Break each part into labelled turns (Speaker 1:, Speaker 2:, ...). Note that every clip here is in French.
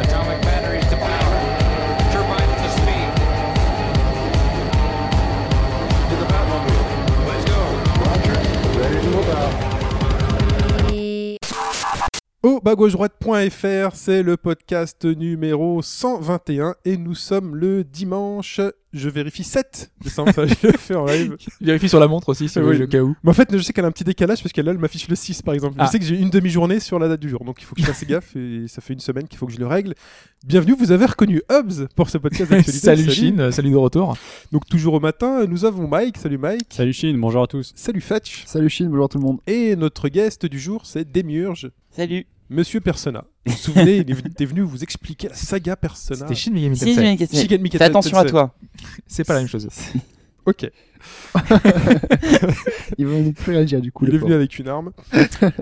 Speaker 1: Atomic batteries to power. Turbines to speed. To the Batmobile. Let's go.
Speaker 2: I-
Speaker 3: Au bas-gauche-droite.fr, c'est le podcast numéro 121 et nous sommes le dimanche, je vérifie 7 décembre, ça je le fais en live.
Speaker 4: Vérifie sur la montre aussi, si
Speaker 3: Ah
Speaker 4: vous voulez,
Speaker 3: oui.
Speaker 4: au cas où.
Speaker 3: Mais en fait, je sais qu'elle a un petit décalage parce qu'elle elle m'affiche le 6 par exemple.
Speaker 4: Ah.
Speaker 3: Je sais que j'ai une demi-journée sur la date du jour, donc il faut que je fasse gaffe et ça fait une semaine qu'il faut que je le règle. Bienvenue, vous avez reconnu Hobbs pour ce podcast d'actualité.
Speaker 4: salut Chine, euh, salut de retour.
Speaker 3: Donc toujours au matin, nous avons Mike, salut Mike.
Speaker 5: Salut Chine, bonjour à tous.
Speaker 3: Salut Fetch.
Speaker 6: Salut Chine, bonjour tout le monde.
Speaker 3: Et notre guest du jour, c'est Demiurge,
Speaker 7: Salut.
Speaker 3: Monsieur Persona. Vous vous souvenez, il est venu- t'es venu vous expliquer la saga Persona.
Speaker 4: C'était Shin Megami
Speaker 7: Si,
Speaker 4: Tensei.
Speaker 7: j'ai une question.
Speaker 3: Shigen Mikasa
Speaker 7: Fais attention à
Speaker 3: Tensei.
Speaker 7: toi.
Speaker 4: C'est pas la même chose.
Speaker 3: Ok.
Speaker 6: Ils vont plus rien dire du coup.
Speaker 3: Il
Speaker 6: les
Speaker 3: est venu
Speaker 6: pauvres.
Speaker 3: avec une arme.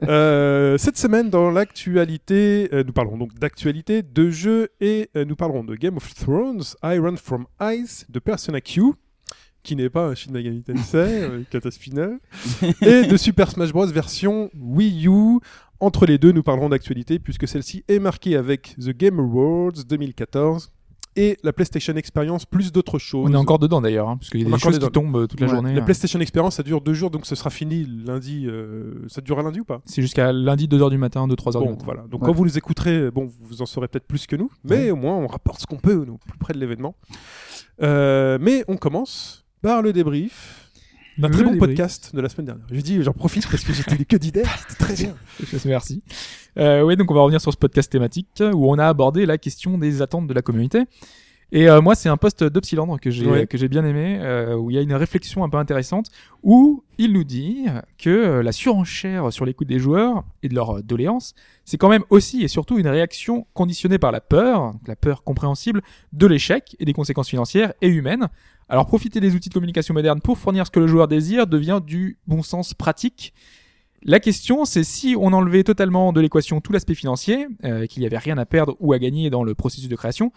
Speaker 3: Euh, cette semaine, dans l'actualité, euh, nous parlerons donc d'actualité, de jeux et euh, nous parlerons de Game of Thrones, Iron from Ice, de Persona Q, qui n'est pas un Shin Megami Tensei, euh, Cataspinal, et de Super Smash Bros. version Wii U. Entre les deux, nous parlerons d'actualité puisque celle-ci est marquée avec The Game Awards 2014 et la PlayStation Experience plus d'autres choses.
Speaker 4: On est encore dedans d'ailleurs, hein, parce qu'il y a
Speaker 3: On est
Speaker 4: des
Speaker 3: encore
Speaker 4: choses
Speaker 3: dedans.
Speaker 4: qui tombent euh, toute la
Speaker 6: Ouais.
Speaker 4: journée.
Speaker 3: La
Speaker 4: hein.
Speaker 3: PlayStation Experience, ça dure deux jours, donc ce sera fini lundi. euh, Ça durera lundi ou pas
Speaker 4: C'est jusqu'à lundi 2h du matin, 2-3h du
Speaker 3: Bon,
Speaker 4: matin.
Speaker 3: voilà. Donc
Speaker 6: Ouais.
Speaker 3: quand vous nous écouterez, bon, vous en saurez peut-être plus que nous, mais au moins on rapporte ce qu'on peut, nous, plus près de l'événement. Euh, mais on commence par le débrief d'un
Speaker 4: Le
Speaker 3: très bon
Speaker 4: débrief.
Speaker 3: podcast de la semaine dernière. Je dis, j'en profite parce que j'étais que d'idées, c'était très bien.
Speaker 4: Merci. Euh, oui, donc on va revenir sur ce podcast thématique où on a abordé la question des attentes de la communauté. Et euh, moi, c'est un post d'Obsilandre que j'ai
Speaker 3: Ouais.
Speaker 4: que j'ai bien aimé, euh, où il y a une réflexion un peu intéressante, où il nous dit que euh, la surenchère sur l'écoute des joueurs et de leur euh, doléance, c'est quand même aussi et surtout une réaction conditionnée par la peur, donc la peur compréhensible de l'échec et des conséquences financières et humaines. Alors profiter des outils de communication moderne pour fournir ce que le joueur désire devient du bon sens pratique la question, c'est si on enlevait totalement de l'équation tout l'aspect financier, euh, qu'il n'y avait rien à perdre ou à gagner dans le processus de création,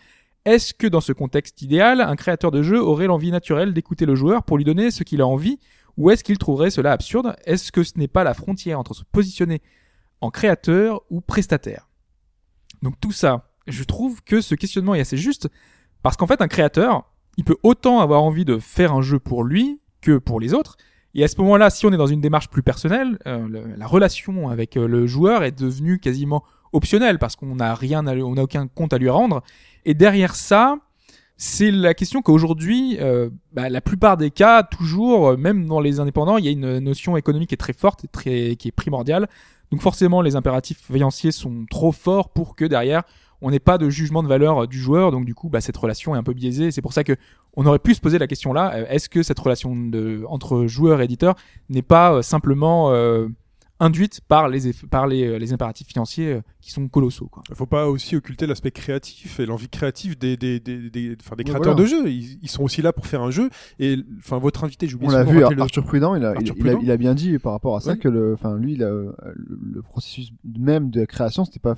Speaker 4: est-ce que dans ce contexte idéal, un créateur de jeu aurait l'envie naturelle d'écouter le joueur pour lui donner ce qu'il a envie, ou est-ce qu'il trouverait cela absurde Est-ce que ce n'est pas la frontière entre se positionner en créateur ou prestataire Donc tout ça, je trouve que ce questionnement est assez juste, parce qu'en fait un créateur, il peut autant avoir envie de faire un jeu pour lui que pour les autres, et à ce moment-là, si on est dans une démarche plus personnelle, euh, le- la relation avec euh, le joueur est devenue quasiment optionnelle parce qu'on n'a rien, à lui- on n'a aucun compte à lui rendre. Et derrière ça, c'est la question qu'aujourd'hui, euh, bah, la plupart des cas, toujours, euh, même dans les indépendants, il y a une notion économique qui est très forte, et très, qui est primordiale. Donc forcément, les impératifs financiers sont trop forts pour que derrière, on n'ait pas de jugement de valeur euh, du joueur. Donc du coup, bah, cette relation est un peu biaisée. C'est pour ça que on aurait pu se poser la question là euh, est-ce que cette relation de, entre joueur et éditeur n'est pas euh, simplement euh, induite par les eff- par les, euh, les impératifs financiers euh, qui sont colossaux quoi.
Speaker 3: Il ne faut pas aussi occulter l'aspect créatif et l'envie créative des, des, des, des- enfin, des
Speaker 6: Ouais, voilà.
Speaker 3: créateurs de jeux. Ils, ils sont aussi là pour faire un jeu. Et enfin, votre invité, j'ai oublié
Speaker 6: On l'a
Speaker 3: son nom,
Speaker 6: vu,
Speaker 3: rappelez-le.
Speaker 6: Arthur Prudent, il a,
Speaker 3: Arthur
Speaker 6: il, il a-
Speaker 3: Prudent.
Speaker 6: il a bien dit par rapport à ça
Speaker 3: Ouais.
Speaker 6: que le, enfin, lui, il a, euh, le, le processus même de création, c'était pas.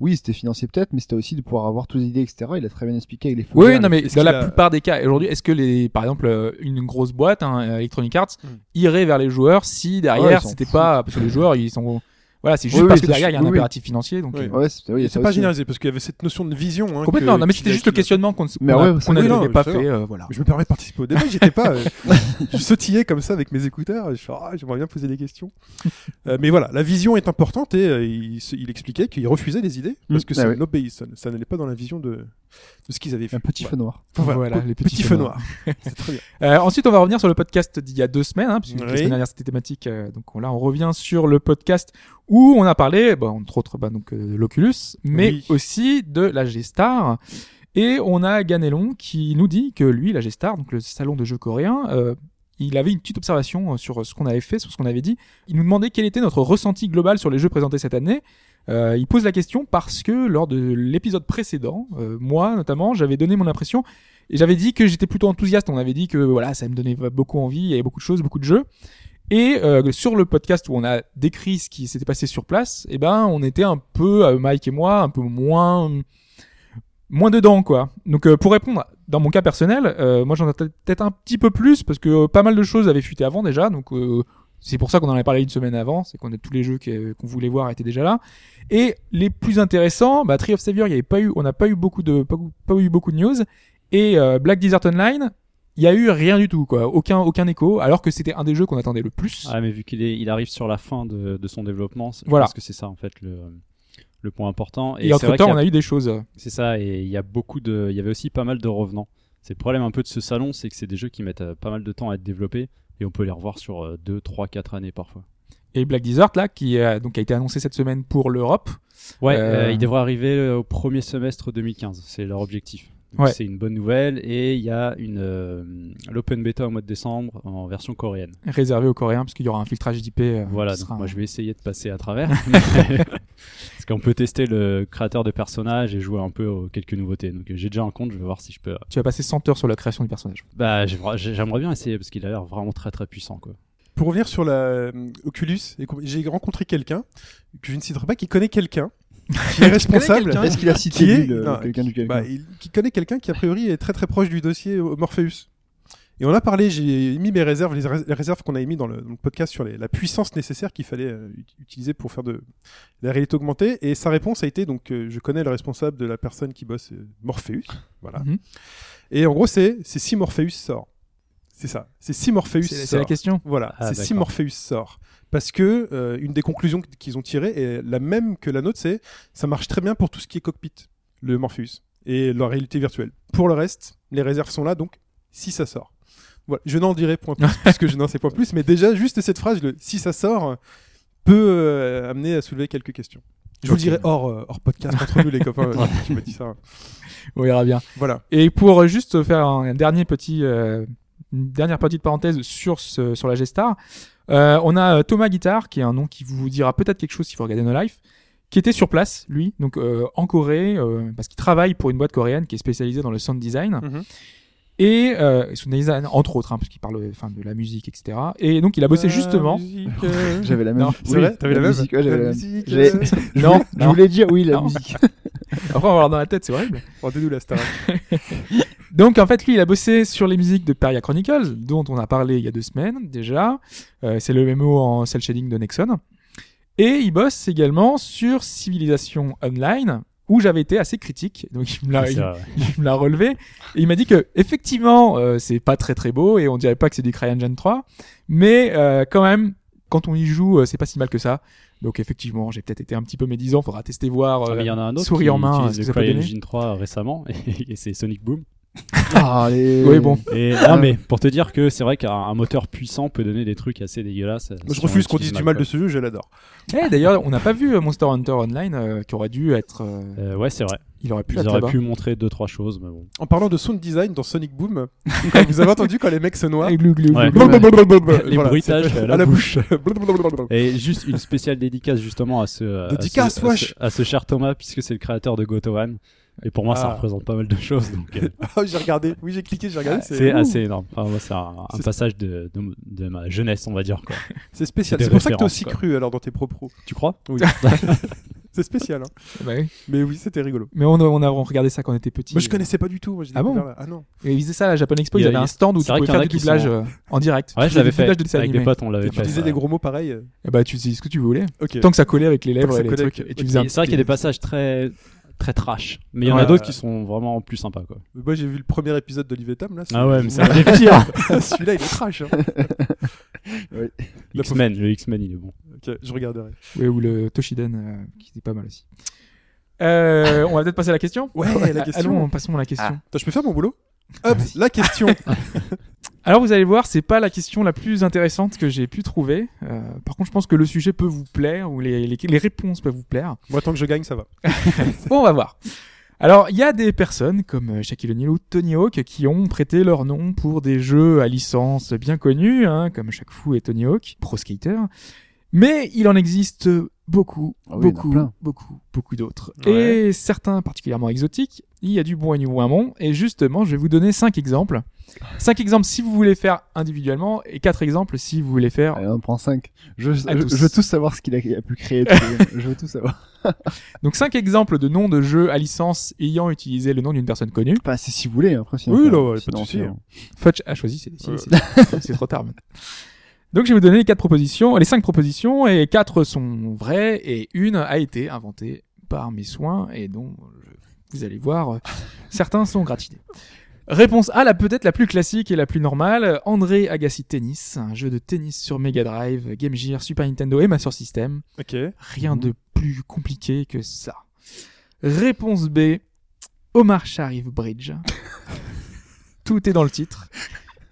Speaker 6: Oui, c'était financier peut-être, mais c'était aussi de pouvoir avoir toutes les idées, etc. Il a très bien expliqué avec les
Speaker 4: Oui,
Speaker 6: foulards,
Speaker 4: non, mais
Speaker 3: est-ce
Speaker 4: dans
Speaker 3: qu'il
Speaker 4: la
Speaker 3: a-
Speaker 4: plupart des cas, et aujourd'hui, est-ce que les, par exemple, euh, une grosse boîte, hein, euh, Electronic Arts,
Speaker 3: Mm.
Speaker 4: irait vers les joueurs si
Speaker 6: Hmm. Ouais,
Speaker 4: derrière
Speaker 6: ils s'en
Speaker 4: c'était
Speaker 6: foutent.
Speaker 4: pas, parce que les joueurs, ils sont, voilà, c'est juste
Speaker 6: Oui,
Speaker 4: parce
Speaker 6: oui,
Speaker 4: que
Speaker 6: c'est
Speaker 4: derrière il y a un
Speaker 6: sûr, oui, oui.
Speaker 4: impératif financier, donc.
Speaker 3: Ouais.
Speaker 4: euh,
Speaker 6: les- Ouais, c'était, oui, il y a
Speaker 3: Et c'est
Speaker 6: ça
Speaker 3: pas
Speaker 6: aussi.
Speaker 3: généralisé parce qu'il y avait cette notion de vision. hein,
Speaker 4: Complètement,
Speaker 3: que-
Speaker 4: non, mais
Speaker 3: qu'il
Speaker 4: c'était
Speaker 3: a-
Speaker 4: juste le
Speaker 3: qu'il a-
Speaker 4: questionnement qu'on qu'on
Speaker 6: Mais
Speaker 4: a-
Speaker 6: ouais,
Speaker 4: qu'on
Speaker 6: ça, hein.
Speaker 3: oui,
Speaker 4: n'avait
Speaker 3: non,
Speaker 4: pas
Speaker 3: bien
Speaker 4: fait,
Speaker 3: sûr.
Speaker 4: euh, voilà.
Speaker 3: Je me permets de participer au débat, j'étais pas. euh, je sautillais comme ça avec mes écouteurs, et je fais, Ah, j'aimerais bien poser des questions. Euh, mais voilà, la vision est importante et euh, il, se- il expliquait qu'il refusait les idées parce
Speaker 6: Mm,
Speaker 3: que
Speaker 6: ah
Speaker 3: ça
Speaker 6: ouais.
Speaker 3: n'obéissait, ça, ne- ça n'allait pas dans la vision de, de ce qu'ils avaient fait.
Speaker 6: Un petit feu noir.
Speaker 3: Voilà,
Speaker 4: Voilà,
Speaker 3: pe-
Speaker 4: les petits
Speaker 3: petits feux
Speaker 4: feux
Speaker 3: noirs. C'est très bien.
Speaker 4: Euh, ensuite, on va revenir sur le podcast d'il y a deux semaines, hein, puisque la
Speaker 3: Oui.
Speaker 4: semaine dernière c'était thématique. euh, donc on- là, on revient sur le podcast où on a parlé, bah, entre autres, bah, donc euh, de l'Oculus, mais
Speaker 3: Oui.
Speaker 4: aussi de la G-Star. Et on a Ganelon qui nous dit que lui, la G-Star, donc le salon de jeux coréen, euh, il avait une petite observation euh, sur ce qu'on avait fait, sur ce qu'on avait dit. Il nous demandait quel était notre ressenti global sur les jeux présentés cette année. Euh, il pose la question parce que lors de l'épisode précédent, euh, moi notamment, j'avais donné mon impression et j'avais dit que j'étais plutôt enthousiaste. On avait dit que voilà, ça me donnait beaucoup envie, il y avait beaucoup de choses, beaucoup de jeux. Et euh, sur le podcast où on a décrit ce qui s'était passé sur place, eh ben on était un peu euh, Mike et moi un peu moins moins dedans quoi. Donc euh, pour répondre dans mon cas personnel, euh, moi j'en attendais peut-être un petit peu plus parce que euh, pas mal de choses avaient fuité avant déjà, donc euh, c'est pour ça qu'on en avait parlé une semaine avant, c'est qu'on a tous les jeux que- qu'on voulait voir étaient déjà là. Et les plus intéressants, bah, Tree of Savior, il y avait pas eu, on n'a pas eu beaucoup de, pas, pas eu beaucoup de news. Et euh, Black Desert Online, il y a eu rien du tout, quoi, aucun, aucun écho, alors que c'était un des jeux qu'on attendait le plus.
Speaker 5: Ah, mais vu qu'il est, il arrive sur la fin de, de son développement, c'est- je
Speaker 4: Voilà.
Speaker 5: pense que c'est ça en fait le, le point important.
Speaker 4: et
Speaker 5: c'est vrai
Speaker 4: entre temps,
Speaker 5: qu'il y a-
Speaker 4: on a eu des choses.
Speaker 5: C'est ça, et il y a beaucoup de, il y avait aussi pas mal de revenants. C'est le problème un peu de ce salon, c'est que c'est des jeux qui mettent euh, pas mal de temps à être développés et on peut les revoir sur euh, 2, 3, 4 années parfois.
Speaker 4: Et Black Desert, là, qui a, donc, a été annoncé cette semaine pour l'Europe.
Speaker 5: Ouais,
Speaker 4: Euh,
Speaker 5: euh, il devrait arriver euh, au premier semestre 2015, c'est leur objectif. Donc
Speaker 4: Ouais.
Speaker 5: C'est une bonne nouvelle et il y a une euh, l'open beta au mois de décembre en version coréenne.
Speaker 4: réservé aux Coréens parce qu'il y aura un filtrage d'IP. euh,
Speaker 5: Voilà,
Speaker 4: qui
Speaker 5: donc
Speaker 4: sera-
Speaker 5: moi je vais essayer de passer à travers. Parce qu'on peut tester le créateur de personnage et jouer un peu aux quelques nouveautés. Donc euh, j'ai déjà un compte, je vais voir si je peux. euh,
Speaker 4: Tu vas passer 100 heures sur la création du personnage.
Speaker 5: Bah j'ai- j'aimerais bien essayer parce qu'il a l'air vraiment très très puissant quoi.
Speaker 3: Pour revenir sur la euh, Oculus, et com- j'ai rencontré quelqu'un que je ne citerai pas qui connaît quelqu'un qui est responsable.
Speaker 4: quelqu'un
Speaker 6: Est-ce qu'il a
Speaker 3: qui
Speaker 6: cité
Speaker 3: est
Speaker 6: lui, le-
Speaker 3: non,
Speaker 6: quelqu'un
Speaker 3: qui-
Speaker 6: du quelqu'un
Speaker 3: bah, il- qui connaît quelqu'un qui a priori est très très proche du dossier euh, Morpheus. Et on a parlé, j'ai mis mes réserves, les, rés- les réserves qu'on avait mis dans le, dans le podcast sur les- la puissance nécessaire qu'il fallait euh, ut- utiliser pour faire de la réalité augmentée. Et sa réponse a été donc, euh, je connais le responsable de la personne qui bosse euh, Morpheus, voilà.
Speaker 4: Mhm.
Speaker 3: Et en gros, c'est c'est si Morpheus sort. C'est ça. C'est si Morpheus
Speaker 4: C'est la- c'est
Speaker 3: sort.
Speaker 4: la question.
Speaker 3: Voilà,
Speaker 5: Ah,
Speaker 3: c'est si
Speaker 5: d'accord.
Speaker 3: Morpheus sort. Parce que euh, une des conclusions qu- qu'ils ont tirées est la même que la nôtre, c'est ça marche très bien pour tout ce qui est cockpit, le Morpheus et la réalité virtuelle. Pour le reste, les réserves sont là, donc si ça sort. Voilà, je n'en dirai point plus parce que je n'en sais point plus, mais déjà juste cette phrase, le si ça sort, euh, peut euh, amener à soulever quelques questions. Je vous
Speaker 4: Ok.
Speaker 3: le dirai hors, euh, hors podcast entre nous les copains. euh, qui m'a dit ça.
Speaker 4: On verra bien.
Speaker 3: Voilà.
Speaker 4: Et pour euh, juste faire un, un dernier petit, euh, une dernière petite parenthèse sur ce, sur la G-Star, euh, on a euh, Thomas Guitar, qui est un nom qui vous dira peut-être quelque chose si vous regardez No Life, qui était sur place, lui, donc euh, en Corée, euh, parce qu'il travaille pour une boîte coréenne qui est spécialisée dans le sound design.
Speaker 3: Mhm.
Speaker 4: Et euh, sound design, entre autres, hein, parce qu'il parle euh, enfin, de la musique, etc. Et donc il a bossé
Speaker 3: La
Speaker 4: Ah, bah, justement.
Speaker 3: musique, euh,
Speaker 6: J'avais la même.
Speaker 4: Non,
Speaker 3: C'est vrai, t'avais la, même.
Speaker 6: musique, ouais, j'avais la même.
Speaker 3: musique,
Speaker 6: J'ai-
Speaker 3: euh,
Speaker 6: Je
Speaker 4: Non,
Speaker 6: voulais- je
Speaker 4: non.
Speaker 6: voulais dire oui la
Speaker 4: Non.
Speaker 6: musique.
Speaker 4: Après, on va voir dans la tête, c'est horrible.
Speaker 3: Rendez-nous la star.
Speaker 4: Donc en fait, lui, il a bossé sur les musiques de Peria Chronicles, dont on a parlé il y a deux semaines déjà. Euh, c'est le MMO en cel shading de Nexon. Et il bosse également sur Civilization Online, où j'avais été assez critique. Donc il me l'a,
Speaker 5: C'est,
Speaker 4: il-
Speaker 5: euh,
Speaker 4: il me l'a relevé. Et il m'a dit que effectivement, euh, c'est pas très très beau et on dirait pas que c'est du CryEngine 3, mais euh, quand même, quand on y joue, euh, c'est pas si mal que ça. Donc effectivement, j'ai peut-être été un petit peu médisant. Faudra tester voir.
Speaker 5: Ah,
Speaker 4: euh,
Speaker 5: mais il y en a un autre
Speaker 4: souris
Speaker 5: qui
Speaker 4: en main,
Speaker 5: utilise
Speaker 4: est-ce que ça
Speaker 5: le
Speaker 4: peut donner
Speaker 5: CryEngine 3 récemment et, et c'est Sonic Boom.
Speaker 6: Allez.
Speaker 4: Oui, bon.
Speaker 5: Et non mais pour te dire que c'est vrai qu'un un moteur puissant peut donner des trucs assez dégueulasses. euh,
Speaker 3: Moi,
Speaker 5: si
Speaker 3: je
Speaker 5: on
Speaker 3: refuse qu'on
Speaker 5: l'utilise
Speaker 3: dise du mal
Speaker 5: quoi.
Speaker 3: de ce jeu, je l'adore.
Speaker 4: Eh, d'ailleurs, on n'a pas vu euh, Monster Hunter Online, euh, qui aurait dû être. euh,
Speaker 5: Euh, ouais, c'est vrai.
Speaker 4: Il aurait pu
Speaker 5: Ils
Speaker 4: être
Speaker 5: auraient
Speaker 4: là-bas.
Speaker 5: pu montrer deux trois choses, mais bon.
Speaker 3: En parlant de sound design dans Sonic Boom, quand vous avez entendu quand les mecs se noient
Speaker 4: Et glou, glou, glou,
Speaker 5: Ouais.
Speaker 4: glou.
Speaker 5: Les
Speaker 3: Voilà,
Speaker 5: bruitages,
Speaker 3: c'est-
Speaker 5: euh,
Speaker 3: à
Speaker 5: la
Speaker 3: la bouche. Blablabla.
Speaker 5: Et juste une spéciale dédicace justement à ce euh, à
Speaker 3: Dédicace,
Speaker 5: ce- à
Speaker 3: wesh.
Speaker 5: ce, à ce cher Thomas puisque c'est le créateur de Gotohan et pour moi ça
Speaker 3: Ah.
Speaker 5: représente pas mal de choses donc euh,
Speaker 3: Ah, j'ai regardé, oui j'ai cliqué, j'ai regardé,
Speaker 5: c'est
Speaker 3: c'est
Speaker 5: assez énorme. Enfin, moi, c'est un, un
Speaker 3: C'est-
Speaker 5: passage de, de, de ma jeunesse on va dire quoi.
Speaker 3: c'est spécial. C'est
Speaker 5: c'est des
Speaker 3: pour ça que t'es
Speaker 5: références,
Speaker 3: aussi
Speaker 5: quoi.
Speaker 3: cru alors dans tes propos.
Speaker 5: Tu crois
Speaker 3: Oui. c'est spécial, hein.
Speaker 4: Bah oui.
Speaker 3: mais oui c'était rigolo.
Speaker 4: Mais on a, on a regardé ça quand on était petit.
Speaker 3: Moi je connaissais pas du tout. Moi, j'ai
Speaker 4: Ah bon
Speaker 3: découvert là. Ah non.
Speaker 4: Et ils faisaient ça à la Japan Expo.
Speaker 5: Il
Speaker 4: Ils
Speaker 5: y a-
Speaker 4: avaient un stand où tu
Speaker 5: c'est vrai
Speaker 4: pouvais
Speaker 5: qu'il y en
Speaker 4: faire
Speaker 5: a
Speaker 4: du
Speaker 5: qui
Speaker 4: doublage
Speaker 5: sont-
Speaker 4: euh, en direct. Tu
Speaker 5: Ouais, je
Speaker 4: faisais
Speaker 5: l'avais
Speaker 4: du
Speaker 5: fait
Speaker 4: doublage de dessin
Speaker 5: avec des
Speaker 4: animé.
Speaker 5: potes, on l'avait
Speaker 3: Et tu
Speaker 5: fait.
Speaker 3: disais
Speaker 5: ça.
Speaker 3: des gros mots pareils. euh,
Speaker 4: Eh bah, tu disais ce que tu voulais.
Speaker 3: Ok.
Speaker 4: Tant que ça collait avec les lèvres
Speaker 3: ça
Speaker 4: et les
Speaker 3: collait
Speaker 4: trucs.
Speaker 3: avec-
Speaker 4: Et tu
Speaker 5: Et
Speaker 4: faisais un
Speaker 5: C'est vrai qu'il y a des
Speaker 4: petit-
Speaker 5: passages très très trash, mais il y en
Speaker 3: Ouais.
Speaker 5: a d'autres qui sont vraiment plus sympas quoi.
Speaker 3: Moi j'ai vu le premier épisode d'Olivier Tam là. c'est-
Speaker 5: Ah ouais, mais c'est un des pires.
Speaker 3: Celui-là il est trash. hein.
Speaker 5: X-Men, le X-Men il est bon.
Speaker 3: Ok, je regarderai.
Speaker 4: Ouais, ou le Toshiden, euh, qui était pas mal aussi. Euh, on va peut-être passer à la question Ah,
Speaker 3: Ouais, la
Speaker 4: Allons,
Speaker 3: question.
Speaker 4: passons à la question.
Speaker 3: Attends, je peux faire mon boulot Hop, la question.
Speaker 4: Alors vous allez voir, c'est pas la question la plus intéressante que j'ai pu trouver. Euh, par contre, je pense que le sujet peut vous plaire ou les, les, les réponses peuvent vous plaire.
Speaker 3: Moi tant que je gagne ça va.
Speaker 4: Bon, on va voir. Alors, il y a des personnes comme euh, Shaquille O'Neal ou Tony Hawk qui ont prêté leur nom pour des jeux à licence bien connus, hein, comme Shaq Fu et Tony Hawk, Pro Skater. Mais il en existe beaucoup,
Speaker 6: Ah oui, il y en a
Speaker 4: beaucoup,
Speaker 6: plein.
Speaker 4: beaucoup, beaucoup d'autres.
Speaker 3: Ouais.
Speaker 4: Et certains particulièrement exotiques, il y a du bon et du moins bon. Et justement, je vais vous donner cinq exemples. Cinq exemples si vous voulez faire individuellement et quatre exemples si vous voulez faire
Speaker 6: Allez, on en prend 5. Je, je,
Speaker 4: À tous.
Speaker 6: je veux tous savoir ce qu'il a, a pu créer. Tolkien. je veux tout savoir.
Speaker 4: Donc cinq exemples de noms de jeux à licence ayant utilisé le nom d'une personne connue.
Speaker 6: Enfin, c'est si vous voulez, hein, après, sinon,
Speaker 3: Oui,
Speaker 6: enfin,
Speaker 3: là, ouais, pas de
Speaker 6: sinon,
Speaker 3: souci,
Speaker 6: sinon.
Speaker 4: Fudge a choisi, c'est c'est-
Speaker 3: Euh.
Speaker 4: c'est- c'est trop tard. maintenant. Donc je vais vous donner les quatre propositions, les cinq propositions et quatre sont vraies et une a été inventée par mes soins et dont je- vous allez voir euh, certains sont gratinés. Réponse A, la peut-être la plus classique et la plus normale, André Agassi Tennis, un jeu de tennis sur Mega Drive, Game Gear, Super Nintendo et Master System.
Speaker 3: Ok.
Speaker 4: Rien de plus compliqué que ça. Réponse B, Omar Sharif Bridge. Tout est dans le titre.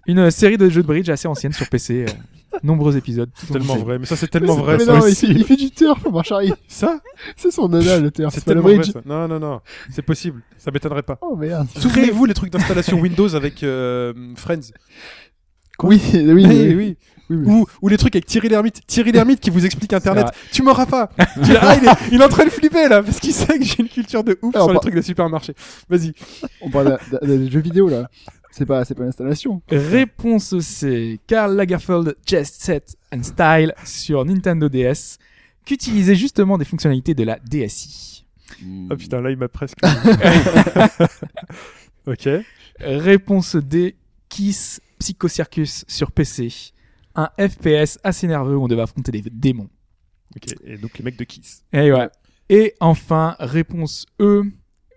Speaker 4: Une euh, série de jeux de bridge assez ancienne sur PC. euh, nombreux épisodes. tout au long
Speaker 3: Tellement
Speaker 4: de sa vie.
Speaker 3: vrai. Mais ça, c'est tellement
Speaker 6: Mais
Speaker 3: vrai.
Speaker 6: c'est-
Speaker 3: ça
Speaker 6: mais non, il,
Speaker 3: aussi.
Speaker 6: fait- il fait du turf, Marchari.
Speaker 3: Ça,
Speaker 6: C'est son nana, le turf.
Speaker 3: Ah, c'est
Speaker 6: pas le
Speaker 3: tellement vrai.
Speaker 6: bridge.
Speaker 3: ça. Non, non, non. C'est possible. Ça m'étonnerait pas.
Speaker 6: Oh merde.
Speaker 3: Souvenez-vous les trucs d'installation Windows avec euh, Friends.
Speaker 6: Oui, oui,
Speaker 3: Eh
Speaker 6: oui, oui,
Speaker 3: oui.
Speaker 6: oui.
Speaker 3: Ou, ou les trucs avec Thierry Lhermitte. Thierry Lhermitte qui vous explique Internet.
Speaker 4: vrai.
Speaker 3: Tu m'auras pas. Tu dis, ah, il, est, il est en train de flipper là parce qu'il sait que j'ai une culture de ouf
Speaker 6: Alors,
Speaker 3: sur les
Speaker 6: par-
Speaker 3: trucs des supermarchés. Vas-y.
Speaker 6: On parle d'un- d'un- des jeux vidéo là. C'est pas, c'est pas l'installation.
Speaker 4: Réponse C, Karl Lagerfeld Just Set and Style sur Nintendo DS, qu'utilisait justement des fonctionnalités de la DSI.
Speaker 3: Ah putain, là, il m'a presque. ok.
Speaker 4: Réponse D, Kiss Psycho Circus sur PC, un FPS assez nerveux où on devait affronter des démons.
Speaker 3: Ok. Et donc les mecs de Kiss.
Speaker 4: Et Eh ouais. Et enfin, réponse E,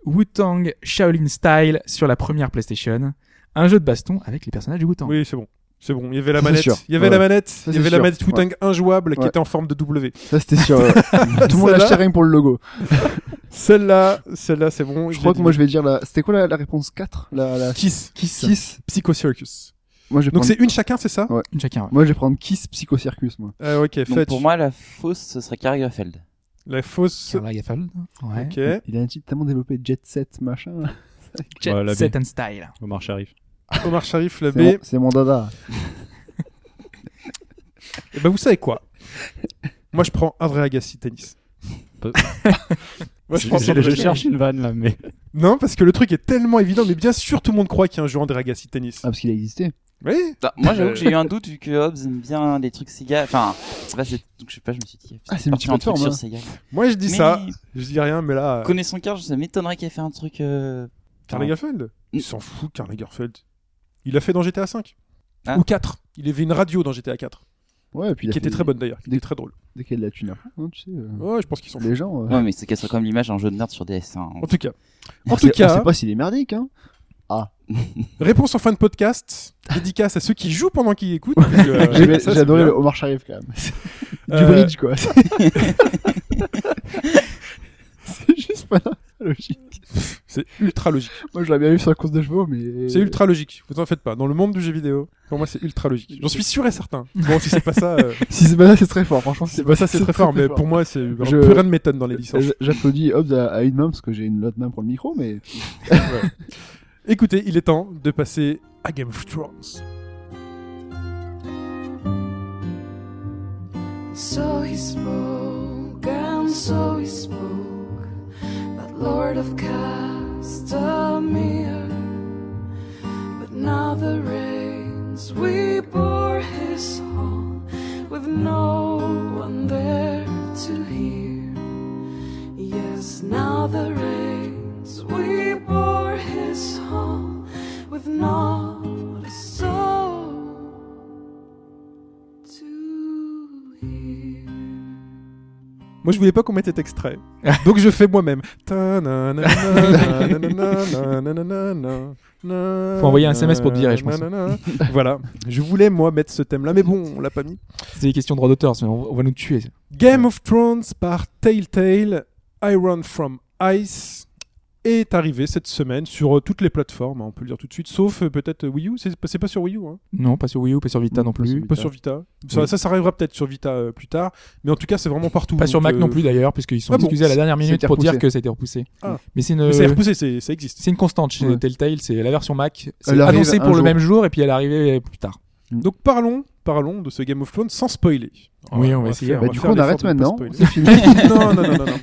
Speaker 4: Wu-Tang Shaolin Style sur la première PlayStation, un jeu de baston avec les personnages du Wu-Tang.
Speaker 3: Oui, c'est bon. C'est bon. Il y avait la
Speaker 6: Ça, c'est
Speaker 3: manette.
Speaker 6: sûr.
Speaker 3: Il y avait
Speaker 6: Ouais.
Speaker 3: la manette.
Speaker 6: Ça,
Speaker 3: Il y
Speaker 6: c'est
Speaker 3: avait la
Speaker 6: sûr.
Speaker 3: manette Wu-Tang injouable qui
Speaker 6: Ouais.
Speaker 3: était en forme de W.
Speaker 6: Ça c'était sûr. ouais. Tout le monde
Speaker 3: Celle-là-
Speaker 6: achetait rien que pour le logo.
Speaker 3: Celle-là, celle-là, c'est bon.
Speaker 6: Je crois que moi je vais dire la. C'était quoi la, la réponse 4 La, la...
Speaker 3: Kiss.
Speaker 4: Kiss.
Speaker 6: Kiss.
Speaker 3: Psycho Circus.
Speaker 6: Moi je vais
Speaker 3: Donc
Speaker 6: prendre.
Speaker 3: c'est une chacun, c'est ça
Speaker 6: Ouais.
Speaker 4: Chacun, ouais.
Speaker 6: Moi je vais prendre Kiss Psycho Circus moi.
Speaker 3: Ah, Ok,
Speaker 7: Donc
Speaker 3: fetch.
Speaker 7: pour moi, la fausse, ce serait Karl Lagerfeld.
Speaker 3: La fausse.
Speaker 4: Karl Lagerfeld. Ouais.
Speaker 3: Ok.
Speaker 6: Il a un titre tellement développé Jet Set machin.
Speaker 4: Jet
Speaker 5: Ouais, la B.
Speaker 4: Set and Style.
Speaker 5: Omar Sharif.
Speaker 3: Omar Sharif, la
Speaker 6: C'est mon,
Speaker 3: B.
Speaker 6: c'est mon dada.
Speaker 3: Eh ben, vous savez quoi Moi, je prends André Agassi tennis.
Speaker 5: Pas-
Speaker 3: moi, je prends
Speaker 5: Je,
Speaker 3: André
Speaker 5: je
Speaker 3: Agassi.
Speaker 5: cherche une vanne là, mais.
Speaker 3: Non, parce que le truc est tellement évident, mais bien sûr, tout le monde croit qu'il y a un jeu André Agassi tennis.
Speaker 6: Ah parce qu'il a existé.
Speaker 3: Oui.
Speaker 7: Attends, Bah, moi, j'avoue
Speaker 3: Euh.
Speaker 7: que j'ai eu un doute vu que Hobbs aime bien les trucs Sega. Enfin, là, c'est- donc je sais pas, je me suis dit.
Speaker 6: Ah, c'est
Speaker 7: parti un truc
Speaker 6: multiplateforme,
Speaker 7: sur
Speaker 6: hein.
Speaker 7: Sega.
Speaker 3: Moi, je dis
Speaker 7: Mais-
Speaker 3: ça. Je dis rien, mais là, euh,
Speaker 7: Connaissant Karl, ça m'étonnerait qu'il ait fait un truc. euh,
Speaker 3: Karl Lagerfeld. Il s'en fout, Karl Lagerfeld. Il a fait dans GTA 5
Speaker 7: Ah.
Speaker 3: ou 4. Il avait une radio dans GTA 4
Speaker 6: Ouais, et puis il a
Speaker 3: qui
Speaker 6: fait-
Speaker 3: était très bonne d'ailleurs, qui
Speaker 6: des-
Speaker 3: était très drôle.
Speaker 6: Dès qu'il y a de la thune après, hein, tu sais. euh,
Speaker 3: Ouais, je pense qu'ils sont.
Speaker 6: Les gens. euh,
Speaker 7: Ouais, mais c'est qu'elle serait comme l'image d'un jeu de merde sur DS. hein.
Speaker 3: En tout cas, en
Speaker 6: on
Speaker 3: tout
Speaker 6: sait-
Speaker 3: cas-
Speaker 6: on sait pas s'il est merdique hein.
Speaker 3: réponse en fin de podcast. Dédicace à ceux qui jouent pendant qu'ils écoutent. parce que, euh,
Speaker 6: J'ai
Speaker 3: ça,
Speaker 6: j'ai
Speaker 3: c'est
Speaker 6: adoré
Speaker 3: bien.
Speaker 6: le Omar Sharif quand même. du
Speaker 3: Euh,
Speaker 6: bridge quoi. c'est juste pas la logique.
Speaker 3: C'est ultra logique.
Speaker 6: Moi je l'avais bien vu sur la course de chevaux mais.
Speaker 3: C'est ultra logique, vous en faites pas. Dans le monde du jeu vidéo, pour moi, c'est ultra logique. J'en suis sûr et certain. Bon, si c'est pas ça, euh,
Speaker 6: Si c'est pas ça c'est très fort franchement.
Speaker 3: si c'est pas ça, c'est très fort. Mais pour moi, c'est
Speaker 6: Je-
Speaker 3: plus rien ne m'étonne dans les licences.
Speaker 6: J- J'applaudis Hobbs à, à une main parce que j'ai une autre main pour le micro, mais
Speaker 3: Écoutez, il est temps de passer à Game of Thrones.
Speaker 8: So he spoke, and so he spoke, that Lord of Castamere. But now the reins we bore his hall, with no one there to hear. Yes, now the reins we bore his hall, with not a soul to hear.
Speaker 3: Moi, je voulais pas qu'on mette cet extrait. Donc, je fais moi-même. Faut
Speaker 4: Faut
Speaker 3: envoyer
Speaker 4: envoyer un SMS pour te virer, je pense.
Speaker 3: Voilà. Je voulais, moi, mettre ce thème-là, mais bon, on l'a pas mis.
Speaker 4: C'était des questions de droit d'auteur, sinon on va nous tuer.
Speaker 3: Game of Thrones par Telltale, Iron from Ice est arrivé cette semaine sur euh, toutes les plateformes, hein, on peut le dire tout de suite, sauf euh, peut-être euh, Wii U. C'est c'est pas sur Wii U, hein,
Speaker 4: Non, pas sur Wii U, pas sur Vita non plus.
Speaker 3: pas sur Vita. Ça, ça, ça arrivera peut-être sur Vita euh, plus tard, mais en tout cas, c'est vraiment partout.
Speaker 4: Pas sur
Speaker 3: donc,
Speaker 4: Mac
Speaker 3: euh,
Speaker 4: non plus d'ailleurs, puisqu'ils sont
Speaker 3: ah bon,
Speaker 4: excusés à la dernière minute
Speaker 6: c'était
Speaker 4: pour dire
Speaker 6: repoussé.
Speaker 4: que ça a été repoussé.
Speaker 3: Ah.
Speaker 4: Mais c'est
Speaker 3: Mais ça est
Speaker 4: une,
Speaker 3: repoussé, c'est- ça existe.
Speaker 4: c'est une constante chez
Speaker 6: Ouais.
Speaker 4: Telltale, c'est la version Mac. C'est
Speaker 6: Elle arrive
Speaker 4: annoncé
Speaker 6: un
Speaker 4: pour le
Speaker 6: jour.
Speaker 4: même jour et puis elle est arrivée plus tard.
Speaker 3: Donc parlons parlons de ce Game of Thrones sans spoiler.
Speaker 4: Oui, on va essayer.
Speaker 3: faire-
Speaker 4: Bah,
Speaker 3: va
Speaker 6: du
Speaker 3: faire
Speaker 6: coup, on
Speaker 3: l'effort
Speaker 6: arrête
Speaker 3: de pas
Speaker 6: maintenant.
Speaker 3: spoiler.
Speaker 6: C'est fini.
Speaker 3: non, non, non, non, non.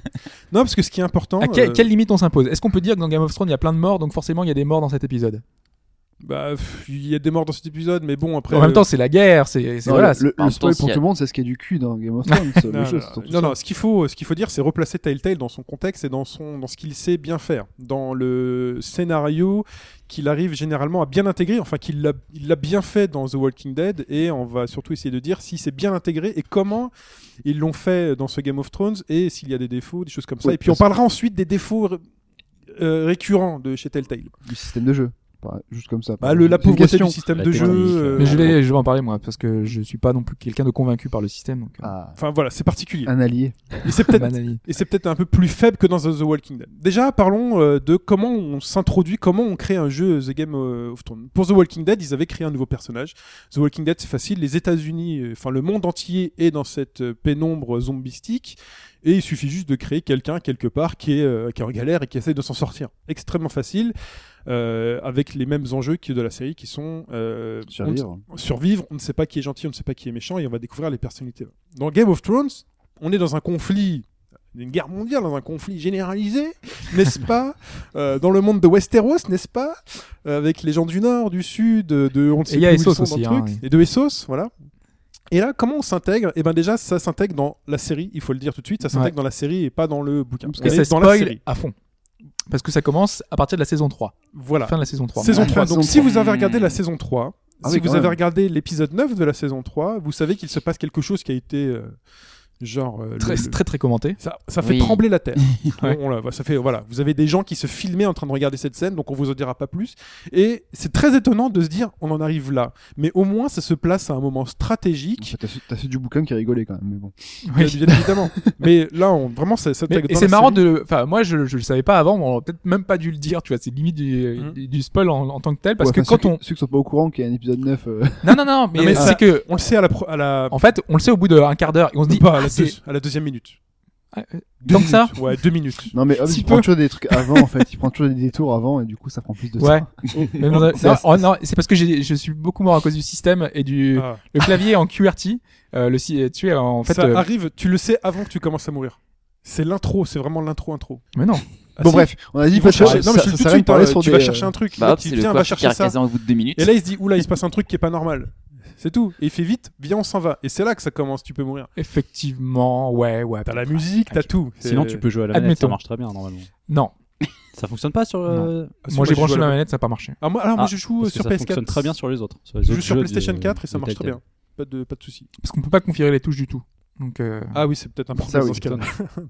Speaker 3: Non, parce que ce qui est important.
Speaker 4: À quelle,
Speaker 3: euh,
Speaker 4: quelle limite on s'impose Est-ce qu'on peut dire que dans Game of Thrones il y a plein de morts, donc forcément il y a des morts dans cet épisode
Speaker 3: bah, pff, il y a des morts dans cet épisode, mais bon, après.
Speaker 4: En même
Speaker 3: euh,
Speaker 4: temps, c'est la guerre, c'est c'est-
Speaker 6: Non,
Speaker 4: voilà. c'est-
Speaker 6: le, le
Speaker 7: en même
Speaker 6: spoil
Speaker 7: temps,
Speaker 6: pour
Speaker 7: si-
Speaker 6: tout le monde, c'est ce qui est du cul dans Game of Thrones. le jeu,
Speaker 3: Non, non,
Speaker 6: c'est surtout
Speaker 3: non,
Speaker 6: ça.
Speaker 3: non, ce qu'il faut, ce qu'il faut dire, c'est replacer Telltale dans son contexte et dans son, dans ce qu'il sait bien faire, dans le scénario qu'il arrive généralement à bien intégrer. Enfin, qu'il l'a, il l'a bien fait dans The Walking Dead, et on va surtout essayer de dire si c'est bien intégré et comment ils l'ont fait dans ce Game of Thrones et s'il y a des défauts, des choses comme ça.
Speaker 6: Oui,
Speaker 3: et puis on
Speaker 6: parce que-
Speaker 3: parlera ensuite des défauts. ré- euh, récurrents de chez Telltale.
Speaker 6: Du système de jeu. Enfin, juste comme ça.
Speaker 3: Bah, le,
Speaker 6: C'est
Speaker 3: la
Speaker 6: une
Speaker 3: pauvreté
Speaker 6: question.
Speaker 3: du système
Speaker 5: La
Speaker 3: de jeu.
Speaker 5: technique,
Speaker 3: euh,
Speaker 4: Mais je vais, je vais en parler moi, parce que je suis pas non plus quelqu'un de convaincu par le système. Donc, euh,
Speaker 6: Ah,
Speaker 3: Enfin voilà, c'est particulier.
Speaker 6: un allié.
Speaker 3: Et c'est peut-être
Speaker 4: à mon avis.
Speaker 3: Et c'est peut-être un peu plus faible que dans The Walking Dead. Déjà, parlons euh, de comment on s'introduit, comment on crée un jeu The Game of Thrones. Pour The Walking Dead, ils avaient créé un nouveau personnage. The Walking Dead, c'est facile. Les États-Unis, euh, enfin le monde entier est dans cette euh, pénombre zombistique. Et il suffit juste de créer quelqu'un quelque part qui est, euh, qui est en galère et qui essaie de s'en sortir. Extrêmement facile, euh, avec les mêmes enjeux que de la série qui sont euh,
Speaker 6: Survivre.
Speaker 3: survivre, on ne sait pas qui est gentil, on ne sait pas qui est méchant, et on va découvrir les personnalités. Dans Game of Thrones, on est dans un conflit, une guerre mondiale, dans un conflit généralisé, n'est-ce pas Euh, Dans le monde de Westeros, n'est-ce pas Euh, Avec les gens du Nord, du Sud, de, de- on ne
Speaker 4: Et
Speaker 3: sait
Speaker 4: il y a
Speaker 3: plus où ils
Speaker 4: Essos
Speaker 3: sont dans le
Speaker 4: aussi, hein,
Speaker 3: truc,
Speaker 4: oui.
Speaker 3: et de Essos, voilà. Et là, comment on s'intègre Eh ben déjà, ça s'intègre dans la série. Il faut le dire tout de suite, ça s'intègre
Speaker 4: Ouais.
Speaker 3: dans la série et pas dans le bouquin.
Speaker 4: Parce que
Speaker 3: Elle
Speaker 4: ça
Speaker 3: est dans la
Speaker 4: spoil
Speaker 3: série.
Speaker 4: à fond. Parce que ça commence à partir de la saison 3.
Speaker 3: Voilà.
Speaker 4: Fin de la saison 3.
Speaker 3: Saison
Speaker 6: Ouais.
Speaker 3: 3.
Speaker 6: Saison
Speaker 3: Donc si
Speaker 6: 3.
Speaker 3: vous avez regardé la saison 3,
Speaker 6: Ah
Speaker 3: si
Speaker 6: oui, quand
Speaker 3: vous avez
Speaker 6: même.
Speaker 3: regardé l'épisode 9 de la saison 3, vous savez qu'il se passe quelque chose qui a été euh, genre euh, le-
Speaker 4: Très,
Speaker 3: le-
Speaker 4: très très commenté.
Speaker 3: ça, ça fait
Speaker 7: Oui.
Speaker 3: trembler la terre.
Speaker 4: Ouais.
Speaker 3: On- on la- ça fait voilà, vous avez des gens qui se filmaient en train de regarder cette scène, donc on vous en dira pas plus. Et c'est très étonnant de se dire on en arrive là, mais au moins ça se place à un moment stratégique.
Speaker 6: T'as fait- t'as fait du bouquin qui a rigolé quand même, mais bon.
Speaker 3: Bien
Speaker 4: Oui.
Speaker 3: évidemment. mais là, on, vraiment, ça, ça
Speaker 4: Mais-
Speaker 3: t'attaque
Speaker 4: et
Speaker 3: dans
Speaker 4: c'est
Speaker 3: la
Speaker 4: marrant
Speaker 3: série.
Speaker 4: de. Enfin, moi, je, je le savais pas avant, mais on aurait peut-être même pas dû le dire, tu vois. C'est limite du,
Speaker 3: Mhm.
Speaker 4: du spoil en, en tant que tel, parce
Speaker 6: Ouais,
Speaker 4: que
Speaker 6: enfin,
Speaker 4: quand on.
Speaker 6: ceux, qui- Ceux qui sont pas au courant qu'il y a un épisode 9. euh,
Speaker 4: Non, non, non, mais,
Speaker 3: mais ça-
Speaker 4: c'est que.
Speaker 3: On le sait à la, pro- à la,
Speaker 4: En fait, on le sait au bout d'un quart d'heure, et on se dit.
Speaker 3: pas, à,
Speaker 4: ah,
Speaker 3: la
Speaker 4: c'est-
Speaker 3: deux- à la deuxième minute.
Speaker 4: ah, euh, Tant que ça
Speaker 3: Ouais, deux minutes.
Speaker 6: Non, mais Hobbes,
Speaker 4: Si
Speaker 6: il prend
Speaker 4: peu.
Speaker 6: toujours des trucs avant, en fait. Il prend toujours des détours avant, et du coup, ça prend plus de
Speaker 4: Ouais.
Speaker 6: temps.
Speaker 4: Mais bon,
Speaker 6: C'est
Speaker 4: non,
Speaker 6: assez-
Speaker 4: oh, non, c'est parce que j'ai- je suis beaucoup mort à cause du système et du.
Speaker 3: Ah.
Speaker 4: Le clavier en QWERTY. euh, le, si- tu es en fait.
Speaker 3: ça
Speaker 4: euh,
Speaker 3: arrive, tu le sais avant que tu commences à mourir. C'est l'intro, c'est vraiment l'intro intro.
Speaker 4: Mais non.
Speaker 3: Ah,
Speaker 6: Bon,
Speaker 3: si.
Speaker 6: bref, on a dit
Speaker 3: il
Speaker 6: qu'on
Speaker 3: va chercher.
Speaker 6: s'arrête-
Speaker 3: Non, mais je
Speaker 6: ça-
Speaker 3: suis
Speaker 6: ça
Speaker 3: tout de
Speaker 6: sert à rien
Speaker 3: suite.
Speaker 6: parler
Speaker 3: hein,
Speaker 6: sur
Speaker 3: tu
Speaker 6: des,
Speaker 3: vas
Speaker 6: euh,
Speaker 3: chercher un truc.
Speaker 7: Bah
Speaker 3: Là,
Speaker 7: hop,
Speaker 3: tu
Speaker 7: c'est le
Speaker 3: viens,
Speaker 7: corps
Speaker 3: va
Speaker 7: qui
Speaker 3: chercher ça.
Speaker 7: caractérise au bout de deux minutes.
Speaker 3: Et là, il se dit, oula, il se passe un truc qui est pas normal. C'est tout. Et il fait vite, viens, on s'en va. Et c'est là que ça commence, tu peux mourir.
Speaker 4: Effectivement, ouais, ouais.
Speaker 3: T'as la musique, t'as
Speaker 4: Ok.
Speaker 3: tout. C'est-
Speaker 5: Sinon, tu peux jouer à la manette, ça
Speaker 4: Admettons.
Speaker 5: marche très bien normalement.
Speaker 4: Non.
Speaker 5: Ça fonctionne pas sur. euh,
Speaker 3: Ah, si,
Speaker 4: Moi, j'ai
Speaker 3: je joue
Speaker 4: branché
Speaker 3: à la-
Speaker 4: ma manette, ça n'a pas marché.
Speaker 3: Ah, moi, alors, moi,
Speaker 5: Ah,
Speaker 3: je joue euh,
Speaker 5: parce que
Speaker 3: sur
Speaker 5: ça
Speaker 3: PS4.
Speaker 5: fonctionne très bien sur les autres. Sur les
Speaker 3: Je joue
Speaker 5: autres
Speaker 3: sur
Speaker 5: jeux
Speaker 3: PlayStation
Speaker 5: de-
Speaker 3: 4 et ça
Speaker 5: de
Speaker 3: marche très
Speaker 5: Telltale.
Speaker 3: bien. Pas de, pas de soucis.
Speaker 4: Parce qu'on peut pas configurer les touches du tout. Donc, euh,
Speaker 3: Ah oui, c'est peut-être un problème
Speaker 6: Ça, oui,
Speaker 3: dans ce cas-là.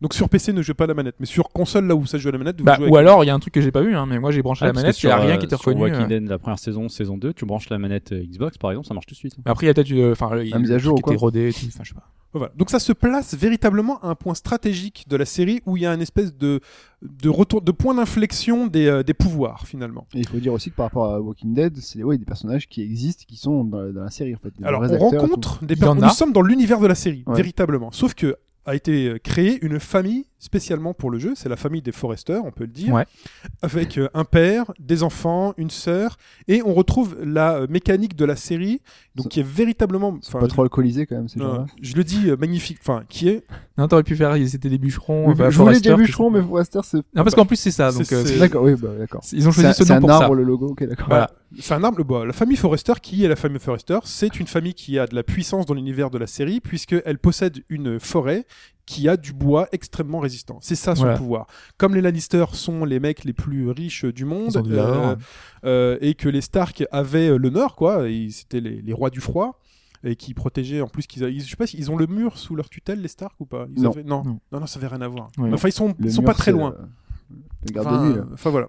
Speaker 3: Donc sur PC, ne jouez pas à la manette. Mais sur console, là où ça joue à la manette, vous
Speaker 4: bah,
Speaker 3: jouez avec-
Speaker 4: ou alors, il y a un truc que j'ai pas vu, hein, mais moi j'ai branché
Speaker 5: Ah,
Speaker 4: la
Speaker 5: parce que
Speaker 4: manette, il n'y
Speaker 5: sur,
Speaker 4: a rien
Speaker 5: euh,
Speaker 4: qui était
Speaker 5: sur
Speaker 4: reconnu.
Speaker 5: Walking
Speaker 4: euh.
Speaker 5: Dead, la première saison, saison 2, tu branches la manette euh, Xbox par exemple, ça marche tout de suite. hein.
Speaker 4: Après, il y a peut-être une. Enfin, il y a
Speaker 6: La mise à
Speaker 4: un
Speaker 6: jour
Speaker 4: truc
Speaker 6: ou
Speaker 4: qui
Speaker 6: quoi
Speaker 4: était rodé et tout. Enfin, je sais pas.
Speaker 3: Oh, Voilà. Donc ça se place véritablement à un point stratégique de la série où il y a une espèce de, de retour, de point d'inflexion des, euh, des pouvoirs finalement.
Speaker 6: Et il faut dire aussi que par rapport à Walking Dead, c'est ouais, des personnages qui existent, qui sont dans la, dans la série en fait. des
Speaker 3: Alors
Speaker 6: vrais
Speaker 3: on
Speaker 6: acteurs et tout.
Speaker 3: rencontre des
Speaker 4: Il y en
Speaker 3: personnes.
Speaker 4: a.
Speaker 3: Nous sommes dans l'univers de la série
Speaker 6: Ouais.
Speaker 3: véritablement. Sauf que a été euh, créée une famille spécialement pour le jeu. C'est la famille des Forester, on peut le dire,
Speaker 4: Ouais.
Speaker 3: avec euh, un père, des enfants, une sœur, et on retrouve la euh, mécanique de la série, donc
Speaker 6: C'est-
Speaker 3: qui est véritablement.
Speaker 6: Ils sont
Speaker 3: enfin,
Speaker 6: pas trop hein. alcoolisés quand même ces
Speaker 3: je,
Speaker 6: gens-là.
Speaker 3: euh, je le dis euh, magnifique. Enfin, qui est
Speaker 4: Non, t'aurais pu faire. C'était des bûcherons. bah,
Speaker 6: Oui,
Speaker 4: enfin,
Speaker 6: je voulais
Speaker 4: Forester,
Speaker 6: dire
Speaker 4: tout
Speaker 6: bûcheron,
Speaker 4: ça.
Speaker 6: mais Forrester c'est.
Speaker 4: Non, parce qu'en plus, c'est ça.
Speaker 3: bah, C'est-
Speaker 4: Donc, euh,
Speaker 3: c'est-
Speaker 6: D'accord, oui, bah, d'accord.
Speaker 4: ils ont choisi
Speaker 6: C'est
Speaker 4: ce
Speaker 6: c'est
Speaker 4: nom
Speaker 6: un
Speaker 4: pour ça.
Speaker 6: arbre le logo, ok, d'accord.
Speaker 4: Voilà.
Speaker 3: C'est un arbre. Bah, la famille Forrester, qui est la famille Forrester C'est une famille qui a de la puissance dans l'univers de la série, puisqu'elle possède une forêt qui a du bois extrêmement résistant. C'est ça son
Speaker 4: Voilà.
Speaker 3: pouvoir. Comme les Lannister sont les mecs les plus riches du monde,
Speaker 4: Ils ont de l'or.
Speaker 3: euh, euh, et que les Stark avaient euh, le Nord, quoi, et ils- c'était les, les rois du froid. Et qui protégeaient en plus qu'ils avaient- ils- je sais pas s'ils ont le mur sous leur tutelle les Stark ou pas Ils
Speaker 6: Non.
Speaker 3: avaient- non.
Speaker 4: Non.
Speaker 3: non non ça avait rien à voir
Speaker 4: Ouais.
Speaker 3: Mais enfin ils sont
Speaker 6: Le
Speaker 3: ils sont
Speaker 6: mur,
Speaker 3: pas très
Speaker 6: c'est,
Speaker 3: loin
Speaker 6: euh, Le garde
Speaker 3: Enfin,
Speaker 6: de nuit, là.
Speaker 3: enfin voilà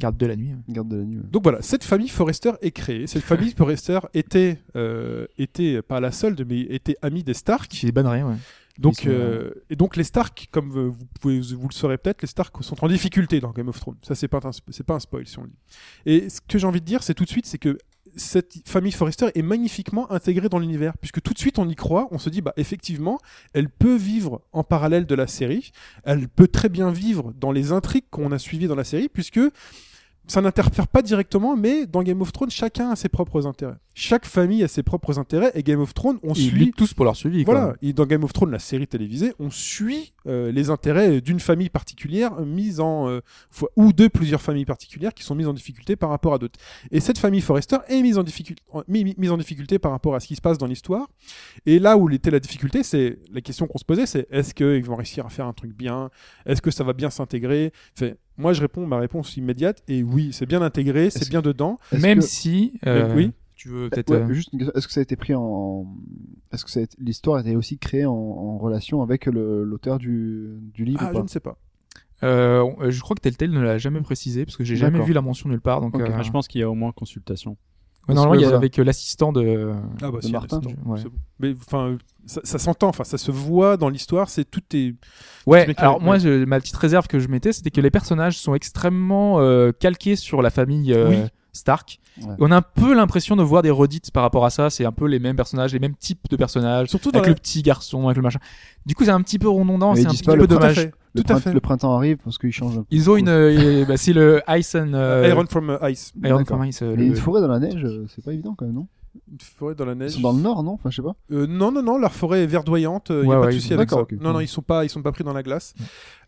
Speaker 4: Garde de la nuit.
Speaker 6: Le garde de la nuit. ouais.
Speaker 3: donc voilà, cette famille Forrester est créée. Cette famille Forrester était, euh, était euh, pas la seule, de- mais était amie des Stark.
Speaker 4: Qui est bannerie, ouais.
Speaker 3: Donc,
Speaker 6: sont,
Speaker 3: euh, et donc les Stark, comme euh, vous, pouvez, vous le saurez peut-être, les Stark sont en difficulté dans Game of Thrones. Ça, c'est pas, un sp- c'est pas un spoil si on le dit. Et ce que j'ai envie de dire, c'est tout de suite, c'est que cette famille Forrester est magnifiquement intégrée dans l'univers, puisque tout de suite on y croit, on se dit, bah effectivement, elle peut vivre en parallèle de la série, elle peut très bien vivre dans les intrigues qu'on a suivies dans la série, puisque ça n'interfère pas directement, mais dans Game of Thrones, chacun a ses propres intérêts. Chaque famille a ses propres intérêts, et Game of Thrones, on
Speaker 4: Ils
Speaker 3: suit
Speaker 4: luttent tous pour leur suivi. quoi.
Speaker 3: voilà, et dans Game of Thrones, la série télévisée, on suit euh, les intérêts d'une famille particulière euh, mise en euh, fois- ou de plusieurs familles particulières qui sont mises en difficulté par rapport à d'autres. Et cette famille Forrester est mise en difficulté, en- mi- mi- mise en difficulté par rapport à ce qui se passe dans l'histoire. Et là où était la difficulté, c'est la question qu'on se posait, c'est est-ce qu'ils vont réussir à faire un truc bien Est-ce que ça va bien s'intégrer Fait, Moi, je réponds ma réponse immédiate et oui, c'est bien intégré, c'est
Speaker 4: Est-ce
Speaker 3: bien dedans.
Speaker 6: Est-ce
Speaker 4: Même
Speaker 6: que-
Speaker 4: si.
Speaker 3: Euh, oui.
Speaker 4: Tu veux
Speaker 6: Bah, Ouais,
Speaker 4: peut-être. euh,
Speaker 6: juste une question. Est-ce que ça a été pris en. Est-ce que ça a été- l'histoire a été aussi créée en, en relation avec le- l'auteur du, du livre ou
Speaker 3: Ah, je
Speaker 6: pas
Speaker 3: ne sais pas.
Speaker 4: euh, on- euh, je crois que Telltale ne l'a jamais précisé parce que j'ai jamais
Speaker 6: D'accord.
Speaker 4: vu la mention nulle part. Donc,
Speaker 6: Ok.
Speaker 4: euh,
Speaker 5: Ah, je pense qu'il y a au moins consultation.
Speaker 4: ouais, normalement, il y a
Speaker 6: Parce que,
Speaker 4: avec euh, l'assistant de.
Speaker 3: Ah bah,
Speaker 6: si, Martin.
Speaker 4: c'est bon, ouais.
Speaker 3: C'est bon. Mais enfin, ça, ça s'entend, enfin, ça se voit dans l'histoire. C'est tout est.
Speaker 4: Ouais,
Speaker 3: mec qui
Speaker 4: alors
Speaker 3: avait-
Speaker 4: moi, je- ma petite réserve que je mettais, c'était que les personnages sont extrêmement euh, calqués sur la famille euh,
Speaker 3: Oui.
Speaker 4: Stark.
Speaker 6: Ouais.
Speaker 4: On a un peu l'impression de voir des redites par rapport à ça. C'est un peu les mêmes personnages, les mêmes types de personnages.
Speaker 3: Surtout dans
Speaker 4: Avec
Speaker 3: la-
Speaker 4: le petit garçon, avec le machin. Du coup, c'est un petit peu rondondant,
Speaker 6: Mais
Speaker 4: c'est
Speaker 6: ils
Speaker 4: un
Speaker 6: disent
Speaker 4: petit
Speaker 6: pas
Speaker 4: peu
Speaker 6: le
Speaker 3: Tout à
Speaker 4: dommage.
Speaker 3: fait.
Speaker 6: le,
Speaker 3: Tout à
Speaker 6: print-
Speaker 3: fait.
Speaker 6: le printemps arrive parce qu'il change un peu.
Speaker 4: Ils ont une, euh, bah, c'est le Ison, euh,
Speaker 3: Iron from euh, Ice.
Speaker 4: Iron
Speaker 6: D'accord.
Speaker 4: Formice, euh,
Speaker 6: Mais
Speaker 4: le-
Speaker 6: une forêt dans la neige, euh, c'est pas évident quand même, non
Speaker 3: Une forêt dans la
Speaker 6: Ils
Speaker 3: neige.
Speaker 6: sont dans le nord, non Enfin, je sais pas.
Speaker 3: Euh, non, non, non, leur forêt est verdoyante. Il
Speaker 4: Ouais,
Speaker 3: a pas
Speaker 4: ouais,
Speaker 3: de
Speaker 4: ils
Speaker 3: souci
Speaker 4: sont-
Speaker 3: avec ça.
Speaker 6: d'accord, ok.
Speaker 3: Non, non, ils sont pas, ils sont pas pris dans la glace.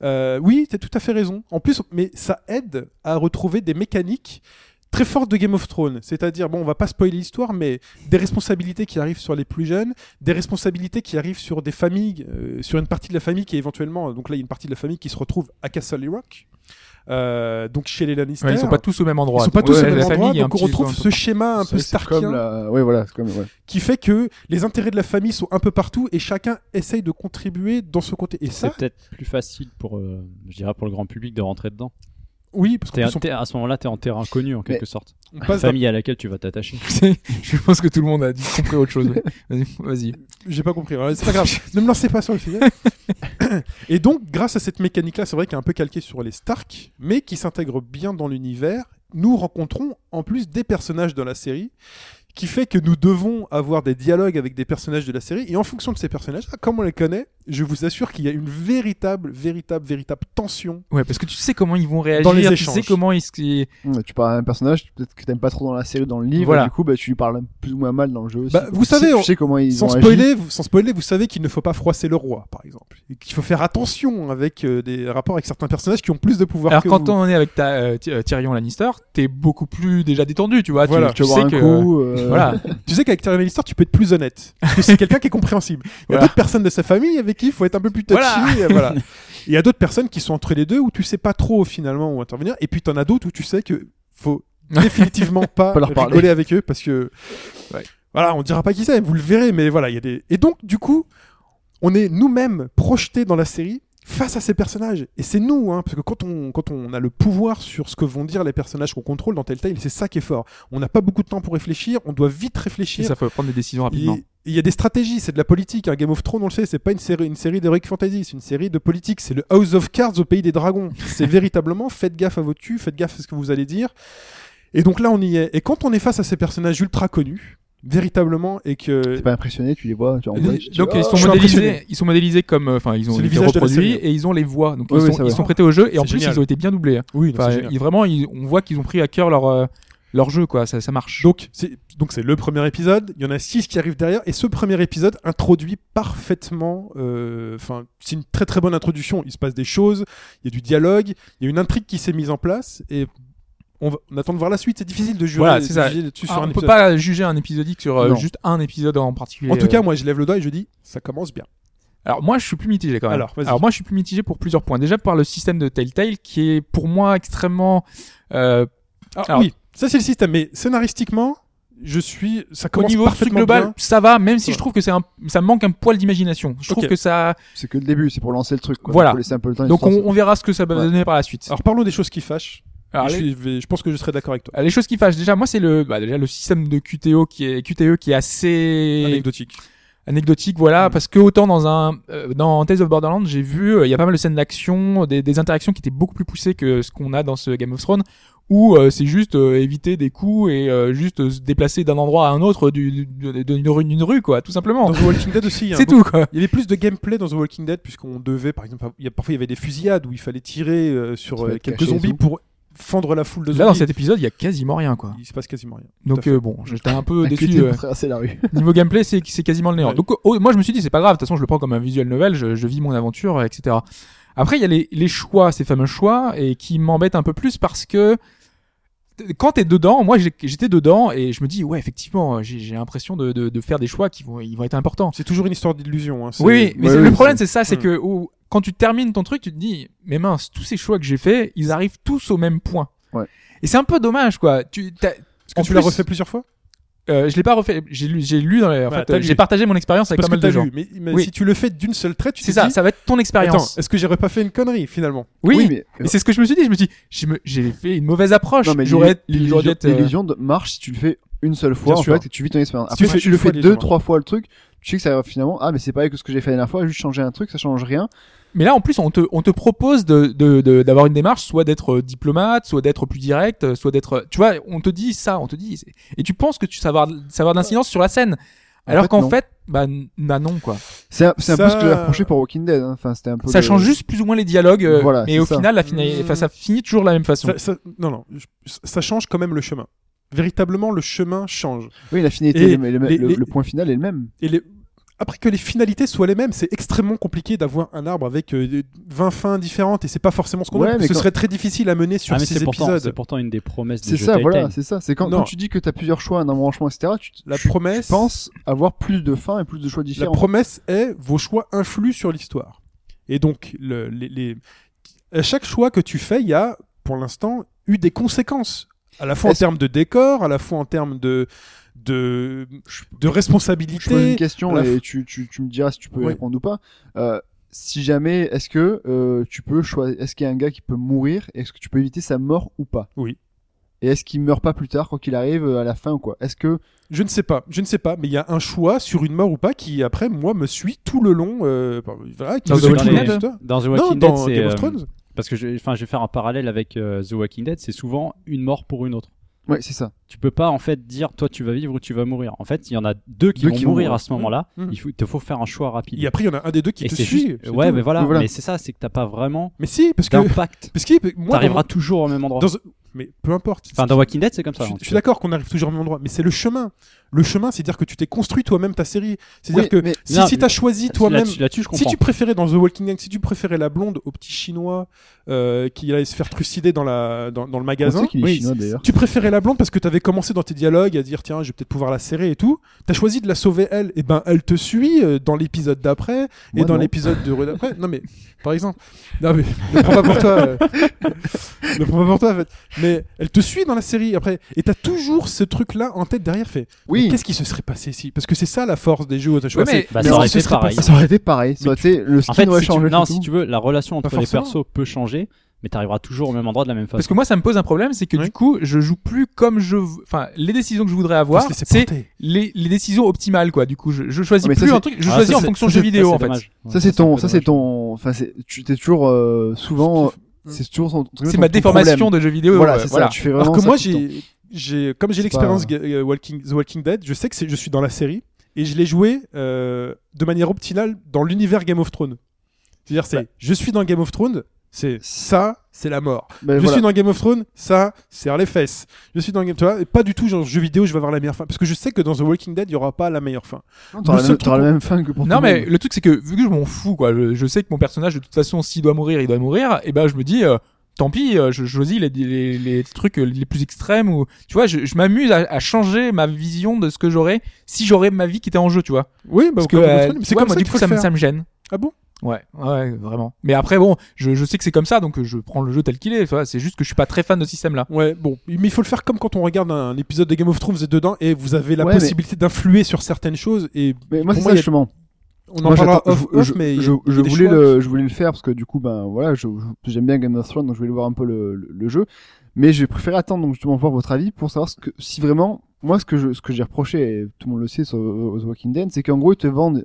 Speaker 3: Euh, oui, t'as tout à fait raison. En plus, mais ça aide à retrouver des mécaniques très fortes de Game of Thrones. C'est-à-dire, bon, on va pas spoiler l'histoire, mais des responsabilités qui arrivent sur les plus jeunes, des responsabilités qui arrivent sur des familles, euh, sur une partie de la famille qui est éventuellement, euh, donc là, il y a une partie de la famille qui se retrouve à Castle Rock. Euh, donc chez les Lannister.
Speaker 4: Ouais, ils sont pas tous au même endroit.
Speaker 3: Ils sont pas tous
Speaker 4: Ouais,
Speaker 3: au même
Speaker 4: la
Speaker 3: endroit,
Speaker 4: famille est un
Speaker 3: donc on
Speaker 4: petit-
Speaker 3: retrouve
Speaker 4: un peu-
Speaker 3: ce schéma un
Speaker 6: C'est-
Speaker 3: peu
Speaker 6: c'est
Speaker 3: starkien
Speaker 6: comme la... Ouais, voilà, c'est comme. ouais.
Speaker 3: qui fait que les intérêts de la famille sont un peu partout et chacun essaye de contribuer dans ce côté. Et ça,
Speaker 5: C'est peut-être plus facile pour, euh, je dirais, pour le grand public de rentrer dedans.
Speaker 3: oui, parce
Speaker 5: T'es-
Speaker 3: qu'en plus,
Speaker 5: t'es- à ce moment-là, t'es en terrain inconnu en quelque sorte.
Speaker 3: on, on passe. d'un-
Speaker 5: Famille à laquelle tu vas t'attacher.
Speaker 4: je pense que tout le monde a dit compris autre chose. Vas-y, vas-y.
Speaker 3: J'ai pas compris. Ouais, C'est pas grave. ne me lancez pas sur le sujet. et donc, grâce à cette mécanique-là, c'est vrai qu'elle est un peu calquée sur les Stark, mais qui s'intègre bien dans l'univers. Nous rencontrons en plus des personnages dans la série, qui fait que nous devons avoir des dialogues avec des personnages de la série. Et en fonction de ces personnages, comme on les connaît, je vous assure qu'il y a une véritable, véritable, véritable tension.
Speaker 4: Ouais, parce que tu sais comment ils vont réagir,
Speaker 3: Dans les
Speaker 4: tu
Speaker 3: échanges.
Speaker 4: sais comment ils se-
Speaker 6: Ouais, Hum, Tu parles à un personnage peut-être que t'aimes pas trop dans la série, ou dans le livre.
Speaker 4: Voilà.
Speaker 6: et Du coup, bah, tu lui parles plus ou moins mal dans le jeu. aussi,
Speaker 3: Bah,
Speaker 6: quoi.
Speaker 3: vous
Speaker 6: Tu sais-
Speaker 3: savez, on-
Speaker 6: tu sais comment ils
Speaker 3: sans
Speaker 6: ont agi.
Speaker 3: spoiler, vous, sans spoiler, vous savez qu'il ne faut pas froisser le roi, par exemple. Et qu'il faut faire attention avec euh, des rapports avec certains personnages qui ont plus de pouvoir
Speaker 4: Alors
Speaker 3: que
Speaker 4: quand
Speaker 3: vous.
Speaker 4: on est avec ta euh, Ty- euh, Tyrion Lannister, t'es beaucoup plus déjà détendu, tu vois. tu-
Speaker 3: Voilà.
Speaker 4: tu,
Speaker 6: Tu vas boire
Speaker 4: sais
Speaker 6: un
Speaker 4: que
Speaker 6: coup. euh,
Speaker 4: voilà.
Speaker 3: Tu sais qu'avec Tyrion Lannister, tu peux être plus honnête. Parce que c'est quelqu'un qui est compréhensible. Il y a
Speaker 4: Voilà.
Speaker 3: d'autres personnes de sa famille avec qui il faut être un peu plus touchy.
Speaker 4: Voilà.
Speaker 3: et voilà. Il y a d'autres personnes qui sont entre les deux où tu sais pas trop finalement où intervenir. Et puis t'en as d'autres où tu sais que faut définitivement pas,
Speaker 6: Pas leur parler.
Speaker 3: rigoler avec eux parce que
Speaker 4: Ouais.
Speaker 3: voilà, on dira pas qui c'est, vous le verrez. Mais voilà, il y a des et donc du coup, on est nous-mêmes projetés dans la série face à ces personnages. Et c'est nous, hein, parce que quand on, quand on a le pouvoir sur ce que vont dire les personnages qu'on contrôle dans Telltale, c'est ça qui est fort. On n'a pas beaucoup de temps pour réfléchir, on doit vite
Speaker 4: Et
Speaker 3: réfléchir.
Speaker 4: ça faut prendre des décisions
Speaker 3: Il
Speaker 4: rapidement.
Speaker 3: il y a des stratégies, c'est de la politique. Un Game of Thrones, on le sait, c'est pas une série, une série d'heroic fantasy, c'est une série de politique. C'est le House of Cards au pays des dragons. C'est véritablement faites gaffe à votre cul, faites gaffe à ce que vous allez dire. Et donc là, on y est. Et quand on est face à ces personnages ultra connus, véritablement, et que
Speaker 6: T'es pas impressionné, tu les vois. tu en
Speaker 3: Euh,
Speaker 6: vois, tu-
Speaker 4: Donc
Speaker 6: tu-
Speaker 4: ils
Speaker 6: oh,
Speaker 4: sont
Speaker 3: je suis
Speaker 4: modélisés,
Speaker 3: impressionné.
Speaker 4: ils sont modélisés comme, euh, enfin ils ont
Speaker 3: C'est le
Speaker 4: été
Speaker 3: visage de la
Speaker 4: reproduits
Speaker 3: série.
Speaker 4: et ils ont les voix, donc
Speaker 6: Oui,
Speaker 4: ils,
Speaker 6: oui,
Speaker 4: sont,
Speaker 6: ça va.
Speaker 4: ils sont prêtés au jeu et en
Speaker 3: C'est
Speaker 4: plus
Speaker 3: génial.
Speaker 4: ils ont été bien doublés. hein.
Speaker 3: oui, non,
Speaker 4: Enfin,
Speaker 3: c'est génial.
Speaker 4: ils- vraiment, ils- on voit qu'ils ont pris à cœur leur euh, leur jeu quoi, ça, ça marche.
Speaker 3: Donc c'est donc c'est le premier épisode. Il y en a six qui arrivent derrière, et ce premier épisode introduit parfaitement. euh, Enfin, c'est une très très bonne introduction. Il se passe des choses, il y a du dialogue, il y a une intrigue qui s'est mise en place, et on, va- on attend de voir la suite. C'est difficile de juger,
Speaker 4: Voilà, c'est
Speaker 3: de
Speaker 4: ça.
Speaker 3: juger là-dessus
Speaker 4: Ah,
Speaker 3: sur
Speaker 4: on
Speaker 3: un
Speaker 4: peut
Speaker 3: épisode.
Speaker 4: pas juger un épisodique sur euh,
Speaker 6: Non.
Speaker 4: juste un épisode en particulier.
Speaker 3: En tout
Speaker 4: euh.
Speaker 3: cas, moi, je lève le doigt et je dis, ça commence bien.
Speaker 4: Alors moi je suis plus mitigé quand même.
Speaker 3: Alors, vas-y.
Speaker 4: moi je suis plus mitigé pour plusieurs points. Déjà par le système de Telltale qui est pour moi extrêmement euh, Alors-
Speaker 3: Ah oui, ça c'est le système, mais scénaristiquement, je suis, ça
Speaker 4: au
Speaker 3: commence
Speaker 4: niveau du truc
Speaker 3: parfaitement
Speaker 4: global
Speaker 3: bien.
Speaker 4: ça va même si
Speaker 3: Ouais.
Speaker 4: je trouve que c'est un ça me manque un poil d'imagination. Je trouve
Speaker 3: Ok.
Speaker 4: que ça
Speaker 6: C'est que le début, c'est pour lancer le truc. Quoi.
Speaker 4: Voilà.
Speaker 6: Faut laisser un peu le temps.
Speaker 4: donc on,
Speaker 6: histoire de-
Speaker 4: on verra ce que ça va
Speaker 6: Ouais.
Speaker 4: donner par la suite.
Speaker 3: Alors parlons des choses qui fâchent.
Speaker 4: Alors,
Speaker 3: je,
Speaker 4: les-
Speaker 3: suis- je pense que je serai d'accord avec toi.
Speaker 4: les choses qui fâchent déjà moi c'est le bah, déjà le système de QTE qui est QTE qui est assez
Speaker 3: Anecdotique.
Speaker 4: anecdotique voilà
Speaker 3: Mm.
Speaker 4: parce que autant dans un euh, dans Tales of Borderlands j'ai vu euh, il y a pas mal de scènes d'action des, des interactions qui étaient beaucoup plus poussées que ce qu'on a dans ce Game of Thrones où euh, c'est juste euh, éviter des coups et euh, juste euh, se déplacer d'un endroit à un autre du- du- d'une rue d'une rue quoi tout simplement
Speaker 3: Dans The Walking Dead aussi. il y a un
Speaker 4: Oh. c'est tout quoi
Speaker 3: Il y avait plus de gameplay dans The Walking Dead puisqu'on devait, par exemple, il y a- parfois il y avait des fusillades où il fallait tirer euh, sur
Speaker 6: Fallait
Speaker 3: euh,
Speaker 6: te
Speaker 3: quelques
Speaker 6: cacher et
Speaker 3: zombies
Speaker 6: tout.
Speaker 3: pour fendre la foule de
Speaker 4: Là, dans
Speaker 3: zombies.
Speaker 4: cet épisode, il y a quasiment rien, quoi.
Speaker 3: Il se passe quasiment rien.
Speaker 4: Donc
Speaker 3: fait.
Speaker 4: euh, bon, j'étais un peu
Speaker 6: Inquiété
Speaker 4: déçu.
Speaker 6: de
Speaker 4: euh,
Speaker 6: traverser la rue.
Speaker 4: niveau gameplay, c'est c'est quasiment le néant.
Speaker 3: Ouais.
Speaker 4: Donc oh, moi, je me suis dit, c'est pas grave. De toute façon, je le prends comme un visual novel. Je, je vis mon aventure, euh, etc. Après, il y a les, les choix, ces fameux choix, et qui m'embêtent un peu plus parce que quand t'es dedans, moi j'ai- j'étais dedans et je me dis ouais effectivement j'ai j'ai l'impression de, de, de faire des choix qui vont ils vont être importants.
Speaker 3: C'est toujours une histoire d'illusion. hein, c'est-
Speaker 4: Oui, oui, mais
Speaker 6: Ouais,
Speaker 4: c'est-
Speaker 6: oui,
Speaker 4: le problème c'est ça, c'est
Speaker 3: Hmm.
Speaker 4: que oh, quand tu termines ton truc, tu te dis, mais mince, tous ces choix que j'ai faits, ils arrivent tous au même point.
Speaker 6: Ouais.
Speaker 4: Et c'est un peu dommage, quoi. Tu, t'as-
Speaker 3: Est-ce que
Speaker 4: en
Speaker 3: tu l'as
Speaker 4: plus-
Speaker 3: refait plusieurs fois
Speaker 4: euh, je l'ai pas refait. J'ai lu, j'ai lu dans les, en
Speaker 3: Voilà,
Speaker 4: fait,
Speaker 3: Bah, t'as
Speaker 4: euh,
Speaker 3: lu.
Speaker 4: j'ai partagé mon expérience avec
Speaker 3: Parce
Speaker 4: pas
Speaker 3: que
Speaker 4: mal
Speaker 3: t'as
Speaker 4: de gens.
Speaker 3: lu. Mais, mais
Speaker 4: Oui.
Speaker 3: si tu le fais d'une seule traite, tu
Speaker 4: C'est
Speaker 3: te
Speaker 4: ça,
Speaker 3: dis,
Speaker 4: ça va être ton
Speaker 3: Attends,
Speaker 4: expérience.
Speaker 3: est-ce que j'aurais pas fait une connerie finalement
Speaker 4: Oui, mais,
Speaker 6: euh, mais,
Speaker 4: c'est ce que je me suis dit. Je me dis, j'ai me- j'ai fait une mauvaise approche.
Speaker 6: non, mais
Speaker 4: J'aurais,
Speaker 6: l'illusion-
Speaker 4: j'aurais dû être, euh,
Speaker 6: l'illusion de- marche si tu le fais une seule fois,
Speaker 3: Bien
Speaker 6: en
Speaker 3: sûr.
Speaker 6: fait, et tu vis ton expérience.
Speaker 3: Si tu
Speaker 6: Après, si
Speaker 3: fais
Speaker 6: tu
Speaker 3: une
Speaker 6: le
Speaker 3: fois
Speaker 6: fais deux,
Speaker 3: l'illusion,
Speaker 6: trois fois le truc, tu sais que ça va finalement, ah, mais c'est pareil que ce que j'ai fait la dernière fois, juste changer un truc, ça change rien.
Speaker 4: Mais là, en plus, on te, on te propose de, de, de- d'avoir une démarche, soit d'être euh, diplomate, soit d'être plus direct, euh, soit d'être, euh, tu vois, on te dit ça, on te dit, c'est- et tu penses que tu savoir, savoir de l'incidence sur la scène.
Speaker 6: En
Speaker 4: Alors
Speaker 6: fait,
Speaker 4: qu'en
Speaker 6: non.
Speaker 4: fait, bah, n- bah non, quoi.
Speaker 6: C'est un, c'est un
Speaker 3: Ça-
Speaker 6: peu ce que j'ai reproché pour Walking Dead, hein. enfin, c'était un peu.
Speaker 4: Ça
Speaker 6: le-
Speaker 4: change juste plus ou moins les dialogues, euh,
Speaker 6: Voilà,
Speaker 4: mais
Speaker 6: c'est
Speaker 4: au
Speaker 6: ça.
Speaker 4: final, la finale, enfin, ça finit toujours de la même façon.
Speaker 3: Ça- ça- Non, non. je- Ça change quand même le chemin. Véritablement, le chemin change.
Speaker 6: Oui, la
Speaker 3: Et
Speaker 6: finalité, le, le-
Speaker 3: les-
Speaker 6: le-
Speaker 3: les-
Speaker 6: le point final est le même.
Speaker 3: et les- après que les finalités soient les mêmes, c'est extrêmement compliqué d'avoir un arbre avec euh, 20 fins différentes et c'est pas forcément ce qu'on
Speaker 6: Ouais,
Speaker 3: aime.
Speaker 6: mais
Speaker 3: Ce
Speaker 6: quand-
Speaker 3: serait très difficile à mener sur
Speaker 5: Ah, mais
Speaker 3: ces
Speaker 5: c'est pourtant, c'est
Speaker 3: épisodes.
Speaker 5: pourtant une des promesses du
Speaker 6: C'est
Speaker 5: jeu
Speaker 6: ça, voilà,
Speaker 5: Telltale.
Speaker 6: c'est ça. C'est quand,
Speaker 3: Non.
Speaker 6: quand tu dis que t'as plusieurs choix, un embranchement, etc., tu,
Speaker 3: La
Speaker 6: tu- tu
Speaker 3: promesse-
Speaker 6: penses avoir plus de fins et plus de choix
Speaker 3: La
Speaker 6: différents.
Speaker 3: promesse est vos choix influent sur l'histoire. Et donc, le- les, les- à chaque choix que tu fais, il y a pour l'instant eu des conséquences. À la fois en
Speaker 6: Est-ce-
Speaker 3: termes de décor, à la fois en termes de, de, de
Speaker 6: je pose
Speaker 3: responsabilité.
Speaker 6: une question
Speaker 3: la
Speaker 6: et tu, tu, tu me diras si tu peux y
Speaker 3: Oui.
Speaker 6: répondre ou pas. Euh, si jamais, est-ce que euh, tu peux choisir, est-ce qu'il y a un gars qui peut mourir, et est-ce que tu peux éviter sa mort ou pas
Speaker 3: Oui.
Speaker 6: Et est-ce qu'il meurt pas plus tard quand il arrive euh, à la fin ou quoi Est-ce que
Speaker 3: Je ne sais pas, je ne sais pas, mais il y a un choix sur une mort ou pas qui, après, moi, me suit tout le long. euh, voilà, qui
Speaker 4: Dans
Speaker 3: me
Speaker 4: The
Speaker 3: suit
Speaker 4: Walking
Speaker 3: tout le long de
Speaker 4: Dead
Speaker 3: l'histoire.
Speaker 5: Dans The
Speaker 3: Non,
Speaker 5: Walking Dead,
Speaker 3: dans
Speaker 5: c'est,
Speaker 3: Game of
Speaker 5: euh,
Speaker 3: Thrones.
Speaker 5: parce que je, enfin, je vais faire un parallèle avec euh, The Walking Dead. C'est souvent une mort pour une autre.
Speaker 6: ouais, c'est ça.
Speaker 5: Tu peux pas en fait dire toi tu vas vivre ou tu vas mourir. En fait, il y en a deux qui,
Speaker 6: Deux
Speaker 5: vont,
Speaker 6: qui vont
Speaker 5: mourir à
Speaker 6: mourir.
Speaker 5: ce moment-là.
Speaker 3: Mmh.
Speaker 5: Il faut, il te faut faire un choix rapide.
Speaker 3: Et après, il y en a un des deux qui
Speaker 5: Et
Speaker 3: te
Speaker 5: c'est
Speaker 3: suit.
Speaker 5: juste-
Speaker 3: c'est
Speaker 5: Ouais,
Speaker 3: tout.
Speaker 5: mais voilà.
Speaker 6: Mais voilà.
Speaker 5: Mais c'est ça, c'est que t'as pas vraiment
Speaker 3: Mais si, parce que.
Speaker 5: d'impact.
Speaker 3: Parce que moi,
Speaker 5: T'arriveras
Speaker 3: dans,
Speaker 5: toujours au même endroit.
Speaker 3: dans- Mais peu importe.
Speaker 5: Enfin, dans Walking Dead, c'est comme
Speaker 3: je,
Speaker 5: ça.
Speaker 3: suis-
Speaker 5: hein.
Speaker 3: je suis d'accord qu'on arrive toujours au même endroit, mais c'est le chemin. Le chemin, c'est dire que tu t'es construit toi-même ta série. C'est-à-dire
Speaker 6: Oui,
Speaker 3: que
Speaker 6: mais-
Speaker 3: si,
Speaker 5: Non,
Speaker 3: si
Speaker 5: mais-
Speaker 3: t'as choisi
Speaker 5: Là-dessus-
Speaker 3: toi-même.
Speaker 5: Là-dessus, je
Speaker 3: Si
Speaker 5: comprends.
Speaker 3: tu préférais dans The Walking Dead, si tu préférais la blonde au petit chinois euh, qui allait se faire trucider dans, la, dans, dans le
Speaker 6: on
Speaker 3: magasin,
Speaker 6: sait qu'il est
Speaker 5: Oui,
Speaker 6: chinois
Speaker 5: c'est-
Speaker 6: d'ailleurs.
Speaker 3: tu préférais la blonde parce que t'avais commencé dans tes dialogues à dire tiens je vais peut-être pouvoir la serrer et tout. T'as choisi de la sauver elle, et ben elle te suit euh, dans l'épisode d'après et
Speaker 6: Moi,
Speaker 3: dans
Speaker 6: non.
Speaker 3: l'épisode de d'après. Non mais par exemple, non mais ne prends pas pour toi, euh. ne prends pas pour toi en fait. Mais elle te suit dans la série après et t'as toujours ce truc là en tête derrière fait.
Speaker 6: Oui.
Speaker 3: mais Qu'est-ce qui se serait passé si Parce que c'est ça la force des jeux où t'as
Speaker 4: Ouais,
Speaker 3: choisi.
Speaker 4: mais
Speaker 5: Bah,
Speaker 3: Mais
Speaker 5: ça aurait
Speaker 3: ce
Speaker 5: été
Speaker 3: serait
Speaker 5: pareil.
Speaker 3: pas-
Speaker 6: Ça aurait été pareil. Ça aurait été le skin
Speaker 5: En fait,
Speaker 6: aurait
Speaker 5: si tu,
Speaker 6: changé.
Speaker 5: non,
Speaker 6: c'est
Speaker 5: si
Speaker 6: tout.
Speaker 5: tu veux, la relation
Speaker 3: Pas
Speaker 5: entre les
Speaker 3: forcément.
Speaker 5: persos peut changer, mais t'arriveras toujours au même endroit de la même
Speaker 4: parce
Speaker 5: façon.
Speaker 4: que moi, ça me pose un problème, c'est que
Speaker 3: Ouais.
Speaker 4: du coup, je joue plus comme je, v- enfin, les décisions que je voudrais avoir,
Speaker 3: Parce que
Speaker 4: c'est
Speaker 3: porté.
Speaker 4: les, les décisions optimales, quoi. Du coup, je, je choisis
Speaker 6: Ah, mais ça,
Speaker 4: plus
Speaker 6: c'est-
Speaker 4: un truc, je
Speaker 5: Ah,
Speaker 4: choisis
Speaker 5: ça,
Speaker 4: en
Speaker 5: c'est-
Speaker 4: fonction
Speaker 5: ça,
Speaker 4: de jeux
Speaker 5: c'est-
Speaker 4: vidéo,
Speaker 5: ça,
Speaker 4: en
Speaker 5: c'est
Speaker 4: fait.
Speaker 5: dommage. Ouais,
Speaker 6: Ça c'est
Speaker 5: un
Speaker 6: ton,
Speaker 5: peu
Speaker 6: ça c'est
Speaker 5: dommage.
Speaker 6: ton, enfin c'est, tu t'es toujours euh, souvent, c'est toujours son-
Speaker 4: C'est
Speaker 6: ton-
Speaker 4: ma
Speaker 6: ton
Speaker 4: déformation
Speaker 6: problème.
Speaker 4: de jeux vidéo.
Speaker 6: Voilà,
Speaker 4: euh,
Speaker 6: c'est ça. Tu fais
Speaker 3: Alors
Speaker 6: vraiment
Speaker 3: que
Speaker 6: ça
Speaker 3: moi,
Speaker 6: tout le temps.
Speaker 3: j'ai, j'ai, comme j'ai
Speaker 6: C'est
Speaker 3: l'expérience
Speaker 6: pas-
Speaker 3: Ga- euh, Walking, The Walking Dead, je sais que c'est, je suis dans la série et je l'ai joué euh, de manière optimale dans l'univers Game of Thrones. C'est-à-dire, c'est, je suis dans Game of Thrones, c'est ça, c'est la mort.
Speaker 6: Ben,
Speaker 3: je
Speaker 6: voilà.
Speaker 3: suis dans Game of Thrones, ça, serre les fesses. Je suis dans Game, tu vois, et pas du tout genre jeu vidéo, je vais avoir la meilleure fin, parce que je sais que dans The Walking Dead, il y aura pas la meilleure fin.
Speaker 6: Non, T'auras
Speaker 3: le
Speaker 6: la,
Speaker 3: seul
Speaker 6: même-
Speaker 3: truc
Speaker 6: t'auras
Speaker 3: où-
Speaker 6: la même fin que pour
Speaker 4: Non
Speaker 6: tout le
Speaker 4: mais
Speaker 6: monde.
Speaker 4: le truc c'est que vu que je m'en fous quoi, je, je sais que mon personnage de toute façon s'il doit mourir il doit mourir et ben je me dis euh, tant pis euh, je choisis les, les, les trucs euh, les plus extrêmes ou tu vois je, je m'amuse à, à changer ma vision de ce que j'aurais si j'aurais ma vie qui était en jeu tu vois
Speaker 3: Oui, bah,
Speaker 4: parce que
Speaker 3: comme Game of
Speaker 4: euh,
Speaker 3: Thrones, mais c'est
Speaker 4: ouais,
Speaker 3: comme
Speaker 4: moi,
Speaker 3: ça
Speaker 4: du
Speaker 3: qu'il
Speaker 4: coup
Speaker 3: faut
Speaker 4: ça
Speaker 3: le
Speaker 4: me
Speaker 3: faire.
Speaker 4: ça me gêne
Speaker 3: Ah bon
Speaker 4: ouais ouais vraiment mais après bon je, je sais que c'est comme ça donc euh, je prends le jeu tel qu'il est tu vois, c'est juste que je suis pas très fan de ce système là
Speaker 3: Ouais, bon, mais il faut le faire comme quand on regarde un épisode de Game of Thrones, vous êtes dedans et vous avez la
Speaker 6: Ouais, mais-
Speaker 3: possibilité d'influer sur certaines choses et
Speaker 6: Mais moi,
Speaker 3: Pour
Speaker 6: c'est ça
Speaker 3: moi, il y a-
Speaker 6: justement.
Speaker 3: on en
Speaker 6: Moi,
Speaker 3: parlera
Speaker 6: j'attends-
Speaker 3: off,
Speaker 6: je-
Speaker 3: off,
Speaker 6: je-
Speaker 3: mais il y a
Speaker 6: je, je
Speaker 3: des
Speaker 6: voulais
Speaker 3: choix
Speaker 6: le, je voulais le faire parce que du coup, ben voilà, je- je- j'aime bien Game of Thrones, donc je voulais voir un peu le, le- le jeu. Mais j'ai préféré attendre donc justement voir votre avis pour savoir ce que, si vraiment, moi, ce que je, ce que j'ai reproché, et tout le monde le sait sur euh, The Walking Dead, c'est qu'en gros ils te vendent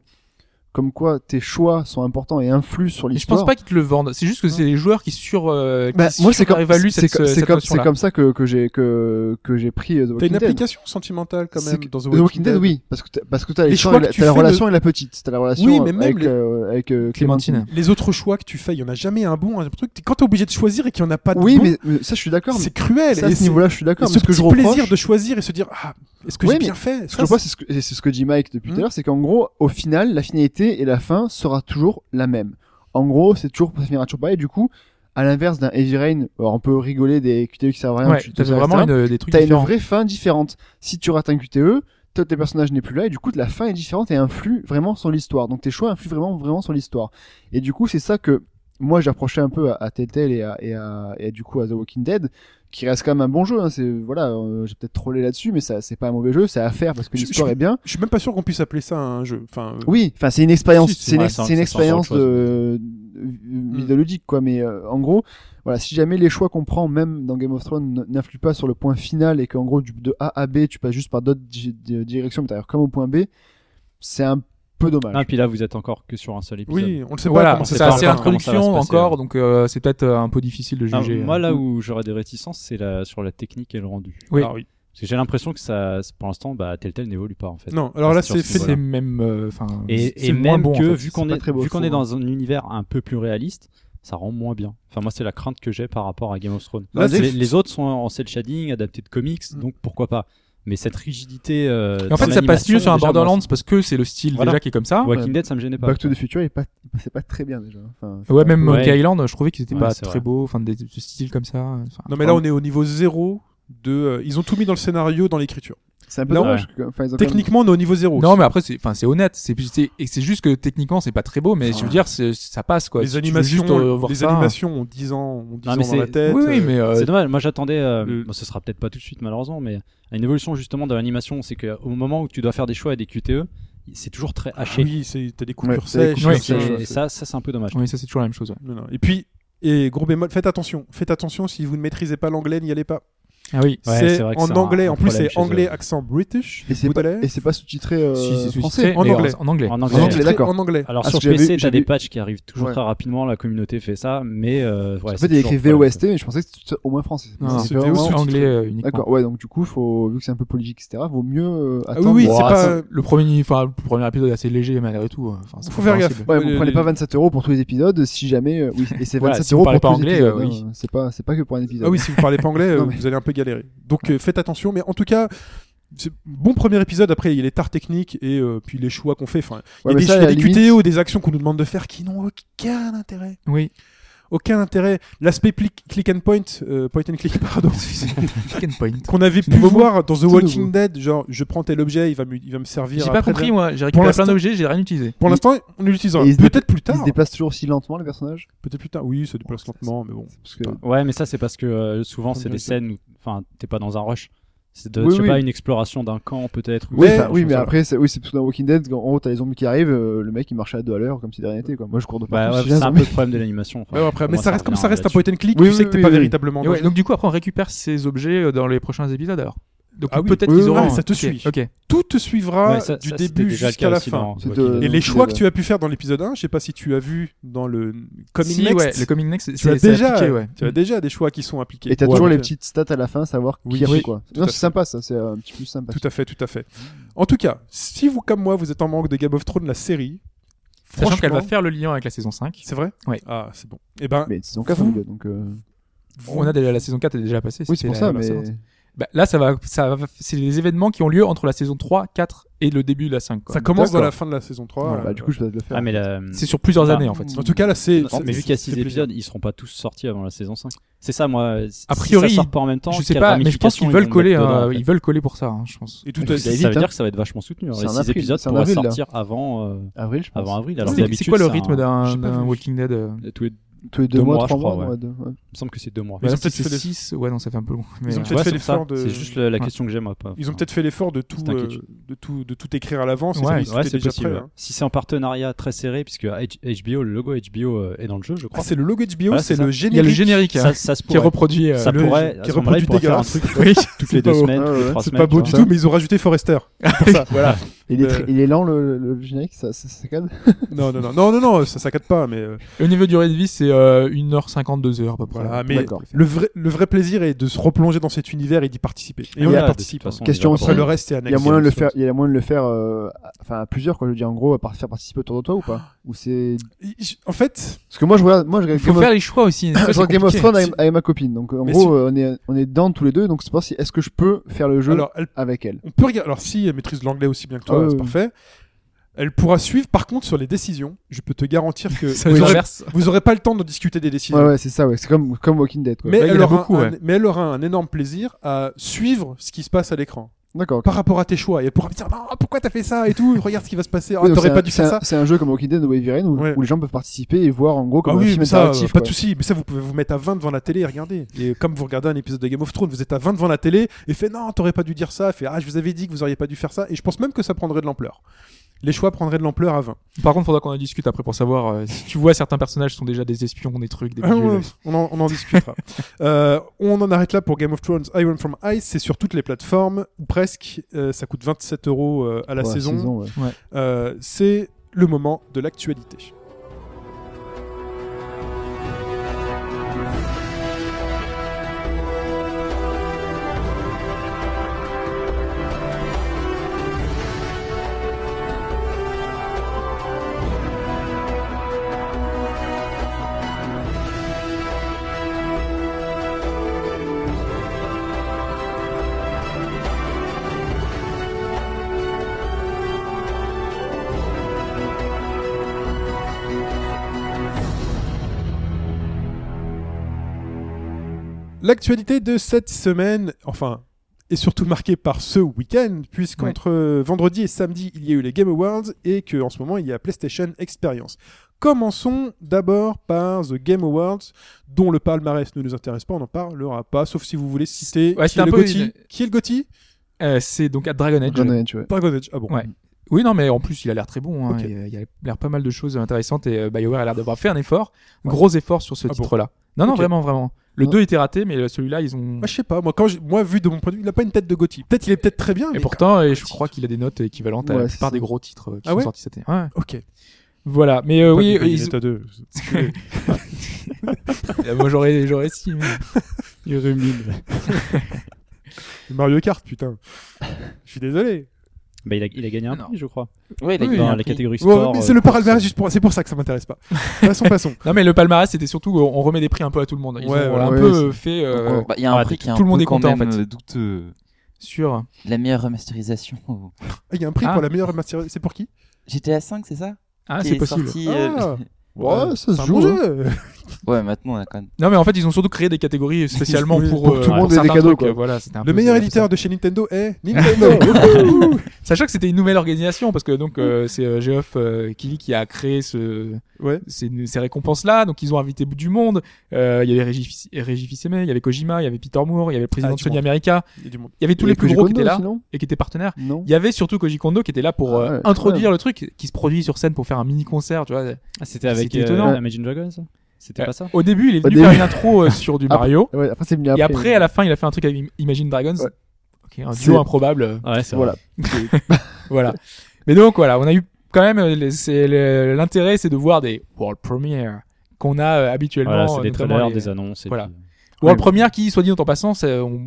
Speaker 6: comme quoi tes choix sont importants et influent sur
Speaker 4: Et je pense
Speaker 6: l'histoire.
Speaker 4: pas qu'ils te le vendent. C'est juste que c'est les joueurs qui sur euh, qui
Speaker 6: Bah, moi, c'est comme,
Speaker 4: surévaluent
Speaker 6: c'est
Speaker 4: cette,
Speaker 6: comme, c'est
Speaker 4: cette
Speaker 6: comme,
Speaker 4: notion-là.
Speaker 6: c'est comme ça que, que j'ai, que, que j'ai pris euh, The
Speaker 3: T'as
Speaker 6: Walking
Speaker 3: une
Speaker 6: Dead.
Speaker 3: application sentimentale quand
Speaker 6: C'est
Speaker 3: même
Speaker 6: que-
Speaker 3: dans The
Speaker 6: The
Speaker 3: Walking,
Speaker 6: Walking Dead, oui, parce que t'as, parce que t'as, les
Speaker 3: Les
Speaker 6: gens
Speaker 3: choix
Speaker 6: et la-
Speaker 3: que tu
Speaker 6: t'as la
Speaker 3: fais
Speaker 6: relation et la petite, t'as la relation
Speaker 3: Oui, mais même
Speaker 6: avec,
Speaker 3: les-
Speaker 6: euh, avec euh,
Speaker 4: Clémentine.
Speaker 6: Clémentine.
Speaker 3: Les autres choix que tu fais, il y en a jamais un bon. Un truc. Quand t'es obligé de choisir et qu'il y en a pas de
Speaker 6: Oui,
Speaker 3: bon,
Speaker 6: mais, mais ça, je suis d'accord. mais
Speaker 3: c'est cruel.
Speaker 6: ça, à
Speaker 3: et
Speaker 6: ce
Speaker 3: c'est-
Speaker 6: niveau-là, je suis
Speaker 3: et
Speaker 6: d'accord.
Speaker 3: ce
Speaker 6: Mais ce que je
Speaker 3: petit
Speaker 6: reproche,
Speaker 3: plaisir de choisir et se dire ah, est-ce que
Speaker 6: Oui,
Speaker 3: j'ai
Speaker 6: mais
Speaker 3: bien fait
Speaker 6: ce
Speaker 3: Ça,
Speaker 6: que je reproche, c'est ce que, et c'est ce que dit Mike depuis
Speaker 3: Hmm.
Speaker 6: tout à l'heure, c'est qu'en gros, au final, la finalité et la fin sera toujours la même. En gros, c'est toujours, ça finira toujours pareil. Du coup, à l'inverse d'un Heavy Rain, alors on peut rigoler des QTE qui servent à rien.
Speaker 4: Ouais,
Speaker 6: tu-
Speaker 4: t'as
Speaker 6: tu-
Speaker 4: vraiment
Speaker 6: etc.
Speaker 4: une, des trucs
Speaker 6: T'as une
Speaker 4: différents.
Speaker 6: vraie fin différente. Si tu rates un QTE, toi, tes personnages n'est plus là et du coup la fin est différente et influe vraiment sur l'histoire. Donc tes choix influent vraiment vraiment sur l'histoire. Et du coup c'est ça que moi j'approchais un peu à, à Telltale et à, et à- et à, du coup à The Walking Dead, qui reste quand même un bon jeu. hein. C'est voilà, euh, j'ai peut-être trollé là-dessus, mais ça c'est pas un mauvais jeu, c'est à faire parce que
Speaker 3: Je-
Speaker 6: l'histoire
Speaker 3: je-
Speaker 6: est bien.
Speaker 3: Je suis même pas sûr qu'on puisse appeler ça un jeu. Enfin, euh,
Speaker 6: Oui, enfin c'est une expérience,
Speaker 5: Si, si,
Speaker 6: c'est une,
Speaker 5: ouais,
Speaker 6: ex-
Speaker 5: ça-
Speaker 6: c'est une
Speaker 5: ça sort Mm. sur
Speaker 6: expérience
Speaker 5: autre chose.
Speaker 6: de vidéoludique quoi. Mais euh, en gros, voilà, si jamais les choix qu'on prend même dans Game of Thrones n- n'influent pas sur le point final et qu'en gros du, de A à B tu passes juste par d'autres di- di- directions, mais t'arrives comme au point B, c'est un peu dommage.
Speaker 5: Ah, puis là, vous êtes encore que sur un seul épisode.
Speaker 3: oui, on le sait pas
Speaker 4: Voilà,
Speaker 3: comment
Speaker 4: c'est ça,
Speaker 5: ça va
Speaker 4: c'est
Speaker 5: se
Speaker 3: ça.
Speaker 5: faire, comment ça va se
Speaker 4: l'introduction
Speaker 5: passer,
Speaker 6: hein.
Speaker 4: encore,
Speaker 5: ouais.
Speaker 4: donc euh, c'est peut-être euh, un peu difficile de
Speaker 5: Ah,
Speaker 3: hein.
Speaker 4: juger.
Speaker 5: moi,
Speaker 4: euh.
Speaker 5: là où j'aurais des réticences, c'est la... sur la technique et le rendu.
Speaker 4: Oui.
Speaker 3: Ah oui.
Speaker 5: Parce que j'ai l'impression que ça, pour l'instant, bah, Telltale n'évolue pas en fait.
Speaker 3: Non, alors là,
Speaker 5: Sur
Speaker 3: c'est
Speaker 5: ce
Speaker 3: fait
Speaker 4: c'est
Speaker 5: niveau-là.
Speaker 4: même, euh, enfin, c'est-
Speaker 5: Et,
Speaker 4: c'est
Speaker 5: et
Speaker 4: moins
Speaker 5: même
Speaker 4: bon, en
Speaker 5: que
Speaker 4: fait.
Speaker 5: vu qu'on
Speaker 6: pas
Speaker 5: est,
Speaker 6: très beau,
Speaker 5: vu
Speaker 6: je
Speaker 5: qu'on est
Speaker 6: trouve,
Speaker 5: dans un univers un peu plus réaliste, ça rend moins bien. Enfin moi c'est la crainte que j'ai par rapport à Game of Thrones.
Speaker 3: Là,
Speaker 5: les,
Speaker 3: c'est-
Speaker 5: les autres sont en cel shading, adaptés de comics,
Speaker 3: Mm.
Speaker 5: donc pourquoi pas. Mais cette rigidité. euh,
Speaker 4: Et en fait,
Speaker 5: dans
Speaker 4: ça passe mieux sur un
Speaker 5: l'animation, déjà,
Speaker 4: Borderlands
Speaker 5: moi,
Speaker 4: parce que c'est le style
Speaker 5: Voilà.
Speaker 4: déjà qui est comme ça.
Speaker 5: ça- Walking Dead ça me gênait pas.
Speaker 6: Back to the Future, il est pas, c'est pas très bien déjà. hein, Enfin, c'est
Speaker 4: Ouais,
Speaker 6: pas-
Speaker 4: même
Speaker 5: bah, Ouais.
Speaker 4: Monkey Island, je trouvais qu'ils étaient
Speaker 5: Ouais,
Speaker 4: pas
Speaker 5: c'est
Speaker 4: très
Speaker 5: vrai.
Speaker 4: beaux, enfin des, des styles comme ça. euh, enfin.
Speaker 3: Non, mais là, on est au niveau zéro de. euh, ils ont tout mis dans le scénario, dans l'écriture.
Speaker 6: c'est un peu
Speaker 3: Non.
Speaker 6: dommage. que- enfin, ils ont quand même-
Speaker 3: Techniquement, on est au niveau zéro.
Speaker 4: Non, mais après, c'est, enfin, c'est honnête. C'est, c'est, et c'est juste que techniquement, c'est pas très beau, mais je veux dire, c'est- ça passe quoi.
Speaker 3: les
Speaker 4: Si tu veux
Speaker 3: animations,
Speaker 4: juste, euh, voir
Speaker 3: les
Speaker 4: ça.
Speaker 3: animations ont 10 ans, ont 10
Speaker 5: Non,
Speaker 3: ans
Speaker 5: mais
Speaker 3: dans la
Speaker 5: c'est-
Speaker 3: tête.
Speaker 4: Oui, oui,
Speaker 3: euh,
Speaker 4: mais euh,
Speaker 5: C'est dommage. Moi, j'attendais. euh,
Speaker 3: le-
Speaker 5: bon, ce sera peut-être pas tout de suite, malheureusement, mais une évolution justement de l'animation, c'est qu'au moment où tu dois faire des choix et des QTE, c'est toujours très
Speaker 3: ah
Speaker 5: haché.
Speaker 3: oui, c'est- t'as des
Speaker 6: Ouais,
Speaker 3: coupures
Speaker 6: t'as des
Speaker 3: sèches.
Speaker 4: coupures
Speaker 3: t'as-
Speaker 4: sèches,
Speaker 5: Et- et ça, ça c'est un peu dommage.
Speaker 4: oui, ça c'est toujours la même chose. ouais.
Speaker 3: Non, non. Et puis, et gros bémol, faites attention. Faites attention si vous ne maîtrisez pas l'anglais, n'y allez pas.
Speaker 4: Ah oui.
Speaker 5: Ouais,
Speaker 3: c'est
Speaker 5: c'est vrai que
Speaker 3: en
Speaker 5: c'est un-
Speaker 3: anglais.
Speaker 5: un
Speaker 3: en plus,
Speaker 5: problème
Speaker 3: c'est
Speaker 5: chez eux.
Speaker 3: anglais accent british.
Speaker 6: Et c'est, pas,
Speaker 3: Baudelaire.
Speaker 6: et c'est pas sous-titré euh,
Speaker 4: Si,
Speaker 6: français.
Speaker 4: c'est sous-titré,
Speaker 3: en
Speaker 4: mais
Speaker 3: anglais.
Speaker 4: En anglais.
Speaker 5: En
Speaker 3: En
Speaker 5: anglais.
Speaker 3: anglais, d'accord. En anglais.
Speaker 5: Alors
Speaker 6: Ah,
Speaker 5: sur
Speaker 6: parce que j'avais-
Speaker 5: PC, t'as
Speaker 6: j'avais-
Speaker 5: des patchs qui arrivent toujours
Speaker 6: Ouais.
Speaker 5: très rapidement. La communauté fait ça, mais euh, ouais,
Speaker 6: en
Speaker 5: c'est
Speaker 6: fait, il est
Speaker 5: toujours
Speaker 6: écrit
Speaker 5: le problème,
Speaker 6: VOST, mais je pensais que c'était au moins français.
Speaker 4: Non, non,
Speaker 6: C'est
Speaker 3: c'était
Speaker 6: vraiment-
Speaker 3: au
Speaker 4: En
Speaker 3: sous-titré.
Speaker 4: anglais euh, uniquement.
Speaker 6: D'accord, ouais, donc du coup, faut, vu que c'est un peu politique, etc., vaut mieux euh,
Speaker 3: Ah
Speaker 6: attendre.
Speaker 3: oui,
Speaker 4: Bon,
Speaker 3: c'est
Speaker 4: ah,
Speaker 3: pas-
Speaker 4: c'est- le premier, enfin, le premier épisode est assez léger malgré tout. euh, Enfin, c'est
Speaker 3: Faut faire gaffe.
Speaker 4: compréhensible.
Speaker 6: Ouais,
Speaker 3: Le-
Speaker 6: vous prenez
Speaker 3: le-
Speaker 6: pas 27 euros pour tous les épisodes si jamais. euh, oui, et c'est 27
Speaker 4: Voilà, si vous
Speaker 6: euros
Speaker 4: parlez
Speaker 6: pour
Speaker 4: pas
Speaker 6: tous les
Speaker 4: anglais,
Speaker 6: épisodes.
Speaker 4: euh,
Speaker 6: hein.
Speaker 4: oui.
Speaker 6: C'est pas, c'est pas que pour un épisode.
Speaker 3: Ah oui, si vous parlez pas anglais, euh,
Speaker 6: Non, mais-
Speaker 3: vous allez un peu galérer. Donc euh, faites attention, mais en tout cas, c'est bon premier épisode. Après, il y a les tards techniques et euh, puis les choix qu'on fait. Enfin,
Speaker 6: Ouais, mais
Speaker 3: il y a des,
Speaker 6: ça,
Speaker 3: il y a
Speaker 6: à la
Speaker 3: des
Speaker 6: limite-
Speaker 3: QTO, des actions qu'on nous demande de faire qui n'ont aucun intérêt.
Speaker 4: Oui.
Speaker 3: Aucun intérêt. L'aspect pli- click and point, euh, point and click, pardon,
Speaker 4: Chicken Point.
Speaker 3: qu'on avait pu
Speaker 6: Nouveau.
Speaker 3: voir dans The
Speaker 6: Tout
Speaker 3: Walking
Speaker 6: nouveau.
Speaker 3: Dead, genre je prends tel objet, il va me, il va me servir.
Speaker 4: J'ai pas
Speaker 3: après.
Speaker 4: compris moi. J'ai récupéré plein
Speaker 3: l'instant-
Speaker 4: d'objets, j'ai rien utilisé.
Speaker 3: Pour l'instant, on l'utilisera.
Speaker 6: Et il se
Speaker 3: Peut-être plus
Speaker 6: Ils
Speaker 3: tard.
Speaker 6: se déplacent toujours aussi lentement, les personnages
Speaker 3: Peut-être plus tard. Oui, ça déplace lentement, mais bon.
Speaker 6: Parce que...
Speaker 3: Putain.
Speaker 5: ça. Ouais, mais ça c'est parce que euh, souvent
Speaker 3: Faut
Speaker 5: c'est
Speaker 3: bien
Speaker 5: des
Speaker 3: sûr.
Speaker 5: scènes où, enfin, t'es pas dans un rush. C'est de,
Speaker 6: Oui,
Speaker 5: je sais
Speaker 6: oui.
Speaker 5: pas, une exploration d'un camp peut-être. ou
Speaker 6: Oui,
Speaker 3: Mais-
Speaker 5: quelque
Speaker 6: enfin, oui,
Speaker 5: chose
Speaker 6: mais
Speaker 5: comme ça.
Speaker 6: après, c'est oui, c'est parce que dans Walking Dead, en gros, t'as les zombies qui arrivent, euh, le mec il marchait à deux à l'heure comme si de rien n'était. quoi. Moi je cours de
Speaker 5: Bah
Speaker 6: partout.
Speaker 5: ouais,
Speaker 6: si j'ai
Speaker 5: c'est un
Speaker 6: zombie.
Speaker 5: peu le problème de l'animation. enfin,
Speaker 3: Ouais, après,
Speaker 5: pour
Speaker 3: mais
Speaker 5: moi,
Speaker 3: ça reste comme
Speaker 5: revient
Speaker 3: ça reste un
Speaker 5: là-dessus.
Speaker 3: point and click.
Speaker 6: Oui,
Speaker 3: tu sais
Speaker 6: oui,
Speaker 3: que t'es
Speaker 6: oui,
Speaker 3: pas
Speaker 6: oui.
Speaker 3: véritablement.
Speaker 4: Et
Speaker 3: dans
Speaker 4: ouais,
Speaker 3: le
Speaker 4: donc du coup après on récupère ces objets euh, dans les prochains épisodes alors. Donc
Speaker 3: Ah oui.
Speaker 4: peut-être
Speaker 3: Oui,
Speaker 4: qu'ils
Speaker 3: oui,
Speaker 4: auront.
Speaker 3: oui, ça te
Speaker 4: Ok,
Speaker 3: suit.
Speaker 4: Ok.
Speaker 3: tout te suivra
Speaker 5: Ouais, ça-
Speaker 3: du
Speaker 5: ça, c'était
Speaker 3: début
Speaker 5: déjà le
Speaker 3: jusqu'à
Speaker 5: cas
Speaker 3: la
Speaker 5: aussi
Speaker 3: fin.
Speaker 5: dans
Speaker 6: C'est
Speaker 5: Walking
Speaker 6: de-
Speaker 5: Dead.
Speaker 3: Et
Speaker 6: Donc,
Speaker 3: les
Speaker 6: il y
Speaker 3: choix
Speaker 6: a
Speaker 3: que
Speaker 6: le-
Speaker 3: tu as pu faire dans l'épisode 1, je sais pas si tu as vu dans le Coming
Speaker 4: Si,
Speaker 3: Next,
Speaker 4: ouais, le coming next,
Speaker 3: tu as
Speaker 4: c'est c'est
Speaker 3: déjà-
Speaker 4: appliqué, ouais.
Speaker 3: tu as déjà des choix qui sont appliqués.
Speaker 6: Et t'as
Speaker 3: Ouais,
Speaker 6: toujours les
Speaker 3: donc,
Speaker 6: petites stats à la fin, savoir
Speaker 3: Oui,
Speaker 6: qui a
Speaker 3: oui,
Speaker 6: fait quoi.
Speaker 3: tout
Speaker 6: Non,
Speaker 3: à
Speaker 6: c'est
Speaker 3: fait.
Speaker 6: sympa ça, c'est euh, un petit peu sympa.
Speaker 3: Tout à fait, tout à fait. En tout cas, si vous, comme moi, vous êtes en manque de Game of Thrones, la série,
Speaker 4: Sachant
Speaker 3: franchement-
Speaker 4: qu'elle va faire le lien avec la saison 5.
Speaker 3: C'est vrai
Speaker 4: Ouais.
Speaker 3: Ah, c'est bon. Eh ben,
Speaker 6: Mais ils ont qu'à faire, les gars, donc. euh,
Speaker 4: On a déjà la saison 4 est déjà passée.
Speaker 6: Oui,
Speaker 4: c'était
Speaker 6: c'est pour
Speaker 4: la-
Speaker 6: ça,
Speaker 4: la
Speaker 6: mais.
Speaker 4: saison. Bah, là, ça va, ça va, c'est les événements qui ont lieu entre la saison 3, 4 et le début de la 5. quoi.
Speaker 3: ça commence dans
Speaker 6: D'accord.
Speaker 3: la fin de la saison 3.
Speaker 6: Voilà, bah, du coup, je dois le faire.
Speaker 5: Ah mais la-
Speaker 4: C'est sur plusieurs
Speaker 5: Ah.
Speaker 4: années en fait.
Speaker 3: En tout cas, là, c'est.
Speaker 5: Non, mais
Speaker 3: c'est-
Speaker 5: vu qu'il y a
Speaker 3: c'est
Speaker 5: 6
Speaker 3: plaisir.
Speaker 5: épisodes, ils seront pas tous sortis avant la saison 5. C'est ça, moi. si
Speaker 4: A
Speaker 5: ça
Speaker 4: priori,
Speaker 5: sort pas en même temps.
Speaker 4: je sais
Speaker 5: quelles
Speaker 4: pas, mais je pense
Speaker 5: ramifications
Speaker 4: qu'ils veulent
Speaker 5: vont
Speaker 4: coller,
Speaker 5: mettre dedans,
Speaker 4: hein,
Speaker 5: en fait.
Speaker 4: ils veulent coller pour ça, hein, je pense.
Speaker 3: Et tout
Speaker 6: Mais
Speaker 3: à
Speaker 6: vous
Speaker 5: Ça
Speaker 3: fait.
Speaker 6: avez
Speaker 5: veut
Speaker 6: vite, hein.
Speaker 5: dire que ça va être vachement soutenu. Alors,
Speaker 6: C'est
Speaker 5: Les
Speaker 6: en
Speaker 5: 6
Speaker 6: avril,
Speaker 5: épisodes
Speaker 6: c'est en
Speaker 5: pourraient
Speaker 6: avril, là.
Speaker 5: sortir avant, euh,
Speaker 6: Avril, je pense.
Speaker 5: avant avril. Alors que
Speaker 4: C'est
Speaker 5: d'habitude,
Speaker 4: c'est quoi le
Speaker 5: un-
Speaker 4: rythme d'un
Speaker 6: j'ai pas
Speaker 4: d'un
Speaker 6: vu.
Speaker 4: Walking Dead euh
Speaker 5: tous les-
Speaker 6: Tous les deux
Speaker 5: Deux
Speaker 6: mois,
Speaker 5: mois,
Speaker 6: trois
Speaker 5: je crois,
Speaker 6: mois.
Speaker 5: ouais.
Speaker 6: ouais, deux- ouais.
Speaker 5: Il me semble que c'est deux mois.
Speaker 3: Mais ils ont
Speaker 4: Ouais,
Speaker 3: peut-être
Speaker 4: c'est
Speaker 3: fait les-
Speaker 4: 6, ouais, non, ça fait un peu long. mais,
Speaker 3: Ils ont
Speaker 4: euh,
Speaker 5: Tu
Speaker 3: peut-être
Speaker 5: vois,
Speaker 3: fait
Speaker 5: sur
Speaker 3: l'effort de-
Speaker 5: ça, C'est juste la, la question que j'ai moi. pas-
Speaker 3: Ils ont
Speaker 5: enfin,
Speaker 3: peut-être fait l'effort de tout,
Speaker 5: C'est un
Speaker 3: euh,
Speaker 5: kitsch.
Speaker 3: de tout, de tout écrire à l'avance. et
Speaker 4: Ouais,
Speaker 3: ça, ils
Speaker 5: Ouais,
Speaker 3: étaient
Speaker 5: c'est
Speaker 3: déjà
Speaker 5: possible.
Speaker 3: prêts,
Speaker 5: ouais.
Speaker 3: hein.
Speaker 5: Si c'est en partenariat très serré, puisque H- HBO, le logo HBO euh, est dans le jeu, je
Speaker 3: Ah,
Speaker 5: crois.
Speaker 3: c'est le logo HBO,
Speaker 5: Voilà,
Speaker 3: c'est
Speaker 5: c'est
Speaker 3: le
Speaker 4: Il y a le
Speaker 3: générique.
Speaker 4: générique hein,
Speaker 5: Ça, ça se
Speaker 4: qui est
Speaker 5: pourrait.
Speaker 4: reproduit. euh,
Speaker 5: Ça
Speaker 3: le-
Speaker 5: pourrait. à
Speaker 3: qui
Speaker 5: ce moment-là,
Speaker 3: reproduit
Speaker 5: ils pourraient faire un
Speaker 3: dégueulasse.
Speaker 5: truc
Speaker 4: Oui.
Speaker 5: toutes les
Speaker 6: pas
Speaker 5: deux
Speaker 6: beau.
Speaker 5: semaines,
Speaker 6: Ouais,
Speaker 5: toutes les
Speaker 6: ouais.
Speaker 5: trois
Speaker 3: C'est
Speaker 5: semaines.
Speaker 3: pas
Speaker 5: tu
Speaker 3: beau
Speaker 5: vois.
Speaker 3: du tout, mais ils ont rajouté Forrester.
Speaker 4: pour ça.
Speaker 3: Voilà.
Speaker 6: Il est,
Speaker 3: Euh.
Speaker 6: tr- il est lent le, le générique, ça, ça, ça saccade.
Speaker 3: Non, non, non, non, non, non, ça s'accade pas, mais euh,
Speaker 4: Au niveau du de vie, c'est euh, 1h50, 2h à peu près.
Speaker 3: voilà. Ah, Mais
Speaker 6: D'accord.
Speaker 3: le vrai, le vrai plaisir est de se replonger dans cet univers et d'y participer. Et
Speaker 6: Ah,
Speaker 3: on
Speaker 6: il y
Speaker 3: y
Speaker 6: a-
Speaker 3: participe. hein.
Speaker 5: de toute façon,
Speaker 6: Question
Speaker 5: on y va
Speaker 6: aussi.
Speaker 3: Après,
Speaker 5: pas.
Speaker 3: le reste est
Speaker 6: Il y
Speaker 3: annexe.
Speaker 6: a moyen de le
Speaker 3: bien
Speaker 6: faire,
Speaker 3: sûr.
Speaker 6: il y a moyen de le faire, euh, à- enfin à plusieurs quoi. Je veux dire en gros, à part- faire participer autour de toi ou
Speaker 3: Ah.
Speaker 6: pas Ou c'est
Speaker 3: Il- je- En fait,
Speaker 6: parce que moi je regarde, moi je
Speaker 4: Il
Speaker 6: regarde
Speaker 4: faut
Speaker 6: Game,
Speaker 4: faire les choix aussi.
Speaker 6: of...
Speaker 4: Ça,
Speaker 6: je
Speaker 4: c'est
Speaker 6: regarde Game of
Speaker 4: compliqué.
Speaker 6: Thrones avec, avec ma copine. Donc en
Speaker 3: Mais
Speaker 6: gros,
Speaker 3: si-
Speaker 6: euh, on est on est dedans tous les deux, donc c'est pas si est-ce que je peux faire le jeu
Speaker 3: alors, elle-
Speaker 6: avec elle.
Speaker 3: on peut regarder. Alors, si elle maîtrise l'anglais aussi bien que toi,
Speaker 6: Ah,
Speaker 3: c'est
Speaker 6: oui.
Speaker 3: parfait. Elle pourra suivre. Par contre, sur les décisions, je peux te garantir que
Speaker 4: Ça
Speaker 3: vous, aurez,
Speaker 4: l'inverse.
Speaker 3: vous aurez pas le temps de discuter des décisions.
Speaker 6: Ouais ouais, c'est ça ouais, c'est comme comme Walking Dead quoi.
Speaker 3: Mais,
Speaker 4: Ouais, il y en
Speaker 3: elle
Speaker 4: a
Speaker 3: aura
Speaker 4: beaucoup,
Speaker 3: un,
Speaker 4: ouais.
Speaker 3: mais elle aura un énorme plaisir à suivre ce qui se passe à l'écran
Speaker 6: D'accord. ok.
Speaker 3: par rapport à tes choix. Et elle pourra me dire Non, pourquoi t'as fait ça et tout. Regarde ce qui va se passer. Ah,
Speaker 6: Oui, donc
Speaker 3: T'aurais
Speaker 6: c'est
Speaker 3: pas
Speaker 6: un-
Speaker 3: dû
Speaker 6: c'est
Speaker 3: faire
Speaker 6: un-
Speaker 3: ça.
Speaker 6: C'est un jeu comme Walking Dead ou Heavy Rain où,
Speaker 3: Ouais.
Speaker 6: où les gens peuvent participer et voir en gros
Speaker 3: Ah
Speaker 6: comme un
Speaker 3: oui,
Speaker 6: film
Speaker 3: mais ça,
Speaker 6: interactif.
Speaker 3: pas
Speaker 6: quoi.
Speaker 3: de souci. Mais ça, vous pouvez vous mettre à 20 devant la télé et regarder. Et comme vous regardez un épisode de Game of Thrones, vous êtes à 20 devant la télé et fait non, t'aurais pas dû dire ça. Fait ah, je vous avais dit que vous auriez pas dû faire ça. Et je pense même que ça prendrait de l'ampleur. Les choix prendraient de l'ampleur à 20.
Speaker 4: Par contre, faudra qu'on en discute après pour savoir euh, si tu vois certains personnages sont déjà des espions, des trucs, des
Speaker 3: Ah,
Speaker 4: bidules.
Speaker 3: ouais, on, en, on en discutera. Euh, on en arrête là pour Game of Thrones Iron from Ice. C'est sur toutes les plateformes, ou presque. Euh, ça coûte 27 euros euh, à la
Speaker 6: Pour
Speaker 3: saison.
Speaker 6: ouais.
Speaker 3: Euh, C'est le moment de l'actualité. L'actualité de cette semaine, enfin, est surtout marquée par ce week-end, puisqu'entre euh, vendredi et samedi, il y a eu les Game Awards et qu'en ce moment, il y a PlayStation Experience. Commençons d'abord par The Game Awards, dont le palmarès ne nous intéresse pas, on n'en parlera pas, sauf si vous voulez citer
Speaker 4: Ouais,
Speaker 3: qui,
Speaker 4: c'était
Speaker 3: est
Speaker 4: un
Speaker 3: le
Speaker 4: peu
Speaker 3: GOTY
Speaker 4: une-
Speaker 3: qui est le GOTY
Speaker 4: Euh, c'est donc à Dragon Age.
Speaker 6: Dragon Age, ouais.
Speaker 3: Dragon Age, ah bon.
Speaker 4: Ouais. Oui, non, mais en plus, il a l'air très bon. hein.
Speaker 3: Ok.
Speaker 4: Il, il a l'air pas mal de choses intéressantes et euh, BioWare a l'air d'avoir fait un effort, gros effort sur ce
Speaker 3: Ah bon.
Speaker 4: titre-là. Non, non,
Speaker 3: Ok.
Speaker 4: vraiment, vraiment. Le
Speaker 6: Non.
Speaker 4: 2 était raté, mais celui-là, ils ont.
Speaker 3: Moi, Ah, je sais pas, moi, quand j'ai- moi, vu de mon point de vue, il a pas une tête de GOTY. Peut-être il est peut-être très bien,
Speaker 4: Et
Speaker 3: mais-
Speaker 4: pourtant, et je
Speaker 3: titre.
Speaker 4: crois qu'il a des notes équivalentes à
Speaker 6: hein. Ouais,
Speaker 4: la
Speaker 6: c'est
Speaker 4: plupart
Speaker 6: ça.
Speaker 4: des gros titres euh,
Speaker 3: Ah
Speaker 4: qui sont
Speaker 3: ouais
Speaker 4: sortis cette année. Ouais.
Speaker 3: Ok.
Speaker 4: Voilà, mais euh,
Speaker 3: Pas
Speaker 4: oui,
Speaker 3: du
Speaker 4: ils-
Speaker 3: Bayonetta 2.
Speaker 4: Euh, moi j'aurais j'aurais si. mais-
Speaker 5: Il rumine.
Speaker 3: Mario Kart, putain. Je suis désolé.
Speaker 5: Bah, il, a, il a gagné un
Speaker 4: Non.
Speaker 5: prix, je crois.
Speaker 7: Ouais, il a
Speaker 4: Oui,
Speaker 5: dans
Speaker 4: il a
Speaker 5: la
Speaker 4: un prix.
Speaker 5: catégorie
Speaker 3: Ouais,
Speaker 5: sport.
Speaker 3: mais
Speaker 5: euh,
Speaker 3: c'est le
Speaker 5: course.
Speaker 3: paralympisme, juste pour- c'est pour ça que ça m'intéresse pas. Passons, passons.
Speaker 4: Non mais le palmarès c'était surtout euh, on remet des prix un peu à tout le monde. Ils
Speaker 3: Ouais,
Speaker 4: ont
Speaker 3: ouais,
Speaker 4: un
Speaker 6: ouais,
Speaker 4: peu
Speaker 6: c'est-
Speaker 4: euh, fait euh,
Speaker 7: Bah, Il y a un
Speaker 5: Ouais,
Speaker 7: prix qui est
Speaker 4: tout
Speaker 7: un
Speaker 4: le monde
Speaker 7: peu
Speaker 4: est
Speaker 7: quand
Speaker 4: content, en
Speaker 7: même
Speaker 4: fait.
Speaker 7: euh, douteux.
Speaker 4: sur
Speaker 7: La meilleure remasterisation. au-
Speaker 3: Ah, Il y a un prix
Speaker 4: Ah.
Speaker 3: pour la meilleure master. C'est pour qui
Speaker 7: GTA 5, c'est ça
Speaker 4: ah
Speaker 7: Qui
Speaker 4: c'est
Speaker 7: est
Speaker 4: possible.
Speaker 7: sorti, euh,
Speaker 3: Ah.
Speaker 6: Ouais, ça
Speaker 3: C'est
Speaker 6: se
Speaker 3: un
Speaker 6: joue.
Speaker 3: bon
Speaker 6: hein.
Speaker 3: jeu.
Speaker 7: Ouais, maintenant on a quand même.
Speaker 4: Non mais en fait ils ont surtout créé des catégories spécialement
Speaker 3: Oui,
Speaker 4: pour,
Speaker 6: pour tout le
Speaker 4: euh,
Speaker 6: monde et des
Speaker 4: certains
Speaker 6: cadeaux,
Speaker 4: trucs,
Speaker 6: quoi.
Speaker 4: euh, Voilà, c'était un
Speaker 3: Le
Speaker 4: peu-
Speaker 3: meilleur
Speaker 4: c'était
Speaker 3: éditeur de chez Nintendo est Nintendo. Wouhou.
Speaker 4: ça. Sachant que c'était une nouvelle organisation parce que donc euh, c'est euh, Geoff euh, Keighley qui a créé ce
Speaker 3: ouais.
Speaker 4: ces, ces récompenses là donc ils ont invité du monde. Euh, Il y avait Régi Fils- Régi Fils-Aimé, il y avait Kojima, il y avait Peter Moore, il y avait le président
Speaker 3: Ah,
Speaker 4: de
Speaker 3: du
Speaker 4: Sony
Speaker 3: monde.
Speaker 4: America,
Speaker 3: Il y a du monde.
Speaker 4: il y avait tous
Speaker 6: Et
Speaker 4: les plus
Speaker 6: Koji
Speaker 4: gros qui
Speaker 6: Kondo,
Speaker 4: étaient là
Speaker 6: sinon
Speaker 4: et qui étaient partenaires.
Speaker 6: Non.
Speaker 4: Il y avait surtout Koji Kondo qui était là pour
Speaker 6: Ah
Speaker 4: euh,
Speaker 6: ouais,
Speaker 4: introduire le truc, qui se produit sur scène pour faire un mini concert, tu vois.
Speaker 5: Ah, c'était avec
Speaker 4: C'était étonnant.
Speaker 5: euh, Imagine Dragons ça C'était
Speaker 4: Euh,
Speaker 5: pas ça
Speaker 4: Au début, il est
Speaker 6: Au
Speaker 4: venu
Speaker 6: début.
Speaker 4: faire une intro euh, sur du
Speaker 6: Ah,
Speaker 4: Mario,
Speaker 6: Ouais, après c'est venu
Speaker 4: et après, à la fin, il a fait un truc avec Im- Imagine Dragons.
Speaker 6: Ouais.
Speaker 4: Ok, un
Speaker 6: C'est-
Speaker 4: duo improbable. euh,
Speaker 5: Ouais, c'est
Speaker 6: Voilà.
Speaker 5: vrai.
Speaker 4: voilà. Mais donc, voilà, on a eu quand même. euh, les- c'est le- L'intérêt, c'est de voir des World Premiere qu'on a euh, habituellement.
Speaker 5: Voilà, c'est
Speaker 4: euh,
Speaker 5: des
Speaker 4: notamment
Speaker 5: trailers,
Speaker 4: les-
Speaker 5: des annonces. et
Speaker 4: voilà.
Speaker 5: puis-
Speaker 4: World Premiere qui, soit dit en passant, c'est on-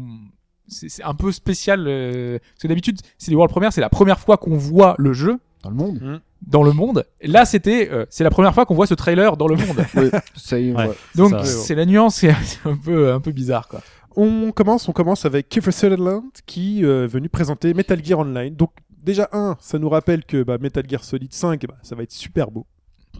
Speaker 4: c'est- c'est un peu spécial. euh, Parce que d'habitude, c'est les World Premiere, c'est la première fois qu'on voit le jeu.
Speaker 6: dans le monde.
Speaker 4: dans le monde. Là, c'était, euh, c'est la première fois qu'on voit ce trailer dans le monde.
Speaker 6: Ouais, ça y est,
Speaker 5: Ouais.
Speaker 6: ouais.
Speaker 4: Donc,
Speaker 5: ça.
Speaker 4: c'est la nuance, c'est c'est un peu, un peu bizarre, quoi.
Speaker 3: On commence, on commence avec Kiefer Sutherland qui euh, est venu présenter Metal Gear Online. Donc déjà un, ça nous rappelle que bah, Metal Gear Solid 5, bah, ça va être super beau.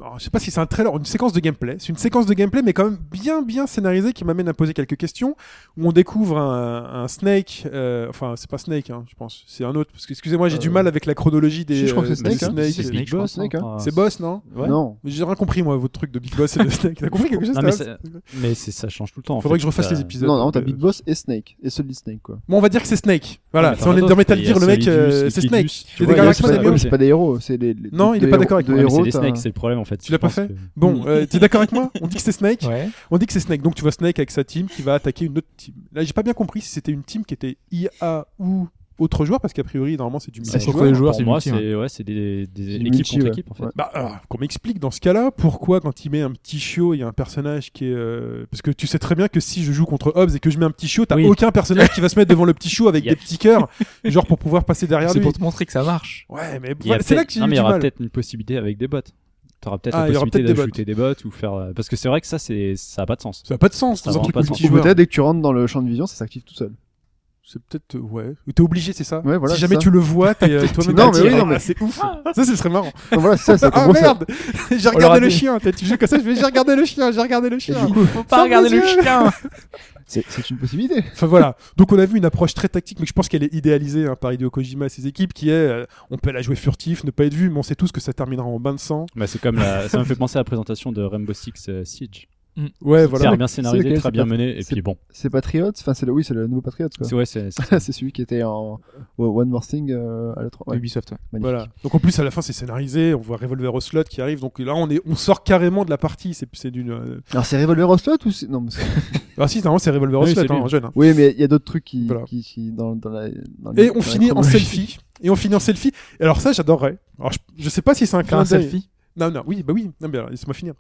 Speaker 3: Alors, je sais pas si c'est un trailer, ou une séquence de gameplay. C'est une séquence de gameplay, mais quand même bien bien scénarisée, qui m'amène à poser quelques questions. Où on découvre un, un Snake, euh, enfin c'est pas Snake, hein, je pense, c'est un autre. Parce que excusez-moi, j'ai
Speaker 6: Euh,
Speaker 3: du mal avec la chronologie des. euh,
Speaker 6: si, je crois que c'est
Speaker 3: des
Speaker 6: Snake, hein.
Speaker 3: Snake.
Speaker 5: C'est
Speaker 6: Snake,
Speaker 5: Big
Speaker 6: je crois,
Speaker 5: Boss.
Speaker 6: Snake,
Speaker 5: hein.
Speaker 6: hein.
Speaker 5: Ah,
Speaker 3: C'est Boss, non
Speaker 5: Ouais.
Speaker 6: Non.
Speaker 3: Mais J'ai rien compris moi, votre truc de Big Boss et de Snake. T'as compris quelque chose
Speaker 5: Non, mais
Speaker 3: Thomas
Speaker 5: Mais c'est- ça change tout le temps. en
Speaker 3: Faudrait
Speaker 5: fait.
Speaker 3: que je refasse
Speaker 5: Ça-
Speaker 3: les épisodes.
Speaker 6: Non, non, t'as
Speaker 3: Euh,
Speaker 6: Big Boss et Snake. Et Solid Snake, quoi.
Speaker 3: Bon, on va dire que c'est Snake.
Speaker 5: Ah,
Speaker 3: Voilà,
Speaker 5: mais
Speaker 3: si on
Speaker 5: t'en
Speaker 3: est
Speaker 5: as
Speaker 3: dans
Speaker 5: d'autres,
Speaker 3: Metal
Speaker 5: il y a
Speaker 3: Gear, le mec,
Speaker 5: Solidus,
Speaker 3: euh, c'est
Speaker 5: Liquidus,
Speaker 3: Snake.
Speaker 5: tu
Speaker 3: C'est des
Speaker 5: vois.
Speaker 3: gars
Speaker 6: Ouais,
Speaker 3: qui
Speaker 6: c'est
Speaker 3: sont
Speaker 6: pas,
Speaker 3: des
Speaker 6: ouais, mais
Speaker 3: héros.
Speaker 6: c'est pas des héros. C'est les, les-
Speaker 3: Non, il
Speaker 6: deux
Speaker 3: est pas d'accord
Speaker 6: héros-
Speaker 3: avec
Speaker 6: deux
Speaker 5: Ouais, mais c'est
Speaker 6: héros,
Speaker 5: les
Speaker 6: t'as-
Speaker 5: snakes, c'est le problème en fait.
Speaker 3: Tu l'as
Speaker 5: Je
Speaker 3: pas
Speaker 5: pense
Speaker 3: fait
Speaker 5: que-
Speaker 3: Bon,
Speaker 5: Mm.
Speaker 3: euh, t'es d'accord avec moi On dit que c'est Snake.
Speaker 4: Ouais.
Speaker 3: On dit que c'est Snake. Donc tu vois Snake avec sa team qui va attaquer une autre team. Là, j'ai pas bien compris si c'était une team qui était IA ou autre joueur parce qu'a priori normalement c'est hein. du
Speaker 4: C'est
Speaker 3: multijoueur.
Speaker 4: surtout les joueurs,
Speaker 5: Pour
Speaker 4: c'est
Speaker 5: moi,
Speaker 4: multi,
Speaker 5: c'est ouais, c'est des, des
Speaker 6: C'est
Speaker 5: équipes
Speaker 6: multi,
Speaker 5: contre
Speaker 6: ouais.
Speaker 5: équipes en fait.
Speaker 6: Ouais.
Speaker 3: Bah, alors, qu'on m'explique dans ce cas-là pourquoi quand il met un petit chiot, il y a un personnage qui est euh, parce que tu sais très bien que si je joue contre Hobbs et que je mets un petit chiot, t'as
Speaker 5: Oui.
Speaker 3: aucun personnage qui va se mettre devant le petit chiot avec
Speaker 5: Il y a-
Speaker 3: des petits cœurs, genre pour pouvoir passer derrière
Speaker 4: C'est
Speaker 3: lui.
Speaker 4: pour te montrer que ça marche.
Speaker 3: Ouais, mais
Speaker 5: Il y a
Speaker 3: voilà, c'est là
Speaker 5: peut-être-
Speaker 3: que j'ai
Speaker 5: non,
Speaker 3: eu
Speaker 5: mais il
Speaker 3: du
Speaker 5: y aura
Speaker 3: mal.
Speaker 5: peut-être une possibilité avec des bots. Tu auras peut-être
Speaker 3: Ah,
Speaker 5: la
Speaker 3: il y aura
Speaker 5: possibilité
Speaker 3: peut-être des
Speaker 5: d'ajouter des bots ou faire euh, parce que c'est vrai que ça c'est ça a pas de sens.
Speaker 3: Ça n'a pas de sens
Speaker 5: Ça
Speaker 3: dans
Speaker 5: a
Speaker 3: un truc
Speaker 5: vraiment pas de
Speaker 6: Ou
Speaker 5: sens.
Speaker 3: multijoueur.
Speaker 6: peut-être dès que tu rentres dans le champ de vision, ça s'active tout seul.
Speaker 3: C'est peut-être euh, ouais. Ou T'es obligé, c'est ça.
Speaker 6: Ouais, voilà,
Speaker 3: si
Speaker 6: c'est
Speaker 3: jamais
Speaker 6: ça.
Speaker 3: tu le vois, t'es euh, toi-même.
Speaker 6: Non, mais
Speaker 3: attiré.
Speaker 6: oui, non, mais-
Speaker 3: Ah, c'est ouf. Ça, ce serait marrant.
Speaker 6: Donc voilà, c'est ça, ça
Speaker 3: ah
Speaker 6: commence à-
Speaker 3: merde, j'ai
Speaker 4: On leur a
Speaker 3: regardé le
Speaker 4: dit.
Speaker 3: chien. T'as- Tu joues comme ça, je fais, j'ai regardé le chien, j'ai regardé le
Speaker 6: Et
Speaker 3: chien.
Speaker 6: du coup,
Speaker 4: Faut pas regarder le
Speaker 3: Ferme
Speaker 4: chien.
Speaker 6: c'est c'est une possibilité.
Speaker 3: Enfin voilà. Donc on a vu une approche très tactique, mais je pense qu'elle est idéalisée hein, par Hideo Kojima et ses équipes, qui est euh, on peut la jouer furtif, ne pas être vu, mais on sait tous que ça terminera en bain de sang.
Speaker 5: Bah, c'est comme la- ça me fait penser à la présentation de Rainbow Six euh, Siege.
Speaker 3: Ouais,
Speaker 5: C'est
Speaker 3: voilà.
Speaker 5: bien scénarisé,
Speaker 6: lequel,
Speaker 5: très
Speaker 6: c'est
Speaker 5: bien
Speaker 6: pas-
Speaker 5: mené et
Speaker 6: c'est-
Speaker 5: puis bon.
Speaker 6: C'est Patriots, enfin c'est le, oui, c'est le nouveau Patriots quoi.
Speaker 5: C'est ouais, c'est c'est-
Speaker 6: C'est celui qui était en One More Thing euh, à la 3.
Speaker 4: Ubisoft. ouais.
Speaker 3: Voilà. Donc en plus à la fin c'est scénarisé, on voit Revolver au slot qui arrive, donc là on est, on sort carrément de la partie. C'est, c'est d'une. euh,
Speaker 6: Alors c'est Revolver au slot ou c'est... Non, parce que-
Speaker 3: Ah si, normalement c'est Revolver au
Speaker 5: Oui,
Speaker 3: slot,
Speaker 5: c'est
Speaker 3: hein,
Speaker 5: lui.
Speaker 3: en jeune. hein.
Speaker 6: Oui, mais il y a d'autres trucs qui,
Speaker 3: Voilà.
Speaker 6: qui, qui- dans, dans la. dans les-
Speaker 3: Et
Speaker 6: dans
Speaker 3: on
Speaker 6: la
Speaker 3: finit en
Speaker 6: chronologie.
Speaker 3: selfie. Et on finit en selfie. Et alors ça j'adorerais. Alors je, je sais pas si c'est un
Speaker 4: Faire
Speaker 3: clin
Speaker 4: un
Speaker 3: d'œil.
Speaker 4: selfie.
Speaker 3: Non non, oui bah oui. Non mais alors, laisse-moi finir.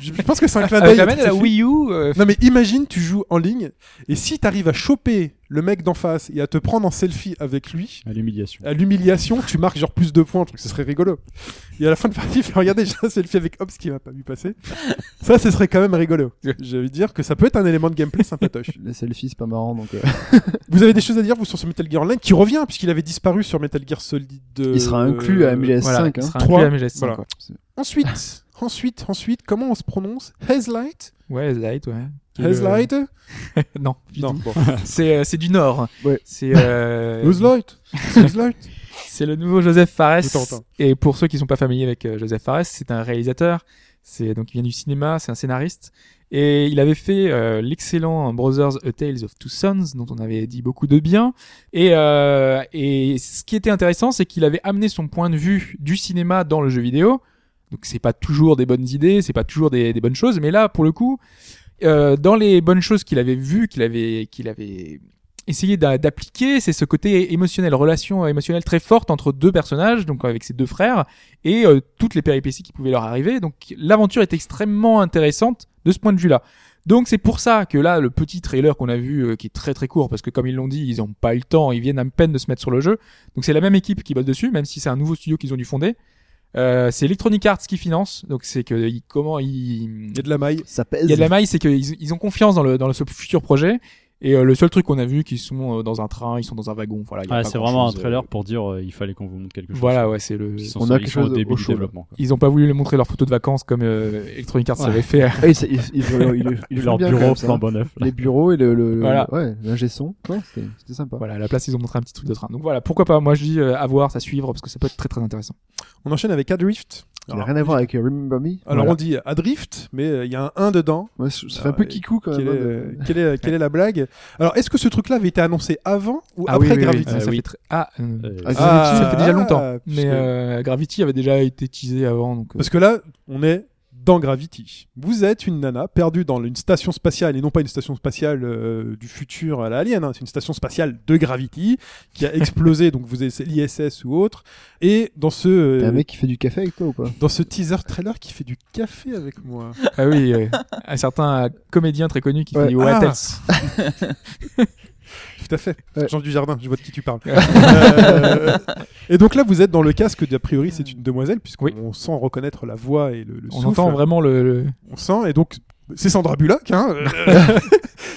Speaker 3: je, je pense que c'est un clin d'œil.
Speaker 4: Avec la main de la
Speaker 3: Selfie.
Speaker 4: Wii U. euh,
Speaker 3: Non mais imagine, tu joues en ligne et si t'arrives à choper le mec d'en face et à te prendre en selfie avec lui,
Speaker 5: à l'humiliation.
Speaker 3: à l'humiliation, tu marques genre plus de points, donc ce serait rigolo. Et à la fin de partie, faire regarder j'ai un selfie avec Hobbs qui va pas lui passer. Ça, ce serait quand même rigolo. Je veux dire que ça peut être un élément de gameplay sympatoche.
Speaker 6: Les selfies, c'est pas marrant donc. euh,
Speaker 3: Vous avez des choses à dire vous sur ce Metal Gear Online qui revient puisqu'il avait disparu sur Metal Gear Solid. euh,
Speaker 6: Il sera inclus à MGS5.
Speaker 4: Voilà,
Speaker 6: hein.
Speaker 4: ce sera
Speaker 3: Trois.
Speaker 4: inclus à MGS5.
Speaker 3: Voilà.
Speaker 4: quoi.
Speaker 3: Ensuite, ensuite, ensuite, comment on se prononce Hazlight,
Speaker 4: Ouais, Light, ouais. Qui est le-
Speaker 3: Hazlight,
Speaker 4: Non,
Speaker 3: non, bon.
Speaker 4: c'est euh, c'est du Nord.
Speaker 6: Ouais.
Speaker 4: C'est euh,
Speaker 3: Hazlight, Hazlight.
Speaker 4: c'est le nouveau Joseph Fares.
Speaker 3: Autant, autant.
Speaker 4: Et pour ceux qui sont pas familiers avec euh, Joseph Fares, c'est un réalisateur. C'est donc il vient du cinéma, c'est un scénariste et il avait fait euh, l'excellent Brothers A Tales of Two Sons dont on avait dit beaucoup de bien. Et euh, et ce qui était intéressant, c'est qu'il avait amené son point de vue du cinéma dans le jeu vidéo. Donc c'est pas toujours des bonnes idées, c'est pas toujours des, des bonnes choses, mais là pour le coup, euh, dans les bonnes choses qu'il avait vues, qu'il avait, qu'il avait essayé d'a- d'appliquer, c'est ce côté émotionnel, relation euh, émotionnelle très forte entre deux personnages, donc avec ses deux frères, et euh, toutes les péripéties qui pouvaient leur arriver. Donc l'aventure est extrêmement intéressante de ce point de vue-là. Donc c'est pour ça que là, le petit trailer qu'on a vu, euh, qui est très très court, parce que comme ils l'ont dit, ils n'ont pas eu le temps, ils viennent à peine de se mettre sur le jeu. Donc c'est la même équipe qui bosse dessus, même si c'est un nouveau studio qu'ils ont dû fonder. Euh, c'est Electronic Arts qui finance, donc c'est que ils- comment ils
Speaker 3: Il y a de la maille.
Speaker 6: Ça pèse.
Speaker 4: il y a de la maille, c'est qu'ils ils ont confiance dans le dans le- ce futur projet. Et euh, le seul truc qu'on a vu, qu'ils sont euh, dans un train, ils sont dans un wagon. Voilà. il y a
Speaker 5: Ah,
Speaker 4: pas
Speaker 5: c'est vraiment un
Speaker 4: grand-chose, euh,
Speaker 5: trailer pour dire euh, il fallait qu'on vous montre quelque chose.
Speaker 4: Voilà, ouais, c'est le.
Speaker 5: Ils sont,
Speaker 6: On a
Speaker 5: ils
Speaker 6: quelque
Speaker 5: sont
Speaker 6: chose
Speaker 5: au
Speaker 6: au
Speaker 5: début du
Speaker 6: chaud, là.
Speaker 5: développement. quoi.
Speaker 4: Ils ont pas voulu lui montrer leurs photos de vacances comme euh, Electronic Arts
Speaker 5: Ouais.
Speaker 4: avait fait.
Speaker 6: Ah, ils- ils- ils- ils- ils- ils font
Speaker 5: Leur
Speaker 6: bien, quand
Speaker 5: bureau
Speaker 6: même, ça.
Speaker 5: flambant neuf. là.
Speaker 6: Les bureaux et le. le, le-
Speaker 4: Voilà.
Speaker 6: Ouais, l'ingé son. quoi, C'était c'était sympa.
Speaker 4: Voilà, à la place, ils ont montré un petit truc de train. Donc voilà, pourquoi pas Moi, je dis euh, à voir, à suivre, parce que ça peut être très très intéressant.
Speaker 3: On enchaîne avec Adrift.
Speaker 6: Il n'a rien à voir avec euh, Remember Me.
Speaker 3: Alors
Speaker 6: Voilà.
Speaker 3: on dit Adrift, mais euh, il y a un 1 dedans.
Speaker 6: Ouais, ça ça fait
Speaker 4: Ah,
Speaker 3: Alors,
Speaker 6: un peu
Speaker 3: euh,
Speaker 6: kikou quand même.
Speaker 3: Quelle est,
Speaker 6: hein,
Speaker 3: euh,
Speaker 6: de-
Speaker 3: quelle est, quelle est la blague Alors, est-ce que ce truc-là avait été annoncé avant ou
Speaker 4: Ah oui,
Speaker 3: après
Speaker 4: oui, oui,
Speaker 3: Gravity
Speaker 4: ça, ça
Speaker 5: oui.
Speaker 4: fait très- Ah, euh,
Speaker 5: Euh,
Speaker 6: Ah,
Speaker 3: Ah,
Speaker 4: ça fait déjà longtemps.
Speaker 3: ah,
Speaker 4: Mais
Speaker 3: puisque-
Speaker 4: euh, Gravity avait déjà été teasé avant. Donc, euh,
Speaker 3: Parce que là, on est dans Gravity. Vous êtes une nana perdue dans une station spatiale, et non pas une station spatiale euh, du futur à la Alien, hein. c'est une station spatiale de Gravity qui a explosé, donc vous êtes c'est l'ISS ou autre. Et dans ce, euh,
Speaker 6: T'as un mec qui fait du café avec toi ou
Speaker 4: euh,
Speaker 6: pas
Speaker 3: dans ce teaser trailer qui fait du café avec moi.
Speaker 4: Ah oui, euh, un certain euh, comédien très connu qui
Speaker 6: Ouais.
Speaker 4: fait du What
Speaker 3: Ah.
Speaker 4: Else
Speaker 3: Tout à fait.
Speaker 6: Ouais.
Speaker 3: Jean du Jardin, je vois de qui tu parles. Euh, et donc là, vous êtes dans le casque d'a priori, c'est une demoiselle puisqu'on
Speaker 4: Oui.
Speaker 3: on sent reconnaître la voix et le, le
Speaker 4: On
Speaker 3: souffle.
Speaker 4: entend vraiment le- le,
Speaker 3: On sent et donc c'est Sandra Bullock hein, euh,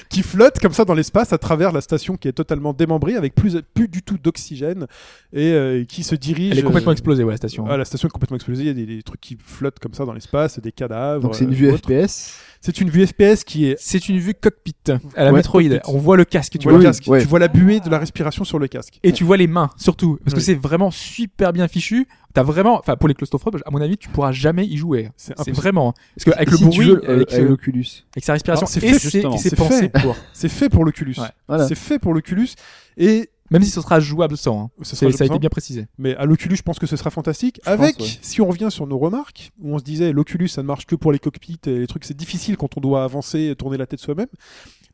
Speaker 3: qui flotte comme ça dans l'espace à travers la station qui est totalement démembrée avec plus plus du tout d'oxygène et euh, qui se dirige.
Speaker 4: Elle est complètement hein.
Speaker 3: euh,
Speaker 4: explosée, ouais, la station.
Speaker 3: ah, la station est complètement explosée, il y a des, des trucs qui flottent comme ça dans l'espace, des cadavres.
Speaker 6: Donc c'est une
Speaker 3: euh,
Speaker 6: vue
Speaker 3: autres.
Speaker 6: FPS.
Speaker 3: C'est une vue FPS qui est
Speaker 4: C'est une vue cockpit à la
Speaker 6: Ouais,
Speaker 4: Metroid.
Speaker 6: cockpit.
Speaker 4: On voit le casque,
Speaker 3: tu
Speaker 4: tu
Speaker 3: vois,
Speaker 4: vois.
Speaker 3: le
Speaker 6: Oui,
Speaker 3: casque,
Speaker 6: ouais.
Speaker 3: tu vois la buée de la respiration sur le casque.
Speaker 4: Et tu vois les mains, surtout, parce que
Speaker 3: Oui.
Speaker 4: c'est vraiment super bien fichu. T'as vraiment, enfin pour les claustrophobes, à mon avis, tu pourras jamais y jouer. C'est
Speaker 3: impossible.
Speaker 4: vraiment hein. parce que avec
Speaker 6: Si
Speaker 4: le
Speaker 6: tu
Speaker 4: bruit,
Speaker 6: veux, euh,
Speaker 4: avec,
Speaker 6: avec
Speaker 4: le-
Speaker 6: l'Oculus.
Speaker 4: avec sa respiration,
Speaker 3: Alors, c'est fait,
Speaker 4: et c'est
Speaker 5: justement.
Speaker 4: et c'est
Speaker 3: C'est
Speaker 4: pensé
Speaker 3: fait.
Speaker 4: pour.
Speaker 3: C'est fait pour l'Oculus.
Speaker 4: Ouais.
Speaker 6: Voilà.
Speaker 3: C'est fait pour l'Oculus et
Speaker 4: Même si ce sera jouable sans, hein.
Speaker 3: ça, sera
Speaker 4: C'est- ça a été
Speaker 3: intéressant.
Speaker 4: bien précisé.
Speaker 3: Mais à l'Oculus, je pense que ce sera fantastique.
Speaker 6: pense,
Speaker 3: Avec,
Speaker 6: ouais.
Speaker 3: si on revient sur nos remarques, où on se disait l'Oculus, ça ne marche que pour les cockpits et les trucs, c'est difficile quand on doit avancer, et tourner la tête soi-même.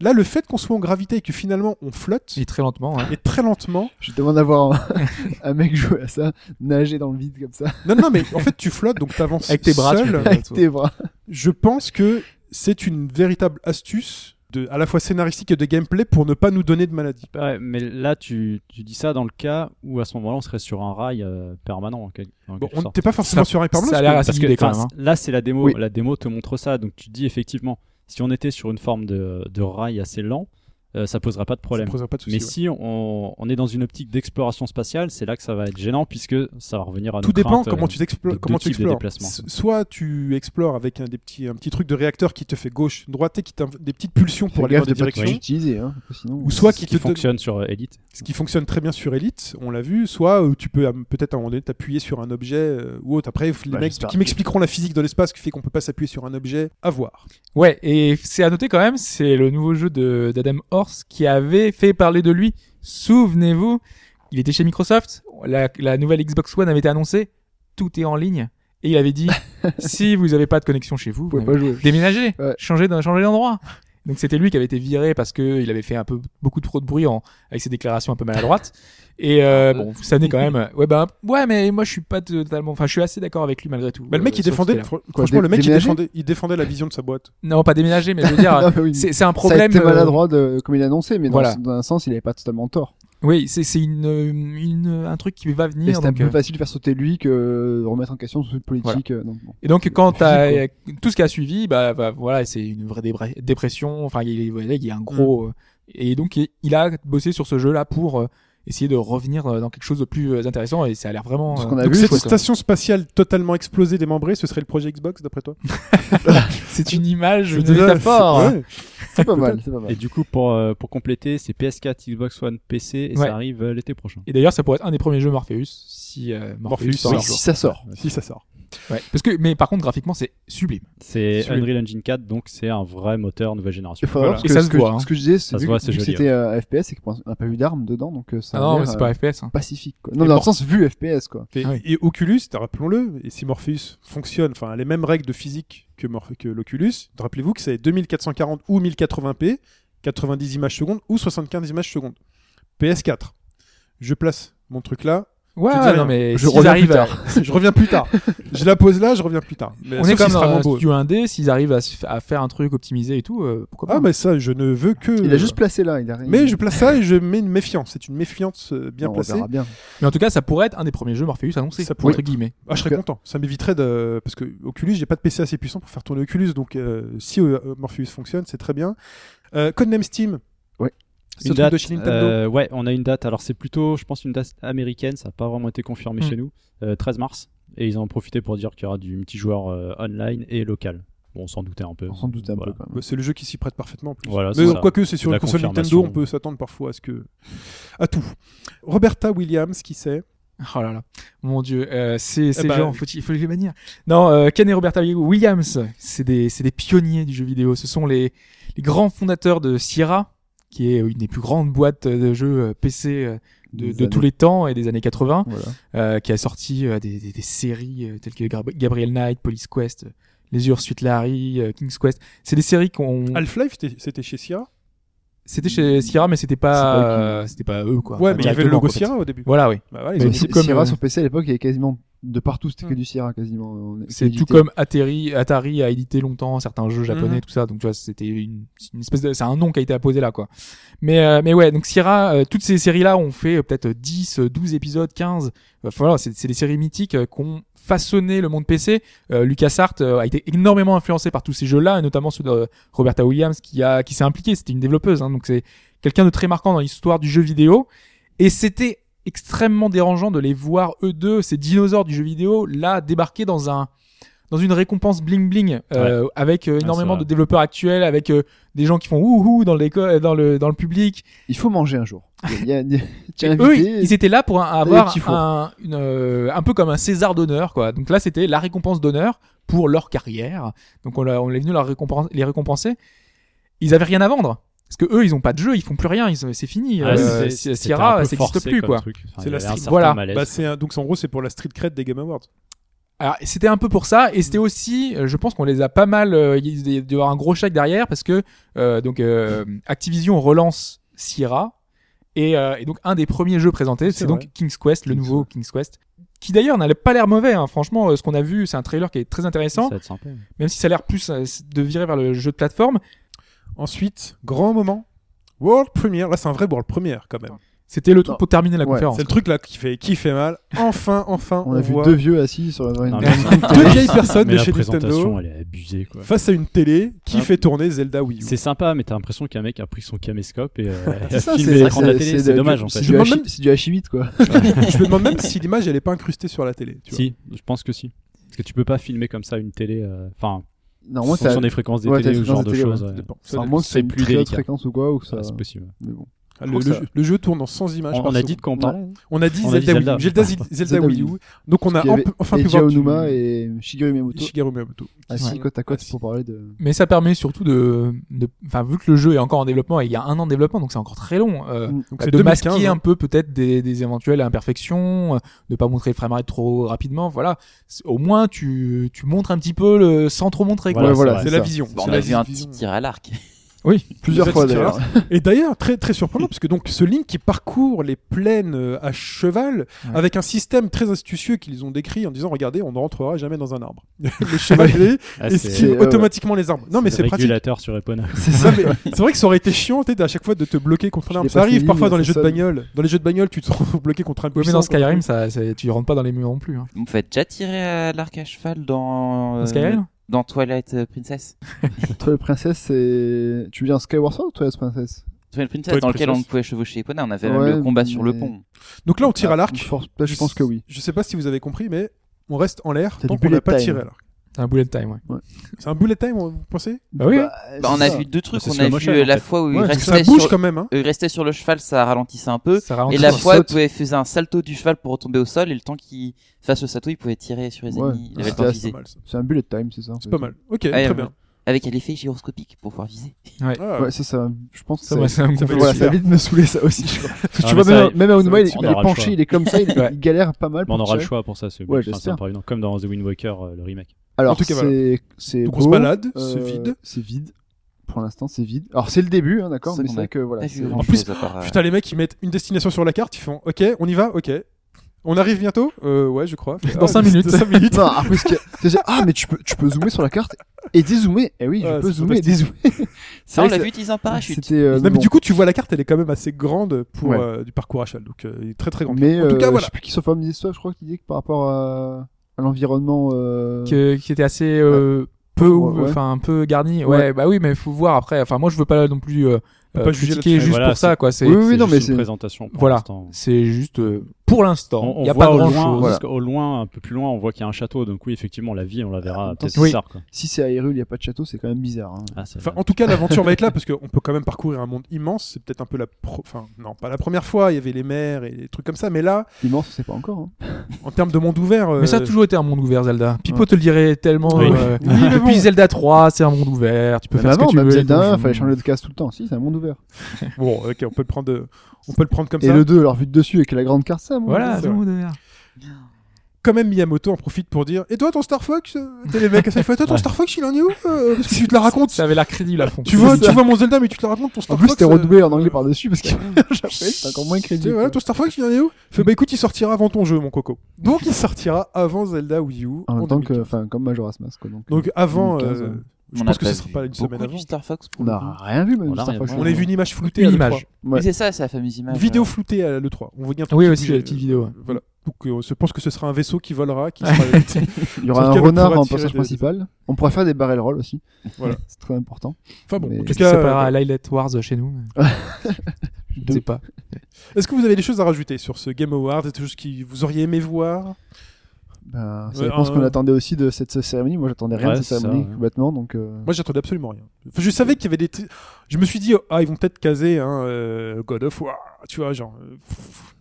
Speaker 3: Là, le fait qu'on soit en gravité et que finalement on flotte
Speaker 4: Et très lentement, hein. ouais.
Speaker 3: et très lentement.
Speaker 6: Je demande d'avoir un, un mec jouer à ça, nager dans le vide comme ça,
Speaker 3: Non, non, mais en fait, tu flottes, donc t'avances
Speaker 4: Avec tes bras, tu
Speaker 3: seul.
Speaker 4: fais
Speaker 6: avec tes bras.
Speaker 3: Je pense que c'est une véritable astuce de, à la fois scénaristique et de gameplay pour ne pas nous donner de maladie.
Speaker 5: Ouais, mais là, tu, tu dis ça dans le cas où à ce moment-là, on serait sur un rail euh, permanent. En quel- en
Speaker 3: Bon,
Speaker 5: quelque
Speaker 3: on
Speaker 5: sorte.
Speaker 3: n'était pas forcément
Speaker 4: Ça-
Speaker 3: sur Hyperloop.
Speaker 4: ça a l'air
Speaker 3: parce
Speaker 4: assez
Speaker 5: Parce que
Speaker 4: l'idée, quand
Speaker 5: enfin,
Speaker 4: même,
Speaker 5: là, c'est la démo.
Speaker 4: Oui.
Speaker 5: La démo te montre ça. Donc tu te dis effectivement, si on était sur une forme de, de rail assez lent, euh, ça poserait pas
Speaker 3: que
Speaker 5: de
Speaker 3: ça
Speaker 5: problème.
Speaker 3: posera pas de soucis,
Speaker 5: Mais
Speaker 3: ouais.
Speaker 5: si on, on est dans une optique d'exploration spatiale, c'est là que ça va être gênant puisque ça va revenir à nos
Speaker 3: Tout dépend
Speaker 5: craintes, euh,
Speaker 3: comment tu, t'explo-
Speaker 5: de
Speaker 3: comment
Speaker 5: deux
Speaker 3: tu
Speaker 5: types de
Speaker 3: explores.
Speaker 5: déplacements.
Speaker 3: S- Soit tu explores avec un, des petits, un petit truc de réacteur qui te fait gauche, droite et qui t'inv- des petites pulsions pour
Speaker 6: Fais
Speaker 3: aller dans
Speaker 6: gaffe
Speaker 3: des
Speaker 6: de pas tout
Speaker 3: directions.
Speaker 6: utiliser, hein, parce que sinon.
Speaker 3: Ou soit qui,
Speaker 5: qui
Speaker 3: te donne-
Speaker 5: fonctionne sur euh, Elite.
Speaker 3: ce qui fonctionne très bien sur Elite, on l'a vu, soit euh, tu peux euh, peut-être à un moment donné t'appuyer sur un objet euh, ou autre. Après, les
Speaker 6: Bah,
Speaker 3: mecs
Speaker 6: j'espère.
Speaker 3: qui m'expliqueront la physique de l'espace qui fait qu'on peut pas s'appuyer sur un objet, à voir.
Speaker 4: Ouais, et c'est à noter quand même, c'est le nouveau jeu de- d'Adam Horse qui avait fait parler de lui. Souvenez-vous, il était chez Microsoft, la, la nouvelle Xbox One avait été annoncée, tout est en ligne. Et il avait dit, si vous n'avez pas de connexion chez vous,
Speaker 6: Vous pouvez
Speaker 4: vous
Speaker 6: pas jouer.
Speaker 4: déménager,
Speaker 6: Ouais.
Speaker 4: changer d'un- changer d'endroit. Donc c'était lui qui avait été viré parce que il avait fait un peu beaucoup trop de bruit en, avec ses déclarations un peu maladroites. Et euh, bon, vous savez quand même. Ouais ben ouais, mais moi je suis pas totalement. Enfin, je suis assez d'accord avec lui malgré tout.
Speaker 3: Bah, le mec,
Speaker 4: Euh,
Speaker 3: il
Speaker 4: sur ce
Speaker 3: défendait,
Speaker 4: qu'il a-
Speaker 3: fr-
Speaker 6: Quoi,
Speaker 3: franchement,
Speaker 6: dé-
Speaker 3: le mec, il
Speaker 6: déménager
Speaker 3: défendait, il défendait la vision de sa boîte.
Speaker 4: Non, pas déménager, mais je veux dire,
Speaker 6: Non, mais Ah, oui.
Speaker 4: c'est c'est un
Speaker 6: Ça a
Speaker 4: problème.
Speaker 6: été
Speaker 4: euh,
Speaker 6: maladroit de, comme il annoncé, mais dans,
Speaker 4: Voilà.
Speaker 6: dans un sens, il avait pas totalement tort.
Speaker 4: Oui, c'est c'est une, euh, une- un truc qui va
Speaker 6: Et
Speaker 4: venir.
Speaker 6: c'était
Speaker 4: donc,
Speaker 6: plus
Speaker 4: euh,
Speaker 6: facile de faire sauter lui que de remettre en question toute politique. euh, donc, bon.
Speaker 4: et donc quand
Speaker 6: physique,
Speaker 4: t'as euh, tout ce qui a suivi, bah, bah, voilà, c'est une vraie débra- dépression. Enfin, il, est- voilà, il y a un
Speaker 6: Mm.
Speaker 4: gros. euh, et donc il- il a bossé sur ce jeu-là pour euh, essayer de revenir euh, dans quelque chose de plus euh, intéressant. Et ça a l'air vraiment.
Speaker 6: Ce
Speaker 4: euh,
Speaker 6: qu'on a
Speaker 3: Donc,
Speaker 6: vu,
Speaker 3: cette
Speaker 6: c'est-
Speaker 3: station spatiale totalement explosée, démembrée, ce serait le projet Xbox, d'après toi
Speaker 4: C'est une image, une
Speaker 3: te donne-
Speaker 4: métaphore.
Speaker 3: Ouais.
Speaker 6: c'est pas mal, c'est pas mal.
Speaker 5: Et du coup, pour, euh, pour compléter, c'est PS4, Xbox One, PC et
Speaker 4: Ouais.
Speaker 5: ça arrive euh, l'été prochain.
Speaker 4: Et d'ailleurs, ça pourrait être un des premiers jeux Morpheus si euh, Morpheus,
Speaker 3: Morpheus,
Speaker 4: sort un
Speaker 6: Oui,
Speaker 4: jour.
Speaker 6: si ça sort.
Speaker 3: Si ça sort.
Speaker 4: Ouais. Parce que, mais par contre, graphiquement, c'est sublime.
Speaker 5: C'est
Speaker 4: Sur le-
Speaker 5: Unreal Engine 4, donc c'est un vrai moteur nouvelle génération.
Speaker 6: Il faut savoir
Speaker 4: Voilà.
Speaker 6: que
Speaker 4: Et ça
Speaker 6: ce,
Speaker 4: se
Speaker 6: que,
Speaker 4: voit, hein.
Speaker 6: ce que je disais, c'est
Speaker 5: Ça se
Speaker 6: vu
Speaker 5: voit,
Speaker 6: que-
Speaker 5: c'est
Speaker 6: vu que
Speaker 5: joli,
Speaker 6: c'était euh, FPS, c'est qu'on n'a pas eu d'armes dedans, donc euh, ça
Speaker 4: Ah
Speaker 6: a
Speaker 4: non,
Speaker 6: l'air,
Speaker 4: mais c'est
Speaker 6: euh,
Speaker 4: pas FPS. hein.
Speaker 6: pacifique. Quoi.
Speaker 4: Et
Speaker 6: Non, dans le
Speaker 4: pour-
Speaker 6: sens vu FPS, quoi.
Speaker 3: Et,
Speaker 4: Ah oui.
Speaker 3: et Oculus, t'as- rappelons-le, et si Morpheus fonctionne, enfin, a les mêmes règles de physique que, Mor- que l'Oculus, rappelez-vous que c'est 2440 ou 1080p, 90 images secondes ou 75 images secondes. PS4. Je place mon truc là,
Speaker 4: Ouais,
Speaker 3: Je dis
Speaker 4: ouais,
Speaker 3: rien.
Speaker 4: Ah, non, mais
Speaker 6: Je
Speaker 4: s'ils
Speaker 6: reviens plus
Speaker 4: arrivent à-
Speaker 6: tard.
Speaker 3: je reviens plus tard. je la pose là, je reviens plus tard. Mais
Speaker 4: On
Speaker 3: Euh, sauf
Speaker 4: est
Speaker 3: si
Speaker 4: comme
Speaker 3: ce sera
Speaker 4: dans un
Speaker 3: moins beau.
Speaker 4: studio indé, s'ils arrivent à, se f- à faire un truc optimisé et tout, euh, pourquoi pas
Speaker 3: Ah, mais ça, je ne veux que.
Speaker 6: Il a juste placé là, il a rien.
Speaker 3: Mais je place ça et je mets une méfiance. C'est une méfiance euh, bien
Speaker 6: Non,
Speaker 3: placée.
Speaker 6: On verra bien.
Speaker 4: Mais en tout cas, ça pourrait être un des premiers jeux Morpheus annoncés,
Speaker 3: Ça pourrait
Speaker 4: entre guillemets.
Speaker 3: Ah, je serais
Speaker 6: Que-
Speaker 3: content. Ça m'éviterait de. Parce que Oculus, j'ai pas de PC assez puissant pour faire tourner Oculus. Donc, euh, si euh, Morpheus fonctionne, c'est très bien. Euh, Codename Steam.
Speaker 6: Ouais.
Speaker 3: C'est le truc de chez Nintendo.
Speaker 5: euh, ouais, on a une date. Alors c'est plutôt, je pense, une date américaine. Ça n'a pas vraiment été confirmé
Speaker 4: Mm.
Speaker 5: chez nous. Euh, 13 mars. Et ils en ont profité pour dire qu'il y aura du multijoueur euh, online et local. Bon, on s'en doutait un peu.
Speaker 6: On s'en doute un
Speaker 5: Voilà.
Speaker 6: peu quand même.
Speaker 3: Bah, c'est le jeu qui s'y prête parfaitement en plus.
Speaker 5: Voilà, c'est
Speaker 3: Mais
Speaker 5: ça.
Speaker 3: quoique c'est sur
Speaker 5: La
Speaker 3: une console
Speaker 5: confirmation.
Speaker 3: Nintendo, on peut s'attendre parfois à ce que. à tout. Roberta Williams, qui sait
Speaker 4: Oh là là, mon dieu, euh, ces, ces
Speaker 3: bah,
Speaker 4: gens, faut, il faut les bannir. Non, euh, Ken et Roberta Williams, c'est des, c'est des pionniers du jeu vidéo. Ce sont les, les grands fondateurs de Sierra, qui est une des plus grandes boîtes de jeux euh, PC euh, de,
Speaker 6: Des
Speaker 4: de tous
Speaker 6: années.
Speaker 4: les temps et des années 80.
Speaker 6: Voilà.
Speaker 4: euh, qui a sorti euh, des, des- des séries euh, telles que Gab- Gabriel Knight, Police Quest, euh, Les Ursuites Larry, euh, King's Quest. C'est des séries qu'on.
Speaker 3: Half-Life, c'était- c'était chez Sierra
Speaker 4: C'était chez Sierra, mais c'était
Speaker 6: C'est
Speaker 4: pas,
Speaker 6: pas
Speaker 4: euh, c'était pas eux quoi.
Speaker 3: Ouais,
Speaker 4: Enfin,
Speaker 3: mais il y avait le
Speaker 4: directement,
Speaker 3: logo
Speaker 4: quoi, en fait.
Speaker 3: Sierra au début.
Speaker 4: Voilà, oui.
Speaker 3: Bah, voilà, ils
Speaker 6: Mais
Speaker 3: ont
Speaker 4: Mais
Speaker 3: dit-
Speaker 4: c'est
Speaker 6: si-
Speaker 4: comme,
Speaker 6: Sierra
Speaker 4: euh,
Speaker 6: sur PC à l'époque, il y avait quasiment de partout, c'était que du Sierra quasiment. On-
Speaker 4: C'est tout
Speaker 6: édité.
Speaker 4: comme Atari, Atari a édité longtemps certains jeux japonais,
Speaker 3: Mhm.
Speaker 4: tout ça. Donc tu vois, c'était une, une espèce de, c'est un nom qui a été apposé là quoi. Mais euh, mais ouais, donc Sierra, euh, toutes ces séries là ont fait euh, peut-être 10, euh, 12 épisodes, 15. Enfin, voilà, c'est c'est des séries mythiques euh, qui ont façonné le monde PC. Euh, LucasArts euh, a été énormément influencé par tous ces jeux-là, et notamment ceux de euh, Roberta Williams qui a qui s'est impliquée. C'était une développeuse, hein, donc c'est quelqu'un de très marquant dans l'histoire du jeu vidéo. Et c'était extrêmement dérangeant de les voir eux deux, ces dinosaures du jeu vidéo, là débarquer dans un dans une récompense bling bling euh, avec euh,
Speaker 5: Ah, c'est
Speaker 4: énormément
Speaker 5: vrai.
Speaker 4: de développeurs actuels, avec euh, des gens qui font ouhou dans, l'éco- euh, dans le dans le public.
Speaker 6: Il faut manger un jour. Il y a, il y a- tu es
Speaker 4: Et
Speaker 6: invité,
Speaker 4: eux, ils- ils étaient là pour un- avoir
Speaker 6: petits fours.
Speaker 4: un, une, euh, un peu comme un César d'honneur, quoi. Donc là, c'était la récompense d'honneur pour leur carrière. Donc on, l'a- on est venu leur récompense, les récompenser. Ils avaient rien à vendre. Parce que eux, ils ont pas de jeu, ils font plus rien, ils sont- c'est fini.
Speaker 5: Ah,
Speaker 4: Euh,
Speaker 5: c'est- c'était un
Speaker 4: Sierra,
Speaker 5: peu
Speaker 4: ça n'existe
Speaker 5: forcé
Speaker 4: plus,
Speaker 5: comme
Speaker 4: quoi.
Speaker 5: truc. Enfin,
Speaker 3: C'est
Speaker 5: il y
Speaker 3: la
Speaker 5: avait un
Speaker 3: street-
Speaker 5: certain
Speaker 4: voilà.
Speaker 5: malaise.
Speaker 3: Bah, c'est un- donc en gros c'est pour la street cred des Game Awards.
Speaker 4: Alors, c'était un peu pour ça, et c'était aussi, euh, je pense qu'on les a pas mal. euh, Il y a dû y avoir un gros chèque derrière parce que euh, donc euh, Activision relance Sierra, et, euh, et donc un des premiers jeux présentés,
Speaker 3: C'est
Speaker 4: c'est donc
Speaker 3: vrai.
Speaker 4: King's Quest, le
Speaker 3: King's
Speaker 4: nouveau King's Quest, qui d'ailleurs n'allait pas l'air mauvais. hein. Franchement, euh, ce qu'on a vu, c'est un trailer qui est très
Speaker 5: Ça
Speaker 4: intéressant,
Speaker 5: va être sympa.
Speaker 4: même si ça a l'air plus euh, de virer vers le jeu de plateforme.
Speaker 3: Ensuite, grand moment. World Premiere. Là, c'est un vrai World Premiere quand même.
Speaker 4: C'était le truc
Speaker 6: Non.
Speaker 4: pour terminer la
Speaker 6: Ouais,
Speaker 4: conférence.
Speaker 3: Ah. C'est le truc là qui fait, qui fait mal. Enfin, enfin, on,
Speaker 6: On a vu
Speaker 3: voit
Speaker 6: deux vieux assis sur la une-
Speaker 5: Non, mais ça-
Speaker 3: deux vieilles personnes
Speaker 5: Mais
Speaker 3: de
Speaker 5: la
Speaker 3: chez Nintendo
Speaker 5: présentation, elle est abusée, quoi.
Speaker 3: face à une télé qui
Speaker 5: Ah.
Speaker 3: fait tourner Zelda Wii U.
Speaker 5: C'est sympa, mais t'as l'impression qu'un mec a pris son caméscope et euh, a
Speaker 6: ça,
Speaker 5: filmé l'écran de la télé. C'est
Speaker 6: de-
Speaker 5: dommage, en
Speaker 6: c'est
Speaker 5: fait.
Speaker 6: du
Speaker 3: Je me
Speaker 6: H-
Speaker 3: demande même-
Speaker 6: C'est du H8, quoi.
Speaker 3: Je me demande même si l'image elle est pas incrustée sur la télé. Tu vois.
Speaker 5: Si, je pense que si. Parce que tu peux pas filmer comme ça une télé, euh, enfin, en
Speaker 6: Normalement, ça.
Speaker 5: fonction des fréquences des
Speaker 6: ouais, t'as
Speaker 5: télé
Speaker 6: les
Speaker 5: ou ce genre de
Speaker 6: fréquences des télés,
Speaker 5: choses.
Speaker 3: Ça
Speaker 5: ouais.
Speaker 3: dépend. Ça
Speaker 6: Enfin,
Speaker 3: dépend.
Speaker 6: moi, c'est
Speaker 5: c'est
Speaker 6: une
Speaker 5: plus
Speaker 6: très haute
Speaker 5: délicat.
Speaker 6: fréquence ou quoi, ou ça.
Speaker 5: Ouais, C'est possible.
Speaker 6: Mais bon.
Speaker 3: Ah,
Speaker 6: Je
Speaker 3: le,
Speaker 6: trouve
Speaker 3: le
Speaker 6: ça-
Speaker 3: jeu- le jeu tourne en 100 images.
Speaker 5: On,
Speaker 3: par
Speaker 5: on a
Speaker 3: seconde.
Speaker 5: dit de quoi on parlait.
Speaker 3: On a dit
Speaker 5: on a dit
Speaker 3: Zelda, Wii U.
Speaker 5: Zelda.
Speaker 3: Zelda, Zelda,
Speaker 6: Zelda
Speaker 3: Wii U. Donc on a
Speaker 6: Parce qu'il y
Speaker 3: un
Speaker 6: avait
Speaker 3: peu- enfin pu
Speaker 6: Eiji
Speaker 3: voir du-
Speaker 6: Onuma et Shigeru Miyamoto
Speaker 3: Shigeru Miyamoto.
Speaker 6: assis
Speaker 4: Ouais.
Speaker 6: côte à côte
Speaker 3: Assis.
Speaker 6: pour parler de.
Speaker 4: Mais ça permet surtout de, de- enfin, vu que le jeu est encore en développement et il y a un an de développement, donc c'est encore très long, euh,
Speaker 6: Mm.
Speaker 3: Donc
Speaker 4: bah,
Speaker 3: c'est
Speaker 4: de
Speaker 3: 2015,
Speaker 4: masquer
Speaker 3: hein.
Speaker 4: un peu peut-être des, des éventuelles imperfections, euh, de pas montrer le framerate trop rapidement, voilà. C'est- Au moins, tu, tu montres un petit peu le, sans trop montrer, quoi.
Speaker 5: Voilà,
Speaker 6: Ouais,
Speaker 5: c'est
Speaker 6: voilà.
Speaker 5: vrai.
Speaker 3: C'est
Speaker 6: ça.
Speaker 3: la vision.
Speaker 7: Bon,
Speaker 3: c'est
Speaker 7: on
Speaker 3: la
Speaker 7: a vu un
Speaker 3: vision.
Speaker 7: petit tir à l'arc.
Speaker 6: Plusieurs
Speaker 3: Vous
Speaker 6: fois
Speaker 3: êtes
Speaker 6: d'ailleurs.
Speaker 3: Et d'ailleurs, très très surprenant, parce que donc ce Link qui parcourt les plaines euh, à cheval
Speaker 4: Ouais.
Speaker 3: avec un système très astucieux qu'ils ont décrit en disant regardez, on ne rentrera jamais dans un arbre. le chevalier
Speaker 5: Ah,
Speaker 3: esquive
Speaker 6: C'est- ouais, ouais.
Speaker 3: automatiquement les arbres. Non mais c'est pratique.
Speaker 5: régulateur sur Epona.
Speaker 6: C'est
Speaker 3: Non, mais c'est vrai que ça aurait été chiant t'es, à chaque fois de te bloquer contre un
Speaker 6: Je
Speaker 3: arbre.
Speaker 6: l'ai
Speaker 3: Ça
Speaker 6: pas
Speaker 3: arrive
Speaker 6: fini,
Speaker 3: parfois
Speaker 6: mais
Speaker 3: dans les
Speaker 6: c'est
Speaker 3: jeux de
Speaker 6: ça.
Speaker 3: bagnole. Dans les jeux de bagnole, tu te retrouves bloqué contre un
Speaker 4: Oui, mais
Speaker 3: puissant,
Speaker 4: dans
Speaker 3: contre un
Speaker 4: Skyrim,
Speaker 3: truc.
Speaker 4: ça, ça- tu rentres pas dans les murs non plus. hein.
Speaker 7: Vous me faites déjà tirer à l'arc à cheval dans. euh,
Speaker 4: Dans Skyrim
Speaker 7: Dans Twilight euh, Princess.
Speaker 6: Toi, princesse, c'est. Tu veux dire Skyward Sword ou toi, princesse
Speaker 7: Twilight Princess,
Speaker 3: Twilight
Speaker 7: dans lequel
Speaker 3: Princess.
Speaker 7: on pouvait chevaucher Epona. On avait
Speaker 6: Ouais,
Speaker 7: même le combat sur le
Speaker 6: mais-
Speaker 7: pont.
Speaker 3: Donc là, on tire à
Speaker 6: Ah,
Speaker 3: l'arc.
Speaker 6: force- là, Je pense que oui.
Speaker 3: Je sais pas si vous avez compris, mais on reste en l'air
Speaker 6: T'as
Speaker 3: tant
Speaker 6: du
Speaker 3: qu'on n'a
Speaker 6: bullet
Speaker 3: pas
Speaker 6: time.
Speaker 3: tiré à l'arc.
Speaker 4: C'est un bullet time, ouais.
Speaker 3: C'est un bullet time, vous pensez
Speaker 4: Bah oui.
Speaker 7: Bah, on
Speaker 6: c'est
Speaker 7: a
Speaker 6: ça.
Speaker 7: vu deux trucs.
Speaker 5: C'est
Speaker 7: On
Speaker 5: slow
Speaker 7: a vu
Speaker 5: motion,
Speaker 7: euh,
Speaker 5: en
Speaker 7: la
Speaker 5: fait.
Speaker 7: fois où il
Speaker 6: Ouais, parce
Speaker 3: Parce que
Speaker 7: restait
Speaker 3: ça bouge
Speaker 7: sur- euh,
Speaker 3: quand même. hein.
Speaker 7: il restait sur le cheval, ça ralentissait un
Speaker 6: Euh,
Speaker 7: peu.
Speaker 4: Ça ralentit.
Speaker 7: Et la
Speaker 6: ça
Speaker 7: fois, il
Speaker 6: saute.
Speaker 7: pouvait faire un salto du cheval pour retomber au sol, et le temps qu'il fasse le salto, il pouvait tirer sur les
Speaker 6: Ouais.
Speaker 7: ennemis. Il avait le
Speaker 6: Ah,
Speaker 7: temps de Ah,
Speaker 6: c'était
Speaker 7: viser.
Speaker 3: Pas mal, ça.
Speaker 6: C'est un bullet time, c'est ça en
Speaker 3: C'est
Speaker 6: fait.
Speaker 3: pas mal. Ok,
Speaker 7: Ouais,
Speaker 3: très
Speaker 7: ouais.
Speaker 3: bien.
Speaker 7: Avec l'effet gyroscopique pour pouvoir viser.
Speaker 3: Ah,
Speaker 6: Ouais, ça, ça, je pense que
Speaker 4: Ça, moi, ça me
Speaker 3: ça fait
Speaker 4: gonfle.
Speaker 6: Voilà,
Speaker 3: le
Speaker 6: ça a
Speaker 3: super.
Speaker 6: vite me saouler ça aussi. je crois. Parce que
Speaker 5: Ah,
Speaker 6: tu
Speaker 5: mais
Speaker 6: vois,
Speaker 5: ça,
Speaker 6: même, même à Onuma, il, est-
Speaker 5: on
Speaker 6: il
Speaker 5: aura
Speaker 6: est
Speaker 5: le
Speaker 6: penché,
Speaker 5: choix.
Speaker 6: il est comme ça, il,
Speaker 4: Ouais.
Speaker 6: il galère pas mal.
Speaker 5: Mais on
Speaker 6: pour
Speaker 5: aura le
Speaker 6: tirer.
Speaker 5: choix pour ça, c'est
Speaker 6: Ouais,
Speaker 5: enfin, c'est
Speaker 6: j'espère.
Speaker 5: pas évident. Comme dans The Wind Waker, euh, le remake.
Speaker 6: Alors,
Speaker 3: En tout cas,
Speaker 6: c'est- c'est.
Speaker 3: Donc on se
Speaker 6: beau,
Speaker 3: balade,
Speaker 6: euh,
Speaker 3: c'est vide.
Speaker 6: C'est vide. Pour l'instant, c'est vide. Alors, c'est le début, hein, d'accord,
Speaker 7: C'est
Speaker 6: mais
Speaker 7: qu'on
Speaker 6: c'est
Speaker 7: a
Speaker 6: vrai que voilà.
Speaker 7: Pas
Speaker 6: c'est-
Speaker 7: vu grand
Speaker 3: en plus,
Speaker 7: chose à part, euh,
Speaker 3: Putain, les mecs, ils mettent une destination sur la carte, ils font OK, on y va, OK. On arrive bientôt Euh, Ouais, je crois.
Speaker 4: Dans cinq minutes.
Speaker 3: Dans 5 minutes.
Speaker 6: Non, après, ce qu'il y a- c'est-à-dire, ah, mais tu peux, tu peux zoomer sur la carte et dézoomer. Eh oui,
Speaker 3: Ouais,
Speaker 6: je peux
Speaker 3: c'est
Speaker 6: zoomer et dézoomer.
Speaker 7: ça, Ah, on
Speaker 6: vrai
Speaker 7: l'a
Speaker 6: que
Speaker 7: vu utiliser un parachute.
Speaker 6: C'était. euh,
Speaker 3: Non, mais
Speaker 6: bon.
Speaker 3: du coup, tu vois, la carte, elle est quand même assez grande pour
Speaker 6: Ouais.
Speaker 3: euh, du parcours à cheval. Donc, euh, elle est très très grande.
Speaker 6: Mais
Speaker 3: en tout
Speaker 6: euh,
Speaker 3: cas, voilà.
Speaker 6: je sais plus qui sauf homme disait ça, je crois qu'il disait que par rapport à, à l'environnement. Euh...
Speaker 4: que- qui était assez euh, peu ou-
Speaker 6: Ouais, ouais.
Speaker 4: enfin un peu garni ouais,
Speaker 6: Ouais.
Speaker 4: bah oui mais faut voir après enfin moi je veux pas non plus euh,
Speaker 3: peut
Speaker 4: euh,
Speaker 3: pas juger
Speaker 4: critiquer
Speaker 3: là-dessus.
Speaker 4: juste
Speaker 5: Voilà,
Speaker 4: pour ça quoi c'est
Speaker 6: Oui, oui, non,
Speaker 5: C'est juste
Speaker 6: mais
Speaker 5: une
Speaker 6: c'est.
Speaker 5: présentation pour
Speaker 4: Voilà.
Speaker 5: l'instant.
Speaker 4: c'est juste euh, pour l'instant
Speaker 5: On,
Speaker 4: il
Speaker 5: on
Speaker 4: y a
Speaker 5: voit
Speaker 4: pas
Speaker 5: au
Speaker 4: grand
Speaker 5: loin,
Speaker 4: chose
Speaker 6: voilà.
Speaker 5: jusqu'au- au loin, un peu plus loin, on voit qu'il y a un château. Donc oui, effectivement, la vie, on la verra peut-être
Speaker 4: Oui.
Speaker 5: plus tard. quoi.
Speaker 6: Si c'est à Hyrule, il n'y a pas de château, c'est quand même bizarre. Hein.
Speaker 5: Ah, c'est
Speaker 3: Enfin,
Speaker 5: vrai.
Speaker 3: en tout cas, l'aventure va être là parce qu'on peut quand même parcourir un monde immense. C'est peut-être un peu la. pro- Enfin, non, pas la première fois. Il y avait les mers et des trucs comme ça. Mais là,
Speaker 6: Immense, on sait pas encore. Hein.
Speaker 3: en termes de monde ouvert. euh,
Speaker 4: mais ça a toujours été un monde ouvert Zelda Pipo
Speaker 6: Ouais.
Speaker 4: te le dirait tellement
Speaker 5: Oui.
Speaker 4: euh,
Speaker 3: Oui, mais bon.
Speaker 4: depuis Zelda 3 c'est un monde ouvert tu peux
Speaker 6: Même
Speaker 4: faire ce
Speaker 6: avant,
Speaker 4: que tu
Speaker 6: même
Speaker 4: veux
Speaker 6: Zelda,
Speaker 4: donc,
Speaker 6: il fallait
Speaker 4: je-
Speaker 6: changer de case tout le temps. Si, c'est un monde ouvert.
Speaker 3: Bon, ok, on peut le prendre, de- on peut le prendre comme
Speaker 6: Et
Speaker 3: ça.
Speaker 6: le 2, alors vu de dessus, avec la grande carte, ça, mon
Speaker 4: voilà
Speaker 6: Dieu.
Speaker 3: C'est
Speaker 4: c'est un monde ouvert
Speaker 3: Quand même, Miyamoto en profite pour dire Et toi, ton Star Fox euh, T'es les mecs à chaque fois. Toi, ton Star Fox, il en est où Euh, Parce que tu te la racontes.
Speaker 4: ça avait l'air crédible à fond
Speaker 3: Tu vois, tu vois mon Zelda, mais tu te la racontes, ton Star
Speaker 6: En plus,
Speaker 3: Fox.
Speaker 6: c'était hein,
Speaker 3: euh,
Speaker 6: redoublé en anglais par-dessus parce que c'est encore moins
Speaker 3: Tu sais,
Speaker 6: crédible.
Speaker 3: voilà, ton Star Fox, il en est où Fait, bah écoute, il sortira avant ton jeu, mon coco. Donc, il sortira avant Zelda Wii U.
Speaker 6: En même temps que,
Speaker 3: 2015.
Speaker 6: enfin, comme Majora's Mask, quoi. Donc,
Speaker 3: Donc, avant.
Speaker 6: 2015,
Speaker 3: euh,
Speaker 6: ouais.
Speaker 3: je
Speaker 7: On
Speaker 3: pense
Speaker 7: a
Speaker 3: que ce
Speaker 7: pas
Speaker 3: sera
Speaker 7: vu
Speaker 3: pas une
Speaker 7: beaucoup
Speaker 3: semaine
Speaker 7: du
Speaker 3: avant.
Speaker 7: Star Fox pour
Speaker 6: on
Speaker 7: le
Speaker 6: n'a rien vu, même
Speaker 5: On a
Speaker 6: Star
Speaker 5: rien
Speaker 6: Fox.
Speaker 5: vu.
Speaker 3: On a vu une image floutée.
Speaker 4: Une
Speaker 3: à l'E3.
Speaker 4: image.
Speaker 7: coup.
Speaker 6: Ouais.
Speaker 7: C'est ça, c'est la fameuse image.
Speaker 3: Une vidéo
Speaker 7: euh,
Speaker 3: floutée à l'E3. On voit bien un truc
Speaker 4: oui
Speaker 3: qui
Speaker 4: aussi
Speaker 3: bouge,
Speaker 4: la petite
Speaker 3: euh,
Speaker 4: vidéo ouais.
Speaker 3: Voilà. Donc, euh, je pense que ce sera un vaisseau qui volera, qui sera.
Speaker 6: Il y aura
Speaker 3: Sur
Speaker 6: un
Speaker 3: lequel on
Speaker 6: renard
Speaker 3: pourra
Speaker 6: en
Speaker 3: tirer
Speaker 6: personnage
Speaker 3: des-
Speaker 6: principal. On pourrait faire des barrel rolls aussi.
Speaker 3: Voilà.
Speaker 6: C'est très important.
Speaker 3: Enfin bon,
Speaker 6: Mais-
Speaker 3: en tout
Speaker 4: Qu'est-ce qui s'appellera
Speaker 3: cas. euh,
Speaker 4: Lilith Wars chez nous mais- je
Speaker 6: Deux.
Speaker 4: sais pas
Speaker 3: Est-ce que vous avez des choses à rajouter sur ce Game Award Des choses que vous auriez aimé voir
Speaker 6: Ben, ça
Speaker 3: Ouais,
Speaker 6: dépend ce
Speaker 3: un-
Speaker 6: qu'on attendait aussi de cette cérémonie. Moi, j'attendais rien
Speaker 5: Ouais,
Speaker 6: de cette
Speaker 5: c'est ça,
Speaker 6: cérémonie,
Speaker 5: ouais.
Speaker 6: complètement. Donc, euh,
Speaker 3: Moi, j'attendais absolument rien. Enfin, je savais qu'il y avait des. tri- Je me suis dit, ah, ils vont peut-être caser hein, euh, God of War, tu vois, genre. euh, pff,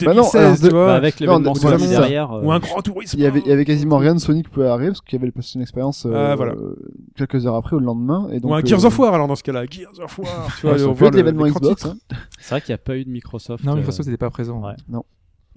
Speaker 3: 2016,
Speaker 6: Bah non, alors,
Speaker 3: tu
Speaker 6: de-
Speaker 3: vois.
Speaker 5: Bah, avec l'événement
Speaker 6: de-
Speaker 5: Sony
Speaker 6: voilà, ça.
Speaker 5: derrière. euh,
Speaker 3: ou un grand tourisme.
Speaker 6: il y avait, il y avait quasiment rien de Sony qui pouvait arriver parce qu'il y avait le PlayStation Experience euh,
Speaker 3: Ah, voilà.
Speaker 6: euh, quelques heures après ou le lendemain. Et donc,
Speaker 3: ou un
Speaker 6: euh,
Speaker 3: Gears of War, alors, dans ce cas-là. Gears of War, tu vois,
Speaker 6: Ouais,
Speaker 3: euh, on
Speaker 6: ça
Speaker 3: voit
Speaker 6: peut être
Speaker 3: le-
Speaker 6: l'événement
Speaker 3: l'écran
Speaker 6: Xbox.
Speaker 3: titre.
Speaker 6: hein.
Speaker 5: C'est vrai qu'il n'y a pas eu de Microsoft.
Speaker 4: non
Speaker 5: euh,
Speaker 4: Microsoft n'était pas présent
Speaker 5: ouais.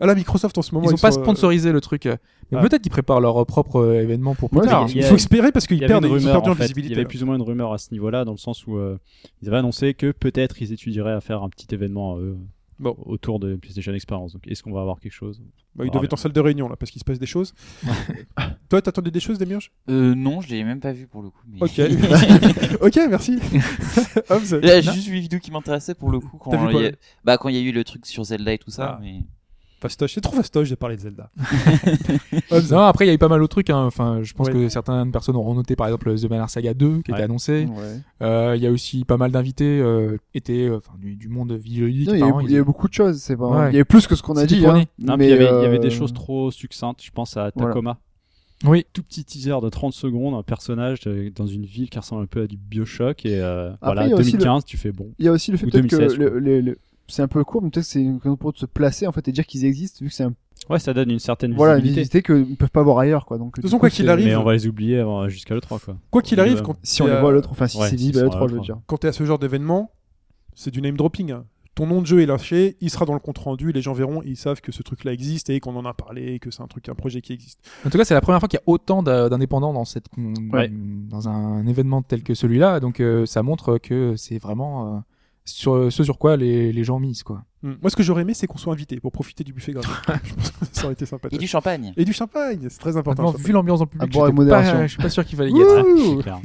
Speaker 3: Ah là, Microsoft en ce moment.
Speaker 4: Ils ont pas
Speaker 3: sont, euh,
Speaker 4: sponsorisé le truc. euh. Mais
Speaker 5: Ah.
Speaker 4: peut-être qu'ils préparent leur euh, propre euh, événement pour plus
Speaker 6: Ouais,
Speaker 4: tard.
Speaker 5: il y
Speaker 3: Il
Speaker 5: a-
Speaker 3: faut espérer parce
Speaker 5: hein. Il
Speaker 3: qu'ils
Speaker 5: y avait
Speaker 3: perdent
Speaker 5: une
Speaker 3: ils
Speaker 5: rumeur,
Speaker 3: perdent
Speaker 5: en
Speaker 3: en
Speaker 5: fait. Il
Speaker 3: visibilité.
Speaker 5: y avait plus ou moins une rumeur à ce niveau-là, dans le sens où euh, ils avaient annoncé que peut-être ils étudieraient à faire un petit événement euh,
Speaker 3: Bon.
Speaker 5: autour de PlayStation Experience. Donc, est-ce qu'on va avoir quelque chose
Speaker 3: Bah, ils
Speaker 5: Ah,
Speaker 3: doivent
Speaker 5: mais-
Speaker 3: être en salle de réunion là parce qu'il se passe des choses. Toi, t'attendais des choses, Demiurge
Speaker 7: Euh, non, je l'ai même pas vu pour le coup. mais-
Speaker 3: Ok. Ok, merci. Hobbs.
Speaker 7: Là, j'ai juste vu les vidéos qui m'intéressaient pour le coup. Quand
Speaker 3: T'as vu quoi
Speaker 7: il y a... Bah, quand il y a eu le truc sur Zelda et tout ça.
Speaker 3: Ah.
Speaker 7: mais-
Speaker 3: Fastoche, c'est trop fastoche de parler de Zelda.
Speaker 4: Non, après, il y a eu pas mal d'autres trucs. hein. Enfin, je pense
Speaker 3: Ouais.
Speaker 4: que certaines personnes auront noté, par exemple, The Banner Saga 2, qui
Speaker 5: Ouais.
Speaker 4: était annoncé.
Speaker 6: Ouais.
Speaker 4: Euh, Il y a aussi pas mal d'invités euh, étaient, euh, enfin, du, du monde vidéoludique.
Speaker 6: Non, il y a eu-
Speaker 4: apparemment,
Speaker 6: il
Speaker 4: ils-
Speaker 6: y a eu beaucoup de choses, c'est pas.
Speaker 4: Ouais.
Speaker 6: Il y a eu plus que ce qu'on a
Speaker 4: C'était
Speaker 6: dit.
Speaker 4: fourni.
Speaker 6: Hein,
Speaker 5: Non,
Speaker 6: mais
Speaker 5: puis il, y avait, il y avait
Speaker 6: euh,
Speaker 5: des choses trop succinctes. Je pense à
Speaker 6: voilà.
Speaker 5: Tacoma.
Speaker 4: Oui.
Speaker 5: Tout petit teaser de 30 secondes, un personnage euh, dans une ville qui ressemble un peu à du Bioshock. Et euh,
Speaker 6: Après,
Speaker 5: voilà,
Speaker 6: il y a aussi
Speaker 5: 2015, tu fais bon.
Speaker 6: Il y a aussi le fait
Speaker 5: Ou
Speaker 6: peut-être que
Speaker 5: 2016,
Speaker 6: le-
Speaker 5: quoi.
Speaker 6: le- le- c'est un peu court, mais peut-être que c'est une raison pour de se placer en fait et dire qu'ils existent vu que c'est un
Speaker 5: Ouais, ça donne une certaine
Speaker 6: voilà une
Speaker 5: visibilité.
Speaker 6: visibilité qu'ils ne peuvent pas voir ailleurs quoi. Donc
Speaker 3: De toute façon, quoi qu'il arrive,
Speaker 5: Mais on va les oublier avant- jusqu'à le 3. Quoi.
Speaker 3: Quoi qu'il
Speaker 5: Euh,
Speaker 3: arrive, quand
Speaker 6: si on
Speaker 3: t'es
Speaker 6: les
Speaker 3: à-
Speaker 6: voit à l'autre, enfin si
Speaker 5: ouais,
Speaker 6: c'est
Speaker 5: si
Speaker 6: visible à
Speaker 5: c'est
Speaker 6: l'autre,
Speaker 5: sur hein.
Speaker 6: je veux
Speaker 5: l'autre.
Speaker 6: dire.
Speaker 3: quand t'es à ce genre d'événement, c'est du name dropping. hein. Ton nom de jeu est lâché, il sera dans le compte rendu, les gens verront, ils savent que ce truc-là existe et qu'on en a parlé, et que c'est un truc, un projet qui existe.
Speaker 4: En tout cas, c'est la première fois qu'il y a autant d'a- d'indépendants dans cette
Speaker 5: Ouais.
Speaker 4: dans un événement tel que celui-là. Donc euh, ça montre que c'est vraiment euh, sur ce sur quoi les, les gens misent quoi.
Speaker 3: Hmm. Moi, ce que j'aurais aimé, c'est qu'on soit invité pour profiter du buffet gratuit. Je pense que ça aurait été sympa.
Speaker 7: Et du champagne.
Speaker 3: Et du champagne, c'est très important.
Speaker 4: Maintenant,
Speaker 3: le
Speaker 4: vu l'ambiance dans le public,
Speaker 6: boire avec
Speaker 4: j'étais
Speaker 6: modération.
Speaker 4: pas- je suis pas sûr qu'il fallait y
Speaker 3: Ouh.
Speaker 4: être.
Speaker 5: Ah, c'est
Speaker 3: Ouh.
Speaker 5: clair.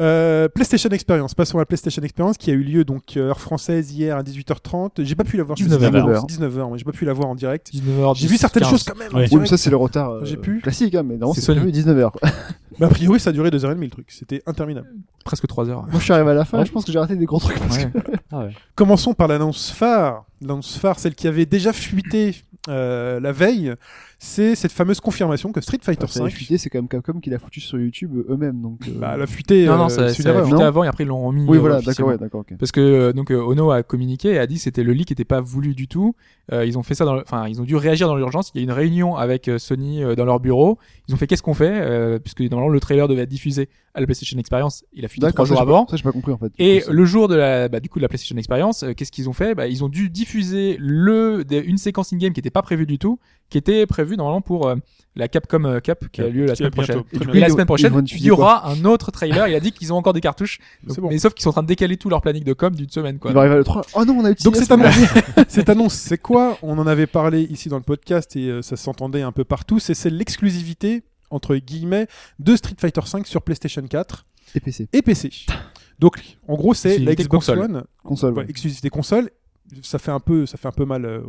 Speaker 3: Euh, PlayStation Experience, passons à la PlayStation Experience qui a eu lieu donc euh, heure française hier à 18h30. J'ai pas pu la voir. je sais pas si
Speaker 5: 19h.
Speaker 3: c'est 19h, moi, j'ai pas pu la voir en direct.
Speaker 4: 19h,
Speaker 3: J'ai vu certaines
Speaker 4: 15.
Speaker 3: choses quand même. en
Speaker 5: Ouais.
Speaker 6: Oui, mais
Speaker 3: direct.
Speaker 6: ça c'est le retard. euh,
Speaker 3: J'ai pu.
Speaker 6: Classique, hein, mais non,
Speaker 4: C'est
Speaker 6: c'est prévu 19h. quoi.
Speaker 3: Mais a priori, ça a duré 2h30 le truc. C'était interminable.
Speaker 4: presque 3 heures.
Speaker 6: Moi je suis arrivé à la fin,
Speaker 5: Ouais.
Speaker 6: je pense que j'ai raté des gros trucs. parce que- euh,
Speaker 4: Ouais.
Speaker 5: Ah ouais.
Speaker 3: Commençons par l'annonce phare. L'annonce phare, celle qui avait déjà fuité euh, la veille, c'est cette fameuse confirmation que Street Fighter
Speaker 6: Enfin, la
Speaker 3: 5
Speaker 6: fuité, c'est quand même Capcom qui l'a foutu sur YouTube eux-mêmes. Donc, euh,
Speaker 3: bah, elle a fuité.
Speaker 4: Non non,
Speaker 3: euh,
Speaker 4: ça,
Speaker 3: c'est une
Speaker 4: ça a
Speaker 3: erreur,
Speaker 4: fuité
Speaker 3: non
Speaker 4: avant et après ils l'ont remis.
Speaker 6: oui,
Speaker 4: euh,
Speaker 6: voilà, d'accord,
Speaker 4: officiellement.
Speaker 6: ouais, d'accord. ok.
Speaker 4: Parce que euh, donc euh, Ono a communiqué et a dit que c'était le leak qui n'était pas voulu du tout. Euh, ils ont fait ça, dans le- enfin ils ont dû réagir dans l'urgence. Il y a eu une réunion avec euh, Sony euh, dans leur bureau. Ils ont fait qu'est-ce qu'on fait Euh, puisque normalement le trailer devait être diffusé à la PlayStation Experience. Il a fuité
Speaker 6: D'accord,
Speaker 4: trois jours
Speaker 6: ça, j'ai pas-
Speaker 4: avant.
Speaker 6: Ça j'ai pas compris en fait.
Speaker 4: Et
Speaker 6: Du coup,
Speaker 4: le jour de la, bah, du coup de la PlayStation Experience, euh, qu'est-ce qu'ils ont fait bah, Ils ont dû diffuser le des- une séquence in game qui n'était pas prévue du tout, qui était prévue normalement pour euh, la Capcom euh, Cup qui a lieu la
Speaker 3: Qui a
Speaker 4: semaine
Speaker 3: bientôt.
Speaker 4: prochaine.
Speaker 3: Très
Speaker 6: Et du
Speaker 3: bien.
Speaker 6: coup,
Speaker 4: Et la
Speaker 6: ils
Speaker 4: semaine
Speaker 6: vont- ils
Speaker 4: prochaine,
Speaker 6: vont
Speaker 4: il
Speaker 6: diffuser
Speaker 4: y aura un autre trailer. Il a dit qu'ils ont encore des cartouches,
Speaker 3: C'est
Speaker 4: Donc,
Speaker 3: bon.
Speaker 4: mais sauf qu'ils sont en train de décaler tout leur planning de com d'une semaine.
Speaker 6: quoi.
Speaker 4: Quoi.
Speaker 6: Il va arriver à le 3. Oh non, on a utilisé.
Speaker 3: Donc cette annonce, cette annonce, c'est quoi On en avait parlé ici dans le podcast et euh, ça s'entendait un peu partout. C'est celle l'exclusivité entre guillemets de Street Fighter 5 sur PlayStation 4
Speaker 6: Et PC,
Speaker 3: et PC. Donc en gros, c'est la
Speaker 4: Exclusivité
Speaker 3: Xbox
Speaker 4: console.
Speaker 3: One,
Speaker 6: console.
Speaker 3: ouais,
Speaker 6: ouais.
Speaker 3: exclusivité console. Ça fait un peu, ça fait un peu mal euh,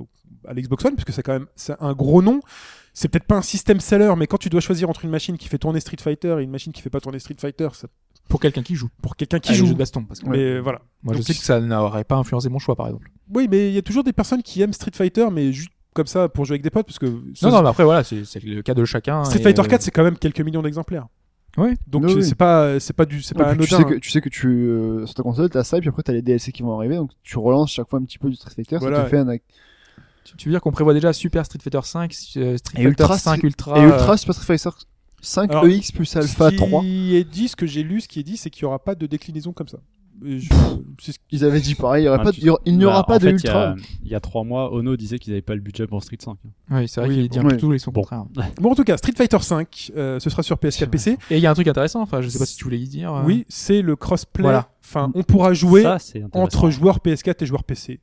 Speaker 3: à l'Xbox One parce que c'est quand même c'est un gros nom. C'est peut-être pas un système seller, mais quand tu dois choisir entre une machine qui fait tourner Street Fighter et une machine qui fait pas tourner Street Fighter, ça-
Speaker 4: Pour quelqu'un qui joue.
Speaker 3: pour quelqu'un qui
Speaker 6: Ah,
Speaker 4: Qui joue
Speaker 3: joue.
Speaker 4: de baston. Parce que
Speaker 3: Mais euh, voilà.
Speaker 4: moi,
Speaker 3: Donc,
Speaker 4: je sais que ça n'aurait pas influencé mon choix, par exemple.
Speaker 3: Oui, mais il y a toujours des personnes qui aiment Street Fighter, mais juste comme ça pour jouer avec des potes, parce que
Speaker 4: Non, non, mais après, voilà, c'est c'est le cas de chacun.
Speaker 3: Street
Speaker 4: et,
Speaker 3: Fighter
Speaker 4: euh,
Speaker 3: 4, c'est quand même quelques millions d'exemplaires.
Speaker 4: Ouais.
Speaker 3: Donc
Speaker 6: Oui,
Speaker 3: c'est-
Speaker 6: oui.
Speaker 3: c'est pas, c'est pas du, c'est
Speaker 6: Ouais,
Speaker 3: pas
Speaker 6: puis tu
Speaker 3: anodin.
Speaker 6: sais que tu sais que tu euh, sur ta console t'as ça et puis après t'as les DLC qui vont arriver donc tu relances chaque fois un petit peu du Street Fighter
Speaker 3: Voilà.
Speaker 6: ça te fait un ac-
Speaker 4: tu, tu veux dire qu'on prévoit déjà Super Street Fighter 5,
Speaker 6: Et
Speaker 4: euh, Street Fighter
Speaker 6: Ultra
Speaker 4: 5
Speaker 6: Street-
Speaker 4: Ultra.
Speaker 6: et
Speaker 4: euh,
Speaker 6: Ultra Super Street Fighter 5
Speaker 3: Alors,
Speaker 6: EX plus Alpha
Speaker 3: hein. ce
Speaker 6: 3
Speaker 3: qui est dit, ce que j'ai lu, ce qui est dit, c'est qu'il y aura pas de déclinaison comme ça. Et je- c'est ce-
Speaker 6: ils avaient dit pareil il y aurait
Speaker 5: Ah,
Speaker 6: pas
Speaker 5: tu-
Speaker 6: de- il y aura- il n'y
Speaker 5: Bah,
Speaker 6: aura
Speaker 5: en
Speaker 6: pas de
Speaker 5: fait,
Speaker 6: Ultra
Speaker 5: il y a- Il y a 3 mois, Ono disait qu'ils n'avaient pas le budget pour Street 5.
Speaker 4: Oui, euh, c'est vrai
Speaker 6: Oui,
Speaker 4: qu'il dit un
Speaker 6: bon,
Speaker 4: peu
Speaker 6: oui.
Speaker 4: tout et son
Speaker 5: Bon.
Speaker 4: contraire.
Speaker 3: Bon, en tout cas, Street Fighter 5, ce sera sur PS4,
Speaker 4: Ouais.
Speaker 3: PC.
Speaker 4: Et il y a un truc intéressant, enfin, je sais pas si tu voulais y dire. euh.
Speaker 3: Oui, c'est le crossplay.
Speaker 4: Voilà.
Speaker 3: Enfin, on pourra jouer
Speaker 5: Ça, c'est intéressant.
Speaker 3: entre joueurs PS4 et joueurs PC.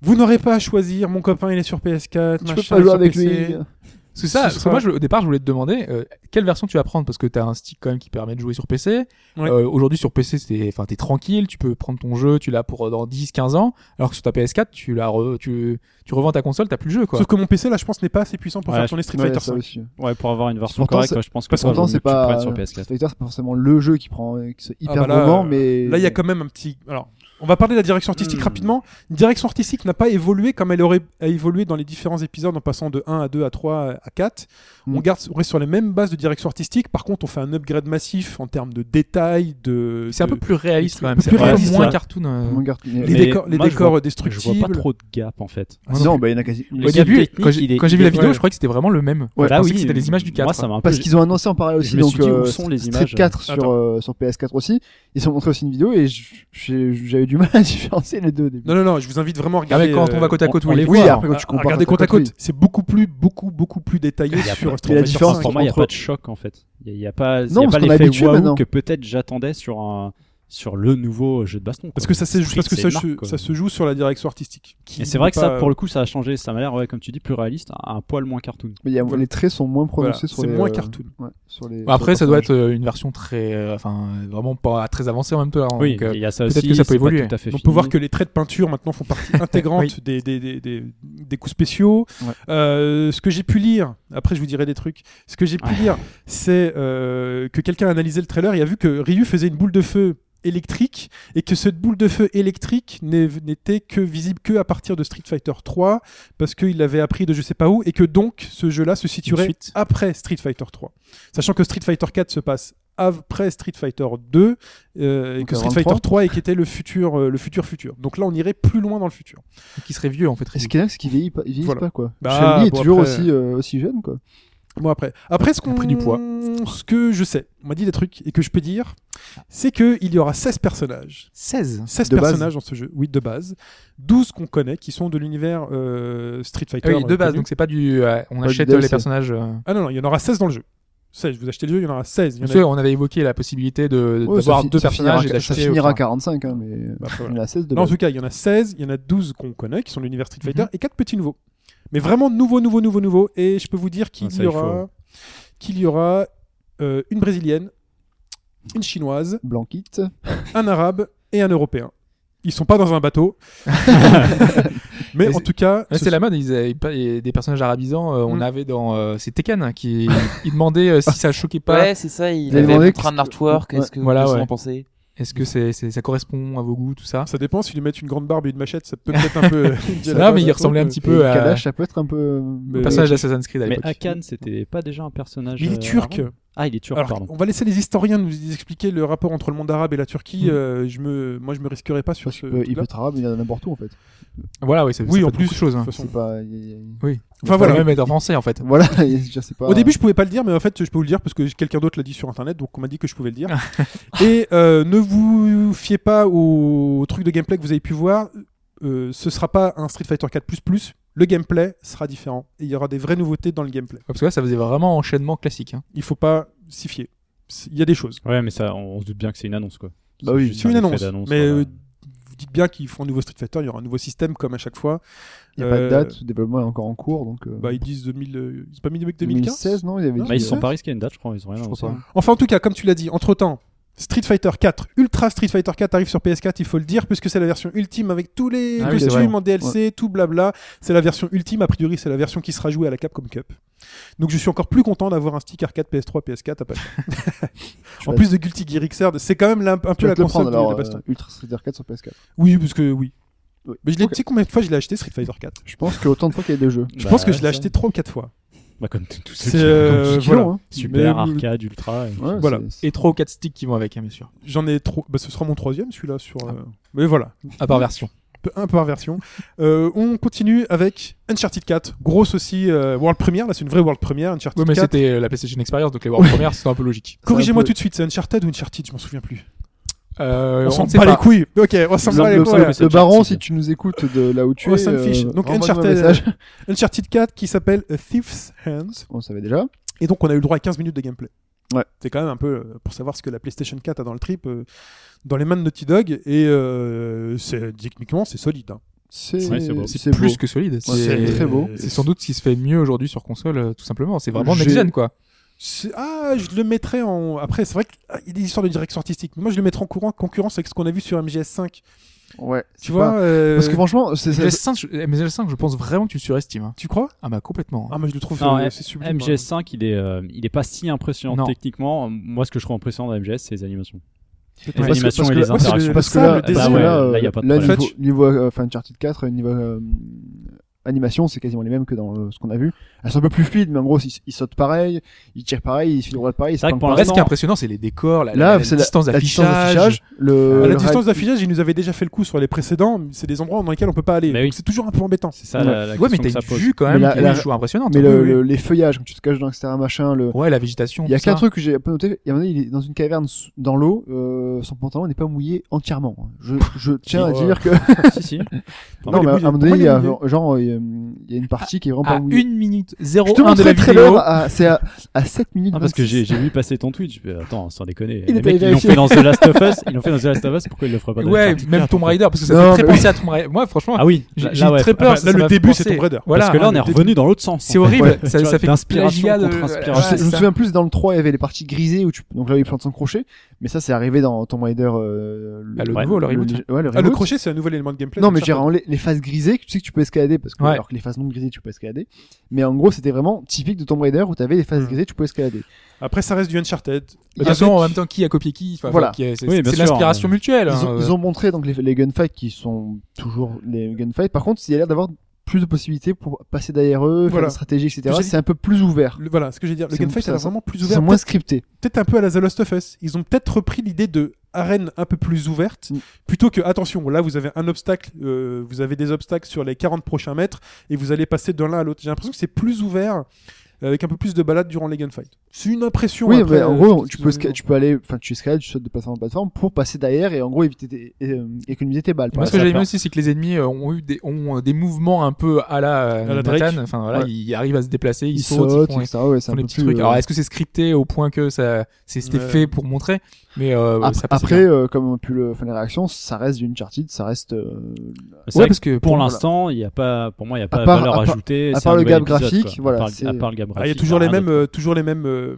Speaker 3: Vous n'aurez pas à choisir. Mon copain, il est sur PS4.
Speaker 6: tu
Speaker 3: machin,
Speaker 6: peux
Speaker 3: il
Speaker 6: pas
Speaker 3: est
Speaker 6: jouer
Speaker 3: sur
Speaker 6: avec
Speaker 3: PC.
Speaker 6: lui
Speaker 4: Parce que ça,
Speaker 3: Ce
Speaker 4: parce que
Speaker 3: sera-
Speaker 4: moi, je- au départ, je voulais te demander euh, quelle version tu vas prendre parce que t'as un stick quand même qui permet de jouer sur PC.
Speaker 3: Ouais.
Speaker 4: Euh, Aujourd'hui, sur PC, c'est, enfin, t'es tranquille, tu peux prendre ton jeu, tu l'as pour euh, dans 10, 15 ans, alors que sur ta PS4, tu la re- tu, tu revends ta console, t'as plus le jeu, quoi.
Speaker 3: Sauf que mon PC, là, je pense, n'est pas assez puissant pour
Speaker 5: Ouais,
Speaker 3: faire
Speaker 5: je-
Speaker 3: tourner Street
Speaker 6: Ouais,
Speaker 3: Fighter
Speaker 6: ça
Speaker 3: 5.
Speaker 6: aussi.
Speaker 5: Ouais, pour avoir une version
Speaker 6: Pourtant,
Speaker 5: correcte,
Speaker 6: c'est-
Speaker 5: quoi, je pense que
Speaker 6: parce
Speaker 5: toi,
Speaker 6: qu'entends
Speaker 5: vaut mieux
Speaker 6: c'est
Speaker 5: que tu le
Speaker 6: pas
Speaker 5: prennes sur
Speaker 6: Street
Speaker 5: PS4.
Speaker 6: Fighter c'est pas forcément le jeu qui prend qui soit
Speaker 3: Ah,
Speaker 6: hyper
Speaker 3: bah là,
Speaker 6: gourmand
Speaker 3: euh,
Speaker 6: mais
Speaker 3: Là, il y a quand même un petit. Alors, on va parler de la direction artistique
Speaker 5: Hmm.
Speaker 3: rapidement. Une direction artistique n'a pas évolué comme elle aurait a évolué dans les différents épisodes en passant de 1 à 2 à 3 à à 4. On,
Speaker 6: Mm.
Speaker 3: garde, on reste sur les mêmes bases de direction artistique. Par contre, on fait un upgrade massif en termes de détails, de.
Speaker 4: C'est un
Speaker 3: de-
Speaker 4: peu plus réaliste
Speaker 3: c'est
Speaker 4: quand même.
Speaker 3: plus
Speaker 4: C'est un peu
Speaker 3: réaliste,
Speaker 4: moins
Speaker 3: ouais.
Speaker 4: cartoon. euh.
Speaker 6: Mon gars, il y a-
Speaker 3: Les
Speaker 5: Mais
Speaker 3: décors, les
Speaker 5: moi, je
Speaker 3: décors
Speaker 5: vois- Je
Speaker 3: destructibles.
Speaker 5: vois pas trop de gap en fait.
Speaker 4: Moi non
Speaker 6: Non, bah, il y en a quasi.
Speaker 4: Au
Speaker 5: Le gap
Speaker 4: début,
Speaker 5: technique,
Speaker 4: quand j'ai
Speaker 5: il est-
Speaker 4: quand j'ai
Speaker 5: il
Speaker 4: vu la
Speaker 5: est-
Speaker 4: vidéo,
Speaker 5: ouais.
Speaker 4: je croyais que c'était vraiment le même.
Speaker 6: Ouais, ah
Speaker 4: je
Speaker 5: Bah
Speaker 4: pensais
Speaker 5: oui,
Speaker 4: que c'était les images du 4.
Speaker 5: Moi, ça m'a un peu.
Speaker 6: Parce qu'ils ont annoncé en parallèle aussi,
Speaker 5: me
Speaker 6: donc
Speaker 5: suis dit, où
Speaker 6: euh,
Speaker 5: sont les
Speaker 6: Street
Speaker 5: images
Speaker 6: 4 sur,
Speaker 3: Attends.
Speaker 6: euh, sur PS4 aussi. Ils ont montré aussi une vidéo et j- j'ai- j'avais du mal à différencier les deux au début.
Speaker 3: Non, non, non, je vous invite vraiment à
Speaker 4: Ah,
Speaker 3: regarder.
Speaker 4: mais quand on
Speaker 3: euh,
Speaker 4: va côte à côte,
Speaker 5: on-
Speaker 4: oui.
Speaker 5: on les
Speaker 6: oui,
Speaker 5: voir,
Speaker 6: après quand
Speaker 3: à-
Speaker 6: tu compares
Speaker 3: regarder Ah, côte à côte,
Speaker 6: oui.
Speaker 3: c'est beaucoup plus, beaucoup, beaucoup plus détaillé
Speaker 5: Il y a
Speaker 3: sur
Speaker 5: pas-
Speaker 3: Street
Speaker 6: la
Speaker 3: Fighter
Speaker 6: différence
Speaker 3: cinq.
Speaker 5: Pour moi, il n'y a
Speaker 6: entre-
Speaker 5: pas de choc en fait. Il n'y a, pas, il y
Speaker 6: Non,
Speaker 5: a
Speaker 6: parce
Speaker 5: pas
Speaker 6: qu'on est
Speaker 5: l'effet
Speaker 6: habitué maintenant.
Speaker 5: waouh que peut-être j'attendais sur, un, sur le nouveau jeu de baston.
Speaker 3: Parce que ça, se-
Speaker 5: Street,
Speaker 3: parce que
Speaker 5: c'est
Speaker 3: ça,
Speaker 5: une marque,
Speaker 3: se-
Speaker 5: quoi.
Speaker 3: ça se joue sur la direction artistique. qui
Speaker 5: Et c'est vrai
Speaker 3: n'est
Speaker 5: que ça,
Speaker 3: pas-
Speaker 5: pour le coup, ça a changé. Ça m'a l'air, ouais, comme tu dis, plus réaliste, un, un poil moins cartoon.
Speaker 6: Mais il y a-
Speaker 3: Voilà.
Speaker 6: les traits sont moins
Speaker 3: voilà,
Speaker 6: prononcés sur
Speaker 3: c'est
Speaker 6: les.
Speaker 3: moins
Speaker 6: euh,
Speaker 3: cartoon.
Speaker 6: ouais, sur les-
Speaker 4: Bah, Après,
Speaker 6: sur
Speaker 4: ça
Speaker 6: les
Speaker 4: doit
Speaker 6: personnages.
Speaker 4: être euh, une version très, euh, enfin, vraiment pas très avancée en même temps. hein,
Speaker 5: Oui,
Speaker 4: donc, euh,
Speaker 5: il y a ça
Speaker 4: peut-être
Speaker 5: aussi.
Speaker 4: que ça peut
Speaker 5: c'est pas
Speaker 4: évoluer.
Speaker 5: Tout à fait
Speaker 3: On peut
Speaker 5: fini.
Speaker 3: voir que les traits de peinture maintenant font partie intégrante
Speaker 4: Oui.
Speaker 3: des, des, des, des, des coups spéciaux.
Speaker 6: Ouais.
Speaker 3: Euh, ce que j'ai pu lire, après je vous dirai des trucs, ce que j'ai pu lire, c'est euh, que quelqu'un a analysé le trailer et a vu que Ryu faisait une boule de feu électrique et que cette boule de feu électrique n'est- n'était que visible que à partir de Street Fighter 3 parce qu'il l'avait appris de je sais pas où et que donc ce jeu-là se situerait
Speaker 4: suite.
Speaker 3: après Street Fighter 3 sachant que Street Fighter 4 se passe après Street Fighter 2 euh, et
Speaker 6: Donc
Speaker 3: que
Speaker 6: avant
Speaker 3: Street
Speaker 6: le 3.
Speaker 3: Fighter 3 et qui était le futur euh, le futur futur. Donc là on irait plus loin dans le futur.
Speaker 4: qui serait vieux en fait.
Speaker 6: Et ce qui est dingue, c'est qu'ils vieillissent pas, ils vieillissent
Speaker 3: Voilà.
Speaker 6: pas quoi.
Speaker 3: Bah,
Speaker 6: Chun-Li est
Speaker 3: bon,
Speaker 6: toujours
Speaker 3: après-
Speaker 6: aussi, euh, aussi jeune quoi.
Speaker 3: Bon après, après ce qu'on
Speaker 4: pris du poids.
Speaker 3: ce que je sais, on m'a dit des trucs et que je peux dire, c'est que il y aura 16 personnages.
Speaker 4: 16.
Speaker 3: 16
Speaker 6: De base.
Speaker 3: personnages dans ce jeu, oui, de base. 12 qu'on connaît, qui sont de l'univers euh, Street Fighter.
Speaker 4: Ah oui, de
Speaker 3: euh,
Speaker 4: base,
Speaker 3: connu.
Speaker 4: donc c'est pas du. euh, on
Speaker 6: Pas du
Speaker 4: achète euh,
Speaker 6: DLC.
Speaker 4: les personnages. euh,
Speaker 3: Ah non, non, il y en aura 16 dans le jeu. 16, vous achetez le jeu, il y en aura 16. Il y en
Speaker 4: Parce
Speaker 3: a-
Speaker 4: que on avait évoqué la possibilité de
Speaker 6: Ouais, ça
Speaker 4: d'avoir
Speaker 6: fi-
Speaker 4: deux
Speaker 6: ça
Speaker 4: personnages et
Speaker 6: finira, ça
Speaker 4: d'acheter.
Speaker 6: finira
Speaker 4: enfin,
Speaker 6: 45 hein, mais
Speaker 3: Bah, après, voilà.
Speaker 6: il y en a 16 de
Speaker 3: Non, en
Speaker 6: base.
Speaker 3: tout cas, il y en a 16, il y en a 12 qu'on connaît, qui sont de l'univers Street Fighter, et 4 petits nouveaux. Mais vraiment nouveaux, nouveaux, nouveaux, nouveaux. Et je peux vous dire qu'il
Speaker 5: Ah, ça,
Speaker 3: y
Speaker 5: il
Speaker 4: hein.
Speaker 3: aura, qu'il y aura euh, une brésilienne, une chinoise,
Speaker 6: Blanquite.
Speaker 3: un arabe et un européen. Ils sont pas dans un bateau. Mais
Speaker 4: Mais
Speaker 3: en tout cas,
Speaker 4: ouais,
Speaker 3: ce
Speaker 4: c'est la mode, ils avaient pas- et des personnages arabisants. euh, On
Speaker 3: Mm.
Speaker 4: avait dans. euh, c'est Tekken hein, qui il demandait euh, si ça choquait pas.
Speaker 7: Ouais, c'est ça,
Speaker 6: Il
Speaker 7: il
Speaker 6: a demandé
Speaker 7: avait montré
Speaker 6: qu'est-ce
Speaker 7: un
Speaker 6: que-
Speaker 7: artwork,
Speaker 6: Ouais.
Speaker 7: est-ce que vous
Speaker 4: Voilà,
Speaker 7: en
Speaker 4: ouais.
Speaker 7: pensez
Speaker 4: Est-ce que c'est c'est- ça correspond à vos goûts, tout ça
Speaker 3: ça dépend. S'ils lui mettent une grande barbe et une machette, ça peut peut-être un peu.
Speaker 4: Non, mais il ressemblait un petit peu
Speaker 6: Et
Speaker 4: à-
Speaker 6: Kalash, ça peut être un peu.
Speaker 3: peu-
Speaker 4: Le personnage d'Assassin's Creed à
Speaker 5: Mais
Speaker 4: l'époque.
Speaker 5: Akan, c'était pas déjà un personnage.
Speaker 3: Mais il
Speaker 5: euh,
Speaker 3: est turc.
Speaker 5: arabe Ah, il est turc,
Speaker 3: Alors,
Speaker 5: pardon.
Speaker 3: on va laisser les historiens nous expliquer le rapport entre le monde arabe et la Turquie.
Speaker 4: Mm.
Speaker 3: Euh, je me, moi, je me risquerai pas sur
Speaker 6: Parce
Speaker 3: ce.
Speaker 6: qu'il peut, il
Speaker 3: truc-là.
Speaker 6: peut être arabe, il y en a n'importe où en fait.
Speaker 4: Voilà, oui, c'est
Speaker 3: Oui, en plus,
Speaker 4: de choses. hein.
Speaker 3: de toute façon.
Speaker 6: C'est pas. il y a- il y a-
Speaker 3: Enfin
Speaker 4: Voilà,
Speaker 3: voilà.
Speaker 4: même être en français en fait.
Speaker 6: Voilà, je sais pas.
Speaker 3: Au début, je pouvais pas le dire, mais en fait, je peux vous le dire parce que quelqu'un d'autre l'a dit sur internet, donc on m'a dit que je pouvais le dire. et euh, ne vous fiez pas au truc de gameplay que vous avez pu voir. Euh, ce sera pas un Street Fighter 4 Le gameplay sera différent et il y aura des vraies nouveautés dans le gameplay.
Speaker 4: Parce que là, ça faisait vraiment enchaînement classique. hein.
Speaker 3: Il faut pas s'y fier. C'est- Il y a des choses.
Speaker 5: Ouais, mais ça, on, on se doute bien que c'est une annonce quoi.
Speaker 6: Bah oui,
Speaker 5: juste
Speaker 3: C'est une
Speaker 5: un effet
Speaker 3: annonce, mais
Speaker 5: voilà.
Speaker 3: euh, vous dites bien qu'ils font un nouveau Street Fighter. Il y aura un nouveau système comme à chaque fois.
Speaker 6: Il n'y a pas de
Speaker 3: euh,
Speaker 6: date, le développement est encore en cours donc. euh,
Speaker 3: Bah, ils disent 2000. euh, Ils ont pas mis 2015.
Speaker 6: 2016, non Il y avait.
Speaker 3: Non,
Speaker 5: Bah, ils se sont
Speaker 6: Ouais.
Speaker 5: pas risqués à une date, je crois. Ils ont rien
Speaker 6: Je
Speaker 5: annoncé.
Speaker 6: crois pas.
Speaker 3: Enfin, en tout cas, comme tu l'as dit, entre temps, Street Fighter 4, Ultra Street Fighter 4 arrive sur PS4, il faut le dire, puisque c'est la version ultime avec tous les
Speaker 4: Ah oui, c'est
Speaker 3: costumes
Speaker 4: vrai.
Speaker 3: en DLC, tout blabla. C'est la version ultime, a priori, c'est la version qui sera jouée à la Capcom Cup. Donc je suis encore plus content d'avoir un stick arcade PS3, PS4 à pas cher.
Speaker 6: Tu
Speaker 3: En
Speaker 6: vas-
Speaker 3: plus de Guilty Gear Xrd, c'est quand même la- un
Speaker 6: tu
Speaker 3: peu
Speaker 6: vas
Speaker 3: la
Speaker 6: te le
Speaker 3: console
Speaker 6: prendre
Speaker 3: de
Speaker 6: alors.
Speaker 3: la baston.
Speaker 6: euh, Ultra Street 4 sur PS4.
Speaker 3: Oui, parce que oui.
Speaker 6: Oui.
Speaker 3: Mais je l'ai,
Speaker 6: Ok.
Speaker 3: tu sais combien de fois je l'ai acheté Street Fighter 4
Speaker 6: Je pense que autant de fois qu'il y a des jeux.
Speaker 3: Je
Speaker 5: Bah,
Speaker 3: pense que je
Speaker 5: ouais,
Speaker 3: l'ai
Speaker 5: ça.
Speaker 3: acheté 3 ou 4 fois.
Speaker 5: Bah, comme t- tous ceux
Speaker 3: C'est
Speaker 5: qui-
Speaker 3: euh,
Speaker 6: Comme ceux qui
Speaker 3: voilà.
Speaker 6: l'ont, hein.
Speaker 5: Super
Speaker 3: mais-
Speaker 5: arcade, ultra. et-
Speaker 6: Ouais,
Speaker 3: Voilà.
Speaker 6: c'est-
Speaker 4: Et trois ou quatre sticks qui vont avec, hein, bien sûr.
Speaker 3: J'en ai trop. Bah, ce sera mon troisième celui-là sur. euh, Mais voilà.
Speaker 4: À part version.
Speaker 3: Peu- un par version. Euh, on continue avec Uncharted 4, grosse aussi euh, world premiere. Là, c'est une vraie world premiere. Uncharted
Speaker 4: Oui, mais
Speaker 3: 4.
Speaker 4: c'était euh, la PlayStation Experience, donc les World Premières, c'était un peu logique.
Speaker 3: Corrigez-moi
Speaker 6: un peu-
Speaker 3: tout de suite, c'est Uncharted ou Uncharted Je m'en souviens plus.
Speaker 4: Euh,
Speaker 3: on
Speaker 4: on
Speaker 3: s'en
Speaker 4: ne sait
Speaker 3: bat les couilles. Ok, on s'en
Speaker 6: Le,
Speaker 3: bat les
Speaker 6: le-
Speaker 3: couilles.
Speaker 6: le
Speaker 5: c'est
Speaker 6: baron,
Speaker 5: Uncharted.
Speaker 6: si tu nous écoutes de là où tu
Speaker 3: Oh,
Speaker 6: es.
Speaker 3: ça me fiche.
Speaker 6: euh,
Speaker 3: Donc,
Speaker 6: envoie-nous un
Speaker 3: Uncharted. euh,
Speaker 6: message.
Speaker 3: Uncharted 4 qui s'appelle A Thief's Hands.
Speaker 6: On savait déjà.
Speaker 3: Et donc, on a eu le droit à 15 minutes de gameplay.
Speaker 6: Ouais.
Speaker 3: C'est quand même un peu euh, pour savoir ce que la PlayStation 4 a dans le trip, euh, dans les mains de Naughty Dog. Et euh, c'est- techniquement, c'est solide. hein.
Speaker 6: C'est
Speaker 5: Ouais, c'est beau.
Speaker 6: c'est
Speaker 4: plus
Speaker 6: beau.
Speaker 4: que solide.
Speaker 6: c'est très beau.
Speaker 4: C'est sans doute ce qui se fait mieux aujourd'hui sur console, euh, tout simplement. C'est vraiment
Speaker 6: J'ai-
Speaker 4: next-gen, quoi.
Speaker 3: C'est- Ah, je le mettrais en. Après, c'est vrai qu'il y a des histoires de direction artistique. Mais moi, je le mettrais en courant, concurrence avec ce qu'on a vu sur MGS5.
Speaker 6: Ouais.
Speaker 3: Tu
Speaker 6: c'est
Speaker 3: vois
Speaker 6: pas-
Speaker 3: euh,
Speaker 6: Parce que franchement, c'est ça-
Speaker 4: MGS5, je- MGS5, je pense vraiment que tu surestimes. hein.
Speaker 3: Tu crois
Speaker 4: Ah bah complètement. hein.
Speaker 3: Ah, moi je le trouve.
Speaker 5: Non,
Speaker 3: euh,
Speaker 5: M-
Speaker 3: c'est sublime.
Speaker 5: MGS5, il est, euh, il est pas si impressionnant
Speaker 4: Non.
Speaker 5: techniquement. Moi, ce que je trouve impressionnant dans MGS, c'est les animations. Les
Speaker 6: parce que-
Speaker 5: animations
Speaker 6: parce
Speaker 5: et
Speaker 6: que-
Speaker 5: les
Speaker 3: parce que- hein.
Speaker 5: interactions.
Speaker 6: parce que
Speaker 3: Ça,
Speaker 6: là,
Speaker 3: le
Speaker 6: parce que
Speaker 5: design.
Speaker 6: là,
Speaker 5: Ah ouais,
Speaker 6: euh,
Speaker 5: là, y a pas de
Speaker 6: là,
Speaker 5: problème.
Speaker 6: niveau, niveau euh, enfin, Uncharted 4, euh, niveau euh, animations, c'est quasiment les mêmes que dans euh, ce qu'on a vu. Elles sont un peu plus fluides, mais en gros, ils, ils sautent pareil, ils tirent pareil, ils filent droit pareil. ils se
Speaker 5: vrai que
Speaker 6: plantent
Speaker 5: pour
Speaker 4: Là,
Speaker 6: pareil.
Speaker 4: ce qui est impressionnant, c'est les décors, la, la-
Speaker 6: Là,
Speaker 4: la
Speaker 6: c'est
Speaker 4: distance
Speaker 6: la distance
Speaker 4: d'affichage.
Speaker 6: d'affichage. Le,
Speaker 5: euh,
Speaker 3: À Ah, la
Speaker 6: le
Speaker 3: distance
Speaker 6: rad-
Speaker 3: d'affichage, ils nous avaient déjà fait le coup sur les précédents. mais C'est des endroits dans lesquels on peut pas aller.
Speaker 5: Mais oui.
Speaker 3: Donc C'est toujours un peu embêtant.
Speaker 5: C'est ça la, la
Speaker 4: Ouais, mais
Speaker 5: question que
Speaker 4: t'as
Speaker 5: ça
Speaker 4: une
Speaker 5: pose.
Speaker 4: vue quand
Speaker 6: Mais
Speaker 4: même
Speaker 6: la-
Speaker 4: qui est
Speaker 6: la-
Speaker 4: toujours impressionnante.
Speaker 6: Mais
Speaker 4: hein.
Speaker 6: le,
Speaker 4: Oui,
Speaker 6: le- les feuillages, quand tu te caches dans, etc., machin, le,
Speaker 4: oui. Ouais, la végétation.
Speaker 6: Il y a
Speaker 4: tout ça.
Speaker 6: qu'un truc que j'ai pas noté. Il y a un moment, il est dans une caverne sous- dans l'eau. euh, son pantalon n'est pas mouillé entièrement. Je, je tiens à
Speaker 3: Oh.
Speaker 6: dire que
Speaker 5: si, si.
Speaker 6: non,
Speaker 3: il est
Speaker 6: mais à un
Speaker 3: mouillé.
Speaker 6: moment donné, il y a
Speaker 3: Pourquoi
Speaker 6: genre euh, il y a- il y a une partie qui est vraiment
Speaker 4: À
Speaker 6: pas mouillée.
Speaker 4: 1 minute
Speaker 6: Je te
Speaker 4: 01 de
Speaker 6: montrerai
Speaker 4: la
Speaker 6: le trailer.
Speaker 4: vidéo.
Speaker 6: à- C'est à, à 7 minutes.
Speaker 5: Ah, parce que
Speaker 6: 26.
Speaker 5: j'ai j'ai vu passer ton tweet, je fais, attends, sans déconner.
Speaker 6: Il
Speaker 5: les
Speaker 6: est
Speaker 5: mecs,
Speaker 6: allé
Speaker 5: ils l'ont
Speaker 6: vérifier.
Speaker 5: fait dans The Last of Us, ils l'ont fait dans The Last of Us, pourquoi ils le feraient pas dans
Speaker 4: Ouais,
Speaker 5: Uncharted
Speaker 4: même
Speaker 5: quatre,
Speaker 4: Tomb
Speaker 5: en
Speaker 4: Raider, parce que ça
Speaker 6: Non,
Speaker 4: fait
Speaker 6: mais-
Speaker 4: très penser à Tomb Raider. Moi,
Speaker 5: fait
Speaker 4: franchement,
Speaker 5: Ah oui,
Speaker 4: j'ai
Speaker 5: là,
Speaker 4: j'ai
Speaker 5: là, ouais.
Speaker 4: très
Speaker 3: Ah
Speaker 4: peur.
Speaker 3: bah,
Speaker 4: ça,
Speaker 3: là,
Speaker 4: ça
Speaker 3: le
Speaker 4: m'a
Speaker 3: début,
Speaker 4: fait
Speaker 3: c'est
Speaker 4: penser-
Speaker 3: Tomb Raider.
Speaker 4: Voilà.
Speaker 5: Parce que là, on est
Speaker 4: un des
Speaker 5: revenu dans l'autre sens.
Speaker 4: C'est horrible,
Speaker 5: Ouais,
Speaker 4: ça,
Speaker 5: tu
Speaker 4: ça
Speaker 5: vois,
Speaker 4: fait
Speaker 5: d'inspiration
Speaker 4: plagiat
Speaker 5: contre
Speaker 4: de-
Speaker 5: inspiration.
Speaker 4: Ouais,
Speaker 6: Je, je me
Speaker 4: ça.
Speaker 6: souviens plus dans le 3 il y avait les parties grisées où tu donc là où il plante son crochet mais ça c'est arrivé dans Tomb Raider euh,
Speaker 4: Ah, le nouveau, le reboot.
Speaker 6: ouais, le
Speaker 3: Ah, le
Speaker 6: reboot.
Speaker 3: crochet, c'est un nouvel élément de gameplay.
Speaker 6: Non, mais
Speaker 3: j'ai
Speaker 6: j'ai les, les phases grisées, que tu sais que tu peux escalader, parce que,
Speaker 4: Ouais.
Speaker 6: alors que les phases non grisées, tu peux escalader. Mais en gros, c'était vraiment typique de Tomb Raider où t'avais les phases
Speaker 3: Mm.
Speaker 6: grisées, tu peux escalader.
Speaker 3: Après, ça reste du Uncharted.
Speaker 4: De toute façon, en même temps, qui a copié qui Enfin,
Speaker 6: Voilà.
Speaker 4: qui a- C'est
Speaker 5: Oui, bien
Speaker 4: c'est
Speaker 5: sûr.
Speaker 4: l'inspiration mutuelle.
Speaker 6: Ils
Speaker 4: hein,
Speaker 6: ont,
Speaker 4: ouais.
Speaker 6: ils ont montré donc les, les gunfights qui sont toujours les gunfights. Par contre, il y a l'air d'avoir plus de possibilités pour passer derrière eux, faire
Speaker 3: Voilà.
Speaker 6: des stratégies,
Speaker 3: Que
Speaker 6: etc.
Speaker 3: j'ai dit.
Speaker 6: C'est un peu plus ouvert.
Speaker 3: Le- voilà, ce que j'ai dire. Le
Speaker 6: C'est-
Speaker 3: gameplay, ça a l'air
Speaker 6: ça-
Speaker 3: vraiment plus
Speaker 6: C'est
Speaker 3: ouvert.
Speaker 6: moins scripté.
Speaker 3: peut-être un peu à la The Last of Us. Ils ont peut-être repris l'idée de arène un peu plus ouverte
Speaker 6: Mm.
Speaker 3: plutôt que attention là vous avez un obstacle euh, vous avez des obstacles sur les 40 prochains mètres et vous allez passer de l'un à l'autre j'ai l'impression que c'est plus ouvert euh, avec un peu plus de balade durant les gunfights c'est une impression
Speaker 6: oui,
Speaker 3: après,
Speaker 6: mais en
Speaker 3: euh,
Speaker 6: gros,
Speaker 3: je-
Speaker 6: tu peux, esca- tu peux aller, enfin, tu escalades, tu sautes de plateforme en plateforme pour passer derrière et en gros éviter tes- et, euh, économiser tes balles.
Speaker 4: Et Moi, ce
Speaker 6: Par
Speaker 4: que j'ai aimé
Speaker 6: exemple.
Speaker 4: aussi, c'est que les ennemis euh, ont eu des, ont euh, des mouvements un peu à la, euh,
Speaker 3: À la Drake.
Speaker 4: Nathan. Enfin, voilà,
Speaker 6: Ouais.
Speaker 4: ils arrivent à se déplacer, ils,
Speaker 6: ils
Speaker 4: sautent,
Speaker 6: sautent,
Speaker 4: ils font, ils
Speaker 6: etc. Ouais, c'est
Speaker 4: font
Speaker 6: un
Speaker 4: des
Speaker 6: peu
Speaker 4: petits
Speaker 6: plus,
Speaker 4: trucs. Ah
Speaker 6: euh,
Speaker 4: Alors, est-ce que c'est scripté au point que ça, c'est- c'était
Speaker 3: Ouais.
Speaker 4: fait pour montrer Mais euh,
Speaker 6: Ap-
Speaker 4: ça passait
Speaker 6: Après,
Speaker 4: bien.
Speaker 6: euh, comme on a pu le faire les réactions, ça reste du Uncharted, ça reste. euh,
Speaker 5: C'est
Speaker 4: ouais,
Speaker 5: vrai que
Speaker 4: parce que
Speaker 5: pour
Speaker 4: voilà.
Speaker 5: l'instant, il y a pas, pour moi, il n'y a pas
Speaker 6: À part-
Speaker 5: de valeur
Speaker 6: à part-
Speaker 5: ajoutée.
Speaker 6: à
Speaker 5: c'est
Speaker 6: part
Speaker 5: un
Speaker 6: le gap
Speaker 5: nouvel épisode,
Speaker 6: graphique,
Speaker 5: quoi. À
Speaker 6: voilà,
Speaker 5: part-
Speaker 6: c'est-
Speaker 5: À part le gap
Speaker 3: Ah, il
Speaker 5: graphique.
Speaker 3: y a toujours les
Speaker 5: rien
Speaker 3: mêmes
Speaker 5: d'autre.
Speaker 3: euh, toujours les mêmes euh,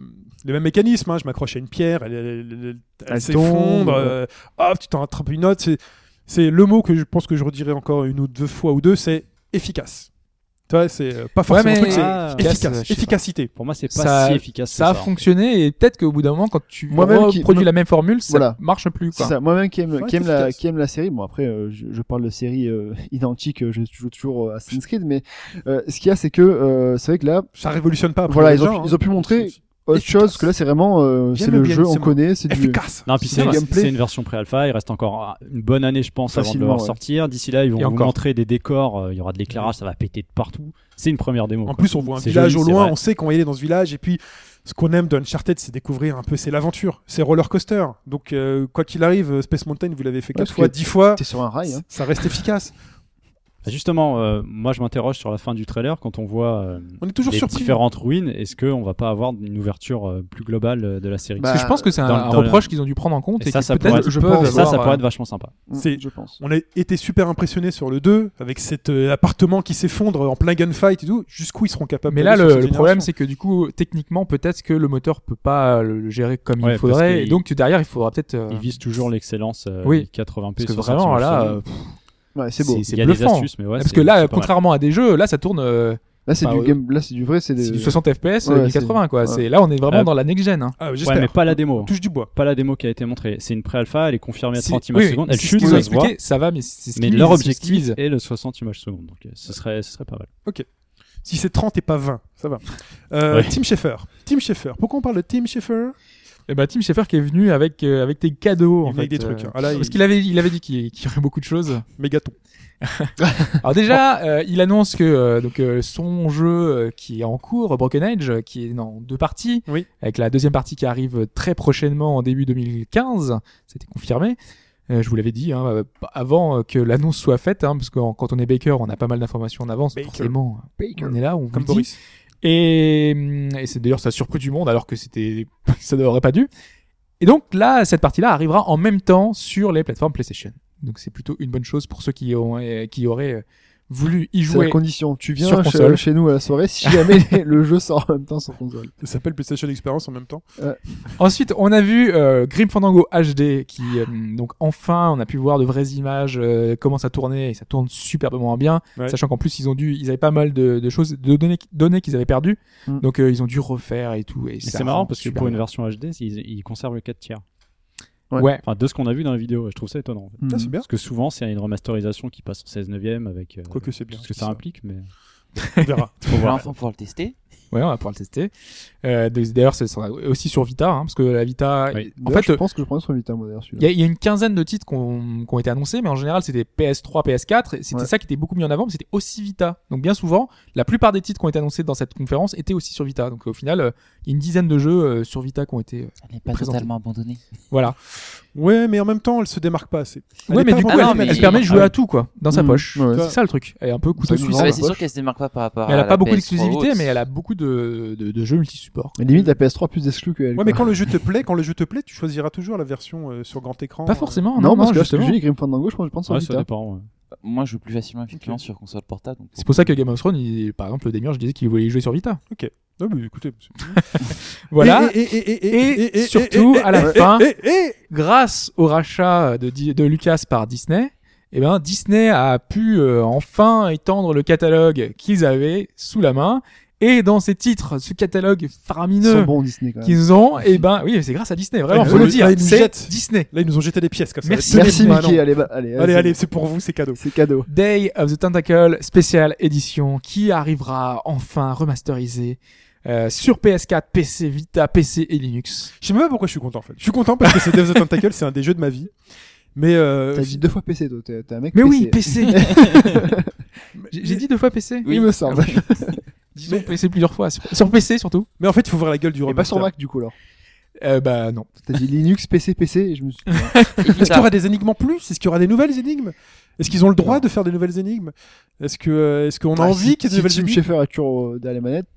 Speaker 3: les mêmes mécanismes hein. je m'accroche à une pierre elle, elle- elle- elle-
Speaker 6: Elle
Speaker 3: elle
Speaker 6: tombe,
Speaker 3: s'effondre euh, hop tu t'en attrapes une autre c'est c'est le mot que je pense que je redirai encore une ou deux fois ou deux c'est efficace tu vois c'est euh, pas forcément
Speaker 4: mais-
Speaker 3: un truc, c'est
Speaker 5: Ah,
Speaker 4: efficace,
Speaker 3: efficace,
Speaker 4: euh, je sais
Speaker 3: efficacité
Speaker 5: Pour moi, c'est
Speaker 4: Ça-
Speaker 5: pas si efficace. que
Speaker 4: ça a fonctionné et peut-être qu'au bout d'un moment, quand tu
Speaker 6: Moi-même qui-
Speaker 4: reproduis la même formule, ça
Speaker 6: Voilà.
Speaker 4: marche plus.
Speaker 6: C'est
Speaker 4: Quoi.
Speaker 6: ça. Moi-même qui aime,
Speaker 3: Faut
Speaker 6: qui
Speaker 3: être
Speaker 6: aime la,
Speaker 3: efficace.
Speaker 6: qui aime la série. Bon après, euh, je, je parle de série euh, identique. euh, Je joue toujours euh, à Assassin's Creed, mais euh, ce qu'il y a, c'est que euh, c'est vrai que là,
Speaker 3: ça révolutionne pas après
Speaker 6: Voilà,
Speaker 3: les
Speaker 6: ils ont
Speaker 3: gens,
Speaker 6: pu-
Speaker 3: hein.
Speaker 6: ils ont pu montrer
Speaker 3: C'est-
Speaker 6: autre
Speaker 3: Efficace.
Speaker 6: chose que là, c'est vraiment, euh,
Speaker 3: J'aime
Speaker 6: c'est le
Speaker 3: bien
Speaker 6: jeu,
Speaker 3: ce
Speaker 6: on
Speaker 3: mot.
Speaker 6: connaît, c'est du.
Speaker 3: efficace
Speaker 5: Non, puis
Speaker 6: C'est
Speaker 5: c'est
Speaker 6: du
Speaker 5: c'est-
Speaker 6: gameplay.
Speaker 5: c'est une version pré-alpha. Il reste encore une bonne année, je pense, avant de le
Speaker 6: Facilement, ouais.
Speaker 5: ressortir. D'ici là, ils vont
Speaker 4: Et
Speaker 5: vous
Speaker 4: encore.
Speaker 5: montrer des décors. euh, Il y aura de l'éclairage, ça va péter de partout. C'est une première démo.
Speaker 3: en
Speaker 5: quoi.
Speaker 3: plus on voit un
Speaker 5: C'est
Speaker 3: village
Speaker 5: joli,
Speaker 3: au
Speaker 5: c'est
Speaker 3: loin
Speaker 5: vrai.
Speaker 3: on sait qu'on va y aller dans ce village et puis ce qu'on aime d'Uncharted c'est découvrir un peu c'est l'aventure c'est roller coaster donc euh, quoi qu'il arrive euh, Space Mountain vous l'avez fait
Speaker 6: Ouais,
Speaker 3: quatre
Speaker 6: parce
Speaker 3: fois
Speaker 6: que
Speaker 3: 10 fois
Speaker 6: T'es sur un rail. Hein.
Speaker 3: ça reste efficace
Speaker 5: Justement, euh, moi, je m'interroge sur la fin du trailer quand on voit euh,
Speaker 3: on est toujours
Speaker 5: les
Speaker 3: surpris
Speaker 5: différentes ruines. Est-ce qu'on va pas avoir une ouverture euh, plus globale euh, de la série
Speaker 6: Bah,
Speaker 4: Parce que je pense que c'est un,
Speaker 5: dans-
Speaker 4: un
Speaker 5: dans le-
Speaker 4: reproche qu'ils ont dû prendre en compte
Speaker 5: Et
Speaker 4: et,
Speaker 5: ça,
Speaker 4: que
Speaker 5: ça
Speaker 4: peut-être
Speaker 5: pourrait être-
Speaker 4: ils
Speaker 6: je
Speaker 4: peuvent
Speaker 6: pense.
Speaker 5: Et ça,
Speaker 4: avoir,
Speaker 5: ça pourrait
Speaker 4: euh,
Speaker 5: être vachement sympa.
Speaker 3: C'est-
Speaker 6: hein, Je pense.
Speaker 3: on a été super impressionné sur le 2 avec cet euh, appartement qui s'effondre en plein gunfight et tout jusqu'où ils seront capables
Speaker 4: Mais là, le, le problème, c'est que du coup, techniquement, peut-être que le moteur peut pas euh, le le gérer comme
Speaker 5: Ouais,
Speaker 4: il
Speaker 5: parce
Speaker 4: faudrait.
Speaker 5: qu'il-
Speaker 4: Et donc, derrière, il faudra peut-être. euh,
Speaker 5: Ils visent toujours l'excellence euh,
Speaker 4: Oui.
Speaker 5: 80p.
Speaker 4: Parce que
Speaker 5: 60
Speaker 4: vraiment,
Speaker 5: sur le
Speaker 4: là,
Speaker 5: sol.
Speaker 4: euh,
Speaker 6: Ouais, c'est beau.
Speaker 4: c'est-
Speaker 5: il y a des
Speaker 4: bluffant.
Speaker 5: astuces, mais ouais,
Speaker 4: parce
Speaker 5: c'est-
Speaker 4: que là,
Speaker 5: c'est pas mal.
Speaker 4: contrairement à des jeux, là, ça tourne. euh,
Speaker 6: Là, c'est
Speaker 4: Bah,
Speaker 6: du
Speaker 4: ouais.
Speaker 6: game. Là, c'est du vrai. C'est
Speaker 4: C'est du
Speaker 6: des.
Speaker 4: 60 FPS,
Speaker 6: Ouais,
Speaker 4: euh, du
Speaker 6: c'est-
Speaker 4: 80 quoi.
Speaker 6: ouais.
Speaker 4: C'est là on est vraiment
Speaker 5: Euh,
Speaker 4: dans la next gen. hein.
Speaker 3: ah,
Speaker 5: Ouais,
Speaker 3: j'espère
Speaker 5: mais pas la démo.
Speaker 3: touche du bois
Speaker 5: Pas la démo qui a été montrée. C'est une pré-alpha, elle est confirmée à
Speaker 4: C'est-
Speaker 5: 30
Speaker 4: oui,
Speaker 5: images
Speaker 4: oui,
Speaker 5: secondes.
Speaker 4: c'est
Speaker 5: Elle
Speaker 4: ce
Speaker 5: chute,
Speaker 4: qu'ils ont
Speaker 5: ça se voit.
Speaker 4: expliqué, ça va, mais c'est ce
Speaker 5: Mais
Speaker 4: qu'ils-
Speaker 5: leur
Speaker 4: c'est ce qu'ils
Speaker 5: objectif
Speaker 4: visent.
Speaker 5: est le 60 images secondes. Donc euh, ce serait, ce serait pas mal.
Speaker 3: si c'est 30 et pas 20 ça va Euh,
Speaker 5: Ouais.
Speaker 3: Tim Schafer Tim Schafer pourquoi on parle de Tim Schafer
Speaker 4: Eh ben, Tim Schafer qui est venu avec euh, avec des cadeaux
Speaker 3: Il
Speaker 4: en
Speaker 3: venait
Speaker 4: fait.
Speaker 3: avec des
Speaker 4: euh,
Speaker 3: trucs, hein. Ah, là,
Speaker 4: parce
Speaker 3: il-
Speaker 4: qu'il avait il avait dit qu'il qu'il y aurait beaucoup de choses.
Speaker 3: Mégaton
Speaker 4: Alors déjà, euh, il annonce que euh, donc euh, son jeu euh, qui est en cours, Broken Age, euh, qui est en deux parties,
Speaker 3: Oui.
Speaker 4: avec la deuxième partie qui arrive très prochainement en début 2015, c'était confirmé. Euh, je vous l'avais dit hein, euh, avant euh, que l'annonce soit faite, hein, parce que en- quand on est baker, on a pas mal d'informations en avance.
Speaker 3: Baker.
Speaker 4: Forcément, euh, on est là, on vous
Speaker 3: comme
Speaker 4: le dit.
Speaker 3: Boris
Speaker 4: Et, hum, et c'est d'ailleurs ça a surpris du monde alors que c'était ça n'aurait pas dû. Et donc là, cette partie-là arrivera en même temps sur les plateformes PlayStation. Donc c'est plutôt une bonne chose pour ceux qui ont euh, qui auraient euh, voulu y
Speaker 6: C'est la
Speaker 4: jouer.
Speaker 6: condition. Tu
Speaker 4: sur
Speaker 6: viens
Speaker 4: console.
Speaker 6: chez, chez nous à la soirée si jamais le jeu sort en même temps sur console.
Speaker 3: ça s'appelle PlayStation Experience en même temps
Speaker 4: Ensuite, on a vu euh, Grim Fandango HD qui euh, hum, donc enfin on a pu voir de vraies images euh, comment ça tournait et ça tourne superbement bien,
Speaker 3: Ouais.
Speaker 4: sachant qu'en plus ils ont dû ils avaient pas mal de, de choses de données données qu'ils avaient perdues.
Speaker 6: Mm.
Speaker 4: Donc euh, ils ont dû refaire et tout et
Speaker 5: Mais
Speaker 4: ça
Speaker 5: C'est marrant
Speaker 4: rend
Speaker 5: parce que
Speaker 4: super
Speaker 5: pour une
Speaker 4: bien.
Speaker 5: version HD, ils, ils conservent le 4 tiers.
Speaker 6: Ouais.
Speaker 4: ouais.
Speaker 5: Enfin, de ce qu'on a vu dans la vidéo, je trouve ça étonnant. en
Speaker 4: Hmm.
Speaker 5: fait.
Speaker 3: Ah, c'est bien.
Speaker 5: Parce que souvent, c'est une remasterisation qui passe en 16 neuvième avec euh,
Speaker 3: Quoique c'est bien.
Speaker 5: tout ce que ça implique, mais
Speaker 3: On verra.
Speaker 5: faut voir.
Speaker 7: Enfin, pouvoir le tester.
Speaker 4: Ouais, on va pouvoir le tester. Euh, D'ailleurs, c'est sera aussi sur Vita, hein, parce que la Vita.
Speaker 5: Oui.
Speaker 4: En
Speaker 6: D'ailleurs,
Speaker 4: fait,
Speaker 6: je pense que je prends sur Vita, moi, d'ailleurs,
Speaker 4: il y,
Speaker 6: celui-là.
Speaker 4: a- il y a une quinzaine de titres qui ont été annoncés, mais en général, c'était PS3, PS4. et C'était
Speaker 6: Ouais.
Speaker 4: ça qui était beaucoup mis en avant, mais c'était aussi Vita. Donc, bien souvent, la plupart des titres qui ont été annoncés dans cette conférence étaient aussi sur Vita. Donc, au final, euh, il y a une dizaine de jeux euh, sur Vita qui ont été.
Speaker 7: Elle n'est pas
Speaker 4: Présenté.
Speaker 7: totalement abandonnée.
Speaker 4: Voilà.
Speaker 3: Ouais, mais en même temps, elle se démarque pas assez. Elle
Speaker 4: ouais,
Speaker 3: est
Speaker 4: mais
Speaker 3: pas
Speaker 4: du coup,
Speaker 3: vraiment
Speaker 7: elle-
Speaker 4: elle,
Speaker 7: mais-
Speaker 3: animée.
Speaker 4: permet de jouer
Speaker 6: Ah.
Speaker 4: à tout, quoi, dans sa
Speaker 6: Mhm.
Speaker 4: poche.
Speaker 6: Ouais.
Speaker 4: C'est ça le truc. Elle est un peu couteau
Speaker 6: C'est Ah,
Speaker 4: suisse.
Speaker 6: souvent
Speaker 7: Ouais,
Speaker 6: la
Speaker 7: c'est
Speaker 6: poche.
Speaker 7: sûr qu'elle se démarque pas par rapport
Speaker 4: Elle
Speaker 7: à
Speaker 4: a
Speaker 7: la
Speaker 4: pas beaucoup
Speaker 7: PS3
Speaker 4: d'exclusivité,
Speaker 7: haute.
Speaker 4: mais elle a beaucoup de, de, de jeux multi-support.
Speaker 6: Mais limite, la PS3 plus exclue que elle.
Speaker 3: Ouais, mais
Speaker 6: quoi.
Speaker 3: quand le jeu te plaît, quand le jeu te plaît, tu choisiras toujours la version euh, sur grand écran.
Speaker 4: Pas
Speaker 3: euh,
Speaker 4: forcément, non,
Speaker 6: Non, parce que là, ce que
Speaker 4: justement.
Speaker 6: j'ai dit, Grim Fandango, je pense que je prends sur
Speaker 5: Ouais, ça
Speaker 4: hein.
Speaker 6: Vita.
Speaker 5: dépend. ouais.
Speaker 7: Moi, je joue plus facilement effectivement sur console portable. donc-
Speaker 4: C'est pour ça que Game of Thrones, il- par exemple, le Demiurge disait qu'il voulait y jouer sur Vita.
Speaker 3: Non, mais écoutez. c'est-
Speaker 4: Voilà.
Speaker 3: Et, et- et- et- et- et- et-
Speaker 4: surtout,
Speaker 3: et-
Speaker 4: à la
Speaker 3: et-
Speaker 4: fin-
Speaker 3: et- et-
Speaker 4: grâce au rachat de, Di- de Lucas par Disney, eh ben, Disney a pu euh, enfin étendre le catalogue qu'ils avaient sous la main. Et dans ces titres, ce catalogue
Speaker 6: Ils sont
Speaker 4: faramineux
Speaker 6: bons, Disney, quand même.
Speaker 4: qu'ils ont, eh ben, oui, c'est grâce à Disney, vraiment,
Speaker 3: Ah,
Speaker 4: faut
Speaker 3: ils
Speaker 4: le
Speaker 3: nous-
Speaker 4: dire,
Speaker 3: ah, ils nous
Speaker 4: c'est
Speaker 3: jettent.
Speaker 4: Disney.
Speaker 3: Là, ils nous ont jeté des pièces comme ça.
Speaker 4: Merci.
Speaker 3: Deux
Speaker 6: Merci,
Speaker 3: minutes, bah,
Speaker 6: Mickey.
Speaker 3: non.
Speaker 6: Allez, va- allez,
Speaker 3: Allez,
Speaker 6: c'est-
Speaker 3: allez, c'est pour vous, c'est cadeau.
Speaker 6: C'est
Speaker 4: Euh,
Speaker 6: cadeau.
Speaker 4: Day of the Tentacle spécial édition qui arrivera enfin remasterisée euh, sur PS4, PC, Vita, PC et Linux.
Speaker 3: Je sais même pas pourquoi je suis content en fait. Je suis content parce que c'est Death of the Tentacle, c'est un des jeux de ma vie. Mais euh,
Speaker 6: T'as dit deux fois PC, toi. T'es t'es un mec.
Speaker 4: Mais
Speaker 6: PC.
Speaker 4: oui, PC. J'ai j'ai dit deux fois PC.
Speaker 6: Il me semble.
Speaker 4: Disons PC plusieurs fois sur, sur PC surtout.
Speaker 3: mais en fait, il faut ouvrir la gueule du
Speaker 6: Et pas
Speaker 3: remaster.
Speaker 6: sur Mac, du coup, alors.
Speaker 4: Euh, bah non.
Speaker 6: T'as dit Linux, PC, PC, et je me suis.
Speaker 3: Est-ce qu'il y aura des énigmes en plus Est-ce qu'il y aura des nouvelles énigmes Est-ce qu'ils ont le droit de faire des nouvelles énigmes Est-ce que euh, est-ce qu'on a
Speaker 6: Ah,
Speaker 3: envie
Speaker 6: si-
Speaker 3: qu'il y ait
Speaker 6: si
Speaker 3: des nouvelles
Speaker 6: Tim
Speaker 3: énigmes
Speaker 6: Schafer est toujours euh, derrière les manettes,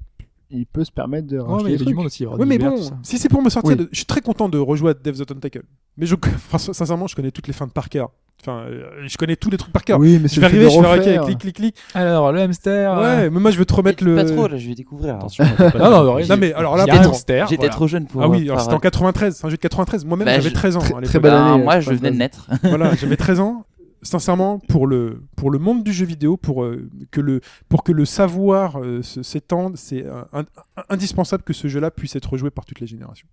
Speaker 6: il peut se permettre de
Speaker 4: Ouais,
Speaker 6: racheter
Speaker 4: mais il y
Speaker 6: des
Speaker 4: avait du
Speaker 6: trucs.
Speaker 4: monde aussi. il y aura
Speaker 3: Oui,
Speaker 4: du
Speaker 3: mais
Speaker 4: Uber,
Speaker 3: bon,
Speaker 4: tout ça.
Speaker 3: si c'est pour me sortir,
Speaker 6: Oui.
Speaker 3: de... je suis très content de rejouer à Death of the Tentacle. Mais je... enfin, sincèrement, je connais toutes les fins de par cœur. Enfin, euh, je connais tous les trucs par cœur.
Speaker 6: Oui, mais
Speaker 3: je
Speaker 6: c'est
Speaker 3: vais
Speaker 6: le fait
Speaker 3: arriver,
Speaker 6: de
Speaker 3: je vais raquer,
Speaker 6: refaire.
Speaker 3: clic, clic, clic.
Speaker 4: Alors le
Speaker 7: Ah.
Speaker 4: hamster. euh,
Speaker 3: Ouais, mais moi je veux te remettre le.
Speaker 7: Pas trop, là, je vais découvrir.
Speaker 5: Attention, faut pas
Speaker 4: Non, non,
Speaker 5: dire-
Speaker 4: non,
Speaker 3: Non, mais alors là,
Speaker 4: il y a un
Speaker 3: vraiment.
Speaker 4: hamster.
Speaker 7: J'étais
Speaker 4: voilà.
Speaker 7: trop jeune pour. euh,
Speaker 3: Ah oui,
Speaker 7: pour
Speaker 3: alors c'était en 93, c'est un jeu de 93. Moi-même,
Speaker 7: Bah,
Speaker 3: j'avais
Speaker 7: je-
Speaker 3: 13 ans. hein, à
Speaker 6: très-
Speaker 3: l'époque.
Speaker 6: très belle
Speaker 7: Ben,
Speaker 6: année,
Speaker 7: moi,
Speaker 6: euh,
Speaker 7: je venais de
Speaker 6: Fantasy.
Speaker 7: naître.
Speaker 3: voilà, j'avais 13 ans. Sincèrement, pour le, pour le monde du jeu vidéo, pour, euh, que, le, pour que le savoir euh, se- s'étende, c'est euh, in- in- indispensable que ce jeu-là puisse être joué par toutes les générations.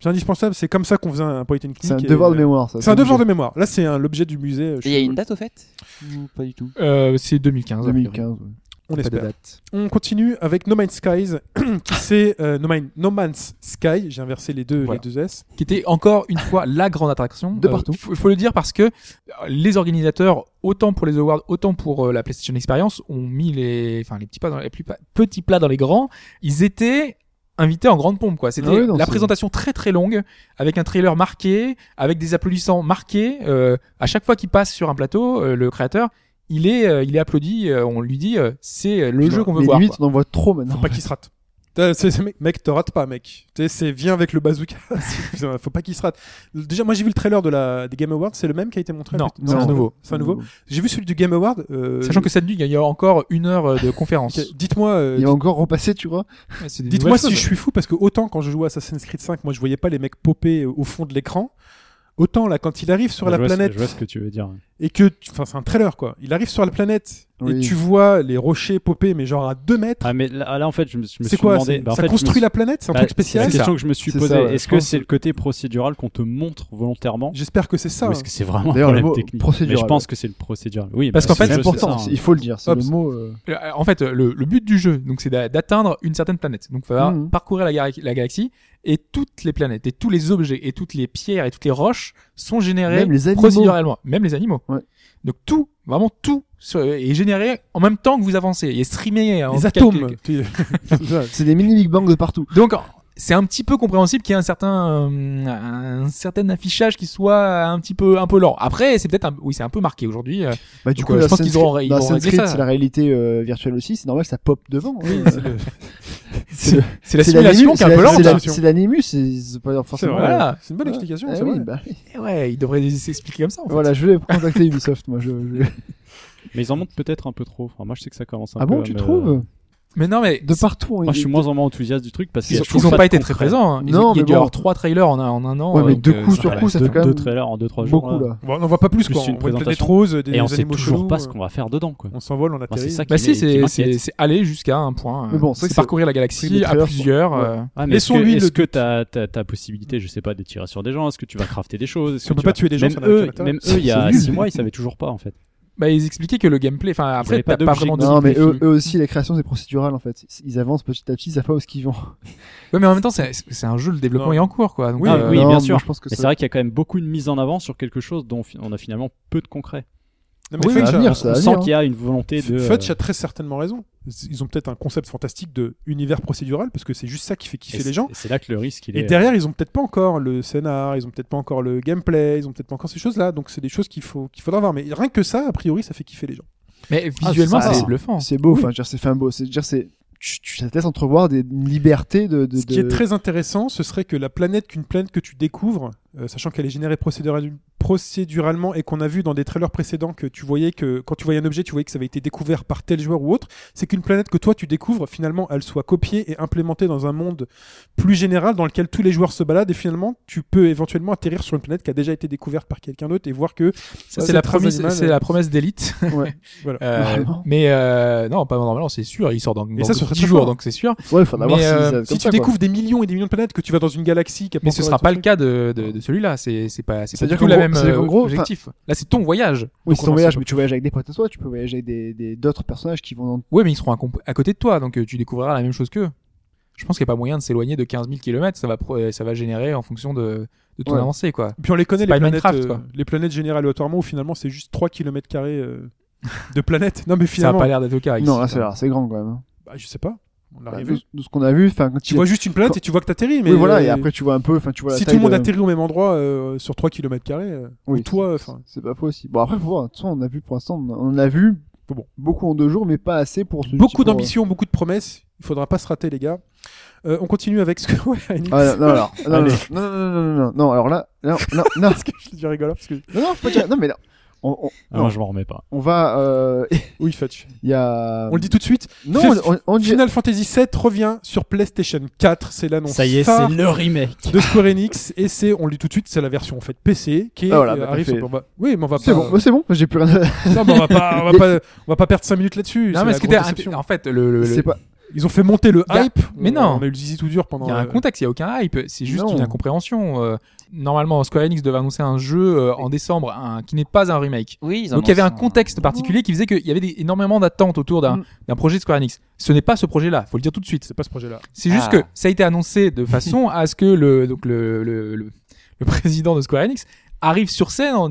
Speaker 3: C'est indispensable, c'est comme ça qu'on faisait un point and click.
Speaker 6: C'est un
Speaker 3: et,
Speaker 6: devoir de
Speaker 3: euh,
Speaker 6: mémoire, ça.
Speaker 3: C'est un devoir de mémoire. Là, c'est un- l'objet du musée. euh, je
Speaker 7: Et il y a
Speaker 3: sais
Speaker 7: une
Speaker 3: pas,
Speaker 7: date au fait Ou pas du tout
Speaker 4: Euh, c'est 2015. a priori.
Speaker 6: 2015. ouais.
Speaker 3: On
Speaker 4: Pas de
Speaker 3: espère.
Speaker 4: date.
Speaker 3: On continue avec No Man's Skies, qui c'est euh, no, Man- No Man's Sky. J'ai inversé les deux,
Speaker 4: Voilà.
Speaker 3: les deux S.
Speaker 4: Qui était encore une fois la grande attraction.
Speaker 6: De
Speaker 4: Euh,
Speaker 6: partout.
Speaker 4: faut, faut le dire parce que euh, les organisateurs, autant pour les awards, autant pour euh, la PlayStation Experience, ont mis les, enfin les petits pas dans les plus pa- petits plats dans les grands. Ils étaient invités en grande pompe quoi. C'était
Speaker 6: Ah oui, non,
Speaker 4: la
Speaker 6: c'est-
Speaker 4: présentation très très longue avec un trailer marqué, avec des applaudissants marqués. euh, à chaque fois qu'il passe sur un plateau, euh, le créateur, il est, euh, il est applaudi. euh, on lui dit, euh, c'est euh, le jeu qu'on veut
Speaker 6: Mais
Speaker 4: voir.
Speaker 6: Limite,
Speaker 4: quoi.
Speaker 6: on en voit trop
Speaker 3: Faut
Speaker 6: maintenant.
Speaker 3: pas qu'il se rate. T'as- c'est- c'est- mec, mec, te rate pas, mec. Tu sais, c'est viens avec le bazooka. C'est- putain, Faut pas qu'il se rate. Déjà, moi j'ai vu le trailer de la des Game Awards, c'est le même qui a été montré.
Speaker 4: Non,
Speaker 3: Putain,
Speaker 4: c'est
Speaker 6: non.
Speaker 4: un nouveau.
Speaker 3: C'est un nouveau. J'ai vu celui du Game Award. euh,
Speaker 4: Sachant que cette nuit, il y a encore une heure euh, de conférence.
Speaker 3: ok, dites-moi, euh,
Speaker 6: Il va encore repasser, tu vois.
Speaker 4: C'est des
Speaker 3: dites-moi
Speaker 4: nouvelles
Speaker 3: si
Speaker 4: choses. hein.
Speaker 3: je suis fou parce que autant quand je jouais à Assassin's Creed 5, moi je voyais pas les mecs popper euh, au fond de l'écran. Autant là, quand il arrive sur
Speaker 5: Bah, Je
Speaker 3: la
Speaker 5: vois ce-
Speaker 3: planète
Speaker 5: Je vois ce que tu veux dire.
Speaker 3: et que, tu- enfin, c'est un trailer quoi. Il arrive sur la planète et
Speaker 6: Oui.
Speaker 3: tu vois les rochers popper, mais genre à 2 mètres.
Speaker 5: Ah, mais là, là, en fait, je me, je
Speaker 3: c'est
Speaker 5: me suis
Speaker 3: quoi
Speaker 5: demandé.
Speaker 3: c'est-
Speaker 5: bah, en
Speaker 3: Ça
Speaker 5: fait, je me
Speaker 3: construit
Speaker 5: suis-
Speaker 3: la planète, c'est un
Speaker 5: bah,
Speaker 3: truc
Speaker 5: C'est
Speaker 3: spécial.
Speaker 5: la
Speaker 4: C'est
Speaker 5: question que je me suis
Speaker 6: C'est
Speaker 5: posée.
Speaker 6: ça, ouais,
Speaker 5: Est-ce
Speaker 6: je
Speaker 5: que
Speaker 6: pense.
Speaker 5: c'est le côté procédural qu'on te montre volontairement
Speaker 3: J'espère que c'est ça. hein.
Speaker 5: Ou est-ce que c'est vraiment un
Speaker 6: D'ailleurs, le
Speaker 5: problème
Speaker 6: mot
Speaker 5: technique
Speaker 6: procédural,
Speaker 5: Mais je pense que c'est le procédural. Oui,
Speaker 4: Parce
Speaker 5: bah,
Speaker 4: qu'en fait,
Speaker 5: c'est
Speaker 6: C'est
Speaker 5: le jeu,
Speaker 6: important,
Speaker 5: ça, hein.
Speaker 6: c'est- il faut le dire. C'est
Speaker 3: Hop.
Speaker 6: le mot. euh,
Speaker 4: Euh, En fait, le, le but du jeu, donc, c'est d'a- d'atteindre une certaine planète. Donc, il va
Speaker 6: Mhm.
Speaker 4: parcourir la, galaxie- la galaxie et toutes les planètes et tous les objets et toutes les pierres et toutes les roches sont générés
Speaker 6: Même les animaux.
Speaker 4: procéduralement, même les animaux.
Speaker 6: Ouais.
Speaker 4: Donc tout, vraiment tout, sur- est généré en même temps que vous avancez et streamé. hein, en
Speaker 3: Les
Speaker 4: calcul-
Speaker 3: atomes. Tu-
Speaker 6: C'est des mini Big Bang de partout.
Speaker 4: Donc c'est un petit peu compréhensible qu'il y ait un certain euh, un certain affichage qui soit un petit peu un peu lent. Après, c'est peut-être un, oui, c'est un peu marqué aujourd'hui. euh,
Speaker 6: Bah, du
Speaker 4: Donc,
Speaker 6: coup,
Speaker 4: euh, je
Speaker 6: dans
Speaker 4: pense qu'ils
Speaker 6: Assassin's
Speaker 4: auront-
Speaker 6: Creed-
Speaker 4: ils
Speaker 6: dans
Speaker 4: auront
Speaker 6: Assassin's
Speaker 4: réglé
Speaker 6: Creed,
Speaker 4: ça.
Speaker 6: c'est la réalité euh, virtuelle aussi. C'est normal, ça pop devant. hein.
Speaker 3: c'est le-
Speaker 6: C'est le-
Speaker 4: C'est la
Speaker 6: c'est
Speaker 4: simulation qui est un peu
Speaker 6: l'animus,
Speaker 4: lente.
Speaker 6: c'est la-
Speaker 4: hein.
Speaker 3: hein.
Speaker 6: C'est l'animus, c'est c'est pas forcément.
Speaker 3: vrai.
Speaker 6: euh,
Speaker 4: Voilà.
Speaker 3: C'est une bonne
Speaker 6: Ouais.
Speaker 3: explication,
Speaker 6: eh
Speaker 3: c'est
Speaker 6: oui,
Speaker 3: vrai.
Speaker 6: bah oui.
Speaker 4: Et ouais, il devrait s'expliquer comme ça. En fait.
Speaker 6: Voilà, je vais contacter Ubisoft, moi. Je, je-
Speaker 5: Mais ils en montrent peut-être un peu trop. Enfin, moi, je sais que ça commence un
Speaker 6: Ah
Speaker 5: peu.
Speaker 6: bon,
Speaker 5: à
Speaker 6: tu
Speaker 5: me-
Speaker 6: trouves
Speaker 4: Mais non, mais
Speaker 6: De partout. hein,
Speaker 5: Moi, je
Speaker 6: il-
Speaker 5: suis moins en moins enthousiaste du truc parce que
Speaker 4: ils, ont-
Speaker 5: je trouve
Speaker 4: ils ont pas
Speaker 5: de
Speaker 4: été très
Speaker 5: concret.
Speaker 4: présents. hein. Ils-
Speaker 6: Non,
Speaker 4: il y a
Speaker 6: mais
Speaker 4: dû
Speaker 6: bon.
Speaker 4: avoir trois trailers en un, en un an.
Speaker 6: Ouais, mais
Speaker 4: donc,
Speaker 6: deux
Speaker 4: euh,
Speaker 6: coups
Speaker 4: ça
Speaker 6: sur
Speaker 4: va.
Speaker 6: coups, ça
Speaker 5: deux,
Speaker 6: fait quand
Speaker 5: deux
Speaker 6: même
Speaker 5: trailers en 2-3 jours.
Speaker 6: beaucoup
Speaker 5: là.
Speaker 6: là.
Speaker 3: Bon, on en voit pas plus,
Speaker 5: Plus
Speaker 3: quoi.
Speaker 5: une
Speaker 3: on voit des
Speaker 5: présentation.
Speaker 3: roses, des
Speaker 5: Et on
Speaker 3: des
Speaker 5: sait
Speaker 3: animaux
Speaker 5: toujours
Speaker 3: chelous,
Speaker 5: pas ce
Speaker 3: euh,
Speaker 5: qu'on va faire dedans, quoi.
Speaker 3: On s'envole, on
Speaker 5: Moi, c'est
Speaker 3: atterrit.
Speaker 5: ça qui
Speaker 4: Bah
Speaker 5: m'est-
Speaker 4: si,
Speaker 5: qui
Speaker 4: c'est
Speaker 5: m'inquiète.
Speaker 4: c'est- c'est aller jusqu'à un point. euh,
Speaker 6: Mais bon, c'est
Speaker 4: c'est
Speaker 6: vrai que
Speaker 4: parcourir
Speaker 6: Oui,
Speaker 4: la
Speaker 6: mais
Speaker 4: galaxie à
Speaker 6: trailers,
Speaker 4: plusieurs.
Speaker 6: ouais.
Speaker 4: euh,
Speaker 5: Ah, mais est-ce que,
Speaker 3: Laissons-lui le
Speaker 5: est-ce que
Speaker 3: doute.
Speaker 5: t'as, t'as, t'as possibilité, je sais pas, de tirer sur des gens Est-ce que tu vas crafter des choses Est-ce
Speaker 3: Si on
Speaker 5: que
Speaker 3: peut pas
Speaker 5: tu
Speaker 3: tuer
Speaker 5: vas-
Speaker 3: des gens, ça
Speaker 5: Même
Speaker 3: n'a
Speaker 5: eux,
Speaker 3: aucun
Speaker 5: même
Speaker 3: intérêt.
Speaker 5: eux, il y a
Speaker 6: C'est nul.
Speaker 5: 6 mois, ils savaient toujours pas, en fait.
Speaker 4: Bah ils expliquaient que le gameplay. Enfin après
Speaker 5: avaient pas
Speaker 4: t'as pas vraiment.
Speaker 5: d'objectif.
Speaker 4: de
Speaker 6: Non, mais eux,
Speaker 4: défini.
Speaker 6: eux aussi, la création, c'est procédural en fait. Ils avancent petit à petit, ils savent pas où ce qu'ils vont.
Speaker 4: Ouais, mais en même temps c'est c'est un jeu le développement
Speaker 3: Non.
Speaker 4: est en cours quoi. donc,
Speaker 5: Oui,
Speaker 4: euh,
Speaker 5: oui,
Speaker 6: Non,
Speaker 5: bien
Speaker 6: moi,
Speaker 5: sûr.
Speaker 6: Je pense que
Speaker 5: Mais c'est
Speaker 6: ça-
Speaker 5: vrai qu'il y a quand même beaucoup de mise en avant sur quelque chose dont fi- on a finalement peu de concret.
Speaker 3: Non,
Speaker 6: Oui,
Speaker 3: Fudge
Speaker 6: Ah, ça va
Speaker 3: a-
Speaker 6: venir,
Speaker 5: On
Speaker 6: va hein.
Speaker 5: sent
Speaker 6: venir,
Speaker 5: qu'il y a une volonté de. euh,
Speaker 3: Fudge a très certainement raison. Ils ont peut-être un concept fantastique de univers procédural parce que c'est juste ça qui fait
Speaker 5: et
Speaker 3: kiffer
Speaker 5: c'est-
Speaker 3: les gens.
Speaker 5: et C'est là que le risque, il est.
Speaker 3: Et derrière, ils ont peut-être pas encore le scénar, ils ont peut-être pas encore le gameplay, ils ont peut-être pas encore ces choses-là. Donc c'est des choses qu'il faut qu'il faudra voir. Mais rien que ça, a priori, ça fait kiffer les gens.
Speaker 4: Mais visuellement
Speaker 6: ça,
Speaker 4: c'est
Speaker 6: c'est-
Speaker 4: bluffant.
Speaker 6: C'est beau, enfin, je veux dire, c'est fait un beau. C'est je veux dire, c'est tu, tu ça te laisse entrevoir des une liberté de. de
Speaker 3: Ce qui est
Speaker 6: de-
Speaker 3: très intéressant, ce serait que la planète qu'une planète que tu découvres, euh, sachant qu'elle est générée procédural- procéduralement et qu'on a vu dans des trailers précédents que tu voyais que quand tu voyais un objet, tu voyais que ça avait été découvert par tel joueur ou autre, c'est qu'une planète que toi tu découvres, finalement, elle soit copiée et implémentée dans un monde plus général dans lequel tous les joueurs se baladent et finalement tu peux éventuellement atterrir sur une planète qui a déjà été découverte par quelqu'un d'autre et voir que
Speaker 4: Ça,
Speaker 3: Ouais,
Speaker 4: c'est la
Speaker 3: c'est très
Speaker 4: promesse,
Speaker 3: animal,
Speaker 4: c'est
Speaker 3: euh,
Speaker 4: la promesse d'élite.
Speaker 6: Ouais.
Speaker 3: Voilà.
Speaker 4: Euh,
Speaker 6: Normalement.
Speaker 4: mais euh, non, pas normalement, c'est sûr. Il sort dans, dans
Speaker 3: ça, ce serait
Speaker 4: 10
Speaker 3: très
Speaker 4: jours,
Speaker 3: fort.
Speaker 4: donc c'est sûr.
Speaker 6: Ouais, il faudra
Speaker 4: Mais,
Speaker 6: voir s'ils
Speaker 4: euh,
Speaker 6: savent
Speaker 3: si
Speaker 6: comme
Speaker 3: tu
Speaker 6: ça, quoi.
Speaker 3: découvres des millions et des millions de planètes que tu vas dans une galaxie qui a
Speaker 4: Mais ce
Speaker 3: encore
Speaker 4: sera
Speaker 3: ce
Speaker 4: pas le
Speaker 3: truc.
Speaker 4: cas de, de, de celui-là. C'est c'est pas c'est pas
Speaker 6: C'est-à-dire
Speaker 4: du tout
Speaker 6: qu'en
Speaker 4: la
Speaker 6: gros-
Speaker 4: même
Speaker 6: c'est-à-dire qu'en
Speaker 4: euh,
Speaker 6: gros,
Speaker 4: objectif. Là, c'est ton voyage.
Speaker 6: Oui,
Speaker 4: Donc,
Speaker 6: c'est
Speaker 4: on
Speaker 6: ton
Speaker 4: en
Speaker 6: voyage,
Speaker 4: sait
Speaker 6: mais tu voyages avec des potes à toi, tu peux voyager avec des des- d'autres personnages qui vont dans
Speaker 4: Ouais, mais ils seront à, comp- à côté de toi, donc euh, tu découvriras la même chose qu'eux. Je pense qu'il n'y a pas moyen de s'éloigner de 15 000 km. Ça va pro- euh, ça va générer en fonction de de ton
Speaker 6: Ouais.
Speaker 4: avancée, quoi.
Speaker 3: Puis on les connaît,
Speaker 4: C'est
Speaker 3: les
Speaker 4: pas
Speaker 3: planètes,
Speaker 4: Minecraft,
Speaker 3: euh,
Speaker 4: quoi.
Speaker 3: les planètes générées aléatoirement où finalement c'est juste 3 km euh, de planète. Non mais
Speaker 4: Ça n'a
Speaker 3: finalement,
Speaker 4: pas l'air d'être le cas. ici.
Speaker 6: Non, là, c'est c'est grand quand même. hein.
Speaker 3: bah, je sais pas. On a
Speaker 6: Bah,
Speaker 3: rien
Speaker 6: de,
Speaker 3: vu.
Speaker 6: de ce qu'on a vu, enfin, quand
Speaker 3: Tu
Speaker 6: il-
Speaker 3: vois juste une planète et tu vois que t'atterris. Mais
Speaker 6: oui, voilà, et
Speaker 3: euh,
Speaker 6: après tu vois un peu, enfin, tu vois la
Speaker 3: si tout
Speaker 6: taille
Speaker 3: le monde
Speaker 6: de-
Speaker 3: atterrit au même endroit euh, sur 3 km carrés, euh,
Speaker 6: Oui,
Speaker 3: toi,
Speaker 6: c'est-
Speaker 3: enfin.
Speaker 6: c'est pas possible. Bon, après, faut voir. De toute façon, on a vu pour l'instant, on on en a vu
Speaker 3: Bon.
Speaker 6: beaucoup en deux jours, mais pas assez pour ce
Speaker 3: beaucoup
Speaker 6: pour-
Speaker 3: d'ambition, beaucoup de promesses. Il faudra pas se rater, les gars. Euh, on continue avec ce que. Ouais, Annie,
Speaker 6: Ah, non, non, alors, non, non, non, non, non, non, non, non, alors là, non, non, non,
Speaker 3: parce que je suis rigolo parce que
Speaker 6: non, non, faut pas dire- non, mais là, on, on,
Speaker 5: Ah,
Speaker 6: non,
Speaker 5: moi, je m'en remets pas.
Speaker 6: on va, euh,
Speaker 3: oui, Fetch.
Speaker 6: il y a,
Speaker 3: On le dit tout de suite.
Speaker 6: non,
Speaker 3: Fif-
Speaker 6: on, on, on dit,
Speaker 3: Final Fantasy VII revient sur PlayStation 4. C'est l'annonce.
Speaker 5: Ça y est,
Speaker 3: phare
Speaker 5: c'est le remake.
Speaker 3: de Square Enix et c'est on le dit tout de suite c'est la version en fait PC qui est-
Speaker 6: Ah, voilà,
Speaker 3: euh,
Speaker 6: bah,
Speaker 3: arrive
Speaker 6: parfait.
Speaker 3: sur- on va- oui mais on va
Speaker 6: c'est
Speaker 3: pas
Speaker 6: bon, bah, c'est bon, j'ai plus rien. à-
Speaker 3: Non, mais on va pas on va pas on va pas perdre 5 minutes là-dessus
Speaker 4: Non,
Speaker 3: c'est
Speaker 4: mais
Speaker 3: la
Speaker 4: ce qui
Speaker 3: grosse
Speaker 4: était
Speaker 3: déception.
Speaker 4: int- en fait le,
Speaker 3: euh,
Speaker 4: le- le-
Speaker 6: C'est pas,
Speaker 3: ils ont fait monter le
Speaker 4: Il y a-
Speaker 3: hype
Speaker 4: mais
Speaker 3: On-
Speaker 4: non.
Speaker 3: on a eu le zizi tout dur pendant
Speaker 4: Il y a un
Speaker 3: euh,
Speaker 4: contexte, il n'y a aucun hype, c'est juste
Speaker 6: Non.
Speaker 4: une incompréhension. Euh, normalement, Square Enix devait annoncer un jeu euh, en décembre un, qui n'est pas un remake.
Speaker 7: Oui, ils
Speaker 4: Donc il y avait un
Speaker 7: annoncent
Speaker 4: contexte particulier qui faisait qu'il y avait des- énormément d'attentes autour d'un
Speaker 6: Mm.
Speaker 4: d'un projet de Square Enix. Ce n'est pas ce projet-là, faut le dire tout de suite.
Speaker 3: c'est pas ce projet là
Speaker 4: C'est juste
Speaker 7: Ah.
Speaker 4: que ça a été annoncé de façon à ce que le, donc le, le, le, le président de Square Enix arrive sur scène. en-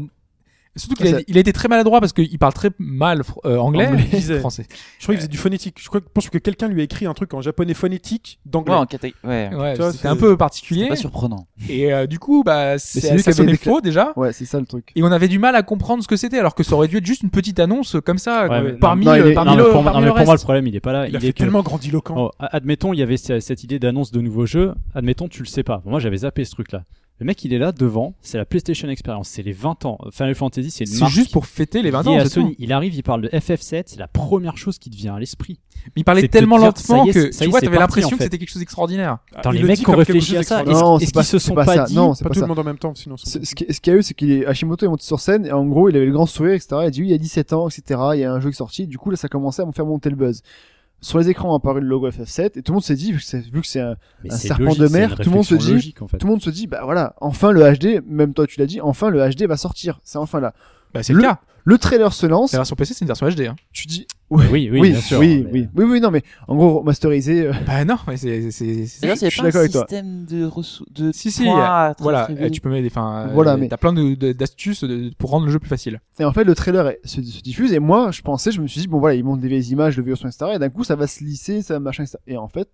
Speaker 4: Surtout qu'il a,
Speaker 6: Ça-
Speaker 4: il a été très maladroit parce qu'il parle très mal fr- euh, anglais,
Speaker 3: Anglais, il disait.
Speaker 4: français.
Speaker 3: je crois qu'il faisait du phonétique je crois je pense que quelqu'un lui a écrit un truc en japonais phonétique
Speaker 7: Ouais,
Speaker 3: d'anglais
Speaker 7: en catég- ouais.
Speaker 4: Ouais,
Speaker 3: Tu vois,
Speaker 4: c'était
Speaker 3: c'est-
Speaker 4: un peu
Speaker 7: C'est
Speaker 4: particulier.
Speaker 7: pas surprenant.
Speaker 4: Et euh, du coup, bah,
Speaker 6: c'est lui
Speaker 4: c'est- ça
Speaker 6: qui avait
Speaker 4: sonnait
Speaker 6: décla-
Speaker 4: faux déjà.
Speaker 6: ouais, c'est ça le truc.
Speaker 4: Et on avait du mal à comprendre ce que c'était, alors que ça aurait dû être juste une petite annonce euh, comme ça,
Speaker 5: Ouais,
Speaker 4: euh,
Speaker 5: mais non,
Speaker 4: parmi,
Speaker 6: non, il
Speaker 4: euh,
Speaker 6: est-
Speaker 4: parmi
Speaker 5: Non, mais
Speaker 4: le,
Speaker 5: pour moi-
Speaker 4: parmi le
Speaker 5: non, mais pour
Speaker 4: reste.
Speaker 5: moi, le problème, il est pas là.
Speaker 3: il a
Speaker 5: est
Speaker 3: fait
Speaker 5: que-
Speaker 3: tellement grandiloquent
Speaker 5: Oh, a- admettons, il y avait ce- cette idée d'annonce de nouveaux jeux. Admettons, tu le sais pas. Moi, j'avais zappé ce truc-là. Le mec, il est là devant. C'est la PlayStation Experience. C'est les 20 ans. Final Fantasy, c'est une
Speaker 4: C'est
Speaker 5: marque
Speaker 4: juste pour fêter les 20
Speaker 5: liée
Speaker 4: ans,
Speaker 5: à
Speaker 4: c'est
Speaker 5: Sony.
Speaker 4: tout.
Speaker 5: Il arrive, il parle de FF7. C'est la première chose qui te vient à l'esprit.
Speaker 4: Mais il parlait
Speaker 5: C'est de
Speaker 4: tellement
Speaker 5: te dire,
Speaker 4: lentement
Speaker 5: ça y est,
Speaker 4: que,
Speaker 5: ça
Speaker 4: tu
Speaker 5: y est,
Speaker 4: vois,
Speaker 5: c'est
Speaker 4: t'avais
Speaker 5: parti,
Speaker 4: l'impression
Speaker 5: en
Speaker 4: que
Speaker 5: fait.
Speaker 4: c'était quelque chose d'extraordinaire.
Speaker 3: Ah,
Speaker 5: Attends,
Speaker 3: Il
Speaker 5: les
Speaker 3: le
Speaker 5: mecs
Speaker 3: dit
Speaker 5: qui ont
Speaker 3: comme quelque
Speaker 5: réfléchi
Speaker 3: chose
Speaker 5: à ça,
Speaker 3: d'extraordinaire.
Speaker 5: est-ce
Speaker 6: Non,
Speaker 5: est-ce
Speaker 6: c'est
Speaker 5: qu'ils
Speaker 6: pas-
Speaker 5: se
Speaker 6: c'est
Speaker 5: sont
Speaker 6: pas
Speaker 5: pas,
Speaker 6: ça.
Speaker 5: dit
Speaker 6: Non, c'est
Speaker 3: pas
Speaker 6: pas
Speaker 3: tout
Speaker 6: ça.
Speaker 3: le monde en même temps sinon c'est-
Speaker 6: Ce ce qui- ce qu'il y a eu, c'est qu'il est Hashimoto est monté sur scène et en gros, il avait le grand sourire, etc. Il a dit oui, il y a 17 ans, etc. Il y a un jeu qui est sorti. Du coup, là, ça commençait à me faire monter le buzz. Sur les écrans, a apparu le logo FF7 et tout le monde s'est dit, vu que c'est- vu que c'est un,
Speaker 5: Mais
Speaker 6: un
Speaker 5: c'est
Speaker 6: serpent
Speaker 5: logique,
Speaker 6: de
Speaker 5: c'est une
Speaker 6: mer, tout le monde se
Speaker 5: réflexion
Speaker 6: dit-
Speaker 5: logique, en fait.
Speaker 6: tout le monde se dit, bah voilà, enfin le HD. Même toi, tu l'as dit, enfin le HD va sortir. C'est enfin là.
Speaker 4: Bah, c'est le cas.
Speaker 6: Le trailer se lance.
Speaker 4: La version PC, c'est une version HD. Hein.
Speaker 6: Tu dis,
Speaker 5: Oui, oui,
Speaker 6: oui,
Speaker 5: bien sûr. hein,
Speaker 6: oui,
Speaker 5: mais- euh.
Speaker 6: oui, oui, oui, non, mais en gros, masterisé. euh,
Speaker 4: Bah non, mais c'est. c'est- c'est-
Speaker 7: D'ailleurs, il y avait
Speaker 6: je suis
Speaker 7: pas
Speaker 6: d'accord
Speaker 7: un
Speaker 6: avec toi.
Speaker 7: système de ressources, de
Speaker 4: Si, si,
Speaker 7: points à
Speaker 4: Voilà,
Speaker 7: attribuer.
Speaker 4: eh, tu peux mettre des. Enfin, euh,
Speaker 6: Voilà, mais-
Speaker 4: T'as plein de- de- d'astuces de- pour rendre le jeu plus facile.
Speaker 6: Et en fait, le trailer est- se, se diffuse et moi, je pensais, je me suis dit, bon voilà, ils montent des vieilles images, le vieux son, etc. Et d'un coup, ça va se lisser, ça va machin, etc. Et en fait,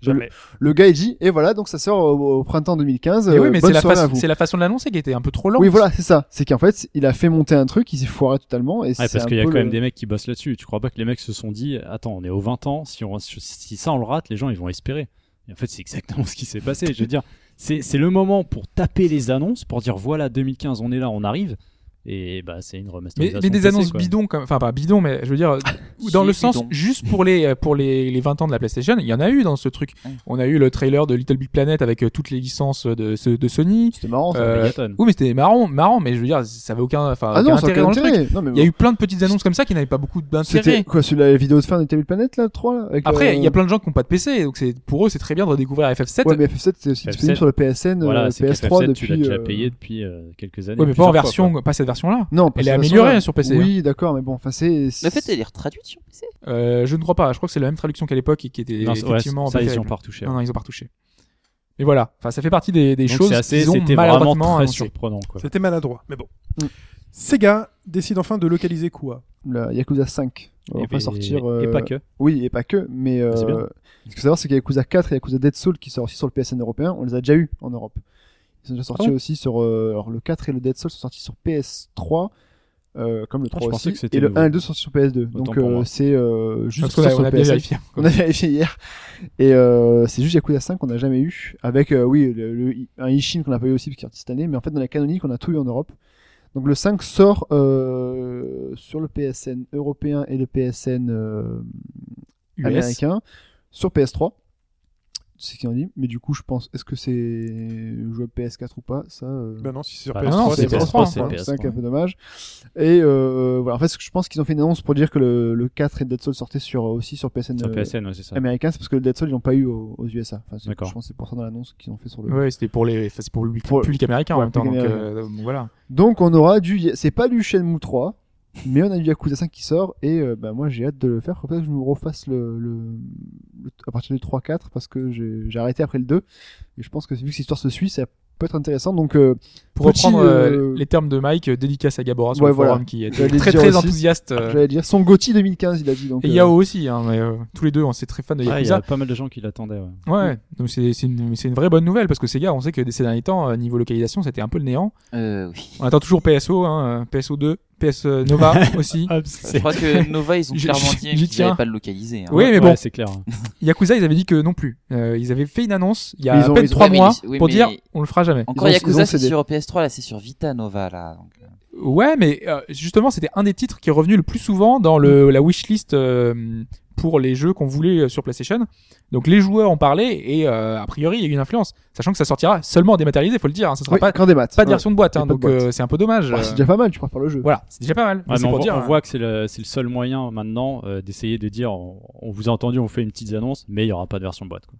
Speaker 3: Jamais.
Speaker 6: le gars il dit, et voilà, donc ça sort au, au printemps 2015.
Speaker 4: Mais
Speaker 6: euh,
Speaker 4: oui, mais
Speaker 6: bonne
Speaker 4: c'est la,
Speaker 6: soirée
Speaker 4: façon-
Speaker 6: à vous.
Speaker 4: c'est la façon de l'annoncer qui était un peu trop lente.
Speaker 6: Oui, voilà, c'est ça. C'est qu'en fait, il a fait monter un truc, il s'est foiré totalement. Et
Speaker 5: Ouais,
Speaker 6: c'est
Speaker 5: parce
Speaker 6: un
Speaker 5: qu'il y a
Speaker 6: peu
Speaker 5: quand
Speaker 6: le-
Speaker 5: même des mecs qui bossent là-dessus. Tu crois pas que les mecs se sont dit, attends, on est aux 20 ans, si, on, si ça on le rate, les gens ils vont espérer. Et en fait, c'est exactement ce qui s'est passé. Je veux dire, c'est c'est le moment pour taper les annonces, pour dire voilà, 2015, on est là, on arrive. Et bah, c'est une
Speaker 4: Mais,
Speaker 5: remasterisation.
Speaker 4: mais des
Speaker 5: PC,
Speaker 4: annonces
Speaker 5: quoi.
Speaker 4: bidons, comme... enfin pas bidons, mais je veux dire,
Speaker 6: Ah,
Speaker 4: dans
Speaker 7: Si,
Speaker 4: le sens,
Speaker 7: bidon.
Speaker 4: juste pour les, pour les, les 20 ans de la PlayStation, il y en a eu dans ce truc.
Speaker 7: Ouais.
Speaker 4: On a eu le trailer de Little Big Planet avec euh, toutes les licences de, ce- de Sony.
Speaker 6: C'était marrant. ça.
Speaker 4: Euh,
Speaker 5: Megaton.
Speaker 4: Oui, mais c'était marrant, marrant, mais je veux dire, ça avait aucun, enfin,
Speaker 6: ah
Speaker 4: aucun
Speaker 6: non, ça a
Speaker 4: intérêt
Speaker 6: aucun
Speaker 4: dans le truc.
Speaker 6: intérêt. Non, mais
Speaker 4: Il y a
Speaker 6: bon.
Speaker 4: eu plein de petites annonces comme ça qui n'avaient pas beaucoup
Speaker 6: C'était
Speaker 4: d'intérêt.
Speaker 6: quoi, sur la vidéo de fin de Little Big Planet, là, le 3, là avec,
Speaker 4: Après,
Speaker 6: euh,
Speaker 4: il y a plein de gens qui n'ont pas de PC, donc c'est pour eux c'est très bien de redécouvrir FF7.
Speaker 6: Ouais, mais FF7, c'est aussi
Speaker 5: FF7.
Speaker 6: disponible sur le PSN, euh,
Speaker 5: Voilà, c'est que
Speaker 6: PS3
Speaker 5: FF7,
Speaker 6: depuis.
Speaker 5: tu l'as déjà
Speaker 6: euh,
Speaker 5: payé depuis euh, quelques années.
Speaker 4: Ouais, mais pas
Speaker 5: plusieurs
Speaker 4: en
Speaker 5: fois,
Speaker 4: version,
Speaker 5: quoi.
Speaker 4: pas cette version-là.
Speaker 6: Non, parce
Speaker 4: Elle est
Speaker 6: que la
Speaker 4: améliorée,
Speaker 6: version-
Speaker 4: sur PC,
Speaker 6: Oui, d'accord, mais bon, enfin, c'est.
Speaker 7: Le fait, elle est retraduite sur PC.
Speaker 4: Euh, je ne crois pas. Je crois que c'est la même traduction qu'à l'époque et qui était
Speaker 5: Non, c'est- ouais,
Speaker 4: effectivement.
Speaker 5: ça,
Speaker 4: pas
Speaker 5: ils y
Speaker 4: terrible.
Speaker 5: ont pas retouché.
Speaker 4: Non, non, ils ont pas retouché. Mais voilà. Enfin, ça fait partie des, des
Speaker 5: Donc,
Speaker 4: choses
Speaker 5: c'est assez-
Speaker 4: qu'ils ont
Speaker 5: c'était vraiment
Speaker 4: malheureusement
Speaker 5: très
Speaker 4: annoncées.
Speaker 5: surprenant, quoi.
Speaker 3: C'était maladroit, mais bon.
Speaker 6: Mm.
Speaker 3: Sega décide enfin de localiser quoi
Speaker 6: La Yakuza 5. On
Speaker 5: Et-
Speaker 6: va
Speaker 5: et-
Speaker 6: sortir.
Speaker 5: Et
Speaker 6: euh,
Speaker 5: pas que.
Speaker 6: Oui, et pas que, mais. euh,
Speaker 5: Ah, C'est bien.
Speaker 6: Ce qu'il faut savoir, c'est qu'il y a Yakuza 4 et Yakuza Dead Soul qui sortent aussi sur le PSN européen, on les a déjà eu en Europe. Ils sont déjà sortis
Speaker 5: Ah bon
Speaker 6: aussi sur. euh, alors, le 4 et le Dead Soul sont sortis sur PS3. euh, comme le
Speaker 5: Ah, je
Speaker 6: 3
Speaker 5: pensais
Speaker 6: aussi,
Speaker 5: que c'était
Speaker 6: et le
Speaker 5: nouveau.
Speaker 6: 1 et le 2 sont sortis sur PS2. Donc
Speaker 5: pour
Speaker 6: euh,
Speaker 5: moi.
Speaker 6: c'est euh, juste
Speaker 4: Parce qu'on a,
Speaker 6: sur
Speaker 4: on
Speaker 6: le
Speaker 4: a bien
Speaker 6: PSN.
Speaker 4: vérifié.
Speaker 6: On a vérifié hier. Et euh, c'est juste Yakuza 5 qu'on n'a jamais eu. Avec, euh, oui, le, le- un Ishin qu'on n'a pas eu aussi parce qu'il est sorti cette année. Mais en fait, dans la canonique, on a tout eu en Europe. Donc le 5 sort euh, sur le PSN européen et le PSN euh,
Speaker 4: US.
Speaker 6: américain. Sur PS3. C'est ce qu'ils ont dit. Mais du coup, je pense, est-ce que c'est jouable PS4 ou pas Ça. euh,
Speaker 3: Ben non, si c'est sur
Speaker 5: Bah
Speaker 3: PS3,
Speaker 4: non,
Speaker 3: c'est
Speaker 4: c'est
Speaker 3: PS3.
Speaker 4: PS3,
Speaker 5: c'est
Speaker 6: voilà,
Speaker 5: PS3,
Speaker 6: hein. c'est un
Speaker 5: ouais.
Speaker 6: peu dommage. Et euh, voilà, en fait, ce que je pense qu'ils ont fait une annonce pour dire que le, le 4 et Dead Soul sortaient sur, aussi sur PSN,
Speaker 5: Sur
Speaker 6: euh,
Speaker 5: PSN, ouais, c'est ça.
Speaker 6: américain, c'est parce que le Dead Soul, ils l'ont pas eu aux, aux USA. Enfin, c'est- je
Speaker 5: D'accord.
Speaker 6: pense que c'est pour ça dans l'annonce qu'ils ont fait sur le.
Speaker 4: Ouais, c'était pour les, enfin, c'est pour le
Speaker 6: Pour-
Speaker 4: public américain en
Speaker 6: ouais,
Speaker 4: même temps. Donc
Speaker 6: public
Speaker 4: euh, voilà.
Speaker 6: Donc on aura du. C'est pas du Shenmue 3, mais on a du Yakuza 5 qui sort et euh, bah, moi j'ai hâte de le faire. Peut-être que je me refasse le, le- le- à partir du 3-4 parce que j'ai j'ai arrêté après le 2. Et je pense que vu que cette histoire se suit, ça peut être intéressant. Donc euh,
Speaker 4: Pour
Speaker 6: Petit,
Speaker 4: reprendre euh,
Speaker 6: euh,
Speaker 4: les termes de Mike, euh, dédicace à Gabora sur
Speaker 6: Ouais,
Speaker 4: le forum
Speaker 6: voilà.
Speaker 4: qui est
Speaker 6: J'allais
Speaker 4: très
Speaker 6: dire
Speaker 4: très
Speaker 6: aussi.
Speaker 4: enthousiaste. euh,
Speaker 6: j'allais dire son Gotti 2015, il a dit. Donc,
Speaker 4: et
Speaker 6: euh,
Speaker 4: Yao aussi, hein, mais, euh, tous les deux, on s'est très fans de
Speaker 5: Ouais, Il y
Speaker 4: Yakuza.
Speaker 5: a pas mal de gens qui l'attendaient. ouais.
Speaker 4: Ouais, donc c'est c'est une, c'est une vraie bonne nouvelle parce que Sega, on sait que ces derniers temps, euh, niveau localisation, c'était un peu le néant.
Speaker 7: Euh, oui.
Speaker 4: On attend toujours PSO, hein, euh, PSO2, PS Nova aussi.
Speaker 7: Je crois que Nova, ils ont
Speaker 4: Je-
Speaker 7: clairement
Speaker 4: je-
Speaker 7: dit
Speaker 4: j'y
Speaker 7: qu'ils
Speaker 4: tiens.
Speaker 7: n'allaient pas le localiser. hein.
Speaker 4: Oui, mais
Speaker 5: Ouais,
Speaker 4: bon.
Speaker 5: c'est clair.
Speaker 4: Yakuza, ils avaient dit que non plus. Euh, ils avaient fait une annonce il y
Speaker 6: Mais
Speaker 4: a
Speaker 6: ils ont-
Speaker 4: à peine
Speaker 6: ils ont-
Speaker 4: trois
Speaker 7: Ouais, mais
Speaker 4: mois
Speaker 7: ils- oui,
Speaker 4: pour
Speaker 7: mais-
Speaker 4: dire on le fera jamais.
Speaker 7: Encore
Speaker 6: Ils ont- ils
Speaker 7: Yakuza,
Speaker 6: ont
Speaker 7: c'est
Speaker 6: cédé.
Speaker 7: sur PS3, là, c'est sur Vita Nova, là. Donc, euh,
Speaker 4: Ouais, mais euh, justement, c'était un des titres qui est revenu le plus souvent dans le, la wishlist euh, pour les jeux qu'on voulait euh, sur PlayStation. Donc les joueurs en parlaient et euh, a priori, il y a eu une influence, sachant que ça sortira seulement en dématérialisé, faut le dire. Hein, ça sera
Speaker 6: oui,
Speaker 4: pas,
Speaker 6: quand des maths.
Speaker 4: pas de
Speaker 6: Ouais.
Speaker 4: version de boîte, hein,
Speaker 6: pas de
Speaker 4: donc
Speaker 6: boîte.
Speaker 4: euh, c'est un peu dommage.
Speaker 6: Bah,
Speaker 4: euh,
Speaker 6: c'est déjà pas mal, tu prépares le jeu.
Speaker 4: Voilà, c'est déjà pas mal. mais
Speaker 5: Ouais,
Speaker 4: c'est
Speaker 5: mais on,
Speaker 4: pour
Speaker 5: voit-
Speaker 4: dire,
Speaker 5: on
Speaker 4: euh,
Speaker 5: voit que c'est le, c'est le seul moyen maintenant euh, d'essayer de dire on, on vous a entendu, on vous fait une petite annonce, mais il n'y aura pas de version boîte. Quoi.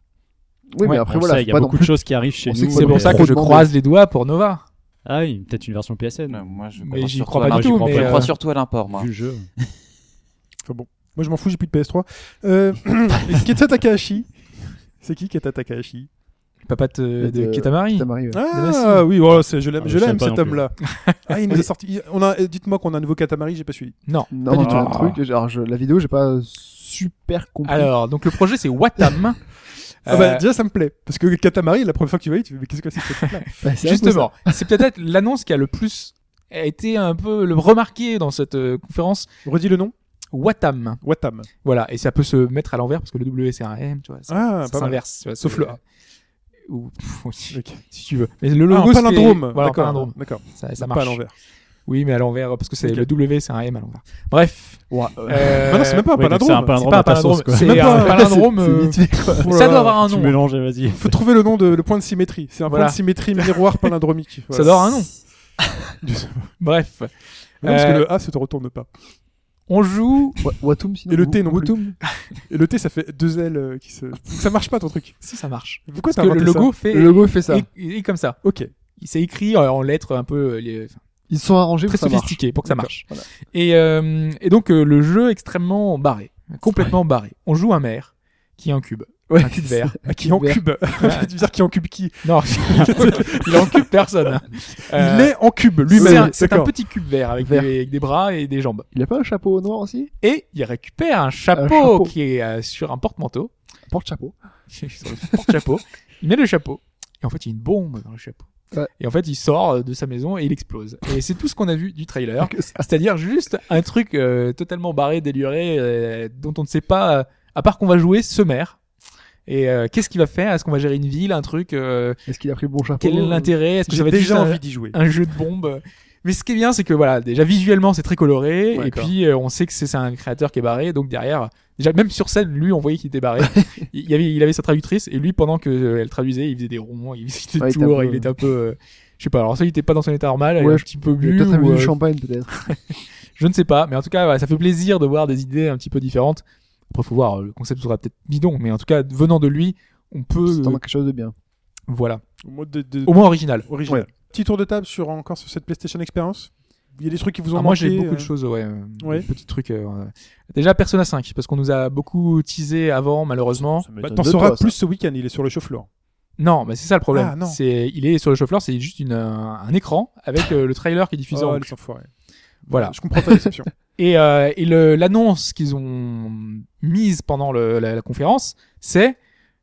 Speaker 6: Oui, mais
Speaker 4: Ouais,
Speaker 6: après
Speaker 5: On
Speaker 6: voilà,
Speaker 5: sait, il
Speaker 6: faut
Speaker 5: y a
Speaker 6: pas non
Speaker 5: beaucoup de
Speaker 6: plus-
Speaker 5: choses qui arrivent chez
Speaker 6: on sait
Speaker 5: nous.
Speaker 6: que
Speaker 4: hein. C'est
Speaker 5: mais-
Speaker 4: pour ça
Speaker 6: trop
Speaker 4: que je
Speaker 6: demandé.
Speaker 4: croise les doigts pour Nova.
Speaker 5: Ah oui, peut-être une version PSN.
Speaker 7: euh, moi, je
Speaker 4: Mm. Mais
Speaker 7: crois
Speaker 4: j'y
Speaker 7: surtout
Speaker 4: crois
Speaker 7: à
Speaker 4: pas du
Speaker 7: l'import.
Speaker 4: tout,
Speaker 5: mais,
Speaker 7: Je
Speaker 5: euh,
Speaker 7: crois surtout à l'import, moi.
Speaker 5: Vu le jeu.
Speaker 3: Moi je m'en fous, j'ai plus de PS3. Euh, Keta Takahashi. C'est qui Keta Takahashi
Speaker 4: Papa
Speaker 3: Bah,
Speaker 4: de, de
Speaker 6: Euh,
Speaker 4: Kitamari.
Speaker 6: T'as marié, ouais.
Speaker 4: Hein
Speaker 3: Ah oui, voilà, c'est- je l'aime,
Speaker 5: Ah,
Speaker 3: je
Speaker 5: je
Speaker 3: l'aime
Speaker 5: sais
Speaker 3: cet
Speaker 5: pas non plus.
Speaker 3: homme-là. Ah, il nous a sorti. On a, euh, dites-moi qu'on a un nouveau Katamari, j'ai pas suivi.
Speaker 4: Non.
Speaker 6: Non,
Speaker 4: Pas du
Speaker 6: il y a
Speaker 4: tout. Ah.
Speaker 6: un truc. Alors, je- la vidéo, j'ai pas super compris.
Speaker 4: Alors, donc le projet c'est Watam. Euh,
Speaker 3: Ah bah déjà ça me plaît parce que Katamari, la première fois que tu vois, tu fais mais qu'est-ce que c'est que cette truc-là
Speaker 6: Bah, c'est un peu
Speaker 4: Justement, c'est peut-être l'annonce qui a le plus a été un peu le remarqué dans cette euh, conférence
Speaker 3: Redis le nom.
Speaker 4: Watam.
Speaker 3: Watam.
Speaker 4: Voilà, et ça peut se mettre à l'envers parce que le W c'est un M, tu vois. Ça,
Speaker 3: Ah,
Speaker 4: ça
Speaker 3: pas mal.
Speaker 4: s'inverse. tu vois,
Speaker 3: Sauf
Speaker 4: c'est- euh,
Speaker 3: le A.
Speaker 4: Ou, pff, oui,
Speaker 3: Ok.
Speaker 4: si tu veux. Mais le
Speaker 3: Ah,
Speaker 4: logo
Speaker 3: un
Speaker 4: c'est-
Speaker 3: palindrome.
Speaker 4: Voilà, un
Speaker 3: D'accord,
Speaker 4: palindrome.
Speaker 3: D'accord.
Speaker 4: Ça, ça
Speaker 3: Pas à
Speaker 4: marche.
Speaker 3: l'envers.
Speaker 4: Oui, mais à l'envers parce que c'est
Speaker 3: Ok.
Speaker 4: le W c'est un M à l'envers. Bref.
Speaker 6: Ouais,
Speaker 4: Euh,
Speaker 3: Bah non, c'est même pas un
Speaker 5: Oui, donc c'est un
Speaker 3: palindrome.
Speaker 5: palindrome
Speaker 4: pas
Speaker 5: à ta sauce, quoi.
Speaker 4: c'est
Speaker 3: Même
Speaker 4: un
Speaker 3: pas-
Speaker 4: palindrome.
Speaker 6: c'est-
Speaker 4: euh,
Speaker 6: c'est vite fait, quoi.
Speaker 3: Oh là
Speaker 4: Ça
Speaker 3: là.
Speaker 4: doit avoir un
Speaker 5: Tu
Speaker 4: nom. hein.
Speaker 5: mélanges, vas-y.
Speaker 3: Faut trouver le nom de le point de symétrie. C'est un
Speaker 4: Voilà.
Speaker 3: point de symétrie miroir palindromique.
Speaker 4: Ça hein, doit avoir un nom. Bref,
Speaker 3: Non, parce que
Speaker 4: Euh,
Speaker 3: le A se te retourne pas.
Speaker 4: on joue.
Speaker 6: Wa- Watum, sinon.
Speaker 3: Et le T non plus.
Speaker 6: Watum.
Speaker 3: Et le T, ça fait deux L euh, qui se. Donc ça marche pas ton truc.
Speaker 4: Si ça marche.
Speaker 3: Pourquoi t'as
Speaker 4: Parce que le
Speaker 3: inventé ça
Speaker 4: logo fait.
Speaker 6: Le logo fait ça.
Speaker 4: est- est comme ça.
Speaker 3: Ok.
Speaker 4: C'est écrit euh, en lettres un peu euh, les- enfin,
Speaker 6: Ils sont arrangés
Speaker 4: très
Speaker 6: pour que ça marche.
Speaker 4: sophistiquées pour que ça
Speaker 6: D'accord,
Speaker 4: marche.
Speaker 6: voilà.
Speaker 4: Et, euh, et donc euh, le jeu est extrêmement barré, complètement barré. On joue un maire qui est un cube,
Speaker 6: Ouais.
Speaker 4: un cube vert.
Speaker 3: Ah, qui encube. C'est bizarre qui encube qui.
Speaker 4: Non, il en cube personne. Euh,
Speaker 3: Il est en cube
Speaker 4: c'est un-
Speaker 3: lui-même.
Speaker 4: C'est un
Speaker 3: D'accord.
Speaker 4: petit cube vert avec,
Speaker 6: Vert.
Speaker 4: Des, avec des bras et des jambes.
Speaker 6: Il a pas un chapeau noir aussi
Speaker 4: Et il récupère un chapeau,
Speaker 6: chapeau.
Speaker 4: qui est euh, sur un porte-manteau,
Speaker 6: Porte-chapeau.
Speaker 4: sur le porte-chapeau. il met le chapeau et en fait il y a une bombe dans le chapeau.
Speaker 6: Ouais.
Speaker 4: Et en fait, il sort euh, de sa maison et il explose. Et c'est tout ce qu'on a vu du trailer.
Speaker 6: Que ça.
Speaker 4: C'est-à-dire juste un truc euh, totalement barré, déluré, euh, dont on ne sait pas, euh, à part qu'on va jouer ce maire. Et euh, qu'est-ce qu'il va faire Est-ce qu'on va gérer une ville, un truc euh,
Speaker 6: Est-ce qu'il a pris le bon chapeau
Speaker 4: Quel est l'intérêt Est-ce que ça va
Speaker 3: Oh, J'ai
Speaker 4: être juste
Speaker 3: déjà
Speaker 4: un,
Speaker 3: envie d'y jouer.
Speaker 4: un jeu de bombe Mais ce qui est bien, c'est que voilà, déjà visuellement, c'est très coloré. et
Speaker 6: D'accord.
Speaker 4: puis, euh, on sait que c'est c'est un créateur qui est barré. Donc derrière, déjà même sur scène, lui, on voyait qu'il était barré. il, y avait, il avait sa traductrice et lui, pendant que euh, elle traduisait, il faisait des ronds, il faisait des
Speaker 6: Ouais, il était un peu-
Speaker 4: tours. Il était un peu, euh, je sais pas. Alors ça, il était pas dans son état normal. il
Speaker 6: Ouais,
Speaker 4: a un petit peu bu.
Speaker 6: Peut-être
Speaker 4: ou,
Speaker 6: amuser
Speaker 4: euh,
Speaker 6: du champagne, peut-être.
Speaker 4: je ne sais pas, mais en tout cas, voilà, ça fait plaisir de voir des idées un petit peu différentes. Après, faut voir, euh, le concept sera peut-être bidon, mais en tout cas, venant de lui, on peut,
Speaker 6: C'est
Speaker 4: euh,
Speaker 6: vraiment quelque chose de bien.
Speaker 4: voilà,
Speaker 3: Au mode de- de-
Speaker 4: au moins original.
Speaker 3: original. Petit tour de table sur encore sur cette PlayStation Experience. Il y a des trucs qui vous ont
Speaker 4: Ah, moi,
Speaker 3: manqué,
Speaker 4: j'ai beaucoup
Speaker 3: euh,
Speaker 4: de choses, ouais, euh,
Speaker 3: ouais.
Speaker 4: des petits trucs. euh, euh. Déjà, Persona 5, parce qu'on nous a beaucoup teasé avant, malheureusement.
Speaker 6: Ça
Speaker 3: Bah,
Speaker 6: m'étonne
Speaker 3: T'en
Speaker 6: de
Speaker 3: sauras
Speaker 6: toi, ça.
Speaker 3: plus ce week-end. Il est sur le chauffe-floor.
Speaker 4: Ah, Non, mais c'est ça le
Speaker 3: Ah,
Speaker 4: problème.
Speaker 3: non.
Speaker 4: c'est, il est sur le chauffeur, c'est juste une, euh, un écran avec euh, le trailer qui est diffusé en
Speaker 3: Oh,
Speaker 4: boucle.
Speaker 3: les enfoirés.
Speaker 4: Voilà.
Speaker 3: Je comprends ta déception.
Speaker 4: Et, euh, et le- l'annonce qu'ils ont mise pendant le- la, la conférence, c'est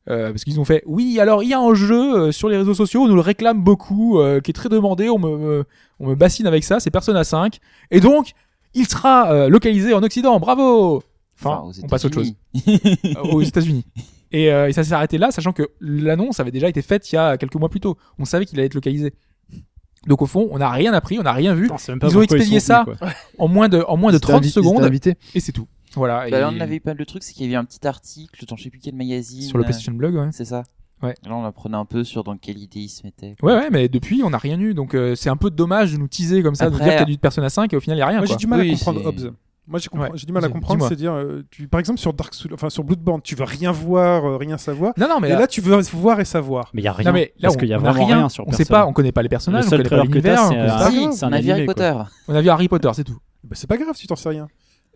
Speaker 4: euh, parce qu'ils ont fait oui, alors il y a un jeu euh, sur les réseaux sociaux, on nous le réclame beaucoup, euh, qui est très demandé, on me, me- on me bassine avec ça, c'est Persona 5, et donc il sera euh, localisé en Occident, bravo. Enfin,
Speaker 7: aux
Speaker 4: on passe à autre chose.
Speaker 7: États-Unis.
Speaker 4: Euh, aux États-Unis. Et, euh, et ça s'est arrêté là, sachant que l'annonce avait déjà été faite il y a quelques mois plus tôt. On savait qu'il allait être localisé. Donc au fond, on n'a rien appris, on n'a rien vu. pas Ils ont pourquoi ils expédié sont ça. venus, En moins de, en moins de
Speaker 6: C'était
Speaker 4: 30
Speaker 6: invi- c'était
Speaker 4: secondes,
Speaker 6: invité.
Speaker 4: et c'est tout. Voilà.
Speaker 7: Bah,
Speaker 4: et-
Speaker 7: là, on avait eu pas le truc, c'est qu'il y avait un petit article dans je sais plus quel magazine.
Speaker 4: Sur le
Speaker 7: euh,
Speaker 4: PlayStation Blog, ouais.
Speaker 7: C'est ça
Speaker 4: Ouais.
Speaker 7: Et Là, on apprenait un peu sur dans quelle idée il se mettait.
Speaker 4: Ouais, ouais, mais depuis, on n'a rien eu. Donc, euh, c'est un peu dommage de nous teaser comme ça, de nous
Speaker 7: Après-
Speaker 4: dire qu'il y a du Persona 5 et au final, il n'y a rien.
Speaker 3: Moi, j'ai
Speaker 4: quoi.
Speaker 3: du mal
Speaker 7: Oui,
Speaker 3: à comprendre
Speaker 7: c'est-
Speaker 3: Hobbes. Moi, j'ai compre-
Speaker 4: Ouais.
Speaker 3: j'ai du mal à
Speaker 4: Vas-y,
Speaker 3: comprendre,
Speaker 4: dis-moi.
Speaker 3: c'est-à-dire, euh, tu, par exemple, sur Dark Souls, enfin sur Bloodborne, tu veux rien voir, euh, rien savoir.
Speaker 4: Non, non, mais
Speaker 3: et là,
Speaker 4: là,
Speaker 3: tu veux voir et savoir.
Speaker 5: Mais il y a rien.
Speaker 4: non, mais là,
Speaker 5: parce
Speaker 4: on-
Speaker 5: qu'il y a
Speaker 4: on a
Speaker 5: vraiment
Speaker 4: rien.
Speaker 5: rien sur
Speaker 4: on sait
Speaker 5: personne.
Speaker 4: pas, on connaît pas les
Speaker 5: Le
Speaker 4: personnages, on
Speaker 5: seul
Speaker 4: connaît pas
Speaker 5: trailer que t'as,
Speaker 4: l'univers.
Speaker 5: c'est
Speaker 4: on connaît-
Speaker 5: un-
Speaker 7: Si,
Speaker 5: c'est un
Speaker 7: on a vu
Speaker 5: animé,
Speaker 7: Harry
Speaker 5: quoi.
Speaker 7: Potter.
Speaker 4: On a vu Harry Potter, c'est tout.
Speaker 3: Bah, c'est pas grave si t'en sais rien.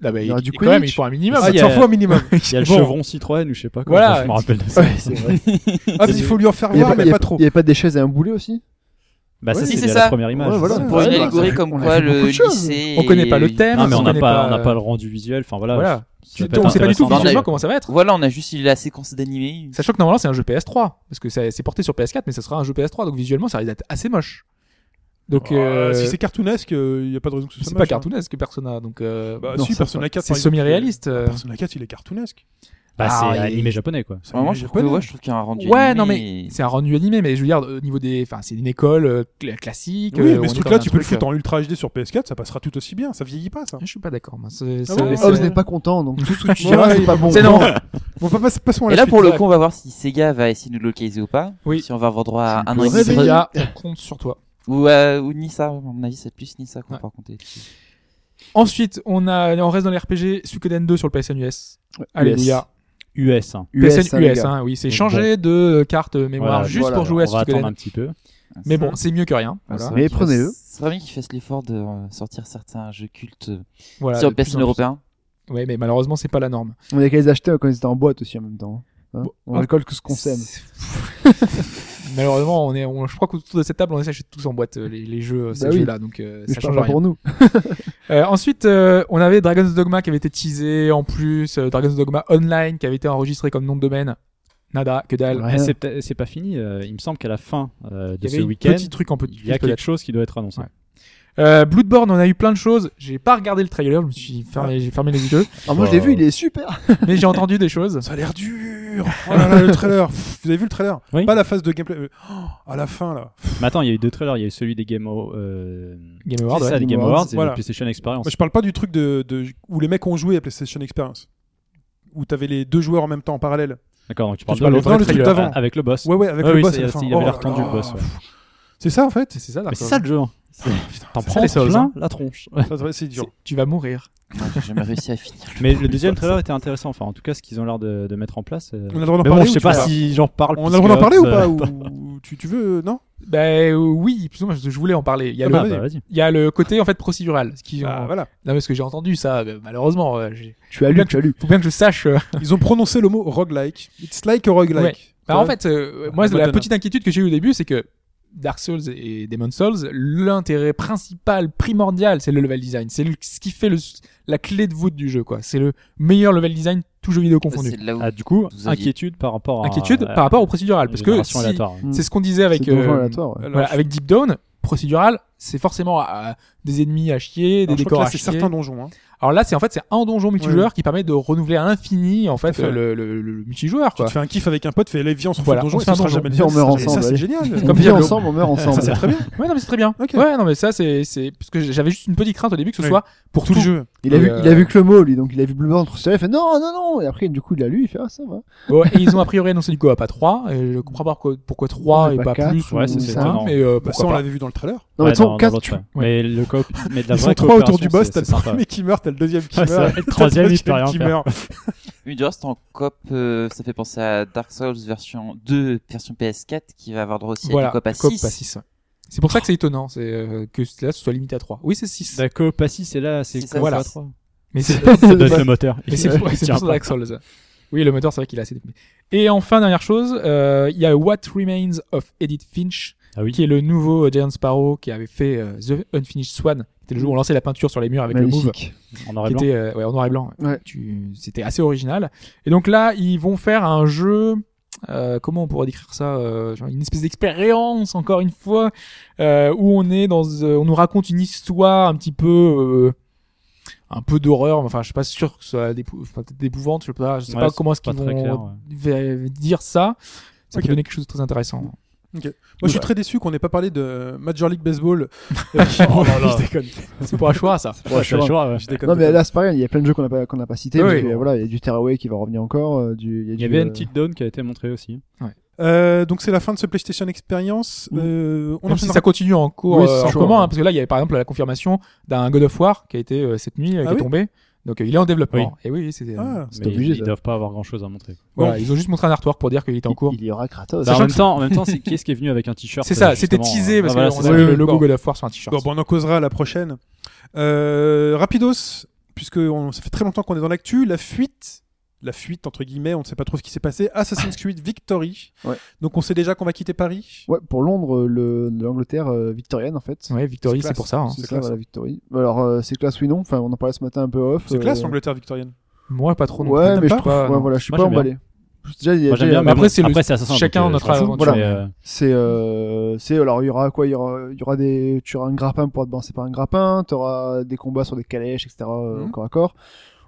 Speaker 4: Là, bah,
Speaker 6: Il y aura du
Speaker 4: quand même, il
Speaker 6: Quidditch.
Speaker 4: faut un minimum.
Speaker 5: Ah, il y a-
Speaker 3: S'en fout un minimum.
Speaker 5: Il y a le
Speaker 3: Bon.
Speaker 5: chevron Citroën ou je sais pas quoi.
Speaker 4: Voilà.
Speaker 5: Enfin, Je me rappelle de ça.
Speaker 3: Hobbes, il faut lui en faire
Speaker 6: Il y a
Speaker 3: voir,
Speaker 6: pas-
Speaker 3: mais
Speaker 6: il y a-
Speaker 3: pas trop.
Speaker 6: Il n'y avait pas des chaises et un boulet aussi
Speaker 5: Bah, ça,
Speaker 3: Oui,
Speaker 5: c'est
Speaker 7: c'est
Speaker 5: la
Speaker 7: ça.
Speaker 5: première image.
Speaker 6: Ouais, voilà.
Speaker 5: C'est-
Speaker 7: Pour une
Speaker 6: Ouais, bah,
Speaker 7: allégorie
Speaker 6: ça
Speaker 7: comme
Speaker 6: fait- on a
Speaker 7: quoi
Speaker 6: fait beaucoup
Speaker 7: le
Speaker 6: de choses.
Speaker 7: lycée.
Speaker 4: On connaît pas le
Speaker 7: est-
Speaker 4: thème.
Speaker 5: Non, mais on
Speaker 4: connaît
Speaker 5: n'a pas,
Speaker 4: pas,
Speaker 5: on n'a
Speaker 4: euh,
Speaker 5: pas le rendu visuel. Enfin, voilà.
Speaker 4: Voilà.
Speaker 5: ça
Speaker 4: Tu-
Speaker 5: peut être
Speaker 4: on sait pas du tout
Speaker 5: intéressant.
Speaker 4: visuellement
Speaker 7: D'ailleurs-
Speaker 4: comment ça va être.
Speaker 7: Voilà, on a juste eu la séquence d'animé.
Speaker 4: Sachant que normalement, c'est un jeu PS3. Parce que ça- c'est porté sur PS4, mais ça sera un jeu PS3. Donc, visuellement, ça risque d'être assez moche. Donc,
Speaker 3: Ah,
Speaker 4: euh,
Speaker 3: Si c'est cartoonesque, euh, il y a pas de raison que ce soit
Speaker 4: c'est
Speaker 3: moche,
Speaker 4: pas
Speaker 3: hein.
Speaker 4: cartoonesque, Persona. Donc, euh,
Speaker 3: Bah,
Speaker 4: non,
Speaker 3: si,
Speaker 4: ça-
Speaker 3: Persona 4,
Speaker 4: c'est
Speaker 3: par exemple,
Speaker 4: semi-réaliste. euh.
Speaker 3: Persona 4, il est cartoonesque.
Speaker 5: Bah,
Speaker 4: Ah,
Speaker 5: c'est
Speaker 4: et-
Speaker 5: animé japonais, quoi.
Speaker 4: Bah,
Speaker 3: C'est
Speaker 7: Moi,
Speaker 3: animé
Speaker 7: je trouve que
Speaker 3: japonais.
Speaker 7: ouais, je trouve qu'il y a un rendu
Speaker 4: Ouais,
Speaker 7: animé
Speaker 4: non mais
Speaker 7: et-
Speaker 4: c'est un rendu animé, mais je veux dire euh, au niveau des, enfin c'est une école euh, cla- classique.
Speaker 3: Oui,
Speaker 4: euh, on
Speaker 3: mais
Speaker 4: est
Speaker 3: ce
Speaker 4: dans
Speaker 3: truc-là,
Speaker 4: un
Speaker 3: tu peux le
Speaker 4: truc,
Speaker 3: foutre en Ultra HD sur PS4, ça passera tout aussi bien. Ça vieillit pas, ça.
Speaker 4: euh, Je suis pas d'accord. moi. C'est
Speaker 3: Ah
Speaker 4: c'est-
Speaker 3: bon
Speaker 4: c'est-
Speaker 6: Hobbes n'est pas content, donc tout ce que tu
Speaker 4: Ouais,
Speaker 6: diras,
Speaker 4: il-
Speaker 6: c'est pas bon.
Speaker 4: c'est non.
Speaker 3: Bon, pas- pas- passons à
Speaker 7: Et
Speaker 3: la
Speaker 7: là,
Speaker 3: suite.
Speaker 7: pour le coup, on va voir si Sega va essayer de nous localiser ou pas.
Speaker 4: Oui.
Speaker 7: Si on va avoir droit à un an et
Speaker 6: pleurer, mais-
Speaker 7: demi. de-
Speaker 4: Sega, on compte sur toi.
Speaker 7: Ou, euh, ou Nissa, à mon avis, c'est plus Nissa qu'on
Speaker 4: Ouais.
Speaker 7: peut raconter.
Speaker 4: Ensuite, on a, on reste dans les RPG, Suikoden 2 sur le PSN US. Alléluia.
Speaker 5: US. hein.
Speaker 6: US,
Speaker 4: PSN
Speaker 6: hein, les
Speaker 4: US,
Speaker 6: gars.
Speaker 4: hein, oui, c'est
Speaker 5: Donc
Speaker 4: changer de carte euh, mémoire
Speaker 5: Voilà,
Speaker 4: juste
Speaker 6: voilà,
Speaker 4: pour jouer
Speaker 5: On
Speaker 4: à
Speaker 5: va attendre
Speaker 4: Suikoden.
Speaker 5: un petit peu.
Speaker 4: Mais bon, c'est mieux que rien. Voilà.
Speaker 7: Voilà.
Speaker 6: Mais prenez-le.
Speaker 7: C'est vraiment qu'il fasse l'effort de euh, sortir certains jeux cultes euh,
Speaker 4: Voilà,
Speaker 7: sur
Speaker 4: de plus en
Speaker 7: PSN
Speaker 4: plus.
Speaker 7: européen.
Speaker 4: Ouais, mais malheureusement, c'est pas la norme.
Speaker 6: On a qu'à les acheter euh, quand ils étaient en boîte aussi en même temps. hein.
Speaker 4: Bon,
Speaker 6: On
Speaker 4: ah.
Speaker 6: récolte que ce qu'on sème.
Speaker 4: Malheureusement, on est, on- je crois qu'autour de cette table, on s'achète tous en boîte euh, les, les jeux, euh, ces
Speaker 6: Bah oui.
Speaker 4: jeux-là, donc euh,
Speaker 6: Mais
Speaker 4: ça
Speaker 6: je
Speaker 4: change
Speaker 6: parle pas
Speaker 4: rien.
Speaker 6: pour nous.
Speaker 4: Euh, ensuite, euh, on avait Dragon's Dogma qui avait été teasé en plus, euh, Dragon's Dogma Online qui avait été enregistré comme nom de domaine. Nada, que dalle.
Speaker 6: Ouais.
Speaker 5: Eh, c'est peut-être- C'est pas fini. euh, Il me semble qu'à la fin euh, de
Speaker 4: Il y
Speaker 5: ce
Speaker 4: avait un
Speaker 5: week-end,
Speaker 4: petit truc en peu
Speaker 5: il y a
Speaker 4: plus,
Speaker 5: quelque
Speaker 4: peut-être.
Speaker 5: chose qui doit être annoncé.
Speaker 4: Ouais. Euh, Bloodborne, on a eu plein de choses. J'ai pas regardé le trailer, je me suis fermé, j'ai fermé les yeux,
Speaker 6: Alors moi, je l'ai vu, il est super.
Speaker 4: mais j'ai entendu des choses.
Speaker 3: Ça a l'air dur. Oh là là, le trailer. Pff, Vous avez vu le trailer
Speaker 5: Oui.
Speaker 3: Pas la phase de gameplay. euh, oh, à la fin, là.
Speaker 5: Mais attends, il y a eu deux trailers. Il y a eu celui des Game Awards. Euh...
Speaker 4: Game
Speaker 5: c'est
Speaker 4: Award,
Speaker 5: ça,
Speaker 4: ouais.
Speaker 5: les Game
Speaker 6: Game
Speaker 5: Awards
Speaker 6: Awards,
Speaker 5: et
Speaker 3: voilà.
Speaker 5: le PlayStation Experience.
Speaker 3: Moi, je parle pas du truc de, de- où les mecs ont joué à PlayStation Experience. Où t'avais les deux joueurs en même temps en parallèle.
Speaker 5: D'accord, donc tu
Speaker 4: parles
Speaker 5: parles
Speaker 4: de- le
Speaker 5: de
Speaker 4: vrai trailer,
Speaker 3: hein.
Speaker 5: avec le boss.
Speaker 3: Ouais, ouais, avec
Speaker 5: Ouais,
Speaker 3: le
Speaker 5: oui,
Speaker 3: boss.
Speaker 5: c'est-
Speaker 3: à la fin.
Speaker 5: il avait
Speaker 3: Oh
Speaker 5: l'air
Speaker 3: là
Speaker 5: tendu,
Speaker 3: là.
Speaker 5: le boss, ouais.
Speaker 3: C'est ça, en fait
Speaker 4: C'est ça,
Speaker 5: Mais c'est
Speaker 4: d'accord.
Speaker 5: ça le jeu. hein. C'est- T'en
Speaker 4: c'est
Speaker 5: prends
Speaker 4: les Souls,
Speaker 5: plein
Speaker 4: hein.
Speaker 5: la tronche.
Speaker 3: Ça, ça, C'est dur.
Speaker 4: C'est- Tu vas mourir.
Speaker 7: Moi, J'ai jamais réussi à finir.
Speaker 5: Mais le deuxième trailer était intéressant. Enfin, en tout cas, ce qu'ils ont l'air de, de mettre en place. euh,
Speaker 3: On a le droit d'en
Speaker 5: Mais
Speaker 3: parler
Speaker 5: bon,
Speaker 3: ou
Speaker 5: je sais
Speaker 3: tu
Speaker 5: pas
Speaker 3: veux
Speaker 5: si j'en parle.
Speaker 3: On a le droit d'en parler ou
Speaker 5: puisque,
Speaker 3: pas
Speaker 5: euh,
Speaker 3: ou... tu, tu veux Non
Speaker 4: Ben euh, oui, plus ou moins, je je voulais en parler. Il y a,
Speaker 3: Ah
Speaker 4: le,
Speaker 5: bah,
Speaker 3: vas-y.
Speaker 5: bah, vas-y.
Speaker 4: il y a le côté en fait procédural. Ce qui,
Speaker 3: Ah, voilà.
Speaker 4: Non, mais ce que j'ai entendu, ça, ben, malheureusement, euh, j'ai-
Speaker 6: Tu as lu, tu as lu.
Speaker 4: faut bien que je sache. euh,
Speaker 3: Ils ont prononcé le mot roguelike. It's like a roguelike.
Speaker 4: Ouais. Bah, en fait, euh, moi,
Speaker 3: la
Speaker 4: la
Speaker 3: botte,
Speaker 4: petite inquiétude que j'ai eu au début, c'est que Dark Souls et Demon Souls, l'intérêt principal, primordial, c'est le level design. C'est le- ce qui fait le, la clé de voûte du jeu, quoi. C'est le meilleur level design, tout jeu vidéo
Speaker 7: C'est
Speaker 4: confondu.
Speaker 7: là où
Speaker 5: Ah, du coup,
Speaker 7: Vous aviez-
Speaker 5: inquiétude par rapport à.
Speaker 4: Inquiétude
Speaker 5: à-
Speaker 4: par rapport au
Speaker 5: à
Speaker 4: procédural,
Speaker 5: la
Speaker 4: parce que
Speaker 5: génération
Speaker 4: si-
Speaker 5: aléatoire.
Speaker 4: c'est ce qu'on disait avec,
Speaker 6: C'est donjon
Speaker 4: euh,
Speaker 6: aléatoire, ouais.
Speaker 3: Alors,
Speaker 4: voilà, avec Deep Down, procédural, c'est forcément euh, des ennemis à chier, des
Speaker 3: Alors, je crois
Speaker 4: décors
Speaker 3: que
Speaker 4: à
Speaker 3: là, c'est
Speaker 4: chier.
Speaker 3: certains donjons. hein.
Speaker 4: Alors là, c'est en fait c'est un donjon multijoueur qui permet de renouveler à l'infini en fait,
Speaker 3: Tout à fait.
Speaker 4: euh, le, le- le multijoueur
Speaker 3: Tu
Speaker 4: quoi.
Speaker 3: te fais un kiff avec un pote, fais allez viens on se fait
Speaker 4: Voilà,
Speaker 3: un donjon,
Speaker 4: on
Speaker 3: et
Speaker 4: se fait
Speaker 3: ce
Speaker 4: un
Speaker 3: sera
Speaker 4: donjon.
Speaker 3: jamais le
Speaker 6: Viens, on
Speaker 3: même.
Speaker 6: meurt
Speaker 3: Et
Speaker 6: ensemble,
Speaker 3: Ça c'est
Speaker 6: allez.
Speaker 3: génial.
Speaker 6: On
Speaker 4: Comme
Speaker 6: vit
Speaker 4: Diablo.
Speaker 6: ensemble, on meurt ensemble.
Speaker 3: Ça c'est très bien.
Speaker 4: Ouais, non mais c'est très bien.
Speaker 3: Ok.
Speaker 4: Ouais, non mais ça c'est c'est parce que j'avais juste une petite crainte au début que ce
Speaker 3: Oui.
Speaker 4: soit pour
Speaker 3: Tout le jeu.
Speaker 6: Il a,
Speaker 4: Et
Speaker 6: vu,
Speaker 4: euh,
Speaker 6: il a vu que le mot, lui, donc il a vu Bloodborne entre ses lèvres, il fait non, non, non, et après, du coup, il a lu, il fait ah, ça va.
Speaker 4: Bon, et ils ont a priori annoncé du coup à 3 et je comprends pas pourquoi, pourquoi 3
Speaker 6: Ouais,
Speaker 4: et
Speaker 6: pas
Speaker 4: pas,
Speaker 6: quatre,
Speaker 4: plus
Speaker 5: ouais, ça,
Speaker 4: ou
Speaker 5: c'est
Speaker 4: ça,
Speaker 5: étonnant.
Speaker 4: mais euh,
Speaker 3: Bah, ça on
Speaker 4: pourquoi pas.
Speaker 3: l'avais vu dans le trailer.
Speaker 6: Non, mais de toute façon, 4, tu...
Speaker 5: Mais le coop, mais de la
Speaker 3: Ils
Speaker 5: vraie
Speaker 3: sont trois autour
Speaker 5: coopération,
Speaker 3: du boss,
Speaker 5: c'est-
Speaker 3: t'as le
Speaker 5: c'est sympa.
Speaker 3: premier qui meurt, t'as le deuxième qui
Speaker 5: Ouais, ça va
Speaker 3: meurt,
Speaker 5: être
Speaker 3: t'as le
Speaker 5: troisième, il peut
Speaker 3: troisième
Speaker 5: rien
Speaker 3: qui
Speaker 5: faire.
Speaker 3: meurt.
Speaker 7: Mais du reste, en coop, euh, ça fait penser à Dark Souls version 2, version PS4, qui va avoir droit aussi à
Speaker 4: Voilà,
Speaker 7: du coop à
Speaker 4: coop
Speaker 7: 6.
Speaker 4: à 6. ouais. C'est pour ça que c'est étonnant, c'est euh, que là ce soit limité à 3. Oui, c'est 6.
Speaker 5: La coop à 6 et là, c'est
Speaker 7: C'est ça,
Speaker 5: coop à
Speaker 4: voilà.
Speaker 5: trois.
Speaker 4: Mais c'est
Speaker 5: Ça doit être
Speaker 6: pas-
Speaker 5: le moteur.
Speaker 4: mais c'est
Speaker 5: Il-
Speaker 4: pour,
Speaker 5: il
Speaker 4: c'est
Speaker 5: tient
Speaker 4: pour ça
Speaker 5: pas.
Speaker 4: Dark Souls. ça. Oui, le moteur, c'est vrai qu'il a assez déprimé. Et enfin, dernière chose, euh, il y a What Remains of Edith Finch,
Speaker 5: Ah oui.
Speaker 4: qui est le nouveau euh, Giant Sparrow qui avait fait euh, The Unfinished Swan, qui était le jeu où on lançait la peinture sur les murs avec le move.
Speaker 6: Magnifique.
Speaker 5: En noir et
Speaker 4: qui
Speaker 5: blanc.
Speaker 4: était euh, ouais, en noir et blanc.
Speaker 6: Ouais.
Speaker 4: Tu- C'était assez original. Et donc là, ils vont faire un jeu. euh, comment on pourrait décrire ça euh, genre Une espèce d'expérience, encore une fois, euh, où on est dans, euh, on nous raconte une histoire un petit peu, euh, un peu d'horreur. Enfin, je suis pas sûr que ce soit d'épou- enfin, peut-être d'épouvante. Je sais pas, je sais
Speaker 5: Ouais,
Speaker 4: pas
Speaker 5: c'est
Speaker 4: comment est-ce
Speaker 5: pas
Speaker 4: qu'ils
Speaker 5: très
Speaker 4: vont euh, dire ça. Ça
Speaker 3: Ok.
Speaker 4: peut donner quelque chose de très intéressant.
Speaker 3: Moi je suis
Speaker 4: Ouais.
Speaker 3: très déçu qu'on n'ait pas parlé de Major League Baseball. Euh, qui- je déconne.
Speaker 4: C'est pour Ashura, ça.
Speaker 5: Ouais, c'est Ashura, ouais.
Speaker 3: Je déconne
Speaker 6: Non, mais
Speaker 3: totalement.
Speaker 6: là, c'est pareil, il y a plein de jeux qu'on n'a pas, qu'on n'a pas cités,
Speaker 4: Oui,
Speaker 6: parce que,
Speaker 4: oui.
Speaker 6: voilà, il y a du Terraway qui va revenir encore, euh, du, il y a
Speaker 5: Il
Speaker 6: du,
Speaker 5: y avait
Speaker 6: euh,
Speaker 5: Until Dawn qui a été montré aussi.
Speaker 3: Euh, donc c'est la fin de ce PlayStation Experience. Euh, on
Speaker 4: Même si
Speaker 3: enchaînera-
Speaker 4: ça continue en cours
Speaker 6: Oui,
Speaker 4: euh,
Speaker 6: c'est
Speaker 4: en
Speaker 6: chaud,
Speaker 4: commun,
Speaker 6: ouais.
Speaker 4: hein, parce que là, il y avait par exemple la confirmation d'un God of War qui a été euh, cette nuit, euh,
Speaker 3: Ah
Speaker 4: qui
Speaker 3: oui
Speaker 4: est tombé. Donc euh, il est en développement. Et oui, oui, c'était. euh,
Speaker 3: Ah,
Speaker 5: Mais
Speaker 6: obligé,
Speaker 5: ils, ils
Speaker 6: ça.
Speaker 5: doivent pas avoir grand chose à montrer.
Speaker 4: voilà, ils ont juste montré un artwork pour dire qu'il était en cours.
Speaker 6: Il, il y aura Kratos.
Speaker 5: Bah, en
Speaker 4: Sachant
Speaker 5: même
Speaker 4: que-
Speaker 5: temps, en même temps, c'est qui est-ce qui est venu avec un t-shirt
Speaker 4: C'est ça,
Speaker 5: euh,
Speaker 4: c'était
Speaker 5: justement,
Speaker 4: teasé
Speaker 6: hein.
Speaker 5: euh,
Speaker 4: parce
Speaker 5: ah, voilà,
Speaker 4: qu'on
Speaker 5: c'est
Speaker 4: a
Speaker 5: ça.
Speaker 4: vu
Speaker 3: Oui,
Speaker 4: le
Speaker 3: oui,
Speaker 4: logo
Speaker 3: bon.
Speaker 4: God of War sur un t-shirt.
Speaker 3: Bon, bon, on en causera à la prochaine. Euh, rapidos, puisque on- ça fait très longtemps qu'on est dans l'actu, la fuite, la fuite entre guillemets, on ne sait pas trop ce qui s'est passé. Assassin's Creed Victory.
Speaker 6: Ah. Ouais.
Speaker 3: Donc on sait déjà qu'on va quitter Paris.
Speaker 6: Ouais, pour Londres, euh, le, l'Angleterre euh, victorienne, en fait.
Speaker 4: Ouais, Victory,
Speaker 3: C'est
Speaker 4: c'est
Speaker 3: classe.
Speaker 4: pour ça. hein.
Speaker 3: C'est
Speaker 6: C'est ça,
Speaker 3: classe.
Speaker 6: voilà, Victory. Alors, euh, c'est classe, oui, non. Enfin, on en parlait ce matin un peu off.
Speaker 3: C'est classe
Speaker 6: euh,
Speaker 3: l'Angleterre victorienne.
Speaker 4: Moi, pas trop. non plus.
Speaker 6: Ouais, mais je
Speaker 4: Pas,
Speaker 6: trouve,
Speaker 4: pas,
Speaker 6: ouais,
Speaker 4: non.
Speaker 6: voilà, je suis
Speaker 5: Moi,
Speaker 6: pas
Speaker 5: j'aime bien.
Speaker 6: emballé. Déjà, il y a-
Speaker 5: Moi,
Speaker 6: déjà,
Speaker 5: j'aime
Speaker 6: il
Speaker 5: bien,
Speaker 6: y
Speaker 5: mais
Speaker 6: a-
Speaker 4: après,
Speaker 5: bon,
Speaker 4: c'est le-
Speaker 5: après, c'est Assassin's Creed,
Speaker 4: chacun
Speaker 5: donc, euh,
Speaker 4: notre
Speaker 5: je m'en fous.
Speaker 4: aventure.
Speaker 5: Mais, euh,
Speaker 6: C'est, euh, c'est, alors, il y aura quoi? Il y aura, il y aura des, tu auras un grappin pour être lancé par un grappin, tu auras des combats sur des calèches, etc., euh,
Speaker 3: Mhm.
Speaker 6: corps à corps.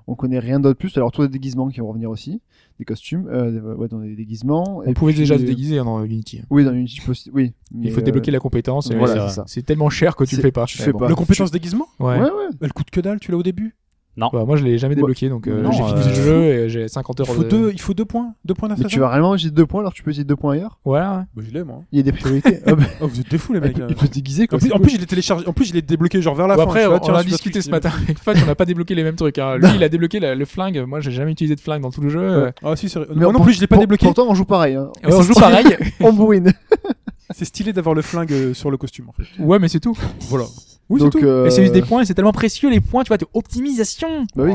Speaker 6: On connaît rien d'autre plus. Alors, autour des déguisements qui vont revenir aussi. Des costumes, euh, des- ouais, dans des déguisements.
Speaker 4: On
Speaker 6: Et
Speaker 4: pouvait
Speaker 6: puis- euh,
Speaker 4: déjà se déguiser hein, dans Unity.
Speaker 6: Oui, dans une type aussi. Oui. euh,
Speaker 4: Il faut débloquer la compétence. et
Speaker 6: Voilà,
Speaker 4: c'est-
Speaker 5: c'est
Speaker 6: ça.
Speaker 4: C'est tellement cher que tu le
Speaker 6: C'est-
Speaker 4: fais pas.
Speaker 6: tu
Speaker 4: Mais
Speaker 6: fais
Speaker 4: bon.
Speaker 6: pas.
Speaker 3: Le compétence déguisement
Speaker 4: Ouais.
Speaker 6: Ouais, ouais.
Speaker 3: Elle coûte que dalle, tu l'as au début.
Speaker 4: Bah, moi, je l'ai jamais
Speaker 6: Ouais.
Speaker 4: débloqué, donc euh,
Speaker 5: Non,
Speaker 4: j'ai fini le
Speaker 5: euh,
Speaker 4: jeu et j'ai 50
Speaker 3: Il
Speaker 4: heures.
Speaker 3: faut,
Speaker 4: de-
Speaker 3: deux, il faut deux points. Deux points
Speaker 6: Mais tu
Speaker 3: d'assassin.
Speaker 6: vas vraiment j'ai deux points, alors tu peux essayer deux points ailleurs.
Speaker 4: Voilà.
Speaker 3: Bah, je l'ai moi.
Speaker 6: Il y a des priorités. Ah, Hop.
Speaker 3: Oh, vous êtes des fous les mecs. là.
Speaker 6: il peut se déguiser,
Speaker 3: En
Speaker 6: quoi.
Speaker 3: plus,
Speaker 6: c'est
Speaker 3: en
Speaker 6: cool.
Speaker 3: plus, je l'ai téléchargé. En plus, je l'ai débloqué genre vers la
Speaker 4: Bon,
Speaker 3: fin.
Speaker 4: après,
Speaker 3: tu
Speaker 4: on,
Speaker 3: vois, tiens, sur
Speaker 4: a
Speaker 3: la
Speaker 4: discuté
Speaker 3: Switch,
Speaker 4: ce matin avec Fat, on n'a pas débloqué les mêmes trucs. hein. Lui, il a débloqué la- le flingue. Moi, j'ai jamais utilisé de flingue dans tout le jeu. euh.
Speaker 3: Ah si, c'est vrai.
Speaker 6: Mais
Speaker 3: Moi
Speaker 6: on-
Speaker 3: non plus, je l'ai pas
Speaker 6: pour-
Speaker 3: débloqué.
Speaker 6: Pourtant, on joue pareil. hein.
Speaker 4: Ouais, on joue pareil.
Speaker 6: on bourrine.
Speaker 3: C'est stylé d'avoir le flingue euh, sur le costume. en fait.
Speaker 4: ouais, mais c'est tout.
Speaker 3: Voilà. Oui, c'est
Speaker 6: Donc,
Speaker 3: tout.
Speaker 6: euh,
Speaker 4: Et c'est juste des points, et c'est tellement précieux les points, tu vois, de optimisation.
Speaker 6: Bah oui.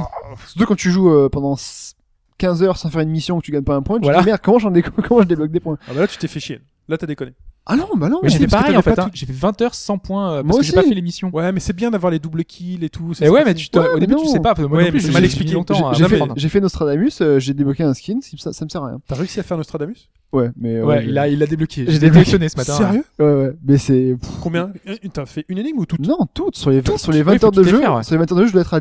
Speaker 6: Surtout quand tu joues euh, pendant s- 15 heures sans faire une mission que tu gagnes pas un point, tu
Speaker 4: Voilà.
Speaker 6: te dis merde, comment, j'en dé- comment je débloque des points
Speaker 3: Ah bah là, tu t'es fait chier. Là, t'as déconné.
Speaker 6: Ah non, bah non, mais
Speaker 4: Mais j'ai fait
Speaker 3: parce que
Speaker 4: pareil en
Speaker 3: t'avais
Speaker 4: fait,
Speaker 3: pas
Speaker 4: hein.
Speaker 3: tout-
Speaker 4: j'ai fait 20 heures sans points euh, parce
Speaker 6: Moi
Speaker 4: que j'ai pas
Speaker 6: aussi.
Speaker 4: fait l'émission.
Speaker 3: Ouais, mais c'est bien d'avoir les double kills et tout. c'est-
Speaker 4: Et ouais,
Speaker 3: c'est-
Speaker 4: mais tu te-
Speaker 6: Ouais,
Speaker 4: au
Speaker 6: mais
Speaker 4: début tu
Speaker 6: non.
Speaker 4: sais pas, moi
Speaker 3: Ouais,
Speaker 4: non plus,
Speaker 3: mais
Speaker 4: j'ai
Speaker 3: mal
Speaker 4: j'ai
Speaker 3: expliqué.
Speaker 4: mis longtemps à
Speaker 6: j'ai fait,
Speaker 4: comprendre.
Speaker 6: j'ai fait Nostradamus, euh, j'ai débloqué un skin, si- ça, ça me sert à rien.
Speaker 3: T'as réussi à faire Nostradamus
Speaker 6: Ouais, mais. euh,
Speaker 4: Ouais,
Speaker 6: je-
Speaker 4: il a, il a débloqué.
Speaker 6: J'ai
Speaker 4: J'ai
Speaker 6: débloqué.
Speaker 4: détectionné ce matin.
Speaker 3: Sérieux
Speaker 6: Ouais, ouais, mais c'est. pff,
Speaker 3: hein. Combien Euh, T'as fait une énigme ou tout
Speaker 6: Non, toutes, sur les,
Speaker 4: Toutes.
Speaker 6: sur les
Speaker 4: Oui,
Speaker 6: 20
Speaker 4: faut
Speaker 6: heures de
Speaker 4: tout
Speaker 6: jeu.
Speaker 4: défaire, ouais.
Speaker 6: Sur les 20 heures de jeu, je dois être à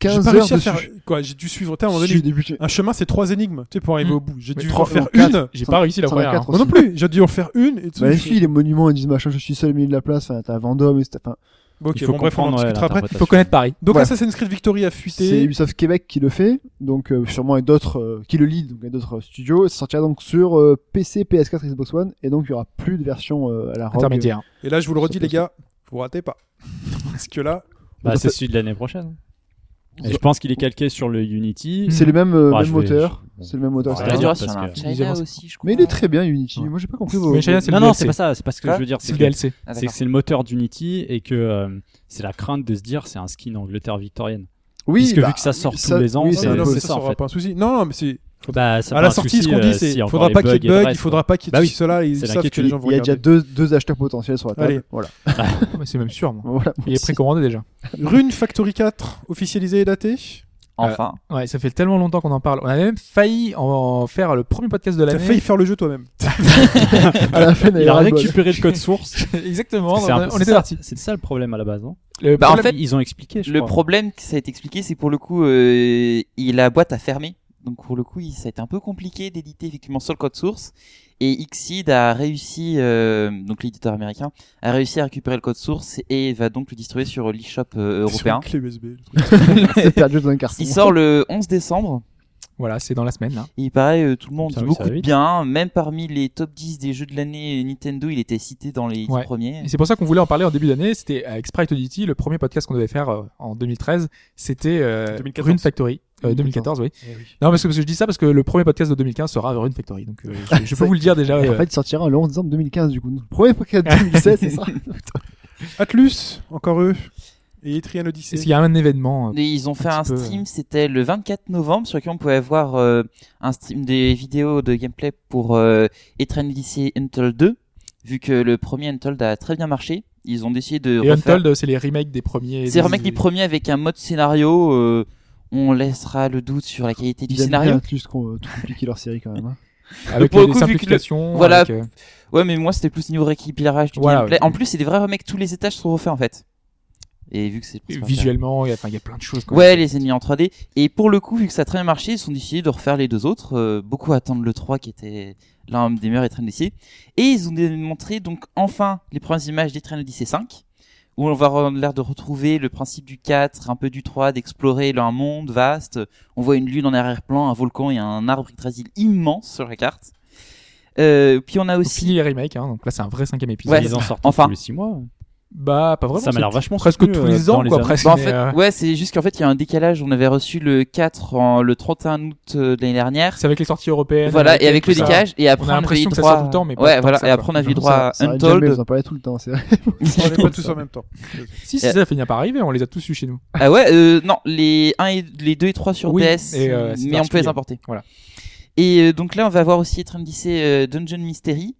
Speaker 6: 15
Speaker 3: J'ai pas
Speaker 6: heures
Speaker 3: réussi à
Speaker 6: dessus.
Speaker 3: faire. Quoi J'ai dû suivre. T'as, à un moment
Speaker 6: Je
Speaker 3: donné,
Speaker 6: suis débuté.
Speaker 3: un chemin, c'est trois énigmes. Tu sais, pour arriver
Speaker 4: Mm.
Speaker 3: au bout. J'ai
Speaker 4: Mais
Speaker 3: dû
Speaker 4: trois
Speaker 3: en faire
Speaker 6: ou quatre.
Speaker 3: une.
Speaker 4: J'ai
Speaker 6: T'en-
Speaker 4: pas réussi la
Speaker 6: t'en as
Speaker 4: première.
Speaker 6: quatre
Speaker 4: hein.
Speaker 3: Moi non plus. J'ai dû en faire une. Et tout.
Speaker 6: Bah, les filles, les monuments, ils disent machin, je suis seul au milieu de la place, enfin, t'as Vendôme, et c'est- enfin,
Speaker 3: Ok,
Speaker 5: Il faut
Speaker 3: bon, bref, on en
Speaker 5: comprendre, ouais,
Speaker 3: discutera après.
Speaker 4: Il faut connaître Paris.
Speaker 3: Donc,
Speaker 6: Ouais.
Speaker 3: Assassin's Creed Victory a
Speaker 6: C'est
Speaker 3: fuité.
Speaker 6: Ubisoft Québec qui le fait, donc euh, sûrement et d'autres euh, qui le lead, donc et d'autres euh, studios. Et ça sortira donc sur euh, PC, PS4, Xbox One, et donc il y aura plus de version euh, à la ROG.
Speaker 4: Intermédiaire.
Speaker 3: Et là, je vous le
Speaker 6: Ça
Speaker 3: redis,
Speaker 6: peut
Speaker 3: les
Speaker 6: se
Speaker 3: gars, vous ratez pas. Parce que là,
Speaker 5: Bah,
Speaker 6: Ça
Speaker 5: c'est
Speaker 6: fait-
Speaker 5: celui de l'année prochaine. Et je pense qu'il est calqué sur le Unity.
Speaker 6: C'est le même, euh,
Speaker 5: Bah,
Speaker 6: même
Speaker 5: je vais-
Speaker 6: moteur,
Speaker 5: je-
Speaker 6: c'est le même moteur.
Speaker 5: Ouais,
Speaker 6: etc.
Speaker 5: Parce
Speaker 7: Il y aura sur
Speaker 5: que-
Speaker 7: un
Speaker 4: Ils
Speaker 7: China
Speaker 4: avancent.
Speaker 7: aussi, je crois.
Speaker 6: Mais il est très bien Unity.
Speaker 4: Ouais.
Speaker 6: Moi j'ai pas compris vos.
Speaker 4: Mais Chaya, c'est le
Speaker 5: Non, non,
Speaker 4: DLC.
Speaker 5: c'est pas ça. C'est pas ce que je
Speaker 7: Quoi
Speaker 5: veux dire.
Speaker 4: C'est le
Speaker 5: que-
Speaker 4: DLC.
Speaker 7: Ah,
Speaker 5: c'est que
Speaker 7: d'accord.
Speaker 5: c'est le moteur d'Unity et que euh, c'est la crainte de se dire c'est un skin Angleterre victorienne.
Speaker 6: Oui,
Speaker 5: Parce que
Speaker 6: bah,
Speaker 5: vu que ça sort
Speaker 6: ça-
Speaker 5: tous les ans,
Speaker 6: oui,
Speaker 3: oh,
Speaker 5: c'est
Speaker 3: non,
Speaker 5: un
Speaker 3: non,
Speaker 5: peu
Speaker 3: mais
Speaker 5: ça
Speaker 3: ça
Speaker 5: en
Speaker 3: sera
Speaker 5: fait.
Speaker 3: pas un souci. Non, non, mais c'est.
Speaker 5: Bah, ça
Speaker 3: À
Speaker 5: fait
Speaker 3: la
Speaker 5: un
Speaker 3: sortie, ce
Speaker 5: souci,
Speaker 3: qu'on dit,
Speaker 5: euh,
Speaker 3: c'est
Speaker 5: s'il y a encore
Speaker 3: faudra
Speaker 5: les
Speaker 3: pas qu'il y ait de
Speaker 5: et le
Speaker 3: bugs, il
Speaker 5: reste,
Speaker 3: faudra pas qu'il y
Speaker 5: Bah
Speaker 3: ait
Speaker 5: oui.
Speaker 3: ceci, cela, et ils
Speaker 5: C'est
Speaker 3: savent que
Speaker 5: l'inquiétude.
Speaker 3: les gens vont
Speaker 6: il y a déjà
Speaker 3: regarder.
Speaker 6: deux, deux acheteurs potentiels sur la table.
Speaker 3: Allez.
Speaker 6: Voilà.
Speaker 4: Mais C'est même sûr. moi.
Speaker 6: voilà.
Speaker 4: Il est précommandé déjà.
Speaker 3: Rune Factory 4, officialisé et daté.
Speaker 5: euh,
Speaker 7: Enfin.
Speaker 4: Ouais, ça fait tellement longtemps qu'on en parle. On a même failli en faire le premier podcast de
Speaker 3: T'as
Speaker 4: l'année.
Speaker 3: failli faire le jeu toi-même.
Speaker 6: À la fin,
Speaker 5: Il a
Speaker 6: ras-le-bol.
Speaker 5: récupéré le code source.
Speaker 4: Exactement.
Speaker 5: C'est
Speaker 4: on-
Speaker 5: un-
Speaker 4: on
Speaker 5: c'est
Speaker 4: était
Speaker 5: ça-
Speaker 4: parti.
Speaker 5: C'est ça le problème à la base, non
Speaker 4: Le
Speaker 7: Bah, en
Speaker 4: problème-
Speaker 7: fait,
Speaker 5: Ils ont expliqué, je
Speaker 7: Le
Speaker 5: crois.
Speaker 7: problème que ça a été expliqué, c'est pour le coup, euh, il, la boîte a fermé. Donc pour le coup, il- ça a été un peu compliqué d'éditer effectivement sur le code source. Et Xseed a réussi, euh, donc l'éditeur américain, a réussi à récupérer le code source et va donc le distribuer sur l'eShop euh, européen.
Speaker 3: Sur une clé USB.
Speaker 6: C'est perdu dans un carton.
Speaker 7: Il sort le 11 décembre.
Speaker 4: Voilà, c'est dans la semaine. Là.
Speaker 7: Et pareil, euh, tout le monde
Speaker 5: Putain,
Speaker 7: dit
Speaker 5: oui, ça
Speaker 7: beaucoup
Speaker 5: va
Speaker 7: de
Speaker 5: vite.
Speaker 7: bien. Même parmi les top 10 des jeux de l'année euh, Nintendo, il était cité dans les 10
Speaker 4: Ouais.
Speaker 7: premiers.
Speaker 4: Et c'est pour ça qu'on voulait en parler en début d'année. C'était avec Sprite Oddity, le premier podcast qu'on devait faire euh, en 2013. C'était euh,
Speaker 3: 2014.
Speaker 4: Rune Factory. Euh, 2014, oui.
Speaker 3: Eh
Speaker 4: Non, parce que, parce que je dis ça parce que le premier podcast de 2015 sera Rune Factory. Donc euh, je, je peux vous le dire déjà.
Speaker 6: Et en
Speaker 4: euh,
Speaker 6: fait, il sortira le 11 décembre 2015, du coup. Le Premier podcast de 2016, c'est ça
Speaker 3: Atlus, encore eux. Et Etrian Odyssey.
Speaker 4: s'il y a un événement. euh,
Speaker 7: Et ils ont fait un
Speaker 4: petit peu,
Speaker 7: stream, c'était le 24 novembre, sur lequel on pouvait voir euh, un stream des vidéos de gameplay pour euh, Etrian Odyssey Untold 2, vu que le premier Untold a très bien marché. Ils ont décidé de
Speaker 4: Et
Speaker 7: refaire...
Speaker 4: Untold, c'est les remakes des premiers.
Speaker 7: C'est le remake du premier avec un mode scénario. euh, on laissera le doute sur la qualité du
Speaker 6: Ils aiment
Speaker 7: scénario.
Speaker 6: bien Atlus qu'on- euh, tout compliquer leur série quand même. hein.
Speaker 4: Avec
Speaker 7: Pour
Speaker 4: euh, des
Speaker 7: le coup, vu que le-
Speaker 4: simplifications.
Speaker 7: voilà.
Speaker 4: avec, euh,
Speaker 7: Ouais, mais moi c'était plus niveau rééquilibrage du
Speaker 4: Voilà,
Speaker 7: gameplay.
Speaker 4: ouais.
Speaker 7: En plus, c'est des vrais remakes, tous les étages sont refaits en fait. Et vu que c'est le principal-
Speaker 4: visuellement, il y a- enfin, il y a plein de choses. quoi.
Speaker 7: Ouais, les ennemis en 3D. Et pour le coup, vu que ça a très bien marché, ils sont décidés de refaire les deux autres. euh, beaucoup attendent le 3 qui était l'un des meilleurs trains d'essai. Et ils ont montré donc enfin les premières images des trains d'essai 5, où on va avoir l'air de retrouver le principe du 4, un peu du 3, d'explorer un monde vaste. On voit une lune en arrière-plan, un volcan et un arbre yggdrasil immense sur la carte. Euh, puis on a
Speaker 4: Donc, fini les
Speaker 7: aussi...
Speaker 4: remakes, hein, donc là c'est un vrai cinquième épisode.
Speaker 7: Ouais.
Speaker 5: Ils en sortent
Speaker 7: Enfin.
Speaker 5: tous les 6 mois.
Speaker 4: Bah pas vraiment.
Speaker 5: ça m'a l'air
Speaker 4: c'est
Speaker 5: vachement
Speaker 4: Presque
Speaker 5: soutenu,
Speaker 4: tous
Speaker 5: euh,
Speaker 4: les
Speaker 5: dans
Speaker 4: ans quoi
Speaker 5: années.
Speaker 4: presque.
Speaker 7: Bah, en
Speaker 4: mais,
Speaker 7: fait,
Speaker 4: euh,
Speaker 7: ouais, c'est juste qu'en fait, il y a un décalage. On avait reçu le 4 en, le 31 août euh, de l'année dernière.
Speaker 4: C'est avec les sorties européennes.
Speaker 7: Voilà, et avec
Speaker 4: tout
Speaker 7: le
Speaker 4: ça.
Speaker 7: décalage, et après
Speaker 4: On a
Speaker 7: on, avait eu
Speaker 4: l'impression que ça
Speaker 7: droit-
Speaker 4: sort tout le temps, mais pas
Speaker 7: ouais,
Speaker 4: tant
Speaker 7: voilà,
Speaker 4: que ça,
Speaker 7: et après on
Speaker 4: quoi.
Speaker 7: avait eu
Speaker 4: Ça-
Speaker 7: droit à
Speaker 6: Ça arrête jamais,
Speaker 7: Untold.
Speaker 6: Vous en parlez tout le temps, c'est vrai.
Speaker 3: On n'est pas tous en même temps.
Speaker 4: Si, si,
Speaker 7: Et-
Speaker 4: ça finit par arriver, on les a tous eu chez nous.
Speaker 7: ah ouais, euh, non, les 1 et les 2 et 3 sur
Speaker 4: Oui,
Speaker 7: DS,
Speaker 4: et, euh, c'est
Speaker 7: mais on peut
Speaker 4: particulier.
Speaker 7: les importer.
Speaker 4: Voilà.
Speaker 7: Et euh, donc là, on va voir aussi Train euh, Dungeon Mystery.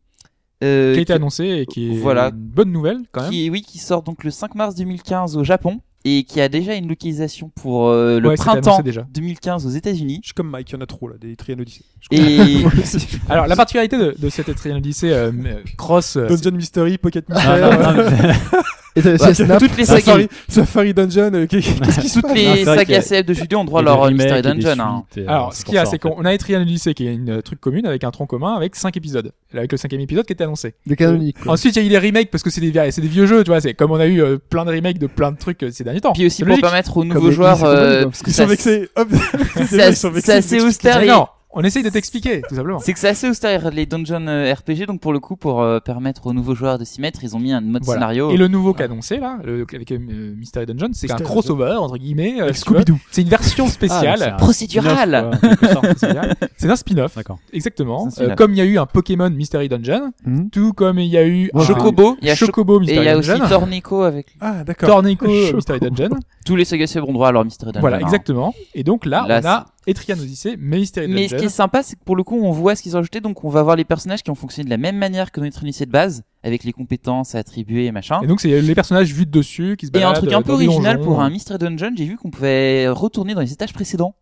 Speaker 7: Euh,
Speaker 4: qui a été annoncé et qui est
Speaker 7: voilà.
Speaker 4: une bonne nouvelle quand même.
Speaker 7: qui- oui, qui sort donc le 5 mars 2015 au Japon et qui a déjà une localisation pour euh, le
Speaker 4: Ouais, c'était annoncé
Speaker 7: printemps
Speaker 4: déjà.
Speaker 7: 2015 aux États-Unis.
Speaker 3: Je suis comme Mike, il y en a trop là, des Etrian Odyssey. Je comprends.
Speaker 7: Et
Speaker 4: Alors la particularité de, de cet Etrian Odyssey euh, euh, Cross, euh,
Speaker 3: Dungeon Mystery, Pocket
Speaker 5: Ah,
Speaker 3: Mystère,
Speaker 5: non, non, mais-
Speaker 6: Et ça,
Speaker 7: Bah,
Speaker 6: c'est Snap.
Speaker 7: toutes
Speaker 4: Ah,
Speaker 7: les sagas,
Speaker 3: Safari, Safari Dungeon, euh, qu'est- qu'est-ce qui se
Speaker 7: toutes
Speaker 3: passe
Speaker 5: Non,
Speaker 7: les
Speaker 5: c'est vrai qu'il y
Speaker 7: sagas
Speaker 5: a-
Speaker 7: célèbres de Judo ont droit à
Speaker 5: et des
Speaker 7: leur
Speaker 5: remakes,
Speaker 7: Mystery
Speaker 5: et des
Speaker 7: Dungeon. hein.
Speaker 5: suites, et, euh,
Speaker 4: Alors, ce
Speaker 5: c'est
Speaker 4: qu'il y a,
Speaker 5: pour ça,
Speaker 4: c'est
Speaker 5: en fait.
Speaker 4: qu'on a Etrian Odyssey qui est une euh, truc commune avec un tronc commun avec 5 épisodes. Et Avec le cinquième épisode qui était annoncé.
Speaker 6: Des canoniques. quoi.
Speaker 4: Ensuite, il y a eu les remakes parce que c'est des, vieilles- c'est des vieux jeux, tu vois. C'est comme on a eu euh, plein de remakes de plein de trucs euh, ces derniers temps.
Speaker 7: Puis aussi
Speaker 4: C'est
Speaker 7: pour
Speaker 4: logique.
Speaker 7: permettre aux
Speaker 6: Comme
Speaker 7: nouveaux
Speaker 6: les
Speaker 7: joueurs,
Speaker 6: Disney Company,
Speaker 7: euh,
Speaker 6: quoi.
Speaker 7: parce que
Speaker 3: Ils
Speaker 7: ça-
Speaker 3: sont vexés. Hop.
Speaker 7: c'est
Speaker 3: Ils
Speaker 7: assez-
Speaker 3: sont
Speaker 7: c'est
Speaker 3: vexés,
Speaker 7: assez
Speaker 3: ils
Speaker 7: austère
Speaker 4: Mais
Speaker 7: les-
Speaker 4: non, on essaye de t'expliquer, tout simplement.
Speaker 7: C'est que c'est assez austère les dungeons euh, RPG, donc pour le coup, pour euh, permettre aux nouveaux joueurs de s'y mettre, ils ont mis un mode
Speaker 4: Voilà.
Speaker 7: scénario.
Speaker 4: Et le nouveau qu'a annoncé là, le- avec euh, Mystery Dungeon, c'est un
Speaker 3: Mystery
Speaker 4: crossover entre guillemets. euh,
Speaker 3: Avec
Speaker 4: tu vois.
Speaker 3: Scooby-Doo.
Speaker 4: C'est une version
Speaker 5: Ah, donc c'est
Speaker 4: spéciale.
Speaker 5: un
Speaker 7: Procédural.
Speaker 5: spin-off, quoi, en quelque sorte.
Speaker 4: C'est bien. c'est un spin-off,
Speaker 5: D'accord.
Speaker 4: exactement.
Speaker 7: C'est un
Speaker 4: Euh,
Speaker 7: spin-off.
Speaker 4: comme il y a eu un Pokémon Mystery Dungeon,
Speaker 6: Mhm.
Speaker 4: tout comme il y a eu
Speaker 6: Moi,
Speaker 4: un
Speaker 6: je-
Speaker 7: Chocobo, il y a Chocobo
Speaker 4: Chocobo
Speaker 7: et il
Speaker 4: Mystery
Speaker 7: y a aussi
Speaker 4: Dungeon,
Speaker 7: Tornico avec
Speaker 3: Ah, d'accord.
Speaker 4: Tornico
Speaker 6: Chocobo.
Speaker 4: Mystery Dungeon.
Speaker 7: tous les sagas ont droit à leur Mystery Dungeon.
Speaker 4: Voilà,
Speaker 7: hein.
Speaker 4: exactement. Et donc là,
Speaker 7: Là,
Speaker 4: on a Etrian Odyssey, mais Mystery
Speaker 7: Mais ce
Speaker 4: Dungeon.
Speaker 7: qui est sympa, c'est que pour le coup, on voit ce qu'ils ont ajouté, donc on va voir les personnages qui ont fonctionné de la même manière que dans les Trinité de base, avec les compétences à attribuer et machin.
Speaker 4: Et donc, c'est les personnages vus de dessus qui se
Speaker 7: Et
Speaker 4: baladent.
Speaker 7: un truc un peu
Speaker 4: dans des
Speaker 7: original
Speaker 4: donjons.
Speaker 7: pour un Mystery Dungeon, j'ai vu qu'on pouvait retourner dans les étages précédents.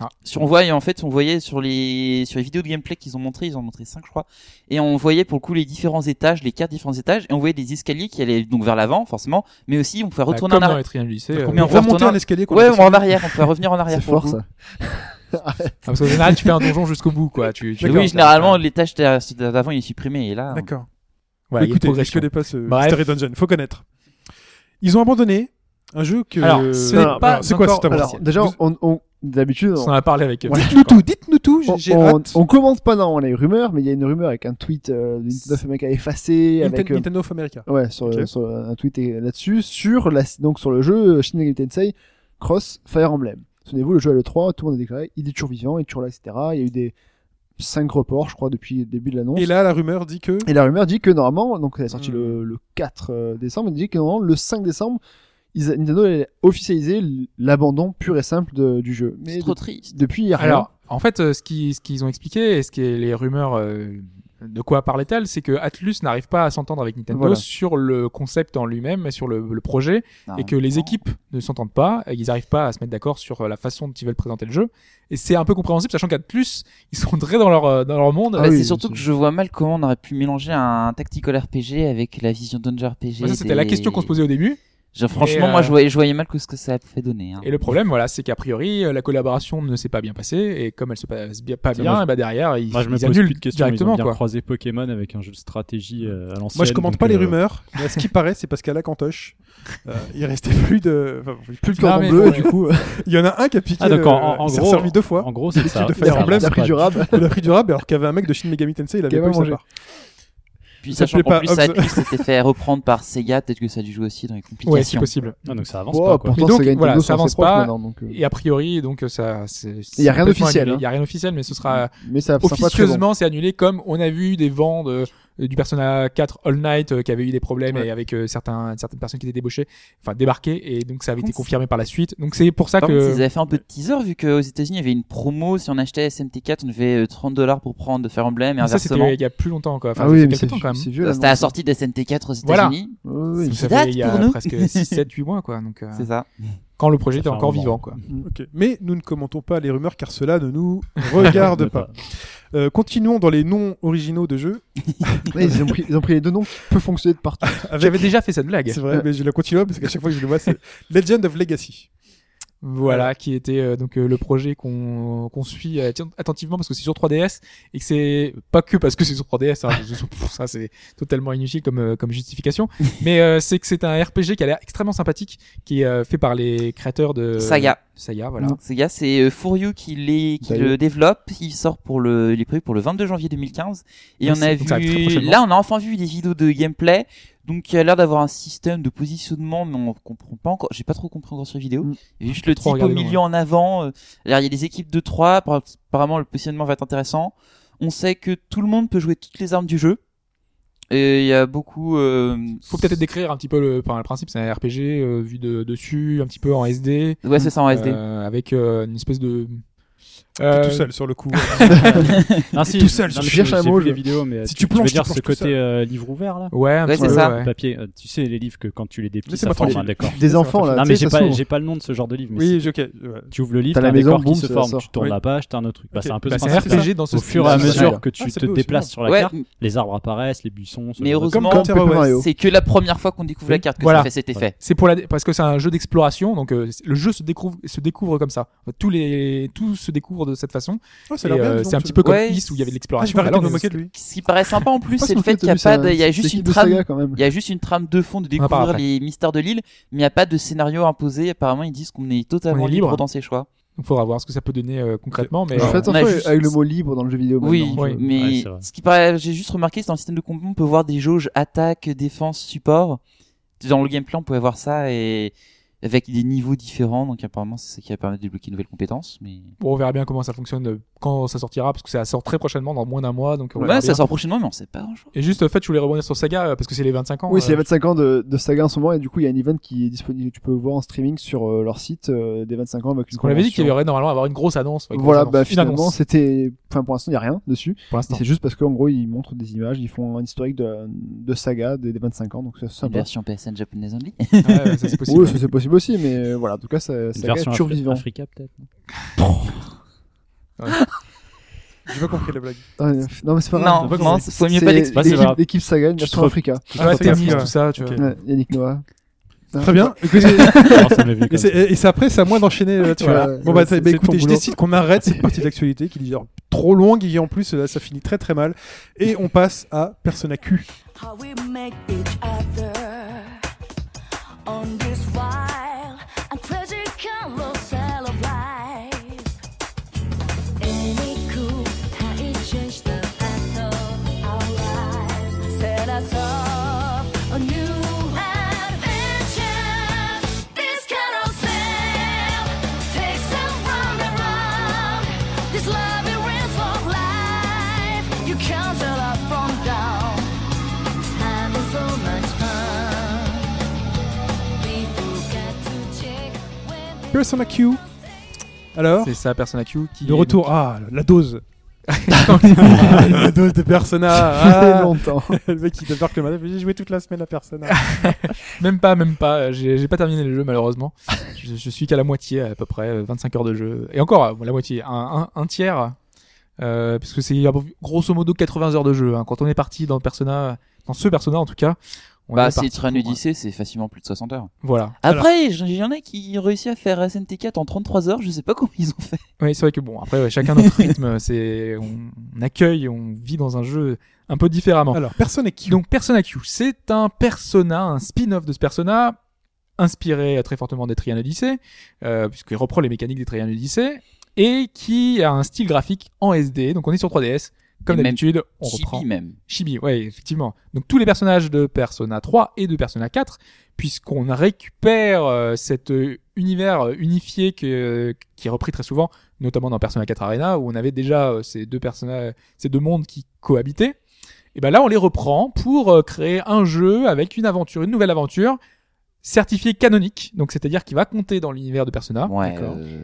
Speaker 4: Ah.
Speaker 7: Si on voit, et en fait, on voyait sur les, sur les vidéos de gameplay qu'ils ont montré, ils en ont montré 5, je crois. Et on voyait pour le coup les différents étages, les quatre différents étages, et on voyait des escaliers qui allaient donc vers l'avant, forcément, mais aussi on pouvait
Speaker 4: Bah,
Speaker 7: retourner
Speaker 4: comme
Speaker 7: en
Speaker 4: dans
Speaker 7: arrière.
Speaker 4: Etrian Odyssey.
Speaker 3: T'as
Speaker 4: euh,
Speaker 3: combien
Speaker 4: ah,
Speaker 7: on
Speaker 3: on
Speaker 7: peut
Speaker 3: peut remonter
Speaker 7: retourner-
Speaker 3: un escalier qu'on
Speaker 7: Ouais,
Speaker 3: a
Speaker 7: on
Speaker 3: passé
Speaker 7: va en arrière, on pouvait revenir en arrière.
Speaker 6: C'est
Speaker 7: pour le
Speaker 6: fort
Speaker 7: coup.
Speaker 6: ça.
Speaker 4: Parce qu'en général, tu fais un donjon jusqu'au bout, quoi. Tu, tu
Speaker 7: Mais Oui, généralement, l'étage d'avant, il est supprimé, et là.
Speaker 3: D'accord.
Speaker 4: Ouais, il y a une
Speaker 3: Écoutez, je
Speaker 4: progression.
Speaker 3: connais pas ce
Speaker 4: Bref.
Speaker 3: Mystery Dungeon, faut connaître. Ils ont abandonné un jeu que.
Speaker 4: Alors, ce
Speaker 6: n'est
Speaker 3: Non,
Speaker 4: pas
Speaker 3: alors, C'est quoi
Speaker 4: encore-
Speaker 3: cette
Speaker 6: Alors,
Speaker 3: avancée
Speaker 6: déjà,
Speaker 3: Vous-
Speaker 6: on, on- d'habitude,
Speaker 4: On
Speaker 6: on,
Speaker 4: en a parlé avec. euh, avec
Speaker 3: Dites-nous
Speaker 4: Franck,
Speaker 3: tout, dites-nous tout, j'ai-
Speaker 6: on,
Speaker 3: j'ai
Speaker 6: on-
Speaker 3: hâte.
Speaker 6: on commente pas, non, on a une rumeur, mais il y a une rumeur avec un tweet euh, de Nintendo of America effacé,
Speaker 3: Nintendo-
Speaker 6: avec, euh,
Speaker 3: Nintendo of America.
Speaker 6: ouais, sur,
Speaker 3: Ok.
Speaker 6: sur un tweet et- là-dessus, sur la, donc sur le jeu euh, Shin Megami Tensei Cross Fire Emblem. Souvenez-vous, le jeu à l'E3, tout le monde a déclaré, il est toujours vivant, il est toujours là, etc. Il y a eu des cinq reports, je crois, depuis le début de l'annonce.
Speaker 3: Et là, la rumeur dit que.
Speaker 6: Et la rumeur dit que normalement, donc elle est sortie
Speaker 4: Hmm.
Speaker 6: le, le 4 euh, décembre, elle dit que normalement le 5 décembre, ils, Nintendo allait officialiser l'abandon pur et simple de- du jeu. Mais
Speaker 7: C'est trop triste.
Speaker 6: depuis, il y a rien.
Speaker 4: Alors, en fait, euh, ce qui- ce qu'ils ont expliqué et ce qui est les rumeurs euh, De quoi parlait-elle C'est que Atlus n'arrive pas à s'entendre avec Nintendo
Speaker 6: Voilà.
Speaker 4: sur le concept en lui-même et sur le, le projet,
Speaker 7: Non,
Speaker 6: Ah.
Speaker 4: et que les équipes ne s'entendent pas, et ils n'arrivent pas à se mettre d'accord sur euh, la façon dont ils veulent présenter le jeu. Et c'est un peu compréhensible, sachant qu'Atlus, ils sont très dans leur, euh, dans leur monde.
Speaker 7: Bah,
Speaker 6: Ah oui,
Speaker 7: c'est surtout
Speaker 6: c'est-
Speaker 7: que je vois mal comment on aurait pu mélanger un tactical RPG avec la vision Dungeon RPG.
Speaker 4: Bah, ça, c'était la
Speaker 7: des-
Speaker 4: question qu'on se posait au début.
Speaker 7: Je- franchement,
Speaker 4: Et, euh,
Speaker 7: moi, je voyais, je voyais mal que ce que ça a fait donner.
Speaker 6: Ah.
Speaker 7: hein.
Speaker 4: Et le problème, voilà, c'est qu'a priori, euh, la collaboration ne s'est pas bien passée, et comme elle se passe bien, pas
Speaker 5: Ça,
Speaker 4: bien,
Speaker 5: moi,
Speaker 4: et bah derrière, ils,
Speaker 5: Moi, je me
Speaker 4: ils
Speaker 5: pose
Speaker 4: annulent
Speaker 5: plus de questions. Ils
Speaker 4: directement,
Speaker 5: ont bien
Speaker 4: quoi.
Speaker 5: croisé Pokémon avec un jeu de stratégie euh, à l'ancienne.
Speaker 3: Moi, je commente
Speaker 5: donc,
Speaker 3: pas les
Speaker 5: euh,
Speaker 3: rumeurs, mais à ce qui paraît, c'est parce qu'à la cantoche, euh, il restait plus de. enfin,
Speaker 6: Plus de
Speaker 4: Non,
Speaker 6: cordon
Speaker 4: mais
Speaker 6: bleu,
Speaker 4: bon,
Speaker 6: du coup.
Speaker 3: euh, il y en a un qui a piqué.
Speaker 5: Ah, donc,
Speaker 3: euh,
Speaker 5: en- en
Speaker 3: il s'est
Speaker 5: gros-
Speaker 3: servi deux fois.
Speaker 5: En gros, c'est ça.
Speaker 3: de
Speaker 5: ça
Speaker 3: Fire
Speaker 5: avance
Speaker 3: Emblem,
Speaker 6: Il a pris
Speaker 5: pas.
Speaker 6: du rab.
Speaker 3: Il a pris du rab alors qu'il y avait un mec de Shin Megami Tensei, il avait
Speaker 6: Qui a
Speaker 3: pas eu
Speaker 6: pas
Speaker 3: sa
Speaker 6: mangé.
Speaker 3: part.
Speaker 7: Puis,
Speaker 3: ça
Speaker 7: sachant
Speaker 3: plaît
Speaker 7: qu'en
Speaker 3: pas,
Speaker 7: plus,
Speaker 3: Hobbs.
Speaker 7: Atlus s'était fait reprendre par Sega, peut-être que ça a dû jouer aussi dans les
Speaker 4: Ouais, c'est
Speaker 7: complications.
Speaker 4: possible.
Speaker 5: Ah, donc ça avance
Speaker 6: Wow,
Speaker 5: pas. Quoi.
Speaker 4: Mais
Speaker 6: Oh, Pourtant,
Speaker 4: donc,
Speaker 6: Sega
Speaker 4: voilà,
Speaker 6: Nintendo
Speaker 4: ça
Speaker 6: sont
Speaker 4: avance
Speaker 6: assez proches
Speaker 4: pas.
Speaker 6: maintenant, donc, euh,
Speaker 4: Et a priori, donc, ça, c'est.
Speaker 6: y a rien d'officiel,
Speaker 4: Il
Speaker 6: hein.
Speaker 4: y a rien d'officiel, mais ce sera
Speaker 6: Mais ça ça sera pas très bon.
Speaker 4: officieusement, c'est annulé. Comme on a vu des vents de- du Persona 4 All Night euh, qui avait eu des problèmes
Speaker 6: Ouais.
Speaker 4: et avec euh, certains, certaines personnes qui étaient débauchées, enfin débarquées, et donc ça avait été
Speaker 7: Contre-
Speaker 4: confirmé par la suite. Donc c'est pour ça
Speaker 7: Par contre, ils
Speaker 4: que.
Speaker 7: avaient fait un peu de teaser vu qu'aux États-Unis il y avait une promo. Si on achetait SMT4, on devait euh, 30 dollars pour prendre Fire Emblem et
Speaker 4: Ça,
Speaker 7: inversement.
Speaker 4: c'était il y a plus longtemps, quoi. Enfin,
Speaker 6: Ah
Speaker 4: il y a
Speaker 6: oui, mais
Speaker 4: quelques
Speaker 6: c'est
Speaker 4: temps, quand même.
Speaker 6: c'est vieux.
Speaker 7: Ça,
Speaker 6: là,
Speaker 7: C'était la
Speaker 6: non.
Speaker 7: sortie de SMT4 aux
Speaker 4: Voilà.
Speaker 7: États-Unis.
Speaker 6: Oui, oui.
Speaker 4: Ça
Speaker 7: date
Speaker 4: fait il y
Speaker 7: pour
Speaker 4: a
Speaker 7: nous.
Speaker 4: presque 6, 7, 8 mois, quoi. Donc, euh,
Speaker 7: C'est ça.
Speaker 4: quand le projet était
Speaker 5: fait un
Speaker 4: encore
Speaker 5: moment.
Speaker 4: vivant, quoi.
Speaker 3: Ok. Mais nous ne commentons pas les rumeurs car cela ne nous regarde pas. Euh, continuons dans les noms originaux de jeux.
Speaker 6: Ouais, Ils ont pris ils ont pris les deux noms qui peuvent fonctionner de partout.
Speaker 3: Avec...
Speaker 4: J'avais déjà fait cette blague.
Speaker 3: C'est vrai, mais je la continue parce qu'à chaque fois que je le vois, c'est Legend of Legacy.
Speaker 4: Voilà, qui était euh, donc euh, le projet qu'on qu'on suit euh, atti- attentivement parce que c'est sur 3DS et que c'est pas que parce que c'est sur 3DS, hein, parce que pour ça c'est totalement inutile comme euh, comme justification, mais euh, c'est que c'est un RPG qui a l'air extrêmement sympathique, qui est euh, fait par les créateurs de
Speaker 7: Saga.
Speaker 4: Saga, voilà.
Speaker 7: Donc, Sega, c'est euh, Furieux qui, les,
Speaker 4: Bah,
Speaker 7: qui le
Speaker 6: D'ailleurs.
Speaker 7: développe. Il sort pour le, il est prévu pour le 22 janvier 2015. Et
Speaker 4: Donc,
Speaker 7: on a
Speaker 4: c'est- donc, ça arrive très
Speaker 7: vu,
Speaker 4: prochainement.
Speaker 7: là, on a enfin vu des vidéos de gameplay. Donc, il a l'air d'avoir un système de positionnement, mais on comprend pas encore. J'ai pas trop compris encore sur la vidéo.
Speaker 6: Mm.
Speaker 7: Il y a juste le
Speaker 4: Trop
Speaker 7: type au
Speaker 4: regardé, non,
Speaker 7: milieu en avant. euh, Alors, il y a des équipes de trois. Appara- Apparemment, le positionnement va être intéressant. On sait que tout le monde peut jouer toutes les armes du jeu. Et il y a beaucoup, euh,
Speaker 4: Faut peut-être décrire un petit peu le, enfin, le principe, c'est un RPG euh, vu de dessus, un petit peu en SD,
Speaker 7: ouais, c'est ça en SD.
Speaker 4: euh, avec euh, une espèce de
Speaker 3: T'es
Speaker 4: euh,
Speaker 3: tout seul sur le coup.
Speaker 5: Non, si,
Speaker 3: Tout seul, je
Speaker 5: non, mais
Speaker 6: cherche
Speaker 5: j'ai
Speaker 6: un
Speaker 5: vu
Speaker 6: mot,
Speaker 5: les
Speaker 6: je-
Speaker 5: vidéos, mais euh,
Speaker 3: Si
Speaker 5: tu
Speaker 3: tu
Speaker 5: veux
Speaker 3: plonges,
Speaker 5: dire
Speaker 3: tu
Speaker 5: ce
Speaker 3: plonges tout
Speaker 5: côté
Speaker 3: seul.
Speaker 5: euh, livre ouvert là
Speaker 4: Ouais, un
Speaker 7: Ouais,
Speaker 4: petit
Speaker 7: c'est
Speaker 4: peu,
Speaker 7: ça.
Speaker 4: ouais.
Speaker 5: Papier, euh, tu sais, les livres que quand tu les déplies, ça
Speaker 3: Laissez-moi
Speaker 5: forme un
Speaker 3: tranquille.
Speaker 5: décor.
Speaker 6: Des enfants là.
Speaker 5: Non,
Speaker 6: tu
Speaker 5: mais
Speaker 6: sais,
Speaker 5: j'ai
Speaker 6: ça
Speaker 5: pas,
Speaker 6: s'ouvre.
Speaker 5: j'ai pas le nom de ce genre de livre. Mais
Speaker 3: oui, ok. ouais.
Speaker 5: euh, c'est- tu ouvres le livre,
Speaker 6: T'as
Speaker 5: t'as
Speaker 6: la
Speaker 5: un
Speaker 6: maison,
Speaker 5: décor qui
Speaker 6: boum,
Speaker 5: se
Speaker 6: ça
Speaker 5: forme,
Speaker 6: sort.
Speaker 5: tu tournes
Speaker 3: Oui.
Speaker 5: la page, t'as un autre truc. Bah,
Speaker 3: Ok.
Speaker 5: c'est un peu
Speaker 4: Bah,
Speaker 5: ce
Speaker 4: c'est un
Speaker 5: principe, ça.
Speaker 4: RPG dans ce
Speaker 5: Au fur et à
Speaker 6: style.
Speaker 5: mesure que tu
Speaker 3: Ah, c'est
Speaker 5: te
Speaker 3: beau,
Speaker 5: déplaces
Speaker 3: c'est
Speaker 5: sur la
Speaker 7: Ouais.
Speaker 5: carte, les arbres apparaissent, les buissons. ce
Speaker 7: Mais
Speaker 5: genre de-
Speaker 7: heureusement-
Speaker 3: Comme
Speaker 7: Heureusement,
Speaker 3: quand
Speaker 6: Paper Mario.
Speaker 7: C'est que la première fois qu'on découvre la carte que
Speaker 4: Voilà.
Speaker 7: ça fait cet effet.
Speaker 4: C'est pour la parce que c'est un jeu d'exploration, donc euh, le jeu se découvre se découvre comme ça. Tous les tout se découvre de cette façon.
Speaker 3: Oh, ça a
Speaker 4: Et,
Speaker 3: l'air bien,
Speaker 4: euh,
Speaker 3: dis donc,
Speaker 4: c'est un
Speaker 3: ce-
Speaker 4: petit peu comme
Speaker 7: Ouais.
Speaker 4: Is où il y avait de
Speaker 3: Ah,
Speaker 4: l'exploration.
Speaker 3: je vais arrêter
Speaker 4: Alors,
Speaker 3: de me
Speaker 4: on-
Speaker 3: moquer de lui.
Speaker 7: Ce qui paraît sympa en plus,
Speaker 6: Pas
Speaker 7: c'est
Speaker 6: si
Speaker 7: le
Speaker 6: on
Speaker 7: fait
Speaker 6: fait
Speaker 7: qu'il y a
Speaker 6: de ça,
Speaker 7: pas de, il y a
Speaker 6: cette
Speaker 7: juste une
Speaker 6: équipe de
Speaker 7: trame,
Speaker 6: Saga, quand même.
Speaker 7: il y a juste une trame de fond de
Speaker 4: On en parle
Speaker 7: découvrir
Speaker 4: après.
Speaker 7: les mystères de l'île, mais il n'y a pas de scénario imposé. Apparemment, ils disent qu'on est totalement
Speaker 4: On est
Speaker 7: libre.
Speaker 4: libre.
Speaker 7: dans ses choix.
Speaker 4: donc faudra voir ce que ça peut donner euh, concrètement, mais
Speaker 6: Je fais
Speaker 4: euh,
Speaker 7: on a
Speaker 6: attention
Speaker 7: juste-
Speaker 6: avec le mot libre dans le jeu vidéo.
Speaker 7: Oui,
Speaker 6: maintenant,
Speaker 4: oui.
Speaker 6: je-
Speaker 7: mais
Speaker 5: Ouais, c'est vrai.
Speaker 7: ce qui paraît, j'ai juste remarqué, c'est dans le système de combat, on peut voir des jauges attaque, défense, support. Dans le gameplay, on pouvait voir ça et avec des niveaux différents. Donc apparemment, c'est ça qui va permettre de débloquer de nouvelles compétences. Mais
Speaker 4: bon, on verra bien comment ça fonctionne euh, quand ça sortira, parce que ça sort très prochainement, dans moins d'un mois, donc on
Speaker 7: ouais,
Speaker 4: verra
Speaker 7: ça
Speaker 4: bien.
Speaker 7: sort prochainement, mais on sait pas grand chose.
Speaker 4: Et juste, en fait, je voulais rebondir sur Saga euh, parce que c'est les 25 ans.
Speaker 6: Oui, c'est
Speaker 4: euh,
Speaker 6: les 25 ans de, de saga en ce moment, et du coup, il y a un event qui est disponible, que tu peux voir en streaming sur euh, leur site euh, des 25 ans avec une
Speaker 4: parce qu'on avait dit qu'il y
Speaker 6: convention.
Speaker 4: aurait normalement avoir une grosse annonce. enfin, une
Speaker 6: Voilà,
Speaker 4: grosse
Speaker 6: bah
Speaker 4: annonce, une
Speaker 6: finalement,
Speaker 4: annonce,
Speaker 6: c'était. Enfin, pour l'instant, il n'y a rien dessus. Et
Speaker 4: pour l'instant.
Speaker 6: C'est juste parce qu'en gros, ils montrent des images, ils font un historique de, la- de saga des, des 25 ans, donc c'est
Speaker 7: Une
Speaker 6: sympa.
Speaker 7: version PSN japonaise only.
Speaker 4: Ouais, ouais, ça, c'est possible.
Speaker 6: Oui, ça, c'est possible aussi, mais euh, voilà, en tout cas, ça,
Speaker 5: Une
Speaker 6: saga est toujours
Speaker 5: Afri-
Speaker 6: vivant.
Speaker 5: Africa, peut-être.
Speaker 3: J'ai pas compris la blague.
Speaker 6: Ah, euh, non, mais c'est pas
Speaker 7: non,
Speaker 6: grave.
Speaker 7: non, c'est- faut mieux pas
Speaker 5: Bah, c'est
Speaker 7: l'expliquer.
Speaker 5: pas grave.
Speaker 6: l'équipe- l'équipe saga, une
Speaker 5: Tu te
Speaker 6: version
Speaker 5: re-
Speaker 6: Africa.
Speaker 4: Ah Ouais, Témis,
Speaker 3: Ouais.
Speaker 4: tout ça, tu
Speaker 3: Ok.
Speaker 4: vois.
Speaker 6: Ouais, Yannick Noah.
Speaker 3: Très bien.
Speaker 5: Alors, ça m'est venu
Speaker 3: Et
Speaker 5: comme
Speaker 3: c'est,
Speaker 5: ça.
Speaker 3: et c'est après, c'est à moi d'enchaîner euh, là-dessus.
Speaker 6: Voilà.
Speaker 3: Bon, bah,
Speaker 6: C'est-
Speaker 3: bah,
Speaker 6: c'est ton
Speaker 3: écoutez, je
Speaker 6: boulot.
Speaker 3: décide qu'on arrête cette partie d'actualité qui est genre trop longue et en plus, là, ça finit très très mal. Et on passe à Persona Q.
Speaker 8: how we make each other on this wild and crazy color cell of life. Any cool how it changed the path of our lives, set us off a new adventure. This carousel takes us round and round. This loving race of life, you can't tell up from down having so much fun. We forgot to check when
Speaker 3: Persona Q. Alors,
Speaker 4: C'est ça, Persona Q qui.
Speaker 3: le retour. Ah, la dose. Une dose de Persona.
Speaker 6: fait
Speaker 3: Ah,
Speaker 6: longtemps.
Speaker 3: le mec qui débarque le matin, il fait, j'ai joué toute la semaine à Persona.
Speaker 4: Même pas, même pas. Euh, J'ai j'ai pas terminé le jeu malheureusement. je, je suis qu'à la moitié à peu près, 25 heures de jeu. Et encore, euh, la moitié, un, un, un tiers. Euh, parce que c'est à peu- grosso modo 80 heures de jeu. hein. Quand on est parti dans Persona, dans ce Persona en tout cas, on
Speaker 7: Bah,
Speaker 4: est parti
Speaker 7: c'est Train
Speaker 4: pour- euh,
Speaker 7: Odyssey, c'est facilement plus de 60 heures.
Speaker 4: Voilà.
Speaker 7: Après, j'en- il y en a qui ont réussi à faire SNT4 en 33 heures, je sais pas combien ils ont fait.
Speaker 4: Oui, c'est vrai que bon, après, ouais, chacun notre rythme, c'est, on, on accueille, on vit dans un jeu un peu différemment.
Speaker 3: Alors, personne est qui
Speaker 4: Donc, Persona Q, c'est un persona, un spin-off de ce persona, inspiré euh, très fortement des Trian Odyssey, euh, puisqu'il reprend les mécaniques des Trian Odyssey, et qui a un style graphique en SD, donc on est sur 3DS. Comme
Speaker 7: Et même
Speaker 4: d'habitude, on
Speaker 7: Chibi
Speaker 4: reprend.
Speaker 7: même.
Speaker 4: Chibi, ouais, effectivement. Donc tous les personnages de Persona 3 et de Persona 4, puisqu'on récupère euh, cet euh, univers euh, unifié que, qui est repris très souvent, notamment dans Persona 4 Arena, où on avait déjà euh, ces deux personnages, ces deux mondes qui cohabitaient. Et ben là, on les reprend pour euh, créer un jeu avec une aventure, une nouvelle aventure certifiée canonique, donc c'est-à-dire qui va compter dans l'univers de Persona.
Speaker 7: ouais.
Speaker 4: Ah, D'accord.
Speaker 7: euh,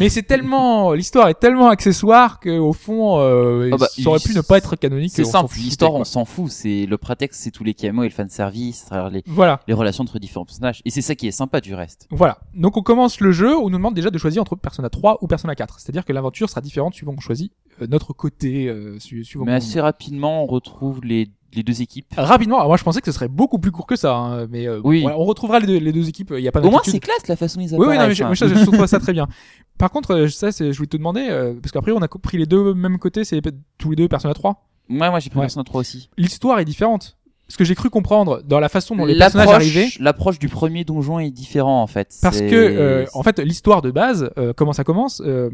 Speaker 4: Mais c'est tellement, l'histoire est tellement accessoire que au fond, euh,
Speaker 7: Ah bah,
Speaker 4: ça aurait pu ne pas être canonique.
Speaker 7: C'est
Speaker 4: on s'en
Speaker 7: simple,
Speaker 4: foutait,
Speaker 7: l'histoire,
Speaker 4: quoi.
Speaker 7: on s'en fout. C'est le prétexte, c'est tous les KMO et le fanservice, c'est-à-dire les,
Speaker 4: Voilà.
Speaker 7: les relations entre différents personnages. Et c'est ça qui est sympa du reste.
Speaker 4: Voilà. Donc on commence le jeu, on nous demande déjà de choisir entre Persona 3 ou Persona 4. C'est-à-dire que l'aventure sera différente suivant qu'on choisit euh, notre côté, euh, su- suivant
Speaker 7: Mais
Speaker 4: qu'on-
Speaker 7: assez rapidement, on retrouve les, les deux équipes.
Speaker 4: Rapidement, alors moi je pensais que ce serait beaucoup plus court que ça, hein, mais euh,
Speaker 7: Oui.
Speaker 4: voilà, on retrouvera les deux, les deux équipes, euh, il n'y a pas
Speaker 7: Au moins,
Speaker 4: d'inquiétude.
Speaker 7: c'est classe la façon dont ils
Speaker 4: Ah, Oui, oui, non, mais
Speaker 7: apparaissent.
Speaker 4: je,
Speaker 7: hein.
Speaker 4: mais ça, je trouve ça très bien. Par contre, euh, ça, c'est- je voulais te demander, euh, parce qu'après on a co- pris les deux mêmes côtés, c'est tous les deux Persona 3.
Speaker 7: Ouais, moi j'ai pris
Speaker 4: Ouais.
Speaker 7: Persona 3 aussi.
Speaker 4: L'histoire est différente. Ce que j'ai cru comprendre dans la façon dont les personnages arrivaient,
Speaker 7: L'approche l'approche du premier donjon est différent en fait.
Speaker 4: Parce
Speaker 7: C'est-
Speaker 4: que, euh, en fait, l'histoire de base, euh, comment ça commence euh,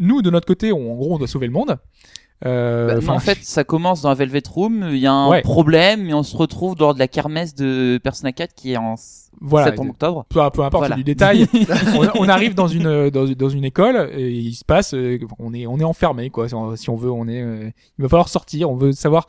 Speaker 4: Nous, de notre côté, on, en gros, on doit sauver le monde. Euh,
Speaker 7: Bah, non,
Speaker 4: enfin,
Speaker 7: en fait, ça commence dans Velvet Room, il y a un
Speaker 4: Ouais.
Speaker 7: problème et on se retrouve lors de la kermesse de Persona 4 qui est en
Speaker 4: voilà.
Speaker 7: 7 octobre.
Speaker 4: Peu, peu importe
Speaker 7: Voilà.
Speaker 4: du détail, on, on arrive dans une euh, dans, une- dans une école et il se passe, euh, on est on est enfermé quoi. Si on, si on veut, on est, euh, il va falloir sortir. On veut savoir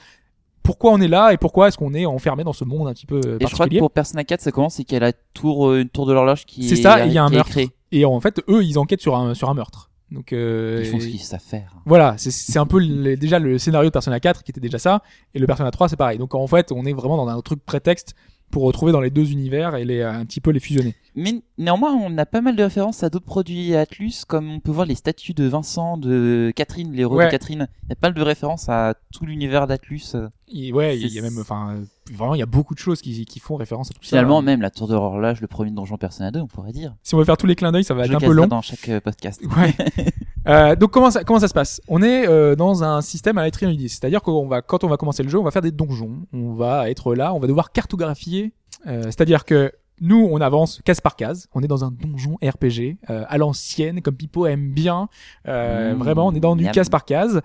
Speaker 4: pourquoi on est là et pourquoi est-ce qu'on est enfermé dans ce monde un petit peu euh,
Speaker 7: Et je crois que
Speaker 4: particulier.
Speaker 7: pour Persona 4, ça commence c'est qu'il y a la tour, euh, une tour de l'horloge qui
Speaker 4: C'est
Speaker 7: est-
Speaker 4: ça, et il y a un
Speaker 7: qui est
Speaker 4: meurtre.
Speaker 7: créée.
Speaker 4: Et en fait, eux, ils enquêtent sur un sur un meurtre. Donc euh,
Speaker 7: Ils font ce qu'ils savent faire.
Speaker 4: Voilà, c'est- c'est un peu le- déjà le scénario de Persona 4 qui était déjà ça, et le Persona 3 c'est pareil. Donc en fait, on est vraiment dans un truc prétexte pour retrouver dans les deux univers et les, euh, un petit peu les fusionner.
Speaker 7: Mais néanmoins, on a pas mal de références à d'autres produits Atlus, comme on peut voir les statues de Vincent, de Catherine, les héros
Speaker 4: Ouais.
Speaker 7: de Catherine. Il y a pas mal de références à tout l'univers d'Atlus.
Speaker 4: Et ouais,
Speaker 7: C'est-
Speaker 4: il y a même, enfin, euh, vraiment, il y a beaucoup de choses qui, qui font référence à tout
Speaker 7: Finalement,
Speaker 4: ça.
Speaker 7: même la tour de l'horloge, le premier donjon Persona 2, on pourrait dire.
Speaker 4: Si on veut faire tous les clins d'œil, ça va
Speaker 7: Je
Speaker 4: être un peu
Speaker 7: caserai
Speaker 4: long.
Speaker 7: dans chaque euh, podcast.
Speaker 4: Ouais. Euh, donc comment ça comment ça se passe On est euh, dans un système à la Triangle 10, c'est-à-dire qu'on va quand on va commencer le jeu, on va faire des donjons, on va être là, on va devoir cartographier, euh, c'est-à-dire que nous on avance case par case, on est dans un donjon RPG euh, à l'ancienne comme Pipo aime bien, euh,
Speaker 7: Mmh,
Speaker 4: vraiment on est dans du
Speaker 7: miam.
Speaker 4: case par case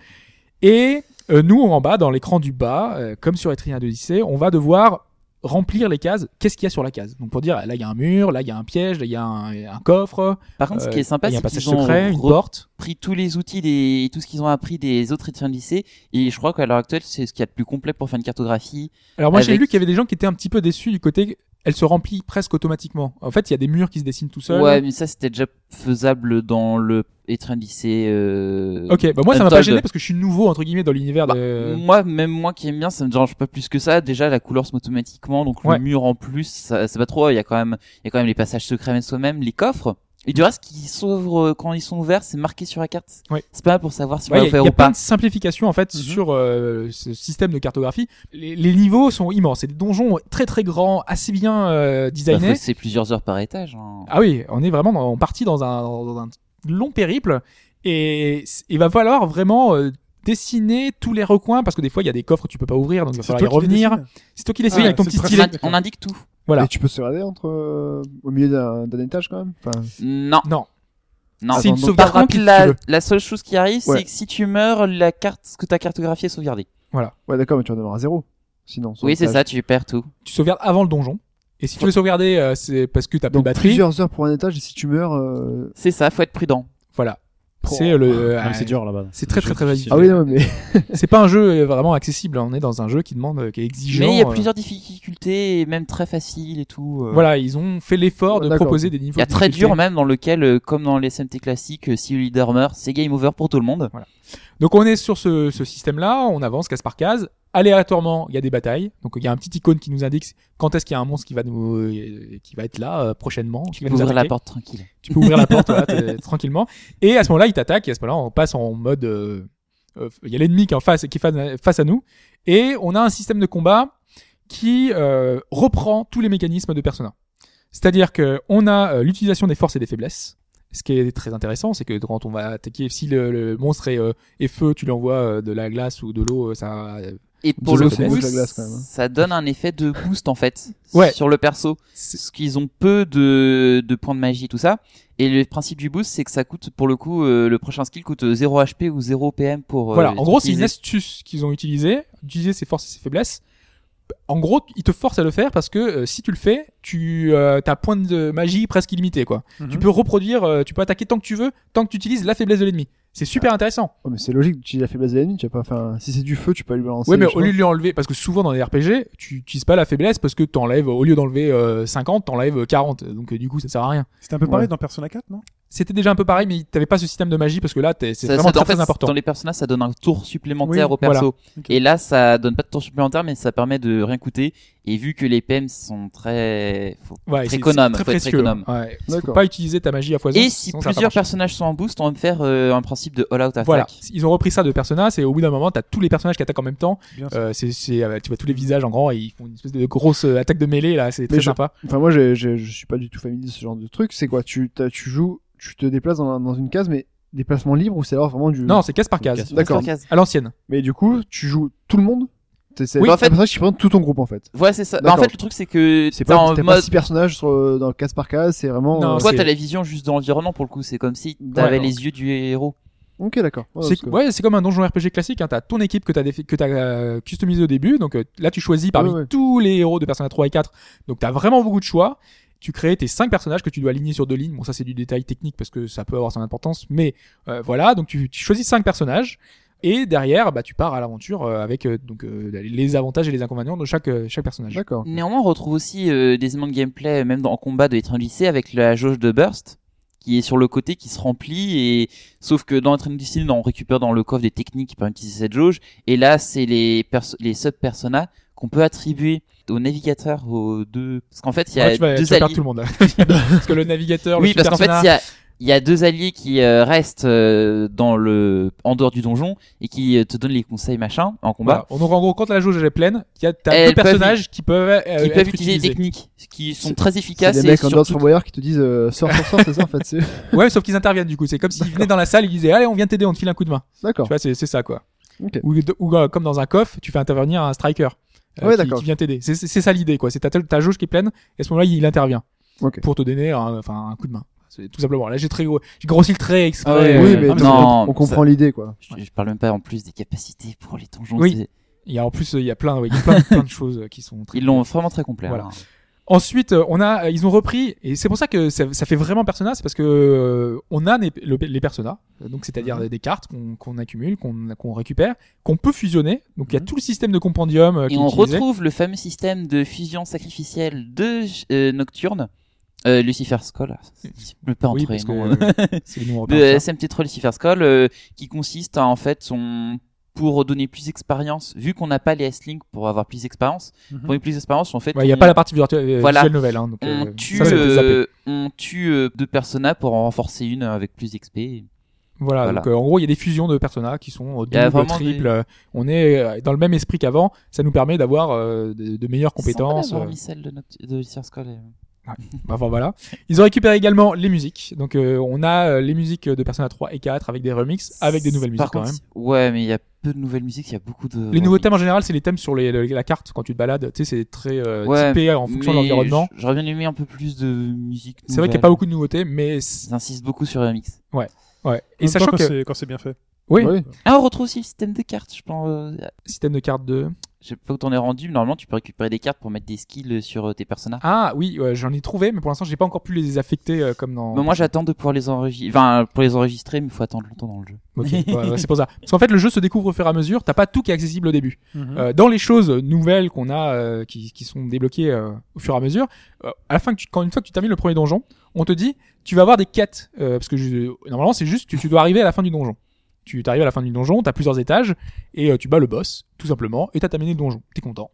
Speaker 4: et euh, nous en bas dans l'écran du bas euh, comme sur Etrian 2 lycée, on va devoir remplir les cases, qu'est-ce qu'il y a sur la case. Donc pour dire là il y a un mur, là il y a un piège, là il y a un, un coffre,
Speaker 7: Par contre, ce qui
Speaker 4: euh,
Speaker 7: est sympa,
Speaker 4: il y a
Speaker 7: c'est
Speaker 4: un passage
Speaker 7: qu'ils ont
Speaker 4: secret, une
Speaker 7: re-
Speaker 4: porte.
Speaker 7: pris tous les outils des, et tout ce qu'ils ont appris des autres étudiants de lycée. Et je crois qu'à l'heure actuelle, c'est ce qu'il y a de plus complet pour faire une cartographie.
Speaker 4: Alors moi j'ai
Speaker 7: Avec-
Speaker 4: lu qu'il y avait des gens qui étaient un petit peu déçus du côté elle se remplit presque automatiquement. En fait, il y a des murs qui se dessinent tout seuls.
Speaker 7: Ouais, mais ça, c'était déjà faisable dans le étudiant de lycée. Euh...
Speaker 4: Ok, euh. bah moi ça m'a pas
Speaker 7: Untold.
Speaker 4: gêné parce que je suis nouveau entre guillemets dans l'univers
Speaker 7: Bah,
Speaker 4: de
Speaker 7: Moi, même moi qui aime bien, ça me dérange pas plus que ça. Déjà, la couleur se met automatiquement, donc
Speaker 4: Ouais.
Speaker 7: le mur en plus, ça, c'est pas trop. Il y a quand même, il y a quand même les passages secrets mais soi-même, les coffres. Et du reste, qui s'ouvrent euh, quand ils sont ouverts, c'est marqué sur la carte.
Speaker 4: Ouais.
Speaker 7: C'est pas là pour savoir si
Speaker 4: Ouais,
Speaker 7: on
Speaker 4: Il y
Speaker 7: va
Speaker 4: a,
Speaker 7: ouvrir
Speaker 4: il y a
Speaker 7: ou pas. Mm-hmm.
Speaker 4: plein de simplifications en fait sur euh, ce système de cartographie. Les, les niveaux sont immenses. C'est des donjons très très grands, assez bien euh,
Speaker 7: Bah,
Speaker 4: designés.
Speaker 7: faut- c'est plusieurs heures par étage. hein.
Speaker 4: Ah oui, on est vraiment dans, on partit dans un, dans un long périple et c- il va falloir vraiment euh, dessiner tous les recoins parce que des fois il y a des coffres que tu peux pas ouvrir donc il va
Speaker 3: C'est
Speaker 4: falloir y
Speaker 3: toi qui les
Speaker 4: revenir.
Speaker 3: dessines
Speaker 4: C'est toi qui l'essayes
Speaker 3: Ah,
Speaker 4: avec ton
Speaker 3: c'est
Speaker 4: petit
Speaker 3: très
Speaker 7: On,
Speaker 4: stylet.
Speaker 3: simple.
Speaker 7: indi- on indique tout.
Speaker 4: Voilà.
Speaker 6: Et tu peux se regarder entre euh, au milieu d'un d'un étage quand même. Enfin,
Speaker 7: Non,
Speaker 4: Non,
Speaker 7: non.
Speaker 4: c'est une
Speaker 6: donc, par
Speaker 4: sauvegarde
Speaker 7: Par contre,
Speaker 4: rapide, si tu
Speaker 7: la,
Speaker 4: veux.
Speaker 7: la seule chose qui arrive,
Speaker 6: Ouais.
Speaker 7: c'est que si tu meurs, la carte ce que t'as cartographiée est sauvegardée.
Speaker 6: ouais, d'accord, mais tu redémarres à zéro. Sinon. sur
Speaker 7: Oui,
Speaker 6: l'étage.
Speaker 7: c'est ça, tu perds tout.
Speaker 4: tu sauvegardes avant le donjon. Et si tu veux sauvegarder, euh, c'est parce que t'as plus de
Speaker 6: Donc
Speaker 4: batterie.
Speaker 6: plusieurs heures pour un étage et si tu meurs. euh,
Speaker 7: C'est ça, faut être prudent.
Speaker 4: Voilà. C'est euh, le.
Speaker 5: Ah, mais c'est dur là-bas.
Speaker 4: C'est très, très, très
Speaker 5: difficile.
Speaker 6: Ah oui, non, mais
Speaker 4: C'est pas un jeu euh, vraiment accessible. On est dans un jeu qui demande, euh, qui est exigeant.
Speaker 7: Mais il y a
Speaker 4: euh,
Speaker 7: plusieurs difficultés, et même très faciles et tout. euh.
Speaker 4: Voilà, ils ont fait l'effort de
Speaker 6: Ouais, d'accord.
Speaker 4: proposer des niveaux.
Speaker 7: Il y a
Speaker 4: de
Speaker 7: très
Speaker 4: difficulté.
Speaker 7: dur même dans lequel, euh, comme dans les SMT classiques, euh, si le leader meurt, c'est game over pour tout le monde.
Speaker 4: Donc on est sur ce, ce système-là, on avance case par case. Aléatoirement, il y a des batailles. Donc il y a un petit icône qui nous indique quand est-ce qu'il y a un monstre qui va nous, euh, qui va être là euh, prochainement. qui
Speaker 7: Tu
Speaker 4: va
Speaker 7: peux
Speaker 4: nous
Speaker 7: ouvrir la
Speaker 4: attaquer.
Speaker 7: porte tranquille.
Speaker 4: Tu peux ouvrir la porte voilà, t'es- tranquillement. Et à ce moment-là, il t'attaque. Et à ce moment-là, on passe en mode. euh, euh, Il y a l'ennemi qui est en face, qui est fa- face à nous. Et on a un système de combat qui euh, reprend tous les mécanismes de Persona. C'est-à-dire que on a euh, l'utilisation des forces et des faiblesses. Ce qui est très intéressant, c'est que quand on va attaquer, si le, le monstre est, euh, est feu, tu lui envoies euh, de la glace ou de l'eau, euh, ça.
Speaker 7: Et pour
Speaker 6: Joseph,
Speaker 7: le
Speaker 6: c'est mieux
Speaker 7: coup,
Speaker 6: que la glace, quand même, hein.
Speaker 7: ça donne un effet de boost en fait
Speaker 4: Ouais.
Speaker 7: sur le perso. Parce qu'ils ont peu de, de points de magie, tout ça. Et le principe du boost, c'est que ça coûte, pour le coup, euh, le prochain skill coûte 0 HP ou 0 PM pour. euh,
Speaker 4: Voilà, en gros, c'est une
Speaker 7: utiliser.
Speaker 4: astuce qu'ils ont utilisée, utiliser ses forces et ses faiblesses. En gros, ils te forcent à le faire parce que euh, si tu le fais, tu euh, as point de magie presque illimité quoi. Tu peux reproduire, euh, tu peux attaquer tant que tu veux, tant que tu utilises la faiblesse de l'ennemi. C'est super intéressant.
Speaker 7: Ah,
Speaker 6: Oh, mais c'est logique d'utiliser la faiblesse de l'ennemi, tu vas pas faire un- Si c'est du feu, tu peux lui balancer.
Speaker 4: Ouais, mais
Speaker 6: je sais
Speaker 4: au lieu de lui enlever, parce que souvent dans les RPG, tu utilises pas la faiblesse parce que t'enlèves, au lieu d'enlever euh, 50, t'enlèves 40. Donc euh, du coup, ça sert à rien.
Speaker 3: C'était un peu pareil
Speaker 6: Ouais.
Speaker 3: dans Persona 4, non
Speaker 4: C'était déjà un peu pareil, mais t'avais pas ce système de magie parce que là, t'es- c'est
Speaker 7: Ça-
Speaker 4: vraiment
Speaker 7: ça- en
Speaker 4: très,
Speaker 7: fait,
Speaker 4: très important.
Speaker 7: Dans les personnages, ça donne un tour supplémentaire
Speaker 4: Oui,
Speaker 7: au perso.
Speaker 3: Ok.
Speaker 7: Et là, ça donne pas de tour supplémentaire, mais ça permet de rien coûter. Et vu que les PM sont très, faut-
Speaker 4: Ouais,
Speaker 7: très
Speaker 4: c'est-
Speaker 7: économe,
Speaker 4: c'est
Speaker 7: faut être
Speaker 4: précieux,
Speaker 7: économe.
Speaker 4: ouais.
Speaker 6: pas.
Speaker 4: Faut
Speaker 6: D'accord.
Speaker 4: pas utiliser ta magie à foison.
Speaker 7: Et si
Speaker 4: sinon ça va pas
Speaker 7: plusieurs
Speaker 4: marcher.
Speaker 7: personnages sont en boost, on va me faire euh, un principe de all out attack.
Speaker 4: Voilà, ils ont repris ça de Persona, c'est au bout d'un moment, t'as tous les personnages qui attaquent en même temps,
Speaker 3: Bien sûr.
Speaker 4: euh, c'est, c'est, euh, tu vois tous les visages en grand et ils font une espèce de grosse euh, attaque de mêlée là, c'est très
Speaker 6: Mais je-
Speaker 4: sympa.
Speaker 6: Enfin, moi, j'ai- j'ai- je suis pas du tout familier de ce genre de truc. C'est quoi tu, t'as- tu joues, tu te déplaces dans, dans une case, mais déplacement libre ou c'est alors vraiment du.
Speaker 4: Non, c'est case par case,
Speaker 7: Sur
Speaker 6: D'accord.
Speaker 7: cette case.
Speaker 4: à l'ancienne.
Speaker 6: Mais du coup, tu joues tout le monde T'es- C'est
Speaker 7: Oui,
Speaker 6: c'est
Speaker 7: en fait-
Speaker 6: un personnage qui prend tout ton groupe en fait.
Speaker 7: Voilà, c'est ça. Bah, en
Speaker 6: D'accord.
Speaker 7: fait, le truc, c'est que
Speaker 6: C'est
Speaker 7: t'es
Speaker 6: pas,
Speaker 7: en
Speaker 6: t'as pas
Speaker 7: mode.
Speaker 6: six personnages sur, euh, dans case par case, c'est vraiment.
Speaker 4: Non,
Speaker 6: euh,
Speaker 7: Toi,
Speaker 4: c'est-
Speaker 7: t'as la vision juste de l'environnement pour le coup. C'est comme si t'avais
Speaker 4: Ouais.
Speaker 7: les yeux du héros.
Speaker 6: Ok, d'accord. Ouais, Oh, parce
Speaker 4: c'est,
Speaker 6: que-
Speaker 4: ouais, c'est comme un donjon RPG classique, hein, t'as ton équipe que t'as, défi- que t'as euh, customisé au début, donc euh, là tu choisis parmi
Speaker 6: Ouais, ouais.
Speaker 4: tous les héros de Persona 3 et 4, donc t'as vraiment beaucoup de choix. Tu crées tes cinq personnages que tu dois aligner sur deux lignes. Bon, ça c'est du détail technique parce que ça peut avoir son importance, mais euh, voilà. Donc tu, tu choisis cinq personnages et derrière, bah tu pars à l'aventure euh, avec euh, donc euh, les avantages et les inconvénients de chaque euh, chaque personnage.
Speaker 6: D'accord.
Speaker 7: Néanmoins, on retrouve aussi euh, des éléments de gameplay, même dans, en combat de Train lycée avec la jauge de burst qui est sur le côté qui se remplit et sauf que dans Train lycée on récupère dans le coffre des techniques qui peuvent utiliser cette jauge et là c'est les perso- les sub personas qu'on peut attribuer au navigateur aux deux parce qu'en fait il y a
Speaker 4: Ouais, tu vas, tu
Speaker 7: deux
Speaker 4: vas perdre
Speaker 7: alliés
Speaker 4: tout le monde. là. parce que le navigateur, le
Speaker 7: oui, parce qu'en fait,
Speaker 4: persona-
Speaker 7: il y a, il y a deux alliés qui euh, restent euh, dans le, en dehors du donjon et qui euh, te donnent les conseils machin en combat.
Speaker 4: Voilà. Donc en gros, quand la jauge elle est pleine, il y a t'as
Speaker 7: Elles
Speaker 4: deux
Speaker 7: peuvent-
Speaker 4: personnages qui peuvent euh,
Speaker 7: Qui
Speaker 4: être
Speaker 7: peuvent utiliser
Speaker 4: utilisés.
Speaker 7: des techniques qui sont
Speaker 6: C'est-
Speaker 7: très
Speaker 6: C'est
Speaker 7: efficaces
Speaker 6: des
Speaker 7: et
Speaker 6: mecs en
Speaker 7: surtout-
Speaker 6: Dance from Warrior qui te disent euh, sors, sors, sors, c'est ça en fait. c'est-
Speaker 4: Ouais, sauf qu'ils interviennent du coup. C'est comme s'ils venaient dans la salle, ils disaient allez, on vient t'aider, on te file un coup de main. Tu
Speaker 6: D'accord.
Speaker 4: vois, c'est c'est ça quoi.
Speaker 6: Ok.
Speaker 4: Ou, de- ou, euh, comme dans un coffre, tu fais intervenir un striker euh,
Speaker 6: Ouais,
Speaker 4: qui- qui,
Speaker 6: d'accord.
Speaker 4: vient t'aider. C'est c'est- c'est ça l'idée quoi. C'est ta, ta jauge qui est pleine et à ce moment-là, il intervient
Speaker 6: Ok.
Speaker 4: pour te donner un, enfin un coup de main. C'est Tout simplement. Là, j'ai très gros- j'ai grossi le trait exprès.
Speaker 7: Ah ouais,
Speaker 4: euh,
Speaker 6: oui,
Speaker 7: euh,
Speaker 6: mais
Speaker 7: non,
Speaker 6: tu- on
Speaker 7: ça-
Speaker 6: comprend l'idée quoi.
Speaker 7: Je, je parle même pas en plus des capacités pour les donjons.
Speaker 4: Oui.
Speaker 7: c'est-
Speaker 4: Il y a en plus, euh, il y a plein, ouais, il y a plein, plein de choses euh, qui sont. très-
Speaker 7: Ils l'ont vraiment très complet.
Speaker 4: Voilà.
Speaker 7: hein.
Speaker 4: Ensuite, euh, on a, euh, ils ont repris, et c'est pour ça que ça, ça fait vraiment Persona, c'est parce que euh, on a les, le- les Persona, euh, donc c'est-à-dire des cartes qu'on qu'on accumule, qu'on qu'on récupère, qu'on peut fusionner. Donc il y a tout le système de compendium euh, qui
Speaker 7: Et
Speaker 4: est
Speaker 7: on
Speaker 4: utilisé.
Speaker 7: retrouve le fameux système de fusion sacrificielle de euh, Nocturne, euh, Lucifer's Call. Je peux pas
Speaker 4: Oui,
Speaker 7: entrer.
Speaker 4: parce que
Speaker 7: non.
Speaker 4: euh, c'est les noms
Speaker 7: de
Speaker 4: européens, ça.
Speaker 7: SMT3 Lucifer's Call euh, qui consiste à en fait son pour donner plus d'expérience vu qu'on n'a pas les S-Link pour avoir plus d'expérience
Speaker 3: Mhm.
Speaker 7: pour avoir plus d'expérience en fait
Speaker 4: Ouais, Il n'y a
Speaker 7: on-
Speaker 4: pas la partie virtuelle, euh,
Speaker 7: Voilà.
Speaker 4: visuelle nouvelle. Hein, donc,
Speaker 7: on
Speaker 4: euh,
Speaker 7: tue
Speaker 4: ça, ça peut zapper.
Speaker 7: euh, on tue euh, deux personas pour en renforcer une avec plus d'XP
Speaker 4: Voilà,
Speaker 7: voilà.
Speaker 4: donc euh, en gros, il y a des fusions de personnages qui sont euh,
Speaker 7: Il y a
Speaker 4: double,
Speaker 7: vraiment
Speaker 4: triple.
Speaker 7: des-
Speaker 4: euh, On est euh, dans le même esprit qu'avant. Ça nous permet d'avoir euh, de, de meilleures compétences. euh,
Speaker 7: hormis celle de, Noct- de Lucifer's Call euh.
Speaker 4: Enfin voilà. Ils ont récupéré également les musiques. Donc euh, on a euh, les musiques de Persona 3 et 4 avec des remixes, avec des nouvelles
Speaker 7: Par
Speaker 4: musiques quand
Speaker 7: contre,
Speaker 4: même.
Speaker 7: ouais mais il y a peu de nouvelles musiques il y a beaucoup de
Speaker 4: Les nouveaux thèmes en général, c'est les thèmes sur les, le- la carte quand tu te balades. Tu sais, c'est très euh,
Speaker 7: Ouais,
Speaker 4: typé en fonction de
Speaker 7: Mais
Speaker 4: l'environnement.
Speaker 7: j- j'aurais bien aimé un peu plus de musique
Speaker 4: C'est vrai qu'il n'y a pas beaucoup de nouveautés, mais c'est-
Speaker 7: j'insiste beaucoup sur les remix
Speaker 4: ouais.
Speaker 3: En
Speaker 4: Et
Speaker 3: même temps,
Speaker 4: sachant
Speaker 3: quand
Speaker 4: que
Speaker 3: c'est- quand c'est bien fait.
Speaker 4: oui,
Speaker 6: Ouais.
Speaker 7: ah on retrouve aussi le système de cartes je pense euh,
Speaker 4: système de cartes de
Speaker 7: Je sais pas où t'en es rendu, mais normalement tu peux récupérer des cartes pour mettre des skills sur euh, tes personnages.
Speaker 4: ah oui, ouais, j'en ai trouvé, mais pour l'instant j'ai pas encore pu les affecter euh, comme dans.
Speaker 7: Mais moi j'attends de pouvoir les enregistrer, enfin pour les enregistrer, mais il faut attendre longtemps dans le jeu.
Speaker 4: Ok, ouais, ouais, c'est pour ça. Parce qu'en fait, le jeu se découvre au fur et à mesure. T'as pas tout qui est accessible au début.
Speaker 3: Mhm.
Speaker 4: Euh, dans les choses nouvelles qu'on a, euh, qui, qui sont débloquées euh, au fur et à mesure, euh, à la fin, que tu, quand une fois que tu termines le premier donjon, on te dit tu vas avoir des quêtes, euh, parce que je- normalement c'est juste que tu dois arriver à la fin du donjon. Tu arrives à la fin du donjon, t'as plusieurs étages, et euh, tu bats le boss, tout simplement, et t'as terminé le donjon. T'es content.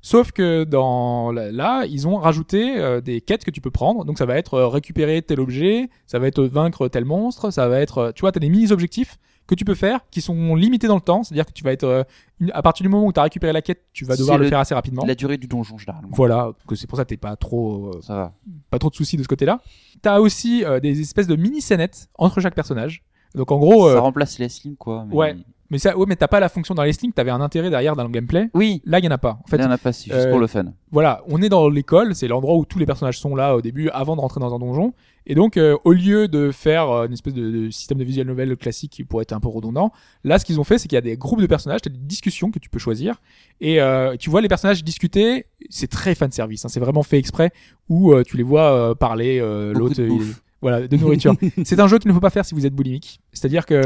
Speaker 4: Sauf que dans la- là, ils ont rajouté euh, des quêtes que tu peux prendre. Donc ça va être euh, récupérer tel objet, ça va être vaincre tel monstre, ça va être, euh, tu vois, t'as des mini objectifs que tu peux faire qui sont limités dans le temps. C'est-à-dire que tu vas être, euh, une- à partir du moment où t'as récupéré la quête, tu vas
Speaker 7: C'est
Speaker 4: devoir le,
Speaker 7: le-
Speaker 4: faire assez rapidement.
Speaker 7: La durée du donjon, généralement.
Speaker 4: Voilà, que c'est pour ça que t'es pas trop, euh,
Speaker 7: Ça va.
Speaker 4: pas trop de soucis de ce côté-là. T'as aussi euh, des espèces de mini scénettes entre chaque personnage. Donc en gros,
Speaker 7: Ça
Speaker 4: euh,
Speaker 7: remplace les slims, quoi. mais-
Speaker 4: Ouais. mais ça, ouais, mais t'as pas la fonction dans les slings, t'avais un intérêt derrière dans le gameplay.
Speaker 7: Oui.
Speaker 4: Là, il y en a pas. En fait,
Speaker 7: il y en a pas, c'est juste
Speaker 4: euh,
Speaker 7: pour le fun.
Speaker 4: voilà, on est dans l'école, c'est l'endroit où tous les personnages sont là au début, avant de rentrer dans un donjon. Et donc, euh, au lieu de faire euh, une espèce de, de système de visual novel classique qui pourrait être un peu redondant, là, ce qu'ils ont fait, c'est qu'il y a des groupes de personnages, t'as des discussions que tu peux choisir, et euh, tu vois les personnages discuter. C'est très fan service, hein, c'est vraiment fait exprès où euh, tu les vois euh, parler. euh,
Speaker 7: Beaucoup
Speaker 4: L'autre,
Speaker 7: de
Speaker 4: il-
Speaker 7: bouffe.
Speaker 4: voilà, de nourriture. c'est un jeu qu'il ne faut pas faire si vous êtes boulimique. C'est-à-dire que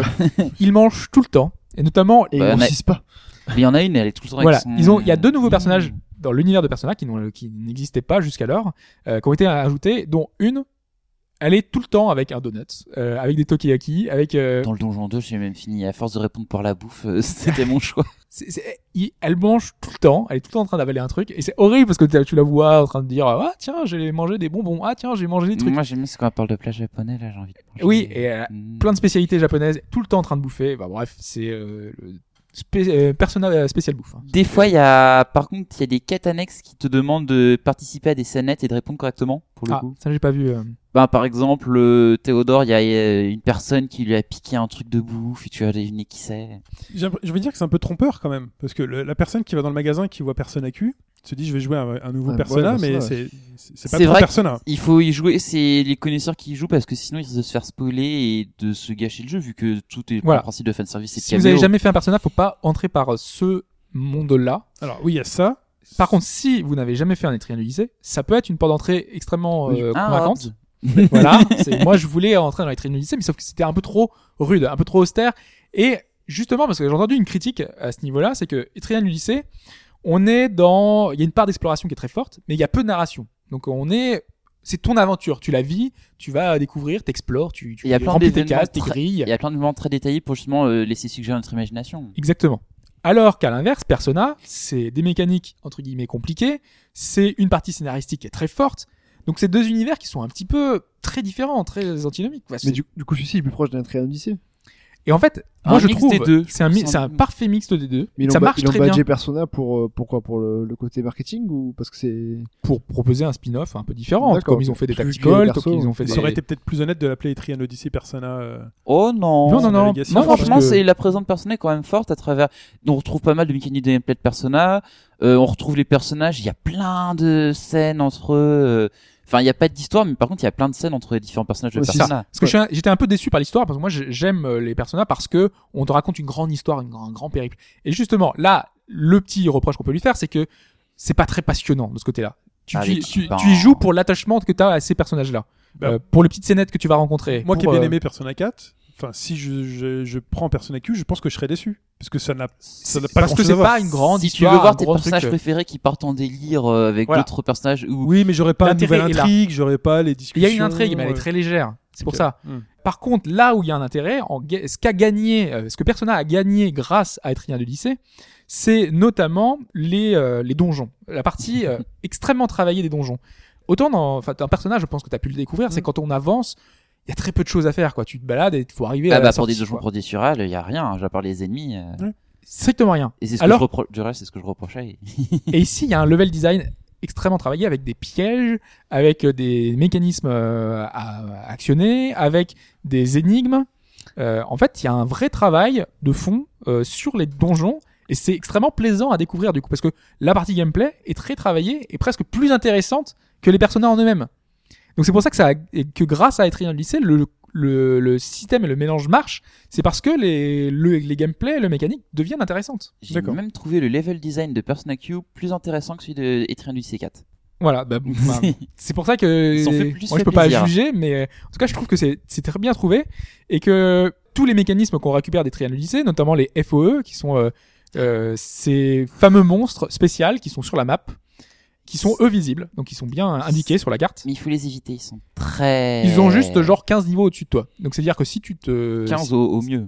Speaker 4: ils mangent tout le temps, et notamment
Speaker 6: Et
Speaker 7: Bah,
Speaker 6: on
Speaker 7: mais-
Speaker 6: cisse pas.
Speaker 7: Mais il y en a une, elle est tout le temps avec
Speaker 4: voilà,
Speaker 7: son-
Speaker 4: ils ont, il y a deux nouveaux
Speaker 7: Mmh.
Speaker 4: personnages dans l'univers de Persona qui, n'ont- euh, qui n'existaient pas jusqu'alors, euh, qui ont été ajoutés, dont une, elle est tout le temps avec un donut, euh, avec des tokiyaki, avec. euh,
Speaker 7: Dans le donjon 2, j'ai même fini. À force de répondre par la bouffe, euh, c'était mon choix.
Speaker 4: c'est- c'est- il- elle mange tout le temps, elle est tout le temps en train d'avaler un truc, et c'est horrible parce que t'as- tu la vois en train de dire ah tiens j'ai mangé des bonbons, ah tiens j'ai mangé des trucs.
Speaker 7: Moi, j'aime bien ce qu'on parle de plage japonais, là, j'ai envie de manger.
Speaker 4: Oui, et elle a
Speaker 7: Mmh.
Speaker 4: plein de spécialités japonaises, tout le temps en train de bouffer. Bah bref, c'est euh, le spé- euh, Persona euh, spécial bouffe. hein.
Speaker 7: Des fois, il y a, par contre, il y a des quêtes annexes qui te demandent de participer à des scénettes et de répondre correctement, pour le
Speaker 4: Ah,
Speaker 7: coup.
Speaker 4: ça j'ai pas vu. euh.
Speaker 7: Bah, par exemple, euh, Théodore, il y a euh, une personne qui lui a piqué un truc de bouffe et tu as deviné qui c'est.
Speaker 3: J'ai l'impr- Je veux dire que c'est un peu trompeur quand même, parce que le- la personne qui va dans le magasin qui voit personne à cul se dit je vais jouer à un, un nouveau
Speaker 6: Ouais,
Speaker 3: persona,
Speaker 6: ouais,
Speaker 3: mais
Speaker 6: Persona,
Speaker 3: c'est c'est- c'est pas
Speaker 7: C'est
Speaker 3: trop
Speaker 7: vrai que-
Speaker 3: persona.
Speaker 7: Il faut y jouer, c'est les connaisseurs qui y jouent parce que sinon ils risquent de se faire spoiler et de se gâcher le jeu vu que tout est
Speaker 4: Voilà.
Speaker 7: le principe de fanservice et de
Speaker 4: Si vous
Speaker 7: caméo.
Speaker 4: avez jamais fait un Persona, faut pas entrer par euh, ce monde-là.
Speaker 3: Alors oui, il y a ça.
Speaker 4: Par contre, si vous n'avez jamais fait un étrian lycée, ça peut être une porte d'entrée extrêmement euh,
Speaker 7: Ah,
Speaker 4: convaincante.
Speaker 7: Hobbes.
Speaker 4: voilà. C'est- Moi, je voulais entrer dans les trials lycée, mais sauf que c'était un peu trop rude, un peu trop austère. Et justement, parce que j'ai entendu une critique à ce niveau-là, c'est que trials lycée, on est dans, il y a une part d'exploration qui est très forte, mais il y a peu de narration. Donc on est, c'est ton aventure. Tu la vis, tu vas découvrir, t'explores, tu, tu
Speaker 7: Il y a plein
Speaker 4: remplis tes
Speaker 7: d'événements
Speaker 4: cases, tes
Speaker 7: très-
Speaker 4: grilles.
Speaker 7: Il y a plein de moments très détaillés pour justement euh, laisser suggérer notre imagination.
Speaker 4: Exactement. Alors qu'à l'inverse, Persona, c'est des mécaniques entre guillemets compliquées, c'est une partie scénaristique qui est très forte. Donc c'est deux univers qui sont un petit peu très différents, très antinomiques. quoi. C'est-
Speaker 6: Mais du, du coup, celui-ci est plus proche d'un triangle lycée.
Speaker 4: Et en fait,
Speaker 7: Un
Speaker 4: moi je
Speaker 7: mix
Speaker 4: trouve,
Speaker 7: des deux,
Speaker 4: c'est un,
Speaker 7: je
Speaker 4: mi-
Speaker 7: pense,
Speaker 4: c'est un
Speaker 7: un-
Speaker 4: parfait mix de des deux.
Speaker 6: Mais ils
Speaker 4: ça
Speaker 6: ont ba-
Speaker 4: marche
Speaker 6: ils ont
Speaker 4: très bien
Speaker 6: badgé Persona pour, euh, pourquoi Pour le, le côté marketing ou parce que c'est.
Speaker 4: pour proposer un spin-off un peu différent.
Speaker 6: D'accord,
Speaker 4: Comme ils ont
Speaker 6: ok.
Speaker 4: fait des
Speaker 6: Plus
Speaker 4: tacticals,
Speaker 6: vieille
Speaker 4: comme ils
Speaker 6: perso.
Speaker 4: ont fait des...
Speaker 3: Ça aurait été peut-être plus honnête de l'appeler Etrian Odyssey Persona. euh.
Speaker 7: Oh non.
Speaker 4: Non, non, non.
Speaker 3: Navigation,
Speaker 7: Non,
Speaker 3: parce
Speaker 7: franchement,
Speaker 4: que-
Speaker 7: c'est la présence de Persona est quand même forte à travers. On retrouve pas mal de mécaniques de gameplay de Persona. Euh, on retrouve les personnages. Il y a plein de scènes entre eux. Enfin, il n'y a pas d'histoire, mais par contre, il y a plein de scènes entre les différents personnages de
Speaker 6: Ouais, c'est
Speaker 7: Persona.
Speaker 4: Parce que je suis un- j'étais un peu déçu par l'histoire parce que moi j'ai- j'aime euh, les personnages parce que on te raconte une grande histoire, une grand- un grand périple. Et justement là, le petit reproche qu'on peut lui faire, c'est que c'est pas très passionnant de ce côté-là. Tu,
Speaker 7: Ah,
Speaker 4: tu,
Speaker 7: les
Speaker 4: tu,
Speaker 7: petits
Speaker 4: tu y
Speaker 7: pains.
Speaker 4: joues pour l'attachement que t'as à ces personnages-là,
Speaker 3: Bah.
Speaker 4: Euh, pour les petites scénettes que tu vas rencontrer.
Speaker 3: Moi qui ai
Speaker 4: pour,
Speaker 3: bien
Speaker 4: euh,
Speaker 3: aimé Persona 4, enfin si je, je, je prends Persona Q, je pense que je serais déçu, parce que ça n'a ça n'a pas
Speaker 4: parce que
Speaker 3: grand-chose
Speaker 4: c'est
Speaker 3: à voir.
Speaker 4: pas une grande
Speaker 7: si tu
Speaker 4: histoire.
Speaker 7: veux voir
Speaker 4: un
Speaker 7: tes
Speaker 4: gros
Speaker 7: personnages
Speaker 4: truc, euh,
Speaker 7: préférés qui partent en délire euh, avec
Speaker 4: Voilà.
Speaker 7: d'autres personnages ou
Speaker 3: Oui, mais j'aurais pas une
Speaker 4: L'intérêt
Speaker 3: nouvelle
Speaker 4: est là.
Speaker 3: intrigue, j'aurais pas les
Speaker 4: Il
Speaker 3: discussions.
Speaker 4: y a une intrigue, mais elle est
Speaker 3: euh.
Speaker 4: très légère. C'est pour
Speaker 3: Ok.
Speaker 4: ça.
Speaker 3: Hmm.
Speaker 4: Par contre, là où il y a un intérêt, en ga- ce qu'a gagné, euh, ce que Persona a gagné grâce à Etrien de lycée, c'est notamment les, euh, les donjons. La partie euh, extrêmement travaillée des donjons. Autant dans, enfin, un personnage, je pense que tu as pu le découvrir,
Speaker 7: Hmm.
Speaker 4: c'est quand on avance, il y a très peu de choses à faire, quoi. Tu te balades et il faut arriver à
Speaker 7: ah
Speaker 4: la
Speaker 7: bah pour des
Speaker 4: sortie,
Speaker 7: donjons
Speaker 4: quoi.
Speaker 7: procédurales, il y a rien. J'ai à part les ennemis. euh.
Speaker 4: Strictement rien.
Speaker 7: Et c'est ce que
Speaker 4: Alors-
Speaker 7: je reproche. Du reste, c'est ce que je reprochais.
Speaker 4: Et ici, il y a un level design extrêmement travaillé avec des pièges, avec euh, des mécanismes euh, à actionner, avec des énigmes. Euh, en fait, il y a un vrai travail de fond euh, sur les donjons et c'est extrêmement plaisant à découvrir du coup parce que la partie gameplay est très travaillée et presque plus intéressante que les personnages en eux-mêmes. Donc c'est pour ça que ça a- et que grâce à Etrian Lycée, le, le, le système et le mélange marchent, c'est parce que les, le- les gameplays, le mécanique deviennent intéressantes.
Speaker 7: J'ai même trouvé le level design de Persona Q plus intéressant que celui de Etrian du C4.
Speaker 4: Voilà, bah, bah, C'est pour ça que
Speaker 7: Ils ont fait plus
Speaker 4: moi je
Speaker 7: fait
Speaker 4: peux
Speaker 7: plaisir.
Speaker 4: pas juger, mais euh, en tout cas je trouve que c'est c'est très bien trouvé et que tous les mécanismes qu'on récupère des trials lycées, notamment les E, FOE, qui sont euh, euh, ces fameux monstres spéciaux qui sont sur la map, qui sont eux visibles, donc ils sont bien indiqués sur la carte.
Speaker 7: Mais il faut les éviter, ils sont très.
Speaker 4: Ils ont juste genre euh, 15 niveaux au-dessus de toi. Donc c'est-à-dire que si tu te
Speaker 7: 15 au, au mieux.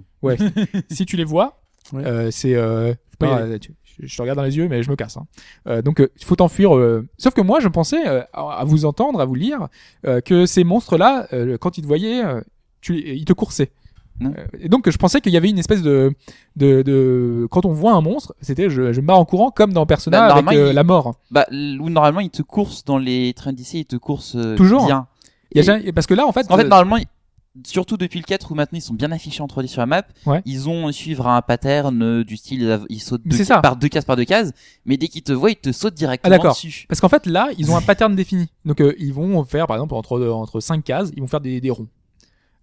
Speaker 4: si tu les vois,
Speaker 3: Ouais.
Speaker 4: euh, c'est. euh,
Speaker 3: pas y
Speaker 4: ah, tu- je je te regarde dans les yeux, mais je me casse. hein. Euh, donc, il faut t'enfuir. euh. Sauf que moi, je pensais, euh, à à vous entendre, à vous lire, euh, que ces monstres-là, euh, quand ils te voyaient, euh, tu, ils te coursaient.
Speaker 7: Non.
Speaker 4: Euh, Et donc, je pensais qu'il y avait une espèce de, de, de- quand on voit un monstre, c'était je, je me barre en courant comme dans Persona
Speaker 7: Bah,
Speaker 4: avec
Speaker 7: normalement,
Speaker 4: euh,
Speaker 7: il-
Speaker 4: la mort.
Speaker 7: Bah, l- ou normalement, ils te coursent dans les trains d'ici, ils te coursent euh,
Speaker 4: Toujours.
Speaker 7: bien.
Speaker 4: Il y a
Speaker 7: Et-
Speaker 4: jamais- parce que là, en fait,
Speaker 7: En fait,
Speaker 4: euh,
Speaker 7: normalement, ils- surtout depuis le 4 où maintenant ils sont bien affichés en 3D sur la map,
Speaker 4: Ouais.
Speaker 7: ils ont suivre un pattern euh, du style ils av- ils sautent
Speaker 4: Mais
Speaker 7: deux
Speaker 4: c'est
Speaker 7: ca-
Speaker 4: ça.
Speaker 7: par deux cases par deux cases, mais dès qu'ils te voient, ils te sautent directement
Speaker 4: Ah, d'accord.
Speaker 7: dessus.
Speaker 4: Parce qu'en fait, là, ils ont un pattern défini. Donc, euh, ils vont faire, par exemple, entre, euh, entre 5 cases, ils vont faire des, des ronds.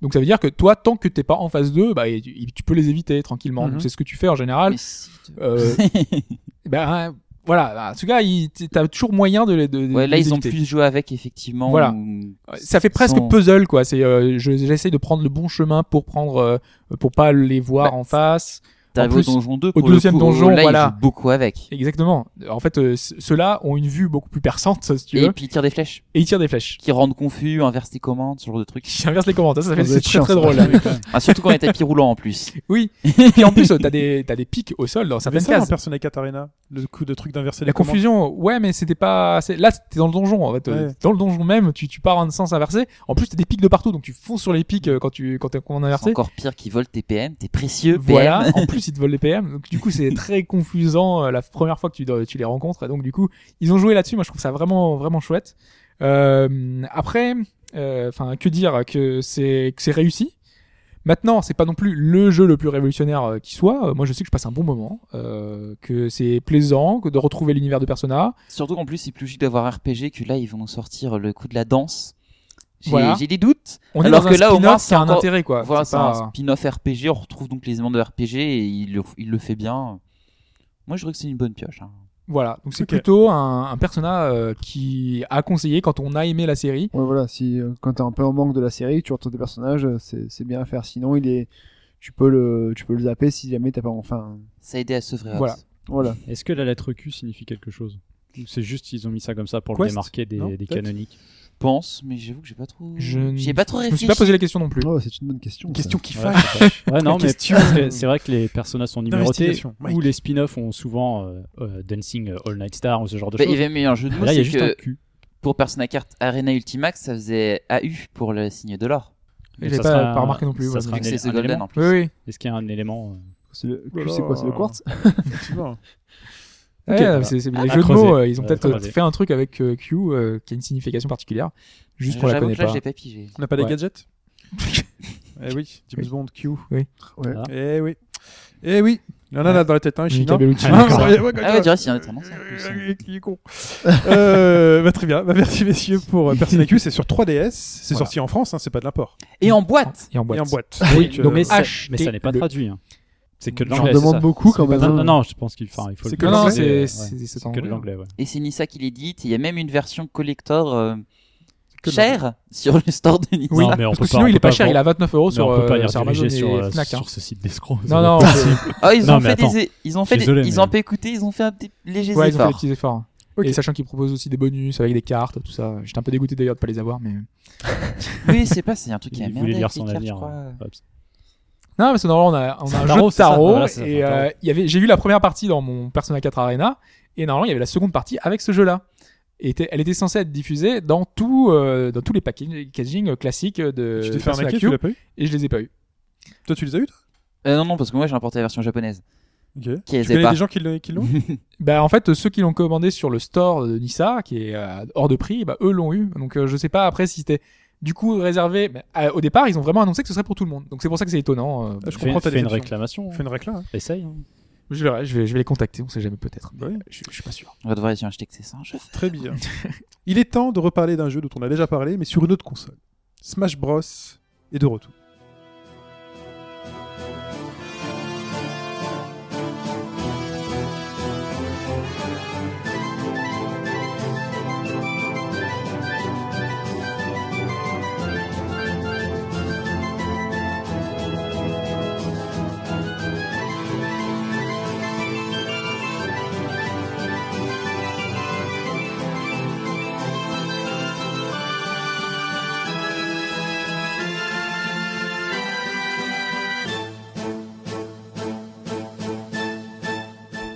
Speaker 4: Donc, ça veut dire que toi, tant que t'es pas en phase 2, bah, et tu, et tu peux les éviter tranquillement.
Speaker 3: Mhm.
Speaker 4: Donc, c'est ce que tu fais en général.
Speaker 7: Mais si, tu-
Speaker 4: Euh, ben, euh, voilà. En tout cas, il- t- t'as toujours moyen de les, de, de
Speaker 7: ouais, là
Speaker 4: les
Speaker 7: ils ont
Speaker 4: éviter.
Speaker 7: plus joué avec effectivement.
Speaker 4: Voilà.
Speaker 7: ou-
Speaker 4: Ça fait presque
Speaker 7: sans-
Speaker 4: puzzle, quoi. C'est, euh, je- j'essaie de prendre le bon chemin pour prendre, euh, pour pas les voir
Speaker 7: Bah,
Speaker 4: en face.
Speaker 7: T'arrives
Speaker 4: en plus,
Speaker 7: au donjon 2,
Speaker 4: au
Speaker 7: pour le
Speaker 4: deuxième
Speaker 7: coup,
Speaker 4: donjon,
Speaker 7: là, ils
Speaker 4: voilà.
Speaker 7: jouent beaucoup avec.
Speaker 4: Exactement. En fait, euh, c- ceux-là ont une vue beaucoup plus perçante, si tu
Speaker 7: Et
Speaker 4: veux,
Speaker 7: puis ils tirent des flèches
Speaker 4: et ils tirent des flèches.
Speaker 7: qui rendent confus, inversent tes commandes, ce genre de truc.
Speaker 4: J'inverse les commentaires, ça, ça fait,
Speaker 6: Ça doit
Speaker 4: c'est
Speaker 6: être
Speaker 4: très
Speaker 6: chiant,
Speaker 4: très
Speaker 6: ça.
Speaker 4: drôle.
Speaker 7: Ah, surtout quand il y a tapis roulant en plus.
Speaker 4: Oui. Puis en plus, euh, t'as des, t'as des pics au sol dans
Speaker 3: Ça fait
Speaker 4: certaines
Speaker 3: ça dans
Speaker 4: cases.
Speaker 3: Persona 4 Arena, le coup de truc d'inverser
Speaker 4: La
Speaker 3: les commandes.
Speaker 4: confusion, ouais, mais c'était pas. c'est- Là, t'es dans le donjon, en fait. euh,
Speaker 3: Ouais.
Speaker 4: Dans le donjon même, tu, tu pars en sens inversé. En plus, t'as des pics de partout, donc tu fonces sur les pics euh, quand tu quand t'es en commande
Speaker 7: C'est
Speaker 4: inversée.
Speaker 7: encore pire qu'ils volent tes PM, tes précieux PM.
Speaker 4: Voilà. en plus, ils te volent les PM. Donc, du coup, c'est très confusant euh, la première fois que tu, dois- tu les rencontres. Et donc, du coup, ils ont joué là-dessus. Moi, je trouve ça vraiment, vraiment chouette. Euh, après, euh, enfin, que dire que c'est que c'est réussi. Maintenant, c'est pas non plus le jeu le plus révolutionnaire euh, qui soit. Euh, Moi, je sais que je passe un bon moment, euh, que c'est plaisant, que de retrouver l'univers de Persona.
Speaker 7: Surtout qu'en plus, c'est plus logique d'avoir RPG que là, ils vont nous sortir le coup de la danse. J'ai
Speaker 4: Voilà.
Speaker 7: j'ai des doutes.
Speaker 4: On
Speaker 7: Alors
Speaker 4: est dans
Speaker 7: que
Speaker 4: un
Speaker 7: là, au moins,
Speaker 4: spin-off
Speaker 7: c'est
Speaker 4: qui a un
Speaker 7: encore-
Speaker 4: intérêt, quoi.
Speaker 7: voilà,
Speaker 4: C'est
Speaker 7: c'est
Speaker 4: pas-
Speaker 7: un spin-off RPG. On retrouve donc les éléments de RPG et il le, il le fait bien. Moi, je dirais que c'est une bonne pioche. hein.
Speaker 4: Voilà. Donc c'est
Speaker 3: Ok.
Speaker 4: plutôt un, un persona euh, qui a conseillé quand on a aimé la série.
Speaker 6: Ouais, voilà, si euh, quand t'es un peu en manque de la série, tu retrouves des personnages, euh, c'est c'est bien à faire. Sinon, il est, tu peux le, tu peux le zapper si jamais t'as pas enfin.
Speaker 7: Ça a aidé à se vrai.
Speaker 4: Voilà.
Speaker 6: Voilà.
Speaker 5: Est-ce que la lettre Q signifie quelque chose Ou c'est juste qu'ils ont mis ça comme ça pour le
Speaker 3: Quest
Speaker 5: démarquer
Speaker 3: Non,
Speaker 5: des, des
Speaker 3: peut-être.
Speaker 5: canoniques
Speaker 7: Je pense, mais j'avoue que j'ai pas trop.
Speaker 4: Je ne-
Speaker 7: J'ai pas trop
Speaker 4: Je me
Speaker 7: réfléchi.
Speaker 4: suis pas posé la question non plus.
Speaker 6: Oh, c'est une bonne question. ça.
Speaker 3: qui
Speaker 5: Ouais, je sais pas. Ouais, non, mais
Speaker 3: Question.
Speaker 5: parce que c'est vrai que les personnages sont numérotés
Speaker 3: D'investigation, Mike.
Speaker 5: ou les spin-offs ont souvent euh, euh, Dancing euh, All Night Star ou ce genre de
Speaker 7: Bah, il y
Speaker 5: choses.
Speaker 7: avait mis un jeu de mots,
Speaker 5: Là, il y a
Speaker 7: c'est
Speaker 5: juste un
Speaker 7: que
Speaker 5: Q.
Speaker 7: pour Persona 4 Arena Ultimax, ça faisait AU pour le signe de l'or.
Speaker 4: J'ai pas-
Speaker 5: Ça sera-
Speaker 4: pas remarqué non plus,
Speaker 5: ça
Speaker 4: ouais,
Speaker 5: sera
Speaker 7: Vu
Speaker 5: un
Speaker 7: que c'est
Speaker 5: élé-
Speaker 7: The
Speaker 5: un
Speaker 7: Golden
Speaker 5: élément.
Speaker 7: en plus.
Speaker 4: Oui, oui.
Speaker 5: Est-ce qu'il y a un élément
Speaker 6: C'est le,
Speaker 3: Oh là
Speaker 6: tu sais quoi, c'est le
Speaker 3: là.
Speaker 6: quartz.
Speaker 3: Effectivement.
Speaker 4: Ouais,
Speaker 5: voilà.
Speaker 4: c'est- c'est-
Speaker 5: À
Speaker 4: les jeux de
Speaker 5: creuser.
Speaker 4: mots, euh, ils ont
Speaker 5: À
Speaker 4: peut-être euh,
Speaker 5: creuser.
Speaker 4: fait un truc avec euh, Q euh, qui a une signification particulière. Juste qu'on la
Speaker 7: J'avoue
Speaker 4: connaît
Speaker 7: que là,
Speaker 4: pas.
Speaker 7: j'ai pas pigé.
Speaker 3: On n'a pas des
Speaker 4: Ouais.
Speaker 3: gadgets Eh oui, James Bond, Q.
Speaker 6: Ouais.
Speaker 5: Ah.
Speaker 3: Eh oui. Eh oui. Il y en a
Speaker 4: Ouais.
Speaker 3: là dans la tête, hein,
Speaker 4: Michael
Speaker 3: chinois.
Speaker 4: Bellucci.
Speaker 7: Ah ouais, dirais s'il y en a un autre, non, ça, en plus.
Speaker 3: Il est con. Euh, bah, très bien. Bah, merci messieurs pour euh, Persona Q. C'est sur 3DS. C'est
Speaker 4: Voilà.
Speaker 3: sorti en France, hein, c'est pas de l'import.
Speaker 7: Et en boîte
Speaker 4: Et en
Speaker 3: Et en
Speaker 4: boîte.
Speaker 3: boîte.
Speaker 5: Oui,
Speaker 3: Donc, euh,
Speaker 4: donc
Speaker 5: mais, ça,
Speaker 4: H
Speaker 5: mais ça n'est pas
Speaker 4: T E.
Speaker 5: traduit. hein. C'est que de
Speaker 6: J'en
Speaker 5: l'anglais.
Speaker 6: demande
Speaker 5: c'est ça
Speaker 6: beaucoup quand
Speaker 5: Bah,
Speaker 6: même.
Speaker 5: non, non, non, je pense qu'il enfin, il faut
Speaker 3: C'est
Speaker 5: le
Speaker 3: que de
Speaker 4: Non, non,
Speaker 3: l'anglais.
Speaker 5: préciser,
Speaker 4: c'est
Speaker 5: ouais.
Speaker 4: c'est- c'est
Speaker 5: C'est que de l'anglais, ouais.
Speaker 7: Et c'est Nissa qui l'édite. Il y a même une version collector euh,
Speaker 3: Que de
Speaker 7: chère sur le store de Nissa.
Speaker 4: Oui,
Speaker 5: Non, mais on
Speaker 4: parce que
Speaker 5: peut pas-
Speaker 4: sinon
Speaker 5: on
Speaker 4: il
Speaker 5: peut
Speaker 4: est pas
Speaker 5: pas
Speaker 4: cher,
Speaker 5: vendre-
Speaker 4: il est à 29 euros
Speaker 5: Mais
Speaker 4: sur
Speaker 5: on peut pas les
Speaker 4: euh, sur Amazon
Speaker 5: rediriger sur,
Speaker 4: et
Speaker 5: euh,
Speaker 4: Fnac. hein.
Speaker 5: sur ce site d'escroc. ça
Speaker 4: Non,
Speaker 5: va
Speaker 4: non,
Speaker 5: pas.
Speaker 4: c'est-
Speaker 7: Ah, ils
Speaker 5: Non,
Speaker 7: ont
Speaker 5: mais
Speaker 7: fait
Speaker 5: attends.
Speaker 7: des, ils ont fait, des-
Speaker 5: Désolé,
Speaker 7: ils
Speaker 5: mais-
Speaker 7: ont pas écouté, ils ont fait un petit léger
Speaker 4: Ouais, ils ont fait
Speaker 7: effort.
Speaker 4: des petits efforts.
Speaker 3: Ok.
Speaker 4: Et sachant qu'ils proposent aussi des bonus avec des cartes, tout ça. J'étais un peu dégoûté d'ailleurs de pas les avoir, mais.
Speaker 7: Oui, c'est pas, c'est un truc qui a
Speaker 5: Il
Speaker 7: merdé.
Speaker 5: voulait
Speaker 7: avec
Speaker 5: lire
Speaker 7: les
Speaker 5: son
Speaker 7: cartes,
Speaker 5: avenir.
Speaker 7: je crois.
Speaker 5: hein. Hop.
Speaker 4: Non, parce que normalement, on a, on
Speaker 5: C'est
Speaker 4: a
Speaker 5: un
Speaker 4: un
Speaker 5: tarot,
Speaker 4: jeu de
Speaker 5: c'est ça
Speaker 4: tarot.
Speaker 5: Voilà, c'est ça,
Speaker 4: et
Speaker 5: un tarot.
Speaker 4: euh, il y avait, j'ai vu la première partie dans mon Persona 4 Arena. Et normalement, il y avait la seconde partie avec ce jeu-là. Et était- elle était censée être diffusée dans, tout, euh, dans tous les packaging euh, classiques de
Speaker 3: tu t'es fait
Speaker 4: Persona
Speaker 3: arnaquer, tu
Speaker 4: Q.
Speaker 3: l'as pas eu
Speaker 4: Et je les ai pas eu.
Speaker 3: Toi, tu les as eu toi
Speaker 7: Euh, non, non, parce que moi j'ai importé la version japonaise.
Speaker 3: Ok.
Speaker 7: Qui
Speaker 3: Tu connais
Speaker 7: pas.
Speaker 3: des gens qui l'ont qui l'ont
Speaker 4: Bah, en fait, euh, ceux qui l'ont commandé sur le store de Nissa, qui est euh, hors de prix, bah, eux l'ont eu. Donc, euh, je sais pas après si c'était du coup réservé. mais, euh, au départ, ils ont vraiment annoncé que ce serait pour tout le monde. Donc, c'est pour ça que c'est étonnant. euh,
Speaker 3: Ah, Je
Speaker 5: Fais-
Speaker 3: comprends ta
Speaker 5: Fais une
Speaker 3: déception.
Speaker 5: réclamation.
Speaker 3: On fait une réclame. hein.
Speaker 5: Essaye. hein.
Speaker 4: Je verrai, je vais, je vais les contacter, on sait jamais peut-être. mais
Speaker 3: Ouais.
Speaker 4: Je, je suis pas sûr.
Speaker 7: On va devoir essayer d'acheter que c'est ça. Je...
Speaker 3: Très bien. Il est temps de reparler d'un jeu dont on a déjà parlé, mais sur une autre console. Smash Bros est de retour.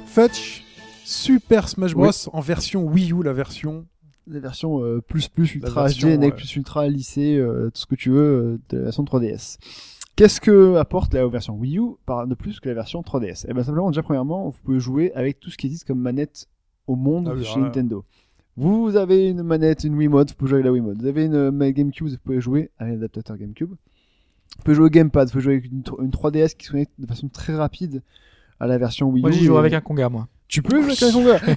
Speaker 3: Fetch, Super Smash Bros
Speaker 6: Oui.
Speaker 3: en version Wii U, la version.
Speaker 6: La version euh, plus plus ultra
Speaker 3: version,
Speaker 6: HD, NEC
Speaker 3: ouais.
Speaker 6: plus ultra lycée, euh, tout ce que tu veux euh, de la version 3DS. Qu'est-ce que apporte la version Wii U par de plus que la version 3DS Eh bien simplement, déjà premièrement, vous pouvez jouer avec tout ce qui existe comme manette au monde
Speaker 3: Ah oui,
Speaker 6: chez
Speaker 3: alors là-
Speaker 6: Nintendo. Vous avez une manette, une Wiimote, vous pouvez jouer avec la Wiimote. Vous avez une euh, ma- GameCube, vous pouvez jouer avec l'adaptateur GameCube. Vous pouvez jouer au Gamepad, vous pouvez jouer avec une, tro- une 3DS qui se connecte de façon très rapide à la version Wii U.
Speaker 4: Moi, j'y joue
Speaker 6: Et-
Speaker 4: avec un conga, moi.
Speaker 6: Tu peux jouer avec un congrès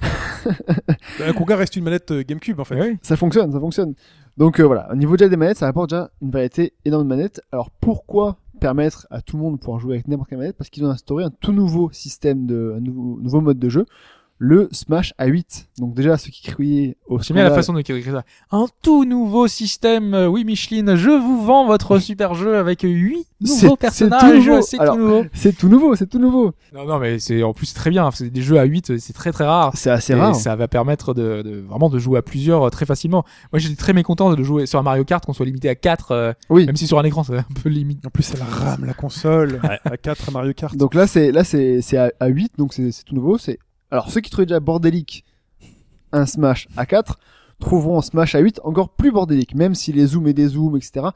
Speaker 3: La Conga reste une manette euh, GameCube en fait.
Speaker 4: Oui.
Speaker 6: ça fonctionne, ça fonctionne. Donc euh, voilà, au niveau déjà des manettes, ça apporte déjà une variété énorme de manettes. Alors pourquoi permettre à tout le monde de pouvoir jouer avec n'importe quelle manette Parce qu'ils ont instauré un tout nouveau système, de, un nouveau, nouveau mode de jeu, le Smash A8. Donc déjà, ceux qui criaient au
Speaker 4: J'aime bien la
Speaker 6: scandale-
Speaker 4: façon dont il écrit ça. Un tout nouveau système, euh, oui Micheline, je vous vends votre super jeu avec huit
Speaker 6: C'est-
Speaker 4: nouveaux
Speaker 6: c'est tout
Speaker 4: personnages,
Speaker 6: nouveau.
Speaker 4: c'est
Speaker 6: Alors-
Speaker 4: tout nouveau. euh,
Speaker 6: C'est tout nouveau, c'est tout nouveau.
Speaker 4: Non, non, mais c'est en plus c'est très bien, hein, parce que des jeux à 8, c'est très très rare.
Speaker 6: C'est assez
Speaker 4: Et
Speaker 6: rare.
Speaker 4: ça va permettre de, de- vraiment de jouer à plusieurs euh, très facilement. Moi j'étais très mécontent de jouer sur un Mario Kart qu'on soit limité à 4,
Speaker 6: Oui.
Speaker 4: même si sur un écran c'est un peu limite.
Speaker 3: En plus, elle rame la console à 4 à Mario Kart.
Speaker 6: Donc là, c'est là c'est c'est à, à 8, donc c'est c'est tout nouveau. C'est alors ceux qui trouvaient déjà bordélique un Smash à 4 trouveront un Smash à 8 encore plus bordélique, même si les zooms et des zooms, etc.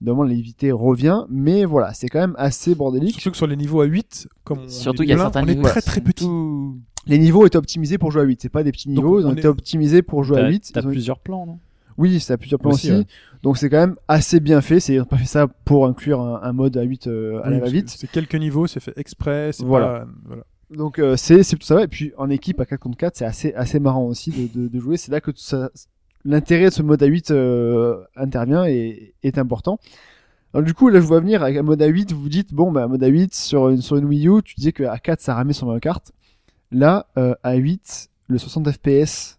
Speaker 6: Évidemment, l'évité revient, mais voilà, c'est quand même assez bordélique.
Speaker 3: Surtout que sur les niveaux à 8, comme on
Speaker 7: Surtout
Speaker 3: est
Speaker 7: qu'il y a
Speaker 3: plein,
Speaker 7: certains
Speaker 3: on est
Speaker 7: niveaux
Speaker 3: très
Speaker 7: qui
Speaker 3: très
Speaker 7: sont
Speaker 3: petit.
Speaker 7: tout-
Speaker 6: Les niveaux étaient optimisés pour jouer à 8, c'est pas des petits
Speaker 3: Donc,
Speaker 6: niveaux, ils
Speaker 3: on
Speaker 6: ont
Speaker 3: est-
Speaker 6: été optimisés pour jouer à
Speaker 5: T'as
Speaker 6: 8.
Speaker 5: t'as
Speaker 6: Ils ont-
Speaker 5: plusieurs plans, non
Speaker 6: Oui, ça a plusieurs plans
Speaker 5: Aussi,
Speaker 6: aussi.
Speaker 5: ouais.
Speaker 6: Donc c'est quand même assez bien fait, c'est ils ont pas fait ça pour inclure un, un mode à 8 euh, à
Speaker 3: Ah Oui,
Speaker 6: la
Speaker 3: parce que
Speaker 6: va-vite.
Speaker 3: C'est quelques niveaux, c'est fait exprès. c'est
Speaker 6: Voilà.
Speaker 3: pas- voilà.
Speaker 6: Donc euh, c'est c'est tout ça va. Et puis en équipe à 4 contre 4, c'est assez assez marrant aussi de, de, de jouer. C'est là que tout ça l'intérêt de ce mode à 8 euh, intervient et est important. Alors du coup, là je vous vois venir avec un mode à 8, vous vous dites bon bah mode à 8 sur une sur une Wii U, tu disais que à 4 ça ramait sur Mario Kart. Là euh, à 8, le 60 FPS,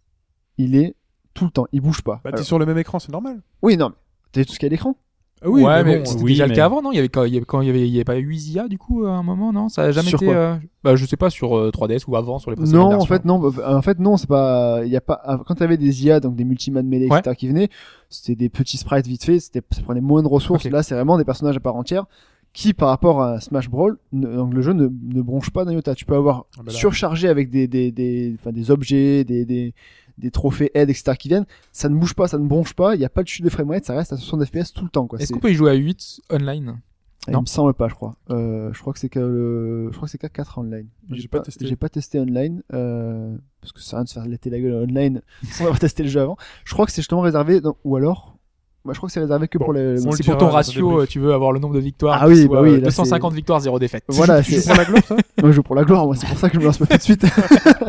Speaker 6: il est tout le temps, il bouge pas.
Speaker 3: Bah, t'es
Speaker 6: Alors-
Speaker 3: sur le même écran, c'est normal.
Speaker 6: oui, non, mais t'as vu tout ce qu'il y a à l'écran
Speaker 3: Ah oui, mais
Speaker 4: ouais, mais
Speaker 3: bon,
Speaker 4: c'était
Speaker 5: oui,
Speaker 4: déjà le
Speaker 5: mais-
Speaker 4: cas avant, non il y, avait quand, il y avait quand il y avait, il y avait pas 8 IA du coup euh, à un moment, non Ça a jamais
Speaker 6: Sur
Speaker 4: été.
Speaker 6: quoi
Speaker 4: euh, bah, je sais pas, sur euh, 3DS ou avant, sur les précédentes
Speaker 6: Non, en
Speaker 4: versions.
Speaker 6: fait, non, bah, en fait, non, c'est pas, il y a pas, ah, quand t'avais des IA, donc des multiman mêlés,
Speaker 4: Ouais.
Speaker 6: etc., qui venaient, c'était des petits sprites vite faits, c'était, ça prenait moins de ressources.
Speaker 4: Ok.
Speaker 6: Là, c'est vraiment des personnages à part entière qui, par rapport à Smash Brawl, ne- donc le jeu ne, ne bronche pas d'un iota. Tu peux avoir
Speaker 3: Ah bah là.
Speaker 6: surchargé avec des, des, des, enfin, des objets, des, des, des trophées aides, etc., qui viennent. Ça ne bouge pas, ça ne bronche pas, il n'y a pas de chute de framerate, ça reste à 60 FPS tout le temps, quoi.
Speaker 4: Est-ce
Speaker 6: C'est-
Speaker 4: qu'on peut y jouer à 8 online
Speaker 6: il
Speaker 4: Non.
Speaker 6: me semble pas, je crois. Euh, je crois que c'est que le... je crois que c'est qu'à 4 online.
Speaker 3: J'ai pas testé.
Speaker 6: J'ai pas testé online euh, parce que ça sert à rien de se faire latter la gueule online sans avoir testé le jeu avant. Je crois que c'est justement réservé dans- ou alors bah, je crois que c'est réservé que
Speaker 3: Bon,
Speaker 6: pour les
Speaker 3: on le
Speaker 4: C'est pour
Speaker 3: dira
Speaker 4: ton
Speaker 3: dans le
Speaker 4: ratio,
Speaker 3: débrief.
Speaker 4: euh, tu veux avoir le nombre de victoires.
Speaker 6: Ah
Speaker 4: qui
Speaker 6: oui,
Speaker 4: soit,
Speaker 6: bah oui, là,
Speaker 4: euh, 250 victoires, 0 défaite.
Speaker 6: Voilà,
Speaker 3: Tu joues
Speaker 6: c'est
Speaker 3: pour la gloire, ça
Speaker 6: moi je joue pour la gloire, moi c'est pour ça que je me lance pas tout de suite.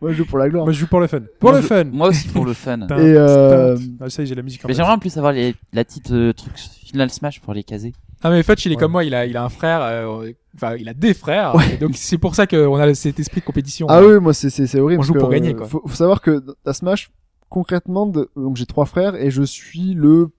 Speaker 6: moi je joue pour la gloire.
Speaker 3: Moi, je joue pour le fun. Pour
Speaker 7: Moi,
Speaker 3: le
Speaker 7: je-
Speaker 3: fun
Speaker 7: Moi aussi pour le fun.
Speaker 3: Putain,
Speaker 6: Et, euh,
Speaker 3: putain. Ah, ça y est, j'ai la musique en
Speaker 7: Mais
Speaker 3: tête.
Speaker 7: j'aimerais en plus avoir les, la petite euh, truc Final Smash pour les caser.
Speaker 4: Ah mais Fudge il est
Speaker 3: Ouais.
Speaker 4: comme moi, il a, il a un frère, euh, enfin il a des frères,
Speaker 6: Ouais.
Speaker 4: et donc c'est pour ça qu'on a cet esprit de compétition. euh,
Speaker 6: Ah oui, moi c'est c'est c'est horrible.
Speaker 4: On joue
Speaker 6: parce
Speaker 4: pour
Speaker 6: que,
Speaker 4: gagner,
Speaker 6: euh,
Speaker 4: quoi.
Speaker 6: Faut, faut savoir que à Smash concrètement de- donc j'ai trois frères et je suis le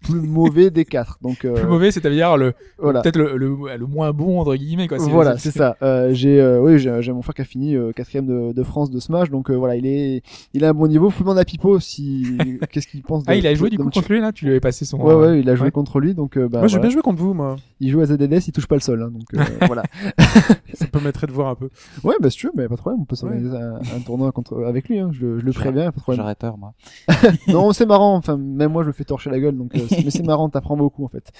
Speaker 6: plus mauvais des quatre. Donc euh,
Speaker 4: Plus mauvais, c'est-à-dire le
Speaker 6: voilà.
Speaker 4: peut-être le, le, le moins bon entre guillemets quoi. C'est-
Speaker 6: Voilà, c'est ça. Euh, j'ai, euh, oui, j'ai, j'ai mon frère qui a fini euh, quatrième de, de France de Smash, donc euh, voilà, il est, il a un bon niveau. Faut demander à Pipo si, qu'est-ce qu'il pense. De,
Speaker 4: Ah il a joué du
Speaker 6: de-
Speaker 4: coup
Speaker 6: de-
Speaker 4: contre lui là, tu lui avais passé son.
Speaker 6: Ouais, ouais, il a joué
Speaker 4: Ouais.
Speaker 6: contre lui, donc euh, bah,
Speaker 3: Moi, j'ai
Speaker 6: voilà.
Speaker 3: bien joué contre vous, moi.
Speaker 6: il joue à ZDS, il touche pas le sol, hein, donc euh, voilà.
Speaker 3: Ça permettrait de voir un peu.
Speaker 6: Ouais, bah si tu veux, mais pas de problème, on peut s'organiser un, un tournoi contre, avec lui, hein, je, le- je le
Speaker 7: J'aurais-
Speaker 6: préviens, pas de problème.
Speaker 7: J'aurais peur moi.
Speaker 6: Non, c'est marrant. Enfin, même moi, je me fais torcher la gueule. Donc, euh, c'est- mais c'est marrant. T'apprends beaucoup en fait.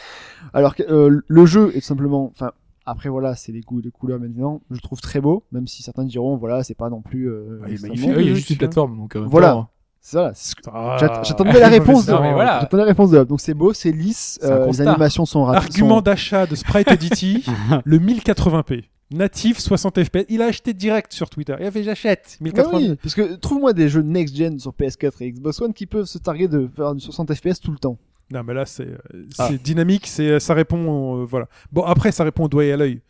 Speaker 6: Alors que euh, le jeu est tout simplement. Enfin, après voilà, c'est les goûts, les couleurs. Maintenant, je le trouve très beau, même si certains diront voilà, c'est pas non plus. euh,
Speaker 3: Ah, il est
Speaker 6: extrêmement-
Speaker 4: Ah oui,
Speaker 3: magnifique.
Speaker 4: il y a juste une plateforme donc. euh,
Speaker 6: Voilà.
Speaker 4: bon,
Speaker 6: C'est ça. là, c'est ce que- J'att-
Speaker 3: Ah,
Speaker 6: J'attendais la réponse. de-
Speaker 4: Non, mais voilà.
Speaker 6: J'attendais la réponse de Hop. Donc c'est beau, c'est lisse.
Speaker 4: C'est un
Speaker 6: euh, les
Speaker 4: constat.
Speaker 6: animations sont rapides.
Speaker 3: Argument d'achat de Sprite Edity, le 1080p. Natif 60 fps. Il a acheté direct sur Twitter. Il a fait j'achète
Speaker 6: Ah
Speaker 3: 1080p.
Speaker 6: oui, parce que trouve-moi des jeux next-gen sur PS4 et Xbox One qui peuvent se targuer de faire du 60 FPS tout le temps.
Speaker 3: Non, mais là, c'est euh,
Speaker 6: Ah.
Speaker 3: c'est dynamique, c'est ça répond, euh, voilà. Bon, après, ça répond au doigt et à l'œil.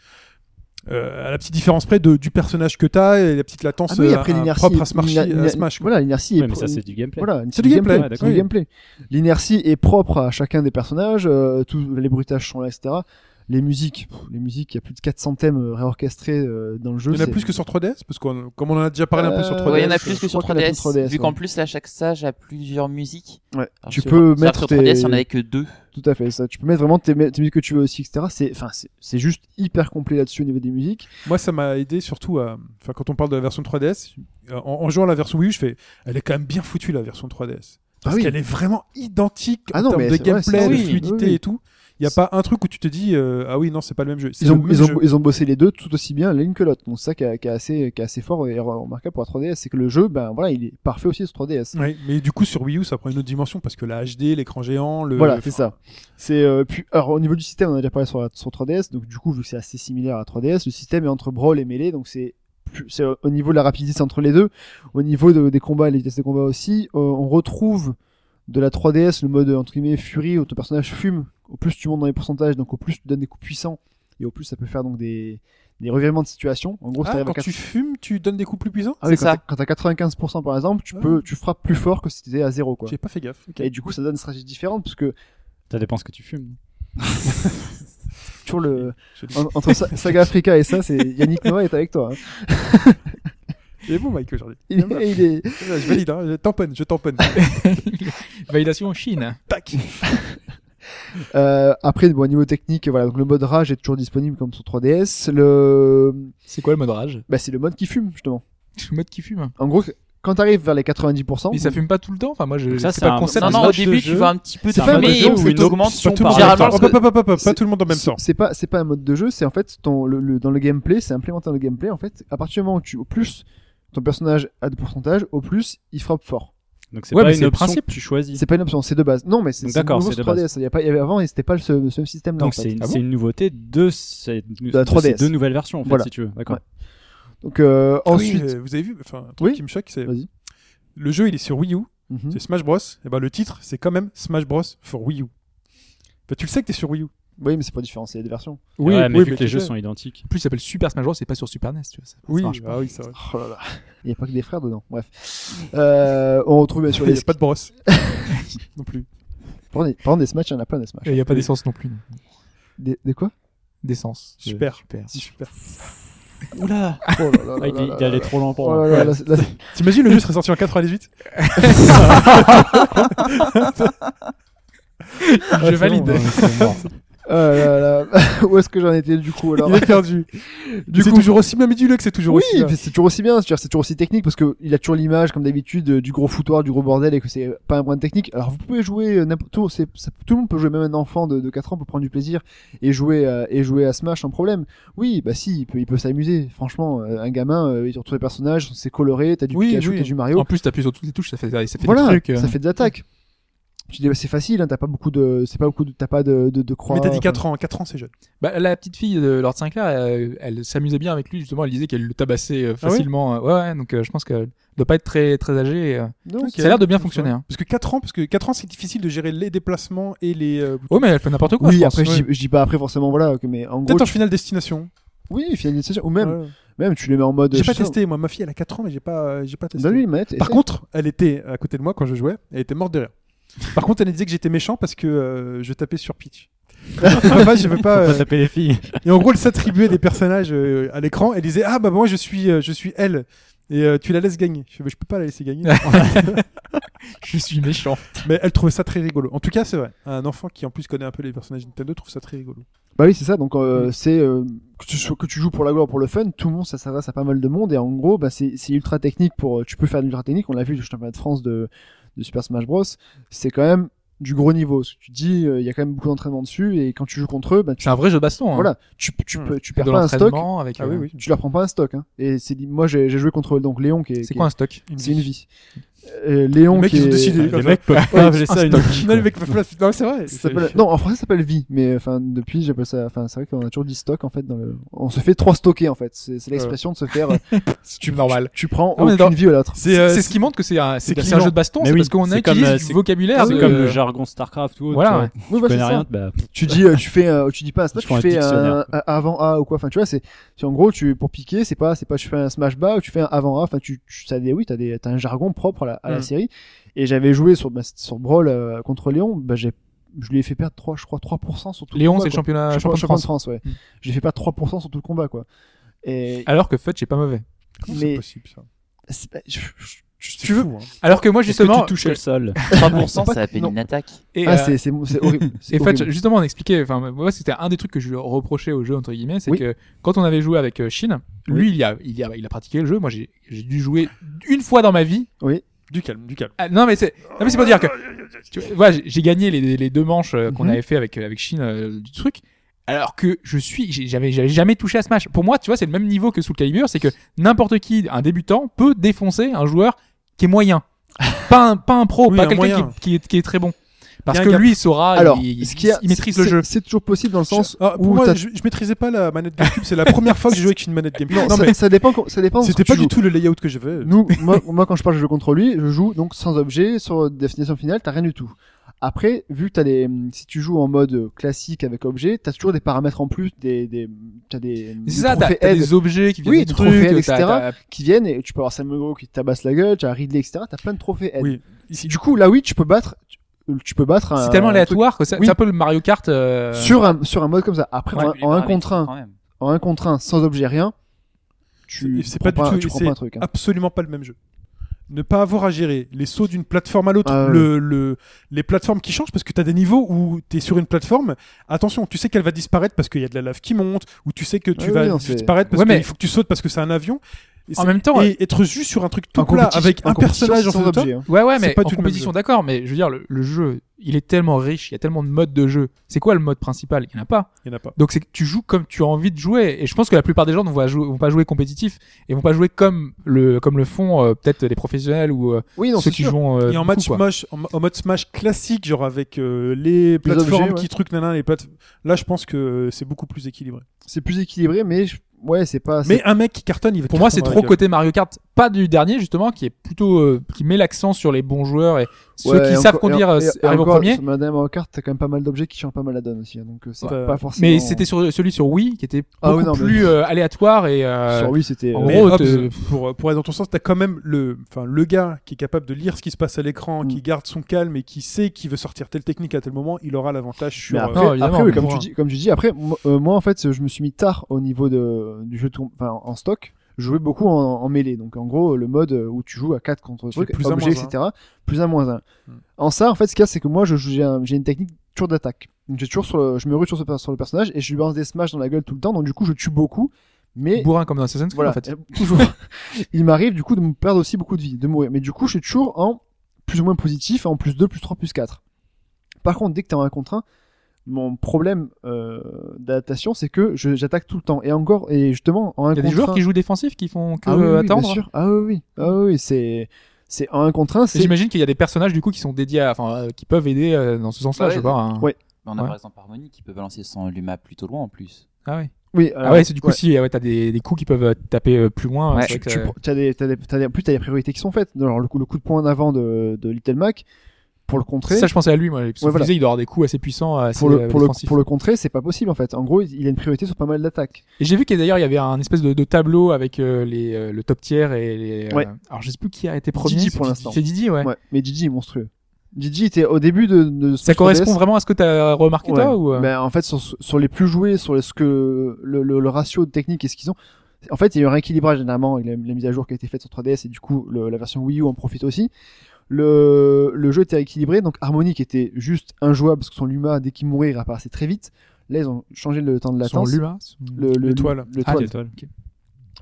Speaker 3: Euh, à la petite différence près de, du personnage que t'as et la petite latence
Speaker 6: Ah oui,
Speaker 3: euh,
Speaker 6: après
Speaker 3: à-
Speaker 6: l'inertie.
Speaker 3: propre à Smash.
Speaker 6: l'ina-
Speaker 3: à
Speaker 6: l'ina-
Speaker 3: Smash, quoi.
Speaker 6: Voilà, l'inertie est
Speaker 5: Ouais, mais
Speaker 6: pro-
Speaker 5: ça c'est du gameplay.
Speaker 6: Voilà,
Speaker 3: C'est du gameplay,
Speaker 6: c'est du
Speaker 3: ouais,
Speaker 6: gameplay. L'inertie est propre à chacun des personnages, euh, tous les bruitages sont là, etc. Les musiques, pff, les musiques, il y a plus de 400 thèmes euh, réorchestrés euh, dans le jeu.
Speaker 3: Il y en a
Speaker 6: c'est-
Speaker 3: plus que sur 3DS, parce qu'on, comme on en a déjà parlé un peu sur 3DS.
Speaker 7: Ouais, il y en a
Speaker 6: je-
Speaker 7: plus
Speaker 6: je
Speaker 7: que sur
Speaker 6: crois qu'il y en a
Speaker 7: 3DS.
Speaker 6: plus sur 3DS,
Speaker 7: vu qu'en
Speaker 6: ouais.
Speaker 7: plus, là, chaque stage a plusieurs musiques.
Speaker 6: Ouais.
Speaker 7: Alors
Speaker 6: Tu
Speaker 7: sur-
Speaker 6: peux
Speaker 7: sur la
Speaker 6: mettre
Speaker 7: 3DS,
Speaker 6: tes-
Speaker 7: on avait que deux.
Speaker 6: Tout à fait, ça. Tu peux mettre vraiment tes, mé- tes musiques que tu veux aussi, etc. C'est, enfin, c'est- c'est juste hyper complet là-dessus au niveau des musiques.
Speaker 3: Moi, ça m'a aidé surtout à. Enfin, quand on parle de la version 3DS, en, en jouant à la version Wii U, je fais. Elle est quand même bien foutue, la version 3DS.
Speaker 6: Ah
Speaker 3: Parce
Speaker 6: oui.
Speaker 3: qu'elle est vraiment identique
Speaker 6: Ah
Speaker 3: en
Speaker 6: non,
Speaker 3: termes
Speaker 6: mais
Speaker 3: de
Speaker 6: c'est- ouais, c'est-
Speaker 3: gameplay, de
Speaker 7: oui,
Speaker 3: fluidité
Speaker 6: oui, oui.
Speaker 3: et tout. Il n'y a pas un truc où tu te dis euh, Ah oui, non, c'est pas le même jeu. C'est
Speaker 6: Ils
Speaker 3: le
Speaker 6: ont,
Speaker 3: même
Speaker 6: ils, ont,
Speaker 3: jeu.
Speaker 6: ils ont bossé les deux tout aussi bien l'une que l'autre. Donc c'est ça qui est, qui est assez, qui est assez fort et remarquable pour la 3DS, c'est que le jeu, ben voilà, il est parfait aussi sur 3DS.
Speaker 3: Ouais, mais du coup, sur Wii U, ça prend une autre dimension parce que la HD, l'écran géant, le.
Speaker 6: Voilà, c'est ça. C'est euh, puis alors au niveau du système, on a déjà parlé sur, la- sur 3DS, donc du coup vu que c'est assez similaire à 3DS, le système est entre brawl et mêlée, donc c'est plus- c'est euh, au niveau de la rapidité c'est entre les deux, au niveau de- des combats, et les vitesses des combats aussi, euh, on retrouve de la 3DS le mode entre guillemets furie où ton personnage fume, au plus tu montes dans les pourcentages, donc au plus tu donnes des coups puissants et au plus ça peut faire donc des des revirements de situation. En gros, si
Speaker 3: Ah,
Speaker 6: t'arrives à
Speaker 3: quand tu fumes, tu donnes des coups plus puissants
Speaker 6: Ah oui,
Speaker 7: C'est
Speaker 6: quand
Speaker 7: ça.
Speaker 6: t'as- quand t'as 95% par exemple, tu
Speaker 3: Ah.
Speaker 6: peux tu frappes plus fort que si t'étais à zéro quoi.
Speaker 3: J'ai pas fait gaffe. ok.
Speaker 6: Et du coup, ça donne une stratégie différente parce que
Speaker 5: Ça dépend ce que tu fumes.
Speaker 6: toujours le
Speaker 3: Je le dis.
Speaker 6: En- entre Sa- Saga Africa et ça, c'est Yannick Noah est avec toi. hein.
Speaker 3: Il est bon, Mike, aujourd'hui.
Speaker 6: Il est, il est-
Speaker 3: Je valide, hein, je tamponne, je tamponne.
Speaker 4: Validation en Chine.
Speaker 3: Tac
Speaker 6: Euh, après, bon, au niveau technique, voilà, donc le mode rage est toujours disponible comme sur 3DS. Le,
Speaker 4: C'est quoi le mode rage
Speaker 6: bah, c'est le mode qui fume justement.
Speaker 4: Le mode qui fume.
Speaker 6: En gros, quand t'arrives vers les 90%,
Speaker 4: Mais ça fume pas tout le temps. Enfin, moi, je.
Speaker 5: Ça,
Speaker 4: C'est
Speaker 5: c'est
Speaker 4: pas le
Speaker 5: un-
Speaker 4: concept.
Speaker 7: Non,
Speaker 5: des
Speaker 7: non, au
Speaker 5: matchs de
Speaker 7: début, tu
Speaker 5: jeu.
Speaker 7: vas un petit peu
Speaker 5: C'est
Speaker 6: un
Speaker 7: fumer
Speaker 6: mode de
Speaker 7: et
Speaker 6: jeu
Speaker 7: ensuite
Speaker 5: ou une
Speaker 7: t'augmentes
Speaker 5: option
Speaker 3: Pas
Speaker 7: ton
Speaker 3: tout le monde en
Speaker 5: Généralement,
Speaker 3: même temps.
Speaker 7: parce
Speaker 3: Hop, hop, hop, hop, hop, pas tout le monde en même
Speaker 6: c'est
Speaker 3: temps.
Speaker 6: c'est pas, c'est pas un mode de jeu. C'est en fait ton, le, le- dans le gameplay, c'est implémenté dans le gameplay. En fait, à partir du moment où tu, au plus ton personnage a de pourcentage, au plus il frappe fort.
Speaker 5: Donc c'est
Speaker 4: Ouais, mais
Speaker 5: pas
Speaker 4: c'est
Speaker 5: une
Speaker 4: le
Speaker 5: option
Speaker 4: principe.
Speaker 5: que tu choisis.
Speaker 6: C'est pas une option, c'est de base. Non, mais c'est
Speaker 5: Donc
Speaker 6: c'est
Speaker 5: d'accord,
Speaker 6: nouveau
Speaker 5: c'est
Speaker 6: sur
Speaker 5: de
Speaker 6: 3DS.
Speaker 5: base.
Speaker 6: Il y a pas, il y avait avant et c'était pas le ce, ce système-là. en
Speaker 5: Donc
Speaker 6: fait.
Speaker 5: c'est une,
Speaker 4: Ah bon
Speaker 5: c'est une nouveauté de ces, de
Speaker 6: la
Speaker 5: ces
Speaker 6: 3DS.
Speaker 5: deux nouvelles versions, en fait,
Speaker 6: Voilà.
Speaker 5: si tu veux. D'accord.
Speaker 6: Ouais. Donc euh,
Speaker 3: Ah oui,
Speaker 6: ensuite,
Speaker 3: euh, vous avez vu, enfin, un truc
Speaker 6: Oui.
Speaker 3: qui me choque, c'est.
Speaker 6: Vas-y.
Speaker 3: Le jeu, il est sur Wii U,
Speaker 6: mhm.
Speaker 3: c'est Smash Bros. Et ben le titre, c'est quand même Smash Bros. for Wii U. Bah, tu le sais que t'es sur Wii U.
Speaker 6: oui, mais c'est pas différent, c'est les deux versions.
Speaker 5: Oui,
Speaker 3: Ouais,
Speaker 5: mais
Speaker 3: oui,
Speaker 5: vu
Speaker 3: mais
Speaker 5: que les
Speaker 3: tu
Speaker 5: jeux
Speaker 3: sais.
Speaker 5: sont identiques.
Speaker 4: En plus, il s'appelle Super Smash Bros. C'est pas sur Super NES, tu vois. ça- ça marche pas.
Speaker 3: ah oui, c'est vrai.
Speaker 6: Oh là là. Il n'y a pas que des frères dedans. Bref. Euh, on retrouve bien sûr
Speaker 3: Il
Speaker 6: les.
Speaker 3: n'y a pas de Bros. non plus.
Speaker 6: Par contre, des- par contre, des Smash, il y en a plein des Smash.
Speaker 4: Et Il n'y a pas d'essence non plus. non.
Speaker 6: Des, des quoi
Speaker 4: D'essence.
Speaker 3: Super.
Speaker 4: Euh,
Speaker 3: Super.
Speaker 4: Super.
Speaker 6: Oula oh là là
Speaker 5: Ah,
Speaker 6: là
Speaker 5: il
Speaker 6: là
Speaker 5: est- il
Speaker 6: là
Speaker 5: allait
Speaker 6: là.
Speaker 5: trop lent pour
Speaker 6: Oh
Speaker 5: moi.
Speaker 6: là là, là, là, là,
Speaker 3: T'imagines le jeu serait sorti en 98
Speaker 4: Je valide.
Speaker 6: là, là, là. Où est-ce que j'en étais du coup alors
Speaker 3: Il est perdu. c'est toujours aussi bien, mais dis-le que c'est toujours
Speaker 6: Oui,
Speaker 3: aussi bien.
Speaker 6: mais c'est toujours aussi bien, c'est-à-dire c'est toujours aussi technique parce que il a toujours l'image comme d'habitude euh, du gros foutoir, du gros bordel et que c'est pas un point de technique. Alors vous pouvez jouer euh, n'importe où, c'est ça- tout le monde peut jouer, même un enfant de, de 4 ans peut prendre du plaisir et jouer à, et jouer à Smash sans problème. Oui, bah si, il peut il peut s'amuser. Franchement, euh, un gamin, euh, il retrouve les personnages, c'est coloré, t'as du
Speaker 3: Oui,
Speaker 6: Pikachu,
Speaker 3: oui.
Speaker 6: t'as du Mario.
Speaker 4: En plus, t'appuies sur toutes les touches, ça fait, ça fait
Speaker 6: voilà,
Speaker 4: des trucs. euh.
Speaker 6: ça fait des attaques. Tu dis bah, c'est facile, hein, t'as pas beaucoup de, c'est pas beaucoup, de- t'as pas de de, de croix.
Speaker 3: Mais t'as dit
Speaker 6: enfin,
Speaker 3: 4 ans, 4 ans c'est jeune.
Speaker 4: Bah, la petite fille de Lord Sinclair, euh, elle, s'amusait bien avec lui justement. Elle disait qu'elle le tabassait euh,
Speaker 3: Ah oui
Speaker 4: facilement. euh, ouais, ouais, donc euh, je pense qu'elle doit pas être très très âgée. euh.
Speaker 6: non,
Speaker 4: Ça a l'air de bien fonctionner. hein.
Speaker 3: Parce que 4 ans, parce que 4 ans c'est difficile de gérer les déplacements et les. euh, boutons.
Speaker 4: Oh, mais elle fait n'importe quoi. je
Speaker 6: Oui,
Speaker 4: pense.
Speaker 6: après je dis- je dis pas après forcément voilà, que- mais en gros,
Speaker 3: Peut-être en
Speaker 6: tu-
Speaker 3: finale destination.
Speaker 6: oui, finalisation ou même.
Speaker 3: Ouais.
Speaker 6: Même tu les mets en mode. euh,
Speaker 3: J'ai
Speaker 6: je
Speaker 3: pas
Speaker 6: sais Bah
Speaker 3: testé, moi ma fille elle a 4 ans, mais j'ai pas, j'ai pas testé.
Speaker 6: Donne-lui une manette.
Speaker 3: Par
Speaker 6: essaye.
Speaker 3: contre, elle était à côté de moi quand je jouais, elle était morte de rire. Par contre, elle disait que j'étais méchant parce que euh, je tapais sur Peach. Papa, je veux pas.
Speaker 5: Faut
Speaker 3: euh,
Speaker 5: pas taper les filles.
Speaker 3: Et en gros, elle s'attribuait des personnages euh, à l'écran. Elle disait ah bah moi je suis euh, je suis elle et euh, tu la laisses gagner. Je, fais, Mais je peux pas la laisser gagner.
Speaker 4: je suis méchant.
Speaker 3: Mais elle trouvait ça très rigolo. En tout cas, c'est vrai. Un enfant qui en plus connaît un peu les personnages Nintendo trouve ça très rigolo.
Speaker 6: Bah oui, c'est ça. Donc euh, c'est euh, que tu sois- que tu joues pour la gloire, ou pour le fun, tout le monde ça s'adresse à pas mal de monde et en gros, bah c'est c'est ultra technique pour. euh, Tu peux faire de l'ultra technique. On l'a vu du championnat de France de de Super Smash Bros. C'est quand même du gros niveau. Ce que tu dis, euh, il y a quand même beaucoup d'entraînement dessus et quand tu joues contre eux, bah tu
Speaker 4: C'est un vrai jeu baston. hein.
Speaker 6: voilà, tu tu,
Speaker 3: Hmm. Ah
Speaker 6: peux- tu
Speaker 4: De
Speaker 6: perds pas un stock. Ah
Speaker 4: l'entraînement avec. euh,
Speaker 6: Tu leur prends pas un stock. Hein. Et c'est moi j'ai j'ai joué contre donc Léon qui est. qui
Speaker 4: C'est quoi un Ah,
Speaker 6: est-
Speaker 4: stock
Speaker 6: C'est une vie. Euh, Léon
Speaker 3: Les mecs,
Speaker 6: qui
Speaker 3: ils ont
Speaker 6: est-
Speaker 3: décidé.
Speaker 5: Les mecs peuvent
Speaker 3: Ouais,
Speaker 5: pas appeler ça une
Speaker 3: Non, les mecs peuvent pas- non, c'est vrai.
Speaker 6: Ça s'appelle- Non, en français, ça s'appelle vie, mais enfin depuis, j'appelle ça. Enfin, c'est vrai qu'on a toujours dit stock en fait. Dans le... On se fait trop stocker en fait. C'est c'est l'expression de se faire.
Speaker 4: C'est normal.
Speaker 6: Tu prends
Speaker 5: Ah,
Speaker 4: Non, mais
Speaker 6: aucune
Speaker 4: dans-
Speaker 6: vie à l'autre.
Speaker 3: C'est euh,
Speaker 4: C'est ce qui montre que c'est un, c'est
Speaker 3: c'est
Speaker 4: c'est un jeu
Speaker 3: clivant.
Speaker 4: de baston.
Speaker 5: Mais
Speaker 4: C'est
Speaker 5: oui,
Speaker 4: parce qu'on a
Speaker 5: c'est comme, euh,
Speaker 4: utilisé
Speaker 5: c'est-
Speaker 4: du vocabulaire.
Speaker 3: Ah
Speaker 5: C'est
Speaker 4: de-
Speaker 5: comme le jargon StarCraft ou autre.
Speaker 4: Voilà,
Speaker 5: tu vois.
Speaker 4: ouais.
Speaker 6: Oui,
Speaker 5: Tu
Speaker 6: bah, c'est
Speaker 5: connais
Speaker 6: ça.
Speaker 5: rien, bah,
Speaker 6: Tu dis, euh, tu fais, un- tu dis pas un smash, tu
Speaker 5: Je prends un
Speaker 6: fais un,
Speaker 5: dictionnaire.
Speaker 6: un avant A ou quoi. Enfin, tu vois, c'est c'est en gros, tu pour piquer, c'est pas, c'est pas, tu fais un smash bas ou tu fais un avant A. Enfin, tu, tu ça des, oui, t'as des, t'as un jargon propre à la, à la
Speaker 3: Mm.
Speaker 6: série. Et j'avais joué sur bah, sur Brawl euh, contre Léon. Bah, j'ai je lui ai fait perdre 3, je crois, 3% sur tout le
Speaker 4: Léon,
Speaker 6: combat.
Speaker 4: c'est le
Speaker 6: quoi.
Speaker 4: championnat,
Speaker 6: Je
Speaker 4: champion
Speaker 6: crois,
Speaker 4: de France.
Speaker 6: France, ouais.
Speaker 4: Mm. Ah,
Speaker 6: J'ai fait perdre 3% sur tout le combat, quoi. Et,
Speaker 4: Alors que Fudge est pas mauvais.
Speaker 3: Comment
Speaker 6: Mais-
Speaker 3: c'est possible ça
Speaker 6: c'est- bah, je- je-
Speaker 3: C'est
Speaker 6: tu veux-
Speaker 3: fou, hein.
Speaker 4: Alors que moi,
Speaker 5: Est-ce que
Speaker 4: justement.
Speaker 5: tu touchais le sol
Speaker 7: 3%,
Speaker 6: pas-
Speaker 7: ça a peine
Speaker 6: non.
Speaker 7: une attaque.
Speaker 4: et,
Speaker 6: ah,
Speaker 4: euh,
Speaker 6: c'est, c'est, c'est horrible. c'est
Speaker 4: Et Fudge,
Speaker 6: horrible.
Speaker 4: justement, on expliquait, enfin, moi, c'était un des trucs que je lui reprochais au jeu, entre guillemets, c'est
Speaker 6: Oui.
Speaker 4: que quand on avait joué avec euh, Shin, lui, il, a, il, a, il a pratiqué le jeu. Moi, j'ai j'ai dû jouer une fois dans ma vie.
Speaker 3: Du calme, du calme.
Speaker 4: Ah, non, mais c'est, non, mais c'est pour dire que, tu vois, j'ai- j'ai gagné les, les deux manches euh, qu'on
Speaker 6: Mhm.
Speaker 4: avait fait avec, euh, avec Shin euh, du truc. Alors que je suis, j'ai- j'avais, j'avais jamais touché à ce match. Pour moi, tu vois, c'est le même niveau que sous le Calibur, c'est que n'importe qui, un débutant, peut défoncer un joueur qui est moyen. pas, un, pas un pro,
Speaker 3: Oui,
Speaker 4: pas
Speaker 3: un
Speaker 4: quelqu'un
Speaker 3: moyen.
Speaker 4: qui, est- qui est, qui est très bon. Parce
Speaker 3: Il y a un
Speaker 4: que
Speaker 3: gap.
Speaker 4: lui, il saura,
Speaker 6: Alors,
Speaker 4: ah, il,
Speaker 6: ce qu'il y a-
Speaker 4: il maîtrise le
Speaker 6: c'est-
Speaker 4: jeu.
Speaker 6: C'est toujours possible dans le sens
Speaker 3: Ah, pour
Speaker 6: où
Speaker 3: moi,
Speaker 6: t'as-
Speaker 3: je, je maîtrisais pas la manette GameCube. C'est la première fois que j'ai joué avec une manette GameCube.
Speaker 6: Non, ça, ça dépend, co- ça dépend. de ce
Speaker 3: c'était
Speaker 6: que
Speaker 3: pas
Speaker 6: tu
Speaker 3: du
Speaker 6: joues.
Speaker 3: tout le layout que j'avais.
Speaker 6: Nous, moi, moi, quand je parle de jeu contre lui, je joue donc sans objet, sur destination finale, t'as rien du tout. Après, vu que t'as les, si tu joues en mode classique avec objet, t'as toujours des paramètres en plus, des, des, t'as des,
Speaker 4: Mais
Speaker 6: des
Speaker 4: C'est ça, t'as
Speaker 6: trophées
Speaker 4: t'as
Speaker 6: aides
Speaker 4: des objets qui viennent
Speaker 6: Oui,
Speaker 4: des
Speaker 6: des
Speaker 4: trucs,
Speaker 6: trophées aides,
Speaker 4: t'as-
Speaker 6: etc.
Speaker 4: t'as-
Speaker 6: qui viennent et tu peux avoir Sam Gros qui te tabasse la gueule, t'as Ridley, etc. T'as plein de trophées aides.
Speaker 3: Oui.
Speaker 6: Du coup, là, oui, tu peux battre, tu, tu peux battre un.
Speaker 4: C'est tellement
Speaker 6: un
Speaker 4: aléatoire que c'est
Speaker 6: Euh, Oui.
Speaker 4: c'est un peu le Mario Kart. euh,
Speaker 6: truc Sur un, sur un mode comme ça. Après,
Speaker 7: Ouais,
Speaker 6: en-
Speaker 7: mais les
Speaker 6: en, un
Speaker 7: paramètres,
Speaker 6: contre un,
Speaker 7: quand même.
Speaker 6: en un contre un, sans objet, rien. Tu,
Speaker 3: C'est
Speaker 6: prends
Speaker 3: pas du tout-
Speaker 6: tu prends
Speaker 3: c'est-
Speaker 6: pas un truc. hein.
Speaker 3: absolument pas le même jeu. Ne pas avoir à gérer les sauts d'une plateforme à l'autre,
Speaker 6: Ah ouais.
Speaker 3: le, le- les plateformes qui changent, parce que tu as des niveaux où tu es sur une plateforme, attention, tu sais qu'elle va disparaître parce qu'il y a de la lave qui monte, ou tu sais que tu
Speaker 6: Ah
Speaker 3: vas
Speaker 6: oui, non, c'est-
Speaker 3: disparaître parce
Speaker 4: Ouais, mais-
Speaker 3: qu'il faut que tu sautes parce que c'est un avion. Et
Speaker 4: En
Speaker 3: c'est-
Speaker 4: même temps, hein.
Speaker 3: et être juste sur un truc tout
Speaker 6: En
Speaker 3: plat
Speaker 6: compétition-
Speaker 3: avec
Speaker 6: en
Speaker 3: un
Speaker 6: compétition,
Speaker 3: personnage en
Speaker 6: sans
Speaker 3: face de toi,
Speaker 6: objet. hein.
Speaker 4: ouais, ouais,
Speaker 3: c'est
Speaker 4: mais
Speaker 3: pas
Speaker 4: en
Speaker 3: du tout le même
Speaker 4: compétition,
Speaker 3: jeu.
Speaker 4: d'accord, mais je veux dire, le, le jeu, il est tellement riche, il y a tellement de modes de jeu. C'est quoi le mode principal Il n'y en a pas.
Speaker 3: il n'y en a pas.
Speaker 4: Donc c'est que tu joues comme tu as envie de jouer. Et je pense que la plupart des gens ne vont, jouer- vont pas jouer compétitif et vont pas jouer comme le, comme le font euh, peut-être les professionnels ou euh,
Speaker 6: Oui, non,
Speaker 4: ceux
Speaker 6: c'est
Speaker 4: qui
Speaker 6: sûr.
Speaker 4: jouent. euh,
Speaker 3: Et en,
Speaker 4: beaucoup,
Speaker 3: match
Speaker 4: quoi.
Speaker 3: smash, en, en mode Smash classique, genre avec euh, les plateformes
Speaker 6: objets, ouais.
Speaker 3: qui truc, nanana, les plate- là je pense que c'est beaucoup plus équilibré.
Speaker 6: c'est plus équilibré, mais je- ouais, c'est pas. Ah, c'est-
Speaker 3: Mais un mec qui cartonne, il va
Speaker 4: Pour moi, c'est
Speaker 3: cartonner
Speaker 4: trop
Speaker 3: avec,
Speaker 4: côté Mario Kart, pas du dernier justement, qui est plutôt euh, qui met l'accent sur les bons joueurs et ceux
Speaker 6: ouais,
Speaker 4: qui
Speaker 6: et
Speaker 4: savent
Speaker 6: encore-
Speaker 4: conduire
Speaker 6: et-
Speaker 4: euh,
Speaker 6: et
Speaker 4: arrivent au
Speaker 6: encore,
Speaker 4: premier.
Speaker 6: Sur Madame Mario Kart, t'as quand même pas mal d'objets qui changent pas mal la donne aussi, hein, donc euh, c'est
Speaker 3: Ouais.
Speaker 6: pas forcément.
Speaker 4: Mais c'était sur celui sur Wii qui était beaucoup
Speaker 6: Ah oui, non, mais-
Speaker 4: plus euh, aléatoire et euh,
Speaker 6: Sur oui, c'était.
Speaker 4: en
Speaker 6: euh,
Speaker 3: Mais
Speaker 4: gros,
Speaker 3: hop,
Speaker 4: te-
Speaker 3: pour, pour aller dans ton sens, t'as quand même le, enfin, le gars qui est capable de lire ce qui se passe à l'écran,
Speaker 6: Mm.
Speaker 3: qui garde son calme et qui sait qu'il veut sortir telle technique à tel moment, il aura l'avantage sur.
Speaker 6: mais
Speaker 3: euh,
Speaker 6: après,
Speaker 4: Non, évidemment,
Speaker 6: après, oui,
Speaker 4: mais
Speaker 6: comme
Speaker 4: bon.
Speaker 6: tu dis, comme tu dis, après, moi, euh, moi, en fait, je me suis mis tard au niveau de du jeu tourne, enfin, en stock. Je jouais beaucoup en, en mêlée, donc en gros le mode euh, où tu joues à 4 contre
Speaker 3: Tu fais
Speaker 6: truc,
Speaker 3: plus un,
Speaker 6: objet,
Speaker 3: moins un.
Speaker 6: etc. Plus un moins un.
Speaker 3: Hmm.
Speaker 6: En ça, en fait, ce qu'il y a, c'est que moi, je joue- j'ai un- j'ai une technique toujours d'attaque. Donc j'ai toujours sur le- je me rue sur, ce per- sur le personnage et je lui balance des smash dans la gueule tout le temps. Donc du coup, je tue beaucoup, mais
Speaker 4: bourrin comme dans Assassin's Creed
Speaker 6: voilà,
Speaker 4: en fait.
Speaker 6: euh, toujours. il m'arrive du coup de me perdre aussi beaucoup de vie, de mourir. Mais du coup, je suis toujours en plus ou moins positif, en plus 2, plus 3, plus 4. Par contre, dès que t'es en 1 contre 1, mon problème euh, d'adaptation, c'est que je- j'attaque tout le temps. Et encore, et justement, en 1
Speaker 4: Il y a
Speaker 6: contre
Speaker 4: des joueurs
Speaker 6: 1,
Speaker 4: qui jouent défensif qui font que
Speaker 6: ah, oui, oui, oui, bien
Speaker 4: attendre.
Speaker 6: sûr. Ah oui, oui, ah oui, oui, c'est c'est en 1 contre 1,
Speaker 4: Et
Speaker 6: c'est
Speaker 4: J'imagine qu'il y a des personnages du coup qui sont dédiés, à, enfin, euh, qui peuvent aider euh, dans ce sens-là,
Speaker 7: Ouais,
Speaker 4: je sais pas. hein.
Speaker 6: ouais.
Speaker 7: Mais on a
Speaker 4: Ouais.
Speaker 7: par exemple Harmony qui peut balancer son Luma plutôt loin en plus.
Speaker 4: Ah ouais.
Speaker 6: oui,
Speaker 4: ah ouais, c'est du coup si euh, ouais, t'as des, des coups qui peuvent euh, taper euh, plus loin.
Speaker 7: Ouais.
Speaker 4: c'est vrai que,
Speaker 6: tu
Speaker 4: euh,
Speaker 6: pr- t'as des, t'as des, t'as des- en plus t'as des priorités qui sont faites. Alors le coup, le coup de poing en avant de, de Little Mac pour le contrer.
Speaker 4: ça, je pensais à lui, moi. Parce que
Speaker 6: Ouais,
Speaker 4: je me
Speaker 6: voilà.
Speaker 4: disais, il doit avoir des coups assez puissants, assez
Speaker 6: pour le,
Speaker 4: euh,
Speaker 6: pour, le,
Speaker 4: défensifs.
Speaker 6: pour le contrer, c'est pas possible en fait. En gros, il a une priorité sur pas mal d'attaques.
Speaker 4: Et j'ai vu qu'il y a- d'ailleurs il y avait un espèce de, de tableau avec euh, les, euh, le top tier et les. euh,
Speaker 6: Ouais.
Speaker 4: Alors je sais plus qui a été premier.
Speaker 6: Didi
Speaker 4: c'est
Speaker 6: pour
Speaker 4: Didi-
Speaker 6: l'instant.
Speaker 4: C'est Didi, ouais.
Speaker 6: Ouais. Mais Gigi est monstrueux. Gigi était au début de, de
Speaker 4: Ça
Speaker 6: Smash
Speaker 4: correspond
Speaker 6: Brothers.
Speaker 4: vraiment à ce que t'as remarqué
Speaker 6: Ouais.
Speaker 4: toi ou euh,
Speaker 6: Ben, en fait, sur, sur les plus joués, sur les- ce que le, le, le ratio de technique et ce qu'ils ont. En fait, il y a eu un rééquilibrage dernièrement avec la, la mise à jour qui a été faite sur 3DS et du coup, le- la version Wii U en profite aussi. Le, le jeu était rééquilibré, donc Harmony qui était juste injouable parce que son Luma, dès qu'il mourait, il réapparaissait très vite. Là, ils ont changé le temps de
Speaker 4: son
Speaker 6: latence.
Speaker 4: Luma
Speaker 6: le, le,
Speaker 3: L'étoile.
Speaker 6: le
Speaker 4: Ah,
Speaker 6: toile.
Speaker 4: l'étoile. ok.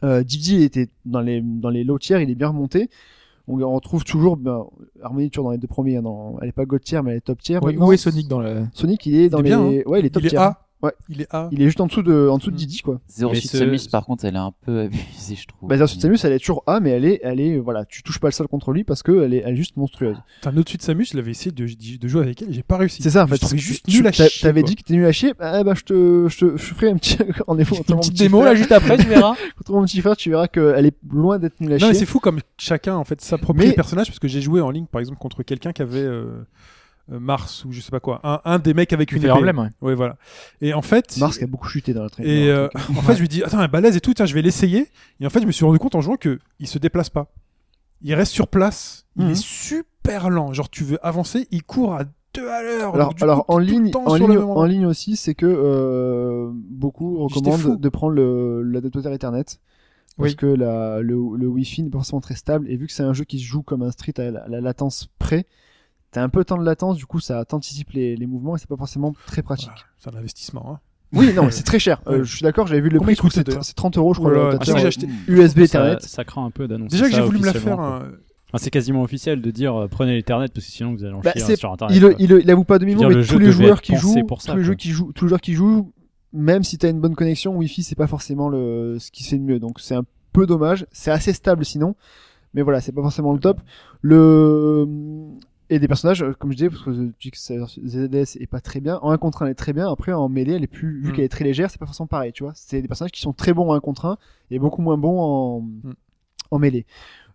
Speaker 6: Euh, Didi était dans les, dans les low tiers, il est bien remonté. On on retrouve toujours ben, Harmony toujours dans les deux premiers. hein, dans- elle est pas God tier, mais elle est top tier.
Speaker 4: Ouais,
Speaker 6: maintenant.
Speaker 4: Où est Sonic dans le.
Speaker 6: Sonic, il est dans
Speaker 3: est
Speaker 6: les.
Speaker 3: bien, hein.
Speaker 6: Ouais, il est top
Speaker 3: Il est
Speaker 6: tier.
Speaker 3: A.
Speaker 6: hein. Ouais.
Speaker 3: Il est A.
Speaker 6: Il est juste en dessous de, en dessous de
Speaker 3: Mm.
Speaker 6: Didi, quoi.
Speaker 7: Zero
Speaker 5: Mais
Speaker 7: Suit
Speaker 5: ce-
Speaker 7: Samus, par contre, elle est un peu abusée, je trouve.
Speaker 6: Bah, ensuite, Samus, elle est toujours A, mais elle est, elle est, voilà, tu touches pas le sol contre lui parce que elle est, elle est juste monstrueuse.
Speaker 3: T'as un au-dessus de Samus, il avait essayé de, de jouer avec elle, j'ai pas réussi.
Speaker 6: C'est ça, en fait.
Speaker 3: Je trouvais
Speaker 6: Tu-
Speaker 3: juste
Speaker 6: tu-
Speaker 3: nul à
Speaker 6: t'a-
Speaker 3: chier,
Speaker 6: T'avais
Speaker 3: quoi.
Speaker 6: dit que t'es nul à chier. Ah, bah, je te, je te, je ferai un petit, en effet,
Speaker 4: Une petite démo là juste après, tu verras.
Speaker 7: Ah,
Speaker 6: contre mon petit frère, tu verras qu'elle est loin d'être nulle à
Speaker 3: Non, mais
Speaker 6: chier.
Speaker 3: c'est fou comme chacun en fait s'approprie
Speaker 6: Mais-
Speaker 3: le personnage parce que j'ai joué en ligne par exemple contre quelqu'un qui avait euh, euh, Mars ou je sais pas quoi, un, un des mecs avec une
Speaker 4: Fire
Speaker 3: épée.
Speaker 4: Emblem, ouais.
Speaker 3: Ouais, voilà. Et en fait,
Speaker 6: Mars qui a beaucoup chuté dans la traîne. hein.
Speaker 3: Et euh, en fait, je lui dis, attends, un balèze et tout, tiens, je vais l'essayer. Et en fait, je me suis rendu compte en jouant que il se déplace pas. Il reste sur place. Il
Speaker 6: Mhm.
Speaker 3: est super lent. Genre, tu veux avancer, il court à deux à l'heure.
Speaker 6: Alors,
Speaker 3: Oh, donc, du
Speaker 6: alors
Speaker 3: coup,
Speaker 6: en
Speaker 3: t'es tout le
Speaker 6: ligne,
Speaker 3: temps
Speaker 6: en
Speaker 3: sur le
Speaker 6: ligne,
Speaker 3: même
Speaker 6: en
Speaker 3: endroit.
Speaker 6: ligne aussi, c'est que euh, beaucoup
Speaker 3: J'étais fou.
Speaker 6: recommandent de prendre le- l'adaptateur Ethernet parce
Speaker 4: Oui.
Speaker 6: que la, le, le Wi-Fi n'est pas forcément très stable et vu que c'est un jeu qui se joue comme un street à la, la latence près, t'as un peu de temps de latence, du coup ça t'anticipe les, les mouvements et c'est pas forcément très pratique.
Speaker 3: Voilà, C'est un investissement. Hein.
Speaker 6: Oui, non, mais c'est très cher. Euh,
Speaker 3: Ouais.
Speaker 6: je suis d'accord, j'avais vu le prix,
Speaker 3: Combien il
Speaker 6: je crois que
Speaker 3: coûte,
Speaker 6: c'est
Speaker 3: d'ailleurs
Speaker 6: c'est 30 euros, je crois,
Speaker 3: Oh là là,
Speaker 6: l'adaptateur euh,
Speaker 3: ah, si, j'ai acheté.
Speaker 6: USB Ethernet.
Speaker 5: ça, ça craint un peu d'annoncer.
Speaker 3: Déjà que
Speaker 5: ça
Speaker 3: j'ai voulu me la
Speaker 5: officiellement,
Speaker 3: faire.
Speaker 5: quoi.
Speaker 3: hein.
Speaker 5: Enfin, c'est quasiment officiel de dire euh, prenez l'Ethernet parce que sinon vous allez en
Speaker 6: Bah,
Speaker 5: chier,
Speaker 6: c'est-
Speaker 5: hein, sur Internet.
Speaker 6: il,
Speaker 5: quoi.
Speaker 6: le- il, le- il avoue pas à demi-mot,
Speaker 5: Je veux
Speaker 6: mais
Speaker 5: dire, le
Speaker 6: tous
Speaker 5: jeu
Speaker 6: les
Speaker 5: devait
Speaker 6: joueurs
Speaker 5: être
Speaker 6: qui
Speaker 5: pensé
Speaker 6: jouent,
Speaker 5: pour ça,
Speaker 6: tous les
Speaker 5: quoi.
Speaker 6: jeux qui jouent, tous les joueurs qui jouent, même si t'as une bonne connexion Wi-Fi, c'est pas forcément le ce qui se fait de mieux. Donc c'est un peu dommage. C'est assez stable sinon, mais voilà, c'est pas forcément le top. Le et des personnages, euh, comme je disais, parce que euh, tu dis que ZDS est pas très bien. En 1 contre 1, elle est très bien. Après, en mêlée, elle est plus, vu
Speaker 3: Mm.
Speaker 6: qu'elle est très légère, c'est pas forcément pareil, tu vois. C'est des personnages qui sont très bons en 1 contre 1 et beaucoup moins bons en, en mêlée.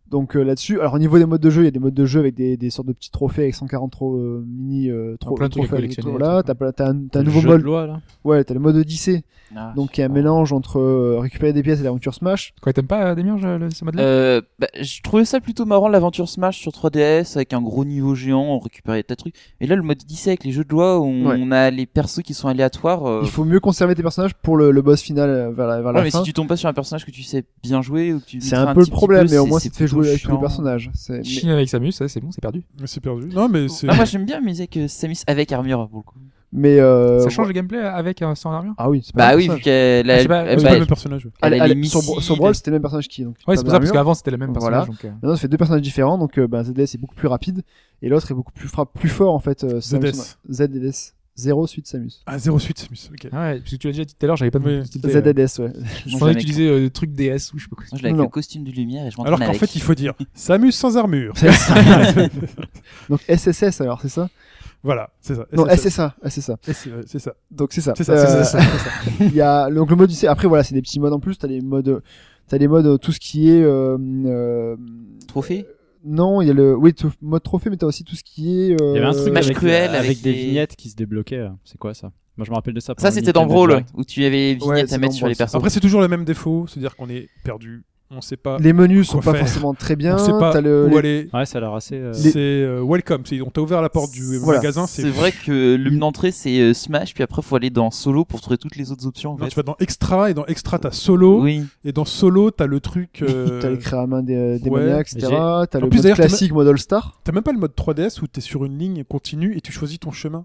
Speaker 6: Donc euh, là-dessus, alors au niveau des modes de jeu, il y a des modes de jeu avec des, des sortes de petits trophées avec 140 tro- euh, mini euh, tro-
Speaker 4: Ah, plein de trucs à
Speaker 6: trophées. avec des
Speaker 4: collectionner,
Speaker 6: trucs, voilà.
Speaker 4: des trucs,
Speaker 6: t'as, t'as un, t'as un
Speaker 5: Le
Speaker 6: nouveau
Speaker 5: jeu
Speaker 6: mode,
Speaker 5: de loi, là.
Speaker 6: ouais, t'as le mode Odyssée,
Speaker 7: Ah,
Speaker 6: donc qui est un
Speaker 7: oh.
Speaker 6: mélange entre euh, récupérer des pièces et l'aventure Smash.
Speaker 4: Quoi, t'aimes pas, euh, Damien, je- le- ce mode-là
Speaker 7: Euh, bah, je trouvais ça plutôt marrant l'aventure Smash sur 3DS avec un gros niveau géant, on récupérait des trucs. Et là, le mode Odyssey avec les jeux de doigts où on,
Speaker 6: Ouais.
Speaker 7: on a les persos qui sont aléatoires. euh,
Speaker 6: Il faut mieux conserver tes personnages pour le, le boss final euh, vers la, vers
Speaker 7: ouais,
Speaker 6: la
Speaker 7: mais
Speaker 6: fin.
Speaker 7: si tu tombes pas sur un personnage que tu sais bien jouer ou que tu
Speaker 6: C'est
Speaker 7: maîtrises
Speaker 6: un peu
Speaker 7: petit-
Speaker 6: le problème,
Speaker 7: petit peu,
Speaker 6: mais au
Speaker 7: c'est-
Speaker 6: moins
Speaker 7: c'est
Speaker 6: ça te fait jouer avec tous les
Speaker 7: plutôt
Speaker 6: personnages. C'est- mais-
Speaker 4: Chine avec Samus, ça, c'est bon, c'est perdu.
Speaker 3: Mais c'est perdu. Non, mais c'est.
Speaker 7: chiant. Ah, moi j'aime bien mais avec euh, Samus avec armure pour le coup.
Speaker 6: Mais, euh,
Speaker 4: ça change le gameplay avec euh, sans armure
Speaker 6: Ah oui, c'est pas
Speaker 7: Bah
Speaker 6: le
Speaker 7: oui, vu
Speaker 6: personnage.
Speaker 7: qu'elle
Speaker 4: Ah,
Speaker 7: a-
Speaker 4: c'est pas-
Speaker 7: elle-
Speaker 6: Eh
Speaker 3: c'est
Speaker 7: bah,
Speaker 6: ben,
Speaker 3: pas le même personnage. ouais.
Speaker 7: elle a
Speaker 6: Allez,
Speaker 7: les
Speaker 6: sur,
Speaker 7: missiles.
Speaker 6: sur Brawl, c'était le même personnage qui. Donc,
Speaker 4: Ouais,
Speaker 6: pas
Speaker 4: c'est pour ça, parce
Speaker 6: d'armure.
Speaker 4: qu'avant c'était le même personnage.
Speaker 6: Voilà.
Speaker 4: Donc, euh,
Speaker 6: Maintenant, ça fait deux personnages différents, donc euh, ben, ZDS est beaucoup plus rapide et l'autre est beaucoup plus frappe, plus fort en fait. euh, Samus.
Speaker 3: ZDS.
Speaker 6: ZDS. Zéro suite Samus.
Speaker 3: Ah, 08, Samus. Ok.
Speaker 4: ah ouais, parce que tu l'as déjà dit tout à l'heure, j'avais pas
Speaker 3: Oui.
Speaker 4: de tilté, euh,
Speaker 6: ZDS, ouais.
Speaker 4: Je pensais
Speaker 7: Moi, j'avais-
Speaker 4: que tu disais euh, truc DS ou je sais pas quoi.
Speaker 7: Moi, je l'ai avec
Speaker 6: Non.
Speaker 7: le costume de lumière et je
Speaker 3: Alors
Speaker 7: m'entraîne
Speaker 3: qu'en
Speaker 7: avec.
Speaker 3: fait, il faut dire Samus sans armure.
Speaker 6: C'est ça. donc SSS alors, c'est ça
Speaker 3: Voilà, c'est ça.
Speaker 6: Non,
Speaker 3: SSS.
Speaker 6: SSA, SSA.
Speaker 3: SSS, C'est ça.
Speaker 6: Donc c'est ça.
Speaker 3: C'est ça, c'est
Speaker 6: Euh,
Speaker 3: ça, c'est ça, c'est ça.
Speaker 6: Il y a donc le mode Odyssey. Après voilà, c'est des petits modes en plus. T'as les modes, t'as les modes euh, tout ce qui est euh, euh,
Speaker 7: Trophée
Speaker 6: non, il y a le oui to- mode trophée, mais t'as aussi tout ce qui est. euh,
Speaker 5: Il y avait un truc
Speaker 7: Match
Speaker 5: avec,
Speaker 7: cruel
Speaker 5: avec,
Speaker 7: avec
Speaker 5: des
Speaker 7: les-
Speaker 5: vignettes qui se débloquaient. là. C'est quoi ça Moi, je me rappelle de
Speaker 7: Ça
Speaker 5: ça. pendant
Speaker 7: c'était
Speaker 5: Nintendo
Speaker 7: dans Brawl
Speaker 5: Direct.
Speaker 7: où tu avais les
Speaker 6: Ouais,
Speaker 7: vignettes
Speaker 6: c'est
Speaker 7: à mettre
Speaker 6: dans
Speaker 7: sur les
Speaker 6: Brawl, c'est
Speaker 7: persos.
Speaker 3: Après, c'est toujours le même défaut, c'est-à-dire qu'on est perdu, on sait pas,
Speaker 6: Les menus sont pas
Speaker 3: Quoi faire
Speaker 6: forcément très bien.
Speaker 3: on sait pas
Speaker 6: T'as le,
Speaker 3: où
Speaker 6: les-
Speaker 3: aller.
Speaker 5: Ouais, ça a l'air assez. euh,
Speaker 3: C'est euh, welcome, c'est- on t'a ouvert la porte du
Speaker 6: Voilà.
Speaker 3: magasin, c'est
Speaker 7: C'est vrai que le menu d'entrée c'est euh, Smash, puis après faut aller dans Solo pour trouver toutes les autres options. En
Speaker 3: Non,
Speaker 7: fait.
Speaker 3: tu vas dans extra et dans extra t'as solo
Speaker 7: Oui.
Speaker 3: et dans solo t'as le truc. euh,
Speaker 6: T'as le créamin des, des
Speaker 3: ouais.
Speaker 6: maniaques,
Speaker 5: Et j'ai-
Speaker 6: etc. T'as
Speaker 3: En
Speaker 6: le
Speaker 3: plus,
Speaker 6: mode
Speaker 3: d'ailleurs, t'as
Speaker 6: classique, mode All-Star.
Speaker 3: T'as même pas le mode 3DS où t'es sur une ligne continue et tu choisis ton chemin.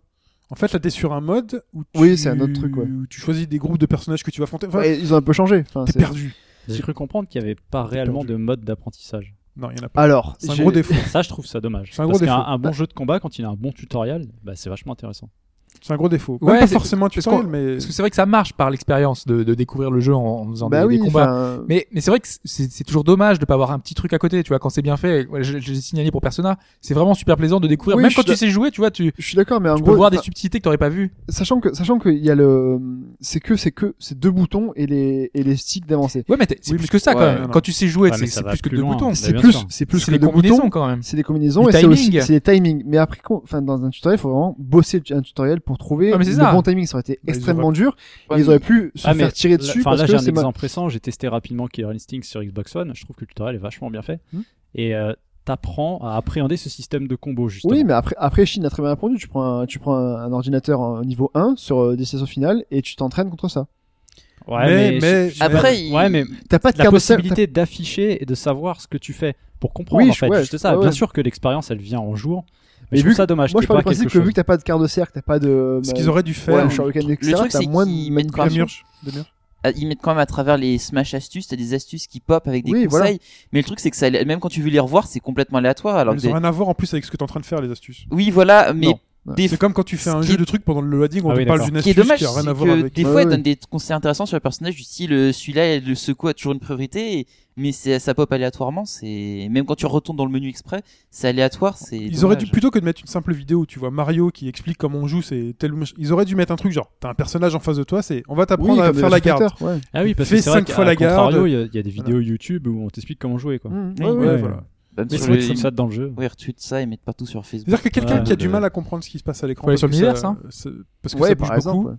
Speaker 3: En fait, là, t'es sur un mode où tu,
Speaker 6: Oui, c'est un autre truc, ouais.
Speaker 3: où tu choisis des groupes de personnages que tu vas affronter. Enfin,
Speaker 6: Ouais, ils ont un peu changé. Enfin,
Speaker 3: t'es
Speaker 6: c'est-
Speaker 3: perdu.
Speaker 5: J'ai cru comprendre qu'il n'y avait pas
Speaker 3: T'es
Speaker 5: réellement
Speaker 3: perdu.
Speaker 5: de mode d'apprentissage.
Speaker 3: Non, il y en a pas.
Speaker 6: Alors,
Speaker 3: C'est un
Speaker 6: j'ai-
Speaker 3: gros défaut.
Speaker 5: Ça, je trouve ça dommage.
Speaker 3: C'est un
Speaker 5: Parce
Speaker 3: gros
Speaker 5: qu'un
Speaker 3: défaut. Bah
Speaker 5: un bon jeu de combat, quand il a un bon tutoriel, bah, c'est vachement intéressant.
Speaker 3: C'est un gros défaut.
Speaker 4: Ouais,
Speaker 3: même pas
Speaker 4: c'est-
Speaker 3: forcément un
Speaker 4: parce
Speaker 3: tutoriel,
Speaker 4: qu'on-
Speaker 3: mais
Speaker 4: Parce que c'est vrai que ça marche par l'expérience de, de découvrir le jeu en, en faisant
Speaker 6: bah
Speaker 4: des,
Speaker 6: oui,
Speaker 4: des combats.
Speaker 6: enfin,
Speaker 4: Mais, mais c'est vrai que c'est c'est toujours dommage de pas avoir un petit truc à côté, tu vois, quand c'est bien fait. Ouais, Je, je l'ai signalé pour Persona. C'est vraiment super plaisant de découvrir.
Speaker 6: Oui,
Speaker 4: Même
Speaker 6: je
Speaker 4: quand
Speaker 6: suis
Speaker 4: tu sais jouer, tu vois, tu,
Speaker 6: je suis d'accord, mais en
Speaker 4: tu peux
Speaker 6: gros,
Speaker 4: voir des
Speaker 6: enfin,
Speaker 4: subtilités que t'aurais pas vues.
Speaker 6: sachant que sachant qu'il y a le, c'est que c'est que c'est deux boutons et les et les sticks d'avancée.
Speaker 4: Ouais, mais t'es- c'est
Speaker 3: Oui,
Speaker 4: plus
Speaker 3: mais-
Speaker 4: que ça,
Speaker 6: ouais,
Speaker 4: quand
Speaker 3: non,
Speaker 4: même.
Speaker 3: non.
Speaker 4: Quand tu sais jouer,
Speaker 5: Ouais, mais
Speaker 4: c'est
Speaker 5: ça
Speaker 4: c'est
Speaker 5: va
Speaker 4: plus que
Speaker 5: plus
Speaker 4: deux
Speaker 5: loin.
Speaker 4: boutons.
Speaker 5: Bah,
Speaker 6: C'est
Speaker 5: bien
Speaker 6: plus,
Speaker 5: sûr.
Speaker 6: c'est plus
Speaker 4: C'est
Speaker 6: que
Speaker 4: les
Speaker 6: deux boutons.
Speaker 4: combinaisons, quand même.
Speaker 6: C'est des combinaisons
Speaker 4: Du
Speaker 6: et c'est aussi
Speaker 4: timing.
Speaker 6: c'est les timings. Mais après, con- enfin, dans un tutoriel, il faut vraiment bosser un tutoriel pour trouver
Speaker 4: Ah, mais c'est
Speaker 6: le
Speaker 4: ça.
Speaker 6: bon timing. Ça aurait été
Speaker 3: Bah, ils
Speaker 6: extrêmement
Speaker 3: auraient-
Speaker 6: dur. et
Speaker 7: Ouais,
Speaker 6: ils auraient pu se
Speaker 5: Ah, mais
Speaker 6: faire tirer dessus
Speaker 5: Enfin,
Speaker 6: parce
Speaker 5: là, j'ai
Speaker 6: que
Speaker 5: un
Speaker 6: c'est ma-
Speaker 5: exemple récent. J'ai testé rapidement Killer Instinct sur Xbox One. Je trouve que le tutoriel est vachement bien fait.
Speaker 3: Hmm.
Speaker 5: Et euh, t'apprends à appréhender ce système de combo, justement.
Speaker 6: Oui, mais après, après Chine a très bien répondu. Tu prends un, tu prends un, un ordinateur en niveau 1 sur euh, des saisons finales et tu t'entraînes contre ça.
Speaker 5: Ouais,
Speaker 3: Mais-
Speaker 5: mais,
Speaker 3: mais-
Speaker 5: je-
Speaker 7: Après,
Speaker 5: je-
Speaker 7: il-
Speaker 5: ouais, mais
Speaker 6: T'as pas de
Speaker 5: la
Speaker 6: carte de t'as-
Speaker 5: possibilité d'afficher et de savoir ce que tu fais pour comprendre
Speaker 6: Oui,
Speaker 5: en fait
Speaker 6: ouais,
Speaker 5: juste ça
Speaker 6: ouais,
Speaker 5: bien
Speaker 6: ouais.
Speaker 5: sûr que l'expérience elle vient en jouant mais,
Speaker 6: Mais
Speaker 5: je trouve
Speaker 6: vu
Speaker 5: ça dommage
Speaker 6: Moi,
Speaker 5: qu'il
Speaker 6: je
Speaker 5: y ait
Speaker 6: parle du
Speaker 5: pas
Speaker 6: principe
Speaker 5: quelque
Speaker 6: que vu
Speaker 5: chose
Speaker 6: que t'as pas de carte de cercle, t'as pas de. euh,
Speaker 3: ce qu'ils auraient hein. dû
Speaker 6: Ouais,
Speaker 3: faire. euh,
Speaker 6: le Shuriken, etc.
Speaker 7: truc,
Speaker 6: t'as
Speaker 7: c'est
Speaker 6: moins de
Speaker 7: qu'ils
Speaker 6: manipulation.
Speaker 7: mettent pas
Speaker 3: Deux murs, deux murs.
Speaker 7: Ah, Ils mettent quand même à travers les Smash astuces, t'as des astuces qui pop avec des
Speaker 6: Oui,
Speaker 7: conseils.
Speaker 6: voilà.
Speaker 7: Mais le truc, c'est que ça, même quand tu veux les revoir, c'est complètement aléatoire. Alors
Speaker 3: Ils
Speaker 7: que-
Speaker 3: ont rien à voir en plus avec ce que t'es en train de faire, les astuces.
Speaker 7: oui, voilà, mais
Speaker 6: Non.
Speaker 7: des
Speaker 3: C'est comme quand tu fais un
Speaker 7: ce
Speaker 3: jeu
Speaker 7: qui est-
Speaker 3: de trucs pendant le loading, on
Speaker 5: Ah
Speaker 3: te
Speaker 5: oui,
Speaker 3: parle
Speaker 5: d'accord.
Speaker 3: d'une
Speaker 7: Ce qui est
Speaker 3: astuce
Speaker 7: dommage,
Speaker 3: qui a rien
Speaker 7: c'est
Speaker 3: à voir
Speaker 7: que
Speaker 3: avec. euh,
Speaker 7: des
Speaker 6: Ouais,
Speaker 7: fois, elle
Speaker 6: ouais.
Speaker 7: donne des conseils intéressants sur le personnage du style euh, celui-là, le secoue a toujours une priorité, et- mais c'est- ça pop aléatoirement. C'est même quand tu retournes dans le menu exprès, c'est aléatoire. C'est
Speaker 3: Ils auraient dû
Speaker 7: dommage.
Speaker 3: plutôt que de mettre une simple vidéo où tu vois Mario qui explique comment on joue, c'est tel ou mach- ils auraient dû mettre un truc genre t'as un personnage en face de toi, c'est on va
Speaker 6: Oui,
Speaker 3: t'apprendre à
Speaker 6: comme
Speaker 3: faire
Speaker 6: des
Speaker 3: la garde.
Speaker 6: Street Fighter, ouais.
Speaker 5: ah oui parce
Speaker 3: Fais
Speaker 5: que c'est vrai
Speaker 3: cinq
Speaker 5: qu'à
Speaker 3: fois la
Speaker 5: contrario,
Speaker 3: garde.
Speaker 5: il y, a- il y a des vidéos YouTube où on t'explique comment jouer quoi
Speaker 6: Mmh,
Speaker 7: Oui,
Speaker 6: ouais,
Speaker 3: Ouais,
Speaker 6: ouais.
Speaker 3: voilà.
Speaker 7: Même
Speaker 5: mais
Speaker 7: sur
Speaker 5: c'est vrai
Speaker 7: le-
Speaker 5: que ça dedans le jeu
Speaker 7: Oui, retweet ça et mettre partout sur Facebook.
Speaker 3: C'est-à-dire que quelqu'un
Speaker 5: Ouais,
Speaker 3: qui a
Speaker 5: le-
Speaker 3: du mal à comprendre ce qui se passe à l'écran.
Speaker 4: Faut aller
Speaker 3: parce
Speaker 4: sur le
Speaker 3: que
Speaker 4: univers, ça.
Speaker 3: c'est- Parce que
Speaker 6: Ouais,
Speaker 3: ça bouge
Speaker 6: par
Speaker 3: beaucoup.
Speaker 6: exemple. ouais.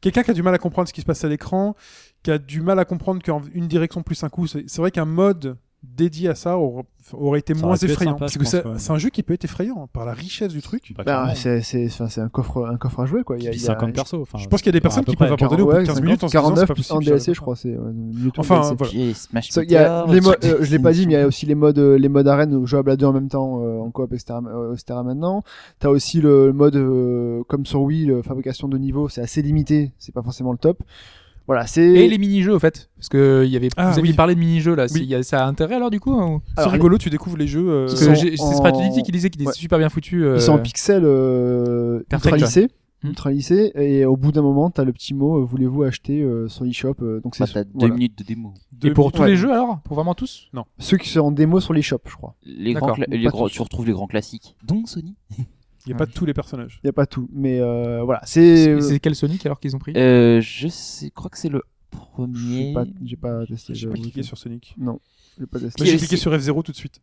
Speaker 3: Quelqu'un qui a du mal à comprendre ce qui se passe à l'écran, qui a du mal à comprendre qu'une direction plus un coup, c'est c'est vrai qu'un mode dédié à ça aur- aurait été
Speaker 5: Ça
Speaker 3: moins
Speaker 5: aurait pu être
Speaker 3: effrayant.
Speaker 5: sympa,
Speaker 3: parce
Speaker 5: je
Speaker 3: que
Speaker 5: pense,
Speaker 3: ça-
Speaker 5: quand même.
Speaker 3: c'est un jeu qui peut être effrayant hein, par la richesse du truc.
Speaker 6: Bah,
Speaker 5: Bah, clairement.
Speaker 6: c'est c'est- enfin, c'est un coffre, un coffre à jouer, quoi. Il y a,
Speaker 5: Puis
Speaker 6: il y a-
Speaker 5: 50 persos. enfin,
Speaker 3: Je pense qu'il y a des
Speaker 5: enfin, à
Speaker 3: personnes
Speaker 5: peu
Speaker 3: qui
Speaker 5: près.
Speaker 3: peuvent aborder au bout
Speaker 6: ouais,
Speaker 3: de 15
Speaker 6: 50,
Speaker 3: minutes en se disant,
Speaker 6: 49
Speaker 3: c'est pas
Speaker 6: plus
Speaker 3: possible,
Speaker 6: un
Speaker 3: j'arrive
Speaker 6: DLC,
Speaker 3: pas.
Speaker 6: je crois. C'est, ouais, minutes en
Speaker 3: Enfin,
Speaker 6: DLC.
Speaker 3: voilà.
Speaker 7: Puis, Smash
Speaker 6: Ça, il y a
Speaker 7: Peter,
Speaker 6: les modes,
Speaker 7: truc-
Speaker 6: euh, je l'ai pas dit, mais il y a aussi les modes, euh, les modes arène, donc jouable à deux en même temps euh, en coop, etc. euh, etc. maintenant. T'as aussi le mode, euh, comme sur Wii, le fabrication de niveaux, c'est assez limité, c'est pas forcément le top. Voilà,
Speaker 4: Et
Speaker 6: c'est.
Speaker 4: les mini-jeux, au fait. Parce que il y avait,
Speaker 3: Ah,
Speaker 4: vous aviez
Speaker 3: oui.
Speaker 4: parlé de mini-jeux, là.
Speaker 3: Oui.
Speaker 4: C'est- il y a- ça a intérêt, alors, du coup hein, ou-
Speaker 3: C'est
Speaker 6: Alors,
Speaker 3: rigolo, tu découvres les jeux. euh,
Speaker 4: Parce
Speaker 6: sont
Speaker 4: que j'ai- c'est
Speaker 6: en-
Speaker 4: Strategy qui disait qu'il était
Speaker 6: Ouais.
Speaker 4: super bien foutu. euh,
Speaker 6: Ils sont en pixels euh,
Speaker 4: Perfect.
Speaker 6: ultra lissés,
Speaker 4: Hmm.
Speaker 6: ultra lissés, et au bout d'un moment, t'as le petit mot, euh, voulez-vous acheter euh, sur l'eShop euh, Donc c'est
Speaker 7: Bah, t'as deux
Speaker 6: voilà.
Speaker 7: minutes de démo.
Speaker 4: Et pour tous
Speaker 6: Ouais.
Speaker 4: les jeux, alors Pour vraiment tous
Speaker 6: ceux qui sont en démo sur l'eShop, je crois.
Speaker 7: Les
Speaker 4: D'accord.
Speaker 7: grands, cla- les
Speaker 6: Pas
Speaker 7: gros-
Speaker 6: tous.
Speaker 7: tu retrouves les grands classiques. Donc Sony.
Speaker 3: Il n'y a pas tous les personnages.
Speaker 6: Il y a pas tout, mais euh, voilà, c'est.
Speaker 4: C'est c'est quel Sonic alors qu'ils ont pris
Speaker 7: Euh, je sais, crois que c'est le premier.
Speaker 6: J'ai pas, j'ai pas testé.
Speaker 3: J'ai
Speaker 6: je-
Speaker 3: pas cliqué sur Sonic.
Speaker 6: j'ai pas testé.
Speaker 3: Moi,
Speaker 7: Qui
Speaker 3: J'ai
Speaker 7: est-
Speaker 3: cliqué sur F0 tout de suite.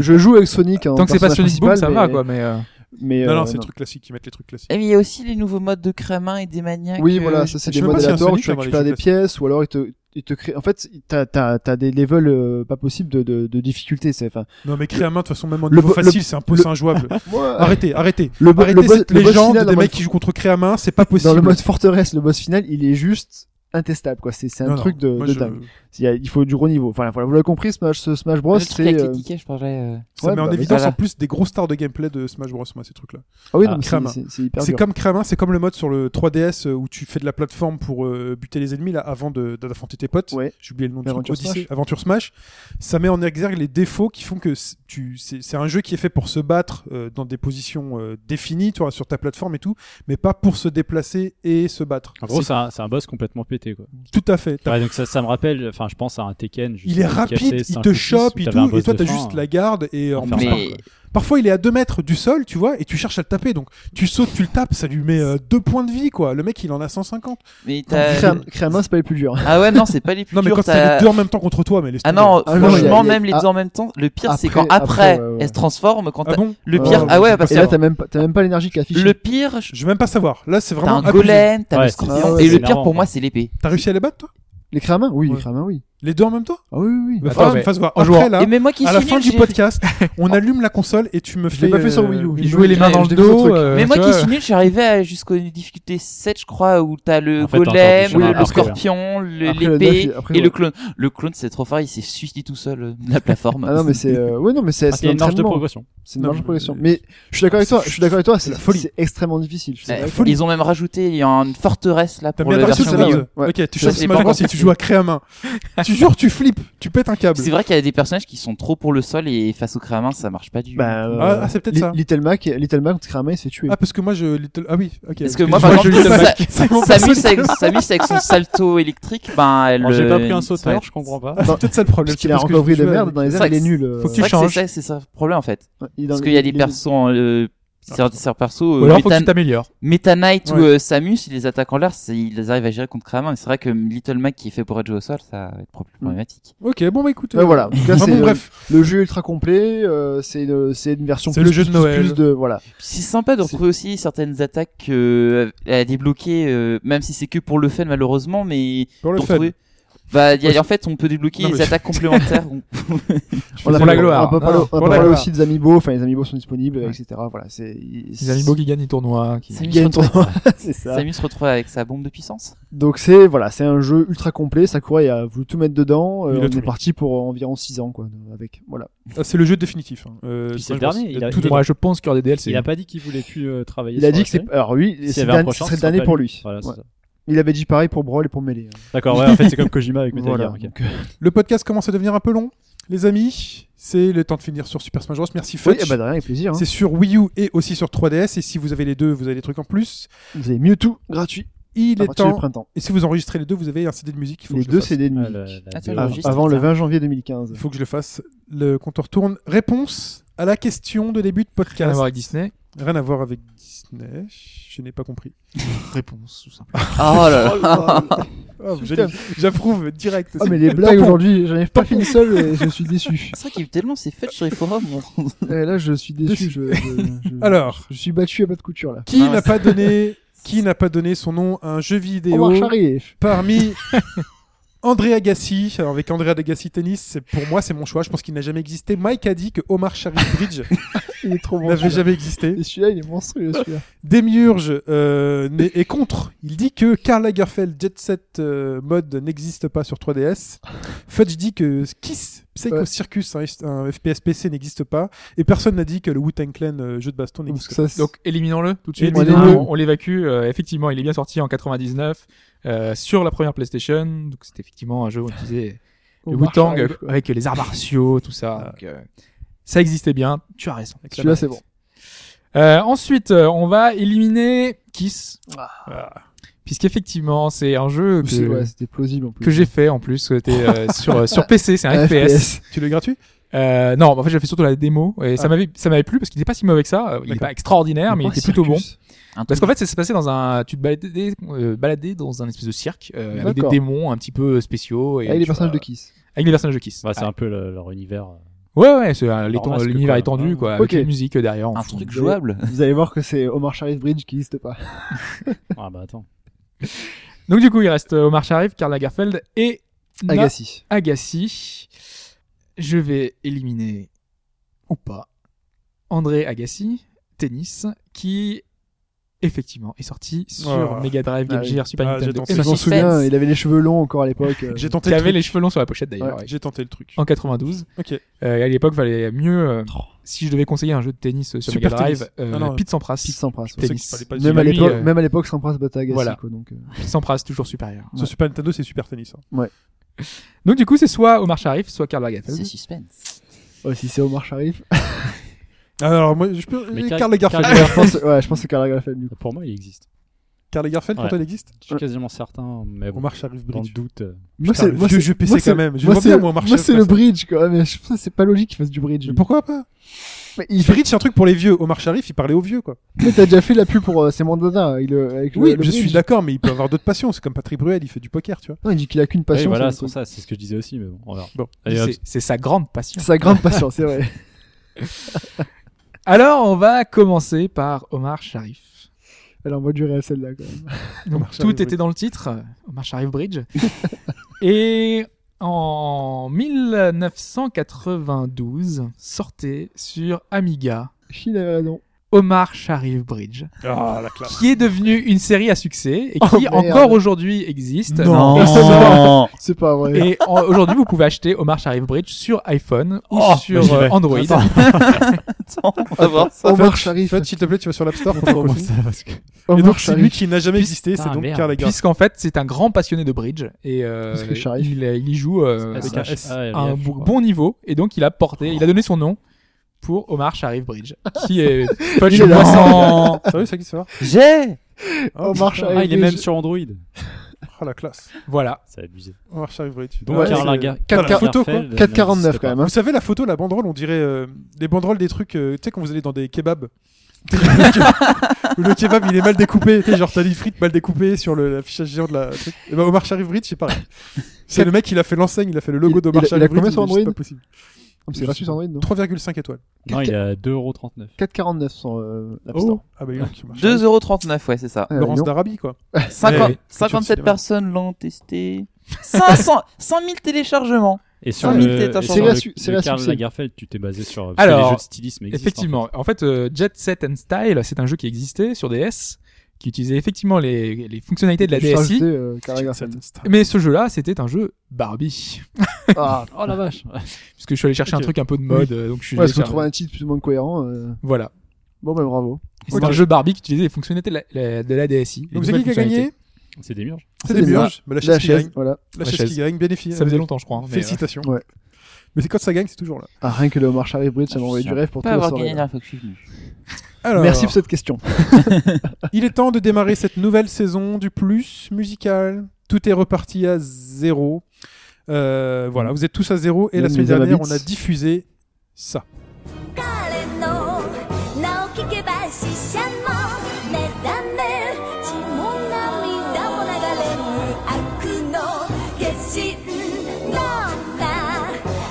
Speaker 6: je joue avec Sonic. en
Speaker 4: Tant que c'est pas
Speaker 6: personnage
Speaker 4: Sonic Boom, ça
Speaker 6: principal,
Speaker 4: va
Speaker 6: mais-
Speaker 4: quoi, mais. euh,
Speaker 6: Mais
Speaker 3: Non,
Speaker 6: euh,
Speaker 3: non, c'est le truc classique. Ils mettent les trucs classiques.
Speaker 7: Et Eh, mais il y a aussi les nouveaux modes de Kramin et des maniaques.
Speaker 6: Oui,
Speaker 7: euh,
Speaker 6: voilà, ça c'est
Speaker 3: je sais
Speaker 6: des
Speaker 3: même
Speaker 6: modes
Speaker 3: pas s'il y a un
Speaker 6: aléatoires.
Speaker 3: Sonic
Speaker 6: Tu
Speaker 3: avant les
Speaker 6: récupères
Speaker 3: jeux
Speaker 6: des pièces ou alors ils te, ils te créent. En fait, t'as t'as t'as des levels euh, pas possibles de de, de difficulté. C'est enfin.
Speaker 3: Non, mais créer à main, de toute façon, même en
Speaker 6: Le
Speaker 3: niveau
Speaker 6: bo- le-
Speaker 3: facile, c'est un peu
Speaker 6: le-
Speaker 3: c'est injouable.
Speaker 6: Moi,
Speaker 3: Arrêtez, arrêtez.
Speaker 6: le, bo-
Speaker 3: Arrêtez cette
Speaker 6: le boss
Speaker 3: légende
Speaker 6: final,
Speaker 3: des
Speaker 6: dans mode-
Speaker 3: mecs qui jouent contre créer à main, c'est pas possible.
Speaker 6: dans le mode forteresse, le boss final, il est juste intestable quoi. C'est c'est un
Speaker 3: Non, non,
Speaker 6: truc de,
Speaker 3: moi,
Speaker 6: de
Speaker 3: je-
Speaker 6: dingue. Il y a- il faut du gros niveau. Enfin, voilà, vous l'avez compris, Smash, ce Smash Bros,
Speaker 7: Le truc
Speaker 6: c'est
Speaker 7: avec
Speaker 6: euh,
Speaker 7: les tickets, je parlais. euh,
Speaker 3: Ça
Speaker 6: Ouais,
Speaker 3: met en
Speaker 6: bah,
Speaker 3: évidence
Speaker 7: voilà.
Speaker 3: en plus des gros stars de gameplay de Smash Bros, moi, ces trucs-là.
Speaker 6: ah oui, non, mais
Speaker 3: crame.
Speaker 6: c'est- c'est c'est hyper
Speaker 3: C'est
Speaker 6: dur.
Speaker 3: comme Kramer, c'est comme le mode sur le 3DS euh, où tu fais de la plateforme pour euh, buter les ennemis là avant de- d'affronter tes potes.
Speaker 6: Ouais.
Speaker 3: J'ai oublié le nom de
Speaker 6: Aventure
Speaker 3: Odyssey,
Speaker 6: Smash.
Speaker 3: Aventure Smash. Ça met en exergue les défauts qui font que c'est- tu c'est c'est un jeu qui est fait pour se battre euh, dans des positions euh, définies, tu vois, sur ta plateforme et tout, mais pas pour se déplacer et se battre.
Speaker 5: En gros,
Speaker 3: C'est
Speaker 5: c'est un, c'est un boss complètement pété, quoi.
Speaker 3: tout à fait. T'as-
Speaker 5: Ouais, donc ça, ça me rappelle, enfin, je pense à un Tekken. je
Speaker 3: Il
Speaker 5: sais
Speaker 3: est
Speaker 5: pas,
Speaker 3: rapide,
Speaker 5: KFC,
Speaker 3: il
Speaker 5: 5
Speaker 3: te
Speaker 5: ou 6,
Speaker 3: chope
Speaker 5: où
Speaker 3: et
Speaker 5: t'avais
Speaker 3: tout,
Speaker 5: un
Speaker 3: et
Speaker 5: boss
Speaker 3: toi
Speaker 5: de
Speaker 3: t'as
Speaker 5: fin,
Speaker 3: juste
Speaker 5: hein.
Speaker 3: la garde et euh, en
Speaker 5: Enfin,
Speaker 3: plus,
Speaker 7: Mais-
Speaker 3: par- parfois il est à 2 mètres du sol, tu vois, et tu cherches à le taper, donc tu sautes, tu le tapes, ça lui met 2 points de vie quoi. Le mec il en a 150.
Speaker 7: Mais t'as.
Speaker 6: Créama, Créama, c'est pas les plus durs. hein.
Speaker 7: Ah ouais, non, c'est pas les plus
Speaker 3: Non, mais
Speaker 7: durs.
Speaker 3: quand t'as
Speaker 7: t'as-
Speaker 3: les deux en même temps contre toi, mais laisse
Speaker 7: Ah
Speaker 3: tomber.
Speaker 7: non,
Speaker 6: Ah non,
Speaker 7: franchement,
Speaker 6: il y a- il y a-
Speaker 7: même les deux en même temps. Le pire, c'est quand
Speaker 6: Après-
Speaker 7: après,
Speaker 6: après, ouais, ouais.
Speaker 7: elle se transforme. Quand
Speaker 3: Ah
Speaker 7: t'as-
Speaker 3: bon
Speaker 7: Le
Speaker 6: Ouais,
Speaker 7: pire,
Speaker 6: ouais,
Speaker 7: ah ouais,
Speaker 6: c'est
Speaker 7: parce
Speaker 6: Et
Speaker 7: que
Speaker 6: là, t'as même pas, t'as même pas l'énergie qui affiche.
Speaker 7: le pire, je-
Speaker 3: Je veux même pas savoir. Là, c'est
Speaker 7: t'as
Speaker 3: vraiment.
Speaker 7: un
Speaker 3: abusé.
Speaker 7: golem, t'as
Speaker 5: Ouais,
Speaker 7: le
Speaker 5: c'est-
Speaker 7: scorpion.
Speaker 6: Ah ouais,
Speaker 7: Et
Speaker 6: c'est
Speaker 7: le pire
Speaker 5: énervant,
Speaker 7: pour moi,
Speaker 5: quoi.
Speaker 7: c'est l'épée.
Speaker 3: T'as réussi à les battre, toi
Speaker 6: Les Créama, oui,
Speaker 3: Ouais.
Speaker 6: les Créama, oui.
Speaker 3: Les deux en même temps
Speaker 6: Ah oui, oui, oui.
Speaker 3: Bah,
Speaker 4: Attends,
Speaker 3: faudra
Speaker 4: mais
Speaker 3: me fasse voir.
Speaker 4: un
Speaker 3: Après,
Speaker 4: joueur.
Speaker 3: là,
Speaker 7: Et même moi qui
Speaker 3: à
Speaker 7: suis
Speaker 3: la fin
Speaker 7: nul,
Speaker 3: du
Speaker 7: j'ai-
Speaker 3: podcast, on allume la console et tu me
Speaker 6: Je
Speaker 3: fais.
Speaker 6: l'ai pas fait sur
Speaker 3: euh,
Speaker 6: Wii U.
Speaker 3: il
Speaker 6: Je
Speaker 3: jouait
Speaker 6: l'ai
Speaker 3: les
Speaker 6: fait
Speaker 3: mains
Speaker 6: sur-
Speaker 3: dans le
Speaker 6: je l'ai fait sur
Speaker 3: dos.
Speaker 6: truc.
Speaker 3: euh,
Speaker 7: Mais moi
Speaker 4: tu
Speaker 7: qui
Speaker 4: vois.
Speaker 7: suis nul, je suis arrivé à- jusqu'aux difficultés 7, je crois, où t'as le
Speaker 5: En fait, t'as encore
Speaker 7: golem,
Speaker 5: du chemin
Speaker 7: le
Speaker 5: à parcourir.
Speaker 7: scorpion, le-
Speaker 6: Après, le
Speaker 7: l'épée
Speaker 6: neuf, après,
Speaker 7: et
Speaker 6: ouais.
Speaker 7: le clone. Le clone, c'est trop fort, il s'est suicidé tout seul, euh, la plateforme.
Speaker 6: Ah non, mais c'est, euh, ouais, non, mais c'est,
Speaker 5: Ah,
Speaker 6: c'est
Speaker 5: Il y a une marge de
Speaker 6: l'entraînement.
Speaker 5: progression.
Speaker 6: C'est une
Speaker 3: Non,
Speaker 6: marge de
Speaker 3: mais-
Speaker 6: progression. Mais je suis d'accord avec toi. Je suis d'accord avec toi. C'est
Speaker 3: la folie.
Speaker 6: C'est extrêmement difficile. je suis
Speaker 7: Ouais.
Speaker 6: d'accord.
Speaker 7: Ils ont même rajouté, il y a une forteresse là
Speaker 3: T'as
Speaker 7: pour
Speaker 3: bien
Speaker 7: le
Speaker 3: adressé
Speaker 7: version
Speaker 3: ça
Speaker 7: Wii U.
Speaker 6: Wii U. Ouais.
Speaker 3: Ok, tu
Speaker 7: Ça,
Speaker 3: chasses
Speaker 7: c'est
Speaker 3: Smash
Speaker 7: pas
Speaker 3: Bros
Speaker 7: encore
Speaker 3: si tu joues à créer à main. Tu jures, tu flippes, tu pètes un
Speaker 6: Ah,
Speaker 3: câble.
Speaker 7: C'est vrai qu'il y a des personnages qui sont trop pour le sol et face au créamin, ça marche pas du tout.
Speaker 6: Bah, euh,
Speaker 3: Ah, ah, c'est peut-être
Speaker 6: Li-
Speaker 3: ça.
Speaker 6: Little Mac, Little Mac, Créama, il se fait tuer.
Speaker 3: Ah, parce que moi, je. Little- Ah oui, ok.
Speaker 7: Parce que moi,
Speaker 3: Excuse-moi,
Speaker 7: par
Speaker 3: je
Speaker 7: exemple,
Speaker 3: Little
Speaker 7: Sa-
Speaker 3: Mac. C'est mon
Speaker 7: Samus
Speaker 3: personnage.
Speaker 7: avec, Samus avec son salto électrique, ben elle.
Speaker 4: Oh,
Speaker 5: Alors, J'ai pas
Speaker 7: euh,
Speaker 5: pris un
Speaker 7: une
Speaker 5: sauteur,
Speaker 7: sorte.
Speaker 5: je comprends pas.
Speaker 3: Ah, C'est peut-être ça le problème.
Speaker 6: Parce qu'il
Speaker 3: c'est
Speaker 6: a
Speaker 3: parce que
Speaker 6: encore pris
Speaker 3: je
Speaker 6: de
Speaker 3: joue à-
Speaker 6: merde dans les
Speaker 7: C'est
Speaker 6: airs,
Speaker 7: vrai
Speaker 6: il est
Speaker 7: que
Speaker 6: nul. euh,
Speaker 4: faut que
Speaker 7: C'est
Speaker 4: tu
Speaker 7: vrai que c'est
Speaker 4: changes.
Speaker 7: ça, c'est ça le problème en fait.
Speaker 6: ouais, il est dans
Speaker 7: Parce
Speaker 6: les-
Speaker 7: qu'il y a des
Speaker 6: il est-
Speaker 7: persos, en, euh, certains certains persos,
Speaker 4: Ou alors
Speaker 7: euh,
Speaker 4: faut que tu
Speaker 7: Meta,
Speaker 4: t'améliores.
Speaker 7: Meta Knight
Speaker 3: Ouais.
Speaker 7: ou euh, Samus, ils les attaquent en l'air, c'est- ils arrivent à gérer contre Kramer. Mais c'est vrai que Little Mac qui est fait pour être joué au sol, ça va être pro- problématique.
Speaker 3: Ok, bon, bah écoute.
Speaker 6: Ouais, voilà. En tout cas,
Speaker 3: Enfin,
Speaker 6: c'est,
Speaker 3: bon,
Speaker 6: euh,
Speaker 3: bref.
Speaker 6: Le jeu est ultra complet. euh, C'est une, c'est une version.
Speaker 3: C'est
Speaker 6: plus-
Speaker 3: le jeu de
Speaker 6: plus-
Speaker 3: Noël.
Speaker 6: Plus de voilà.
Speaker 7: Puis C'est sympa de retrouver aussi certaines attaques euh, à débloquer, euh, même si c'est que pour le fun malheureusement, mais
Speaker 3: Pour le
Speaker 7: de
Speaker 3: fun.
Speaker 7: retrouver- Bah, il y a-
Speaker 3: Ouais,
Speaker 7: en fait, on peut débloquer
Speaker 3: Non,
Speaker 7: les
Speaker 3: mais-
Speaker 7: attaques complémentaires. On-
Speaker 6: On a
Speaker 4: pour la
Speaker 6: parlé-
Speaker 4: gloire.
Speaker 6: On a pas parlé-
Speaker 4: Non,
Speaker 6: on a
Speaker 3: pour la
Speaker 6: parlé
Speaker 3: gloire.
Speaker 6: aussi des amiibo. Enfin, les amiibo sont disponibles,
Speaker 4: Ouais.
Speaker 6: etc. Voilà. C'est.
Speaker 4: euh, Les animaux qui gagnent les tournois. qui-
Speaker 7: Samus
Speaker 6: Il y a une
Speaker 7: se retrouve-
Speaker 6: tournoi. C'est ça.
Speaker 7: Samus se retrouve avec sa bombe de puissance.
Speaker 6: Donc c'est voilà, c'est un jeu ultra complet. Sakura il a voulu tout mettre dedans. euh,
Speaker 3: Il a
Speaker 6: on
Speaker 3: tout
Speaker 6: est
Speaker 3: mis.
Speaker 6: parti pour environ 6 ans quoi, avec voilà.
Speaker 3: Ah, C'est le jeu définitif. hein. Euh,
Speaker 5: Puis c'est
Speaker 3: Smash
Speaker 5: le
Speaker 3: Bros.
Speaker 5: dernier,
Speaker 3: y
Speaker 5: il a-
Speaker 3: tout
Speaker 5: il a-
Speaker 3: dedans.
Speaker 4: Moi je pense qu'il y aura des DLC.
Speaker 5: Il a pas dit qu'il voulait plus euh, travailler.
Speaker 6: Il a
Speaker 5: sur
Speaker 6: dit
Speaker 5: la
Speaker 6: que c'est
Speaker 5: série.
Speaker 6: alors oui,
Speaker 5: S'il y
Speaker 6: c'est le
Speaker 5: avait un
Speaker 6: dernier- ce
Speaker 5: prochain,
Speaker 6: serait
Speaker 5: ce
Speaker 6: le
Speaker 5: sera
Speaker 6: dernier
Speaker 5: pas
Speaker 6: pour
Speaker 5: lui.
Speaker 6: lui.
Speaker 5: Voilà, c'est
Speaker 6: Ouais.
Speaker 5: ça.
Speaker 6: Il avait dit pareil pour Brawl et pour Melee. hein.
Speaker 5: D'accord, ouais, en fait, c'est comme Kojima avec Metal
Speaker 6: Voilà.
Speaker 5: Gear. ok.
Speaker 6: Donc,
Speaker 3: Le podcast commence à devenir un peu long, les amis. C'est le temps de finir sur Super Smash Bros. Merci
Speaker 6: oui,
Speaker 3: Fudge.
Speaker 6: eh ben, de rien, avec plaisir. hein.
Speaker 3: c'est sur Wii U et aussi sur 3DS. Et si vous avez les deux, vous avez des trucs en plus.
Speaker 6: Vous avez Mewtwo gratuit
Speaker 3: Il
Speaker 6: à
Speaker 3: est
Speaker 6: partir du
Speaker 3: temps.
Speaker 6: printemps.
Speaker 3: Et si vous enregistrez les deux, vous avez un CD de musique. Il faut
Speaker 6: Les
Speaker 3: que je le
Speaker 6: deux
Speaker 3: fasse.
Speaker 6: CD de
Speaker 5: Ah,
Speaker 6: musique
Speaker 5: la-
Speaker 7: Ah,
Speaker 5: la-
Speaker 7: tiens,
Speaker 5: la-
Speaker 7: le
Speaker 6: av-
Speaker 7: registre,
Speaker 6: avant le
Speaker 7: tiens.
Speaker 6: 20 janvier 2015.
Speaker 3: Il faut que je le fasse. Le compteur tourne. Réponse à la question de début de podcast.
Speaker 4: Rien à voir avec Disney.
Speaker 3: Rien à voir avec Disney. Je n'ai pas compris.
Speaker 4: Réponse, tout simplement.
Speaker 7: Oh là là.
Speaker 3: Oh,
Speaker 6: Putain.
Speaker 3: joli. J'approuve direct.
Speaker 6: Oh mais les blagues
Speaker 3: Tampon.
Speaker 6: aujourd'hui, j'en ai pas fini seul et je suis déçu.
Speaker 7: C'est vrai qu'il est tellement c'est fait sur les forums. on-
Speaker 6: Et là je suis déçu, je, je- je-
Speaker 3: Alors,
Speaker 6: je suis battu à pas de couture là.
Speaker 3: qui
Speaker 7: Ah ouais,
Speaker 3: n'a pas donné, qui n'a pas donné son nom à un jeu vidéo
Speaker 6: Omar Sharif.
Speaker 3: parmi André Agassi, alors avec André Agassi Tennis, c'est- pour moi c'est mon choix, je pense qu'il n'a jamais existé. Mike a dit que Omar Sharif Bridge
Speaker 6: Il est trop bon.
Speaker 3: n'avait
Speaker 6: celui-là.
Speaker 3: jamais existé.
Speaker 6: Et celui-là, il est monstrueux, celui-là.
Speaker 3: Demiurge euh, n'est- est contre. Il dit que Karl Lagerfeld Jet Set euh, Mode n'existe pas sur 3DS. Fudge dit que Kiss Psycho
Speaker 6: Ouais.
Speaker 3: Circus, un, un FPS PC, n'existe pas. Et personne n'a dit que le Wu-Tang Clan euh, jeu de baston
Speaker 6: Parce que
Speaker 3: n'existe
Speaker 6: ça,
Speaker 3: pas.
Speaker 6: c'est-
Speaker 4: Donc éliminons-le tout de suite.
Speaker 6: Éliminons-le.
Speaker 4: On, on l'évacue. euh, effectivement, il est bien sorti en 99 euh, sur la première PlayStation. Donc c'était effectivement un jeu où on utilisait le
Speaker 6: Omar
Speaker 4: Wu-Tang
Speaker 6: Sharif,
Speaker 4: euh, avec les arts martiaux, tout ça. Donc, euh, ça existait bien. Tu as raison.
Speaker 6: Celui-là, c'est bon.
Speaker 4: Euh, ensuite, euh, on va éliminer Kiss. Puisqu'effectivement, c'est un jeu
Speaker 6: C'est-
Speaker 4: que,
Speaker 6: ouais, C'était plausible en plus.
Speaker 4: que j'ai fait en plus. C'était euh, sur, euh, sur PC, c'est un
Speaker 6: Un
Speaker 4: FPS.
Speaker 3: Tu l'as gratuit
Speaker 4: Euh, non, en fait, j'ai fait surtout la démo et
Speaker 3: Ah.
Speaker 4: ça m'avait ça m'avait plu parce qu'il était pas si mauvais que ça. Euh, Il est
Speaker 3: D'accord.
Speaker 4: pas extraordinaire, mais il
Speaker 6: Oh,
Speaker 4: était plutôt bon.
Speaker 6: Circus.
Speaker 4: Parce
Speaker 7: Un truc-
Speaker 4: qu'en fait, ça se passait dans un, tu te baladais, euh, baladais dans un espèce de cirque euh, avec des
Speaker 6: D'accord.
Speaker 4: démons un petit peu euh, spéciaux et
Speaker 6: Avec les
Speaker 4: tu
Speaker 6: personnages de
Speaker 4: vois,
Speaker 6: Kiss.
Speaker 4: avec les personnages de Kiss.
Speaker 5: Ouais, c'est
Speaker 4: Ah.
Speaker 5: un peu le- leur univers. euh.
Speaker 4: Ouais, ouais, c'est un- l'étang-
Speaker 5: masque,
Speaker 4: l'univers
Speaker 5: quoi.
Speaker 4: étendu, quoi,
Speaker 6: Ok.
Speaker 4: avec la musique derrière. en
Speaker 7: un
Speaker 4: fond.
Speaker 7: truc jouable.
Speaker 6: Vous allez voir que c'est Omar Sharif Bridge qui n'existe pas.
Speaker 5: Ah bah attends.
Speaker 4: Donc du coup, il reste euh, Omar Sharif, Karl Lagerfeld et Na-
Speaker 6: Agassi.
Speaker 4: Agassi. Je vais éliminer ou pas André Agassi, tennis, qui effectivement est sorti sur
Speaker 3: Oh.
Speaker 4: Mega Drive, Game
Speaker 6: Ah oui.
Speaker 4: Gear, Super
Speaker 3: Ah, j'ai
Speaker 4: Nintendo.
Speaker 3: tenté.
Speaker 4: et
Speaker 6: Je
Speaker 4: Mac-
Speaker 6: m'en
Speaker 7: suspense.
Speaker 6: souviens, il avait les cheveux longs encore à l'époque. euh,
Speaker 3: J'ai tenté,
Speaker 4: qui
Speaker 3: le
Speaker 4: avait
Speaker 3: truc.
Speaker 4: les cheveux longs sur la pochette d'ailleurs. ouais.
Speaker 3: J'ai tenté le truc.
Speaker 4: en 92.
Speaker 3: Ok.
Speaker 4: Euh, et à l'époque, valait mieux euh, si je devais conseiller un jeu de tennis euh, sur
Speaker 3: Super
Speaker 4: Mega Drive,
Speaker 3: tennis. Ah
Speaker 4: euh,
Speaker 3: Non, non,
Speaker 4: Pete Sampras.
Speaker 6: Pete Sampras. ouais.
Speaker 3: C'est pour ça
Speaker 4: Tennis.
Speaker 3: qu'il fallait pas le
Speaker 6: Même
Speaker 3: dire.
Speaker 6: à
Speaker 4: Lui,
Speaker 6: l'époque,
Speaker 4: euh,
Speaker 6: même à l'époque, sans prince battait Agassi,
Speaker 4: voilà.
Speaker 6: quoi, donc, euh,
Speaker 4: Pete Sampras toujours supérieur.
Speaker 3: Sur Super Nintendo, c'est Super Tennis. hein.
Speaker 4: Donc du coup, c'est soit Omar Sharif, soit Karl Lagerfeld.
Speaker 7: C'est suspense.
Speaker 6: ouais, si c'est Omar Sharif.
Speaker 3: Ah, Alors, moi, je peux. euh,
Speaker 5: Mais Karl-
Speaker 3: Karl Lagerfeld.
Speaker 5: Karl-
Speaker 6: Ouais, je pense, ouais, je pense que Karl Lagerfeld, du coup.
Speaker 5: Pour moi, il existe.
Speaker 3: Karl Lagerfeld, quand
Speaker 5: Ouais.
Speaker 3: elle existe
Speaker 5: Je suis quasiment certain, mais Ah bon,
Speaker 3: Omar Sharif
Speaker 5: dans
Speaker 3: Bridge.
Speaker 5: le doute. euh,
Speaker 6: Moi,
Speaker 3: Putain,
Speaker 6: c'est-
Speaker 3: le
Speaker 6: moi,
Speaker 3: vieux,
Speaker 6: c'est-
Speaker 3: je PC
Speaker 6: moi, c'est-
Speaker 3: quand même. Je
Speaker 6: moi,
Speaker 3: vois
Speaker 6: c'est-
Speaker 3: bien, moi, Omar
Speaker 6: Moi,
Speaker 3: Sharif
Speaker 6: c'est
Speaker 3: faire
Speaker 6: le
Speaker 3: ça.
Speaker 6: bridge, quand même. Je pense que c'est pas logique qu'il fasse du bridge.
Speaker 3: Mais pourquoi pas
Speaker 6: Mais il fait
Speaker 3: Bridge, c'est un truc pour les vieux. Omar Sharif, il parlait aux vieux, quoi.
Speaker 6: Mais t'as déjà fait la pub pour euh, C'est mon dada avec le, avec le-
Speaker 3: Oui,
Speaker 6: le
Speaker 3: je
Speaker 6: bridge.
Speaker 3: suis d'accord, mais il peut avoir d'autres passions. C'est comme Patrick Bruel, il fait du poker, tu vois.
Speaker 6: Non, il dit qu'il a qu'une
Speaker 5: oui,
Speaker 6: passion.
Speaker 5: voilà, c'est
Speaker 6: c'est le
Speaker 5: pour
Speaker 6: truc.
Speaker 5: ça, c'est ce que je disais aussi, mais bon, on verra.
Speaker 3: Bon.
Speaker 5: Allez, hop.
Speaker 4: C'est- C'est sa grande passion.
Speaker 6: Sa grande passion, c'est vrai.
Speaker 4: Alors, on va commencer par Omar Sharif.
Speaker 6: Elle envoie du réel celle-là quand même.
Speaker 4: Donc,
Speaker 3: Omar Sharif
Speaker 4: tout était
Speaker 3: Bridge.
Speaker 4: dans le titre, euh, Omar Sharif Bridge. Et en 1992, sortait sur Amiga
Speaker 6: Chine avait raison.
Speaker 4: Omar Sharif Bridge,
Speaker 3: Ah, la classe.
Speaker 4: qui est devenu une série à succès et
Speaker 6: Oh,
Speaker 4: qui
Speaker 6: merde.
Speaker 4: encore aujourd'hui existe.
Speaker 3: Non.
Speaker 4: Et
Speaker 7: Non.
Speaker 6: C'est pas vrai.
Speaker 4: Et en- aujourd'hui, vous pouvez acheter Omar Sharif Bridge sur iPhone ou
Speaker 5: Oh,
Speaker 4: sur
Speaker 5: j'y
Speaker 4: euh,
Speaker 5: vais.
Speaker 4: Android.
Speaker 7: Attends, on va voir ça.
Speaker 6: Omar Sharif.
Speaker 3: Fudge, s'il te plaît, tu vas sur l'App Store pour trouver
Speaker 5: Comment ça, parce que-
Speaker 3: Et donc,
Speaker 6: Omar
Speaker 3: c'est lui
Speaker 6: Sharif. Ah,
Speaker 3: qui n'a jamais
Speaker 4: Putain,
Speaker 3: existé, c'est donc
Speaker 5: merde.
Speaker 3: Karl Lagerfeld.
Speaker 4: Puisqu'en fait, c'est un grand passionné de bridge et euh,
Speaker 6: Parce que Sharif-
Speaker 4: il, il y joue euh,
Speaker 5: Avec
Speaker 4: à
Speaker 5: un S. Ah,
Speaker 4: un,
Speaker 5: il y
Speaker 4: à
Speaker 5: a
Speaker 4: un
Speaker 5: F, je crois.
Speaker 4: bon niveau et donc il a porté, il a donné son nom pour Omar Sharif Bridge, qui est Fudge
Speaker 6: Il est là.
Speaker 4: Poisson.
Speaker 3: Sérieux, ça qui se fait
Speaker 7: J'ai.
Speaker 3: Oh,
Speaker 6: Omar Sharif.
Speaker 5: Ah, il est
Speaker 6: Bridge.
Speaker 5: même sur Android.
Speaker 3: Ah, la classe.
Speaker 4: Voilà.
Speaker 5: C'est abusé.
Speaker 3: Omar Sharif Bridge.
Speaker 5: Donc,
Speaker 3: Ouais,
Speaker 5: Karl
Speaker 3: c'est-
Speaker 5: Lager-
Speaker 6: quatre-
Speaker 5: Karl
Speaker 3: photo,
Speaker 5: Lagerfeld, euh,
Speaker 6: 4,49
Speaker 5: n'existe
Speaker 6: quand
Speaker 5: pas.
Speaker 6: même. hein.
Speaker 3: Vous savez, la photo, la banderole, on dirait euh, les banderoles des trucs, euh, tu sais, quand vous allez dans des kebabs. le, ke- le kebab, il est mal découpé. Tu sais, genre, t'as des frites mal découpées sur le- l'affichage géant de la. truc. Et ben, Omar Sharif Bridge, c'est pareil. C'est le mec, il a fait l'enseigne, il a fait le logo
Speaker 6: Il- il
Speaker 3: d'Omar
Speaker 6: a- il
Speaker 3: Sharif
Speaker 6: a
Speaker 3: Bridge.
Speaker 6: combien sur
Speaker 3: il est juste
Speaker 6: Android
Speaker 3: pas possible.
Speaker 6: C'est gratuit sur Android, non
Speaker 3: 3,5 étoiles.
Speaker 5: Non, il est à 2,39€.
Speaker 6: 4,49 sur euh, l'App
Speaker 3: Oh
Speaker 6: Store.
Speaker 3: Ah bah, il y en a qui marchent.
Speaker 7: 2,39€, ouais, c'est ça.
Speaker 6: Ah,
Speaker 3: Laurence
Speaker 6: non.
Speaker 3: d'Arabie, quoi.
Speaker 7: 50
Speaker 3: oui, culture
Speaker 7: 57
Speaker 3: cinéma.
Speaker 7: personnes l'ont testé. 500, 100 000 téléchargements.
Speaker 5: Et sur
Speaker 7: 100 000
Speaker 5: le,
Speaker 7: têtes à
Speaker 5: et sur
Speaker 6: changer.
Speaker 5: le-
Speaker 6: C'est la- c'est
Speaker 5: le
Speaker 6: la
Speaker 5: Karl
Speaker 6: succès.
Speaker 5: Lagerfeld, tu t'es basé sur parce
Speaker 4: Alors,
Speaker 5: que les jeux de stylisme. existent,
Speaker 4: Effectivement. En fait, euh, Jet Set and Style, c'est un jeu qui existait sur DS, qui utilisait effectivement les, les fonctionnalités de la
Speaker 6: J'ai rajouté,
Speaker 4: DSI.
Speaker 6: euh, Karl Lagerfeld.
Speaker 4: Mais ce jeu-là, c'était un jeu Barbie.
Speaker 6: Ah,
Speaker 5: en fait. Oh la vache.
Speaker 4: Parce que je suis allé chercher
Speaker 3: Ok.
Speaker 4: un truc un peu de mode, euh, donc je suis
Speaker 6: ouais,
Speaker 4: allé
Speaker 6: parce qu'on
Speaker 4: faire-
Speaker 6: trouve un titre plus ou moins cohérent. euh,
Speaker 4: Voilà.
Speaker 6: Bon, bah bravo.
Speaker 4: C'est un jeu Barbie qui utilisait les fonctionnalités de la, la- de la DSI. les
Speaker 3: Donc, c'est qui
Speaker 4: nouvelles
Speaker 3: qui a gagné
Speaker 4: fonctionnalités.
Speaker 5: C'est des murges.
Speaker 3: C'est
Speaker 6: des
Speaker 3: des
Speaker 6: murs.
Speaker 3: murges. Mais la chaise qui gagne.
Speaker 6: voilà.
Speaker 3: La
Speaker 4: La
Speaker 3: chaise qui
Speaker 4: chaise.
Speaker 3: gagne, bénéfice.
Speaker 4: Ça faisait longtemps, je crois. hein, mais, euh,
Speaker 3: Félicitations.
Speaker 6: Ouais.
Speaker 3: Mais c'est quand ça gagne, c'est toujours là.
Speaker 6: Ah, rien que le Omar Sharif Bridge, ça m'a envoyé du rêve pour
Speaker 7: Pas
Speaker 6: toute la
Speaker 7: avoir gagné
Speaker 6: soirée.
Speaker 7: la dernière fois que je suis venu.
Speaker 3: Alors,
Speaker 6: Merci pour cette question.
Speaker 3: il est temps de démarrer cette nouvelle saison du plus musical. Tout est reparti à zéro. Euh, voilà, vous êtes tous à zéro. Et
Speaker 6: Même
Speaker 3: la semaine
Speaker 6: les Alabits.
Speaker 3: dernière, on a diffusé ça.
Speaker 8: 誰の名を聞けば死者も目覚める血も涙も流れる悪の化身のな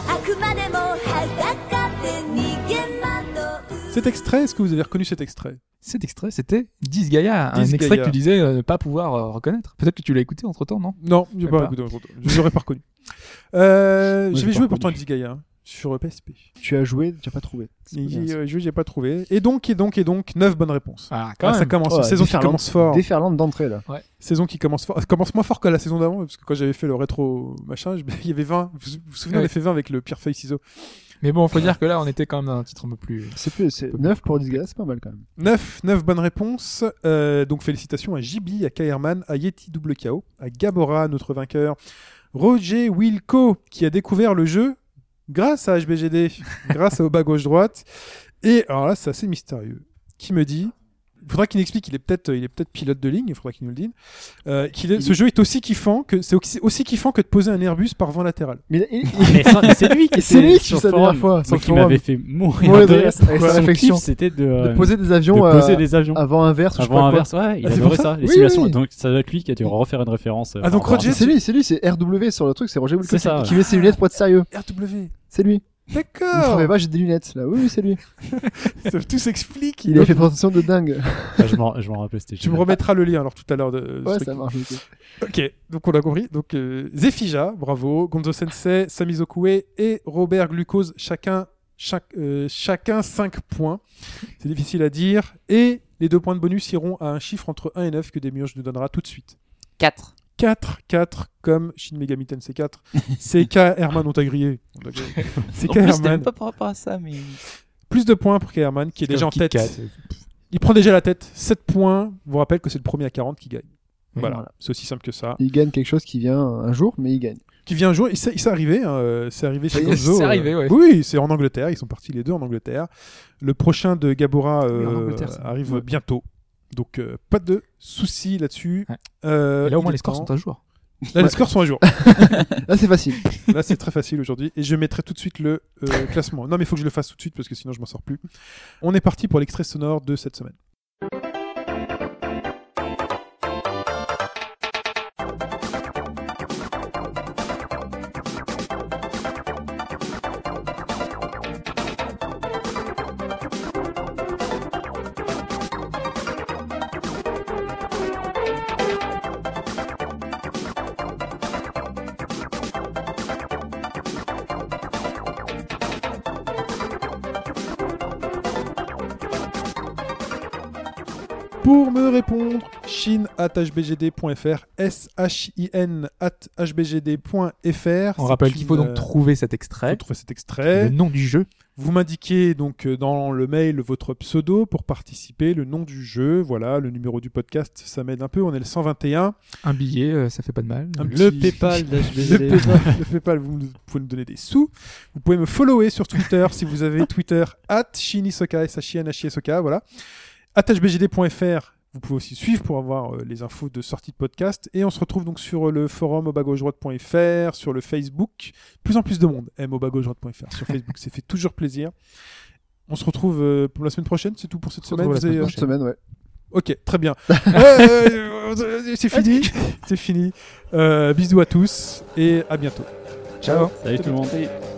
Speaker 8: 悪魔でも裸で逃げ惑う
Speaker 3: Cet extrait, est-ce que vous avez reconnu cet extrait
Speaker 4: euh, Cet extrait, c'était Disgaea, un
Speaker 3: Disgaea.
Speaker 4: extrait que tu disais euh, ne pas pouvoir euh, reconnaître. Peut-être que tu l'as écouté entre temps, non
Speaker 3: Non, j'ai
Speaker 4: sais
Speaker 3: pas
Speaker 4: pas.
Speaker 3: écouté, entre- je l'aurais pas reconnu. Euh,
Speaker 6: Moi, j'ai
Speaker 3: J'avais
Speaker 6: pas
Speaker 3: joué
Speaker 6: reconnu.
Speaker 3: pourtant à Disgaea hein, sur PSP.
Speaker 6: Tu as joué, tu n'as pas trouvé. C'est pas bien,
Speaker 3: J'ai
Speaker 6: ça.
Speaker 3: euh, joué, j'ai pas trouvé. Et donc, et donc, et donc, 9 bonnes réponses.
Speaker 4: Ah,
Speaker 3: Ah, ça commence.
Speaker 6: Ouais,
Speaker 3: saison qui
Speaker 6: Oh, déferlante.
Speaker 3: commence fort.
Speaker 6: Déferlante d'entrée là.
Speaker 3: Saison qui commence fort. Commence moins fort que la saison d'avant, parce que quand j'avais fait le rétro machin, je- il y avait 20. Vous vous vous souvenez, on
Speaker 4: Ouais.
Speaker 3: avait fait 20 avec le pierre feuille ciseau.
Speaker 4: Mais bon, faut dire que là, on était quand même dans un titre un peu plus.
Speaker 6: C'est plus, c'est 9 pour Disgaea, c'est pas mal quand même.
Speaker 3: 9, 9 bonnes réponses. Euh, donc félicitations à Ghibli, à Kairman, à Yeti Double KO, à Gabora, notre vainqueur, Roger Wilco, qui a découvert le jeu grâce à HBGD, grâce au bas gauche-droite. Et alors là, c'est assez mystérieux. Qui me dit il faudra qu'il explique, il est peut-être il est peut-être pilote de ligne, il faudra qu'il nous le dise. euh, qu'il est- ce jeu est aussi kiffant que c'est aussi, aussi kiffant que de poser un Airbus par vent latéral.
Speaker 6: Mais il- il-
Speaker 5: Mais ça, mais c'est lui qui
Speaker 6: C'est lui
Speaker 5: était
Speaker 6: qui
Speaker 5: sur
Speaker 6: fait ça la
Speaker 5: le
Speaker 6: dernière fois,
Speaker 5: forum. Moi
Speaker 6: sur le
Speaker 5: qui
Speaker 6: forum.
Speaker 5: m'avait fait mourir
Speaker 6: Ouais, de-
Speaker 5: de rire.
Speaker 6: avec sa
Speaker 5: Son
Speaker 6: réflexion.
Speaker 5: kiff, c'était de,
Speaker 6: de
Speaker 5: euh,
Speaker 6: poser des
Speaker 5: de
Speaker 6: avions
Speaker 5: poser
Speaker 6: euh,
Speaker 5: des avions.
Speaker 6: avant inverse. ou je sais
Speaker 5: Avant
Speaker 6: pas quoi.
Speaker 5: inverse, ouais, il
Speaker 6: Ah, c'est
Speaker 5: adorait
Speaker 6: pour
Speaker 5: ça,
Speaker 6: ça
Speaker 5: les
Speaker 6: Oui, oui,
Speaker 5: simulations.
Speaker 6: oui.
Speaker 5: Donc ça doit être lui qui a dû refaire une référence. euh,
Speaker 3: Ah, donc
Speaker 5: par
Speaker 3: Roger,
Speaker 5: rapport
Speaker 6: C'est lui, c'est lui, c'est RW sur le truc, c'est Roger Wilcox
Speaker 5: C'est ça,
Speaker 6: qui met ses lunettes pour être sérieux.
Speaker 3: RW.
Speaker 6: C'est lui. Vous
Speaker 3: D'accord.
Speaker 6: trouvez pas, j'ai des lunettes là. Oui, oui, c'est lui.
Speaker 3: Tout s'explique.
Speaker 6: Il a fait présentation de dingue.
Speaker 5: à ça. Ah, je m'en- je m'en rappelle, c'était
Speaker 3: Tu me
Speaker 5: génial.
Speaker 3: remettras le lien alors tout à l'heure de, de ce
Speaker 6: Ouais,
Speaker 3: truc.
Speaker 6: ça marche. ok.
Speaker 3: Ok, donc on a compris. Donc euh, Zefija, bravo, Gonzo Sensei, Sami Okue et Robert Glucose, chacun chaque- euh, chacun 5 points. C'est difficile à dire. Et les deux points de bonus iront à un chiffre entre 1 et 9 que Demiurge nous donnera tout de suite.
Speaker 7: 4.
Speaker 3: 4, 4 comme Shin Megami Tensei 4. CK Herman, on t'a grillé. On t'a grillé. CK Herman.
Speaker 7: pas par rapport à ça, mais.
Speaker 3: Plus de points pour K Herman qui est
Speaker 4: C'est
Speaker 3: déjà en
Speaker 4: comme Kit
Speaker 3: tête.
Speaker 4: Kat.
Speaker 3: Il prend déjà la tête. 7 points. Je vous rappelle que c'est le premier à 40 qui gagne.
Speaker 4: Oui,
Speaker 3: voilà,
Speaker 6: voilà.
Speaker 3: c'est aussi simple que ça.
Speaker 6: Il gagne quelque chose qui vient un jour, mais il gagne.
Speaker 3: qui vient jouer. Il s'est il s'est arrivé, hein, euh, c'est arrivé chez
Speaker 4: Oui,
Speaker 3: Gonzo.
Speaker 4: c'est
Speaker 3: euh,
Speaker 4: arrivé, ouais.
Speaker 3: Oui, c'est en Angleterre. Ils sont partis les deux en Angleterre. Le prochain de Gabora euh,
Speaker 4: Oui, en Angleterre, ça.
Speaker 3: arrive
Speaker 4: Ouais.
Speaker 3: bientôt. Donc euh, pas de soucis là-dessus.
Speaker 4: Ouais.
Speaker 3: Euh,
Speaker 4: Et là, au
Speaker 3: il
Speaker 4: moins,
Speaker 3: est
Speaker 4: les scores
Speaker 3: temps.
Speaker 4: sont à jour.
Speaker 3: Là, les scores sont à jour.
Speaker 6: Là, c'est facile.
Speaker 3: Là, c'est très facile aujourd'hui. Et je mettrai tout de suite le euh, classement. Non, mais il faut que je le fasse tout de suite parce que sinon, je m'en sors plus. On est parti pour l'extrait sonore de cette semaine. Pour me répondre, chine at hbgd.fr, s-h-i-n at hbgd.fr.
Speaker 4: On rappelle qu'il faut donc
Speaker 3: trouver
Speaker 4: trouver cet extrait,
Speaker 3: euh, trouver cet
Speaker 4: le
Speaker 3: extrait.
Speaker 4: nom du jeu.
Speaker 3: Vous m'indiquez donc euh, dans le mail votre pseudo pour participer, le nom du jeu, voilà, le numéro du podcast, ça m'aide un peu. On est le 121.
Speaker 4: Un billet, euh, ça fait pas de mal.
Speaker 3: Un
Speaker 5: Le
Speaker 3: petit-
Speaker 5: PayPal
Speaker 3: Le
Speaker 5: d'HBD.
Speaker 3: PayPal, le PayPal, vous me- pouvez me donner des sous. Vous pouvez me follower sur Twitter si vous avez Twitter at shinisoka, s h i n h i s o k voilà. At hbgd.fr, vous pouvez aussi suivre pour avoir euh, les infos de sortie de podcast. Et on se retrouve donc sur euh, le forum obagauche-droite.fr, sur le Facebook. Plus en plus de monde aime obagauche-droite.fr sur Facebook, c'est fait toujours plaisir. On se retrouve euh, pour la semaine prochaine, c'est tout pour cette
Speaker 4: se retrouve
Speaker 3: semaine.
Speaker 4: la
Speaker 3: Vous avez,
Speaker 4: semaine
Speaker 3: euh,
Speaker 6: Prochaine semaine, ouais.
Speaker 3: Ok, très bien. Euh, euh, euh, c'est fini, c'est fini. Euh, bisous à tous et à bientôt.
Speaker 6: Ciao.
Speaker 5: Salut tout le monde.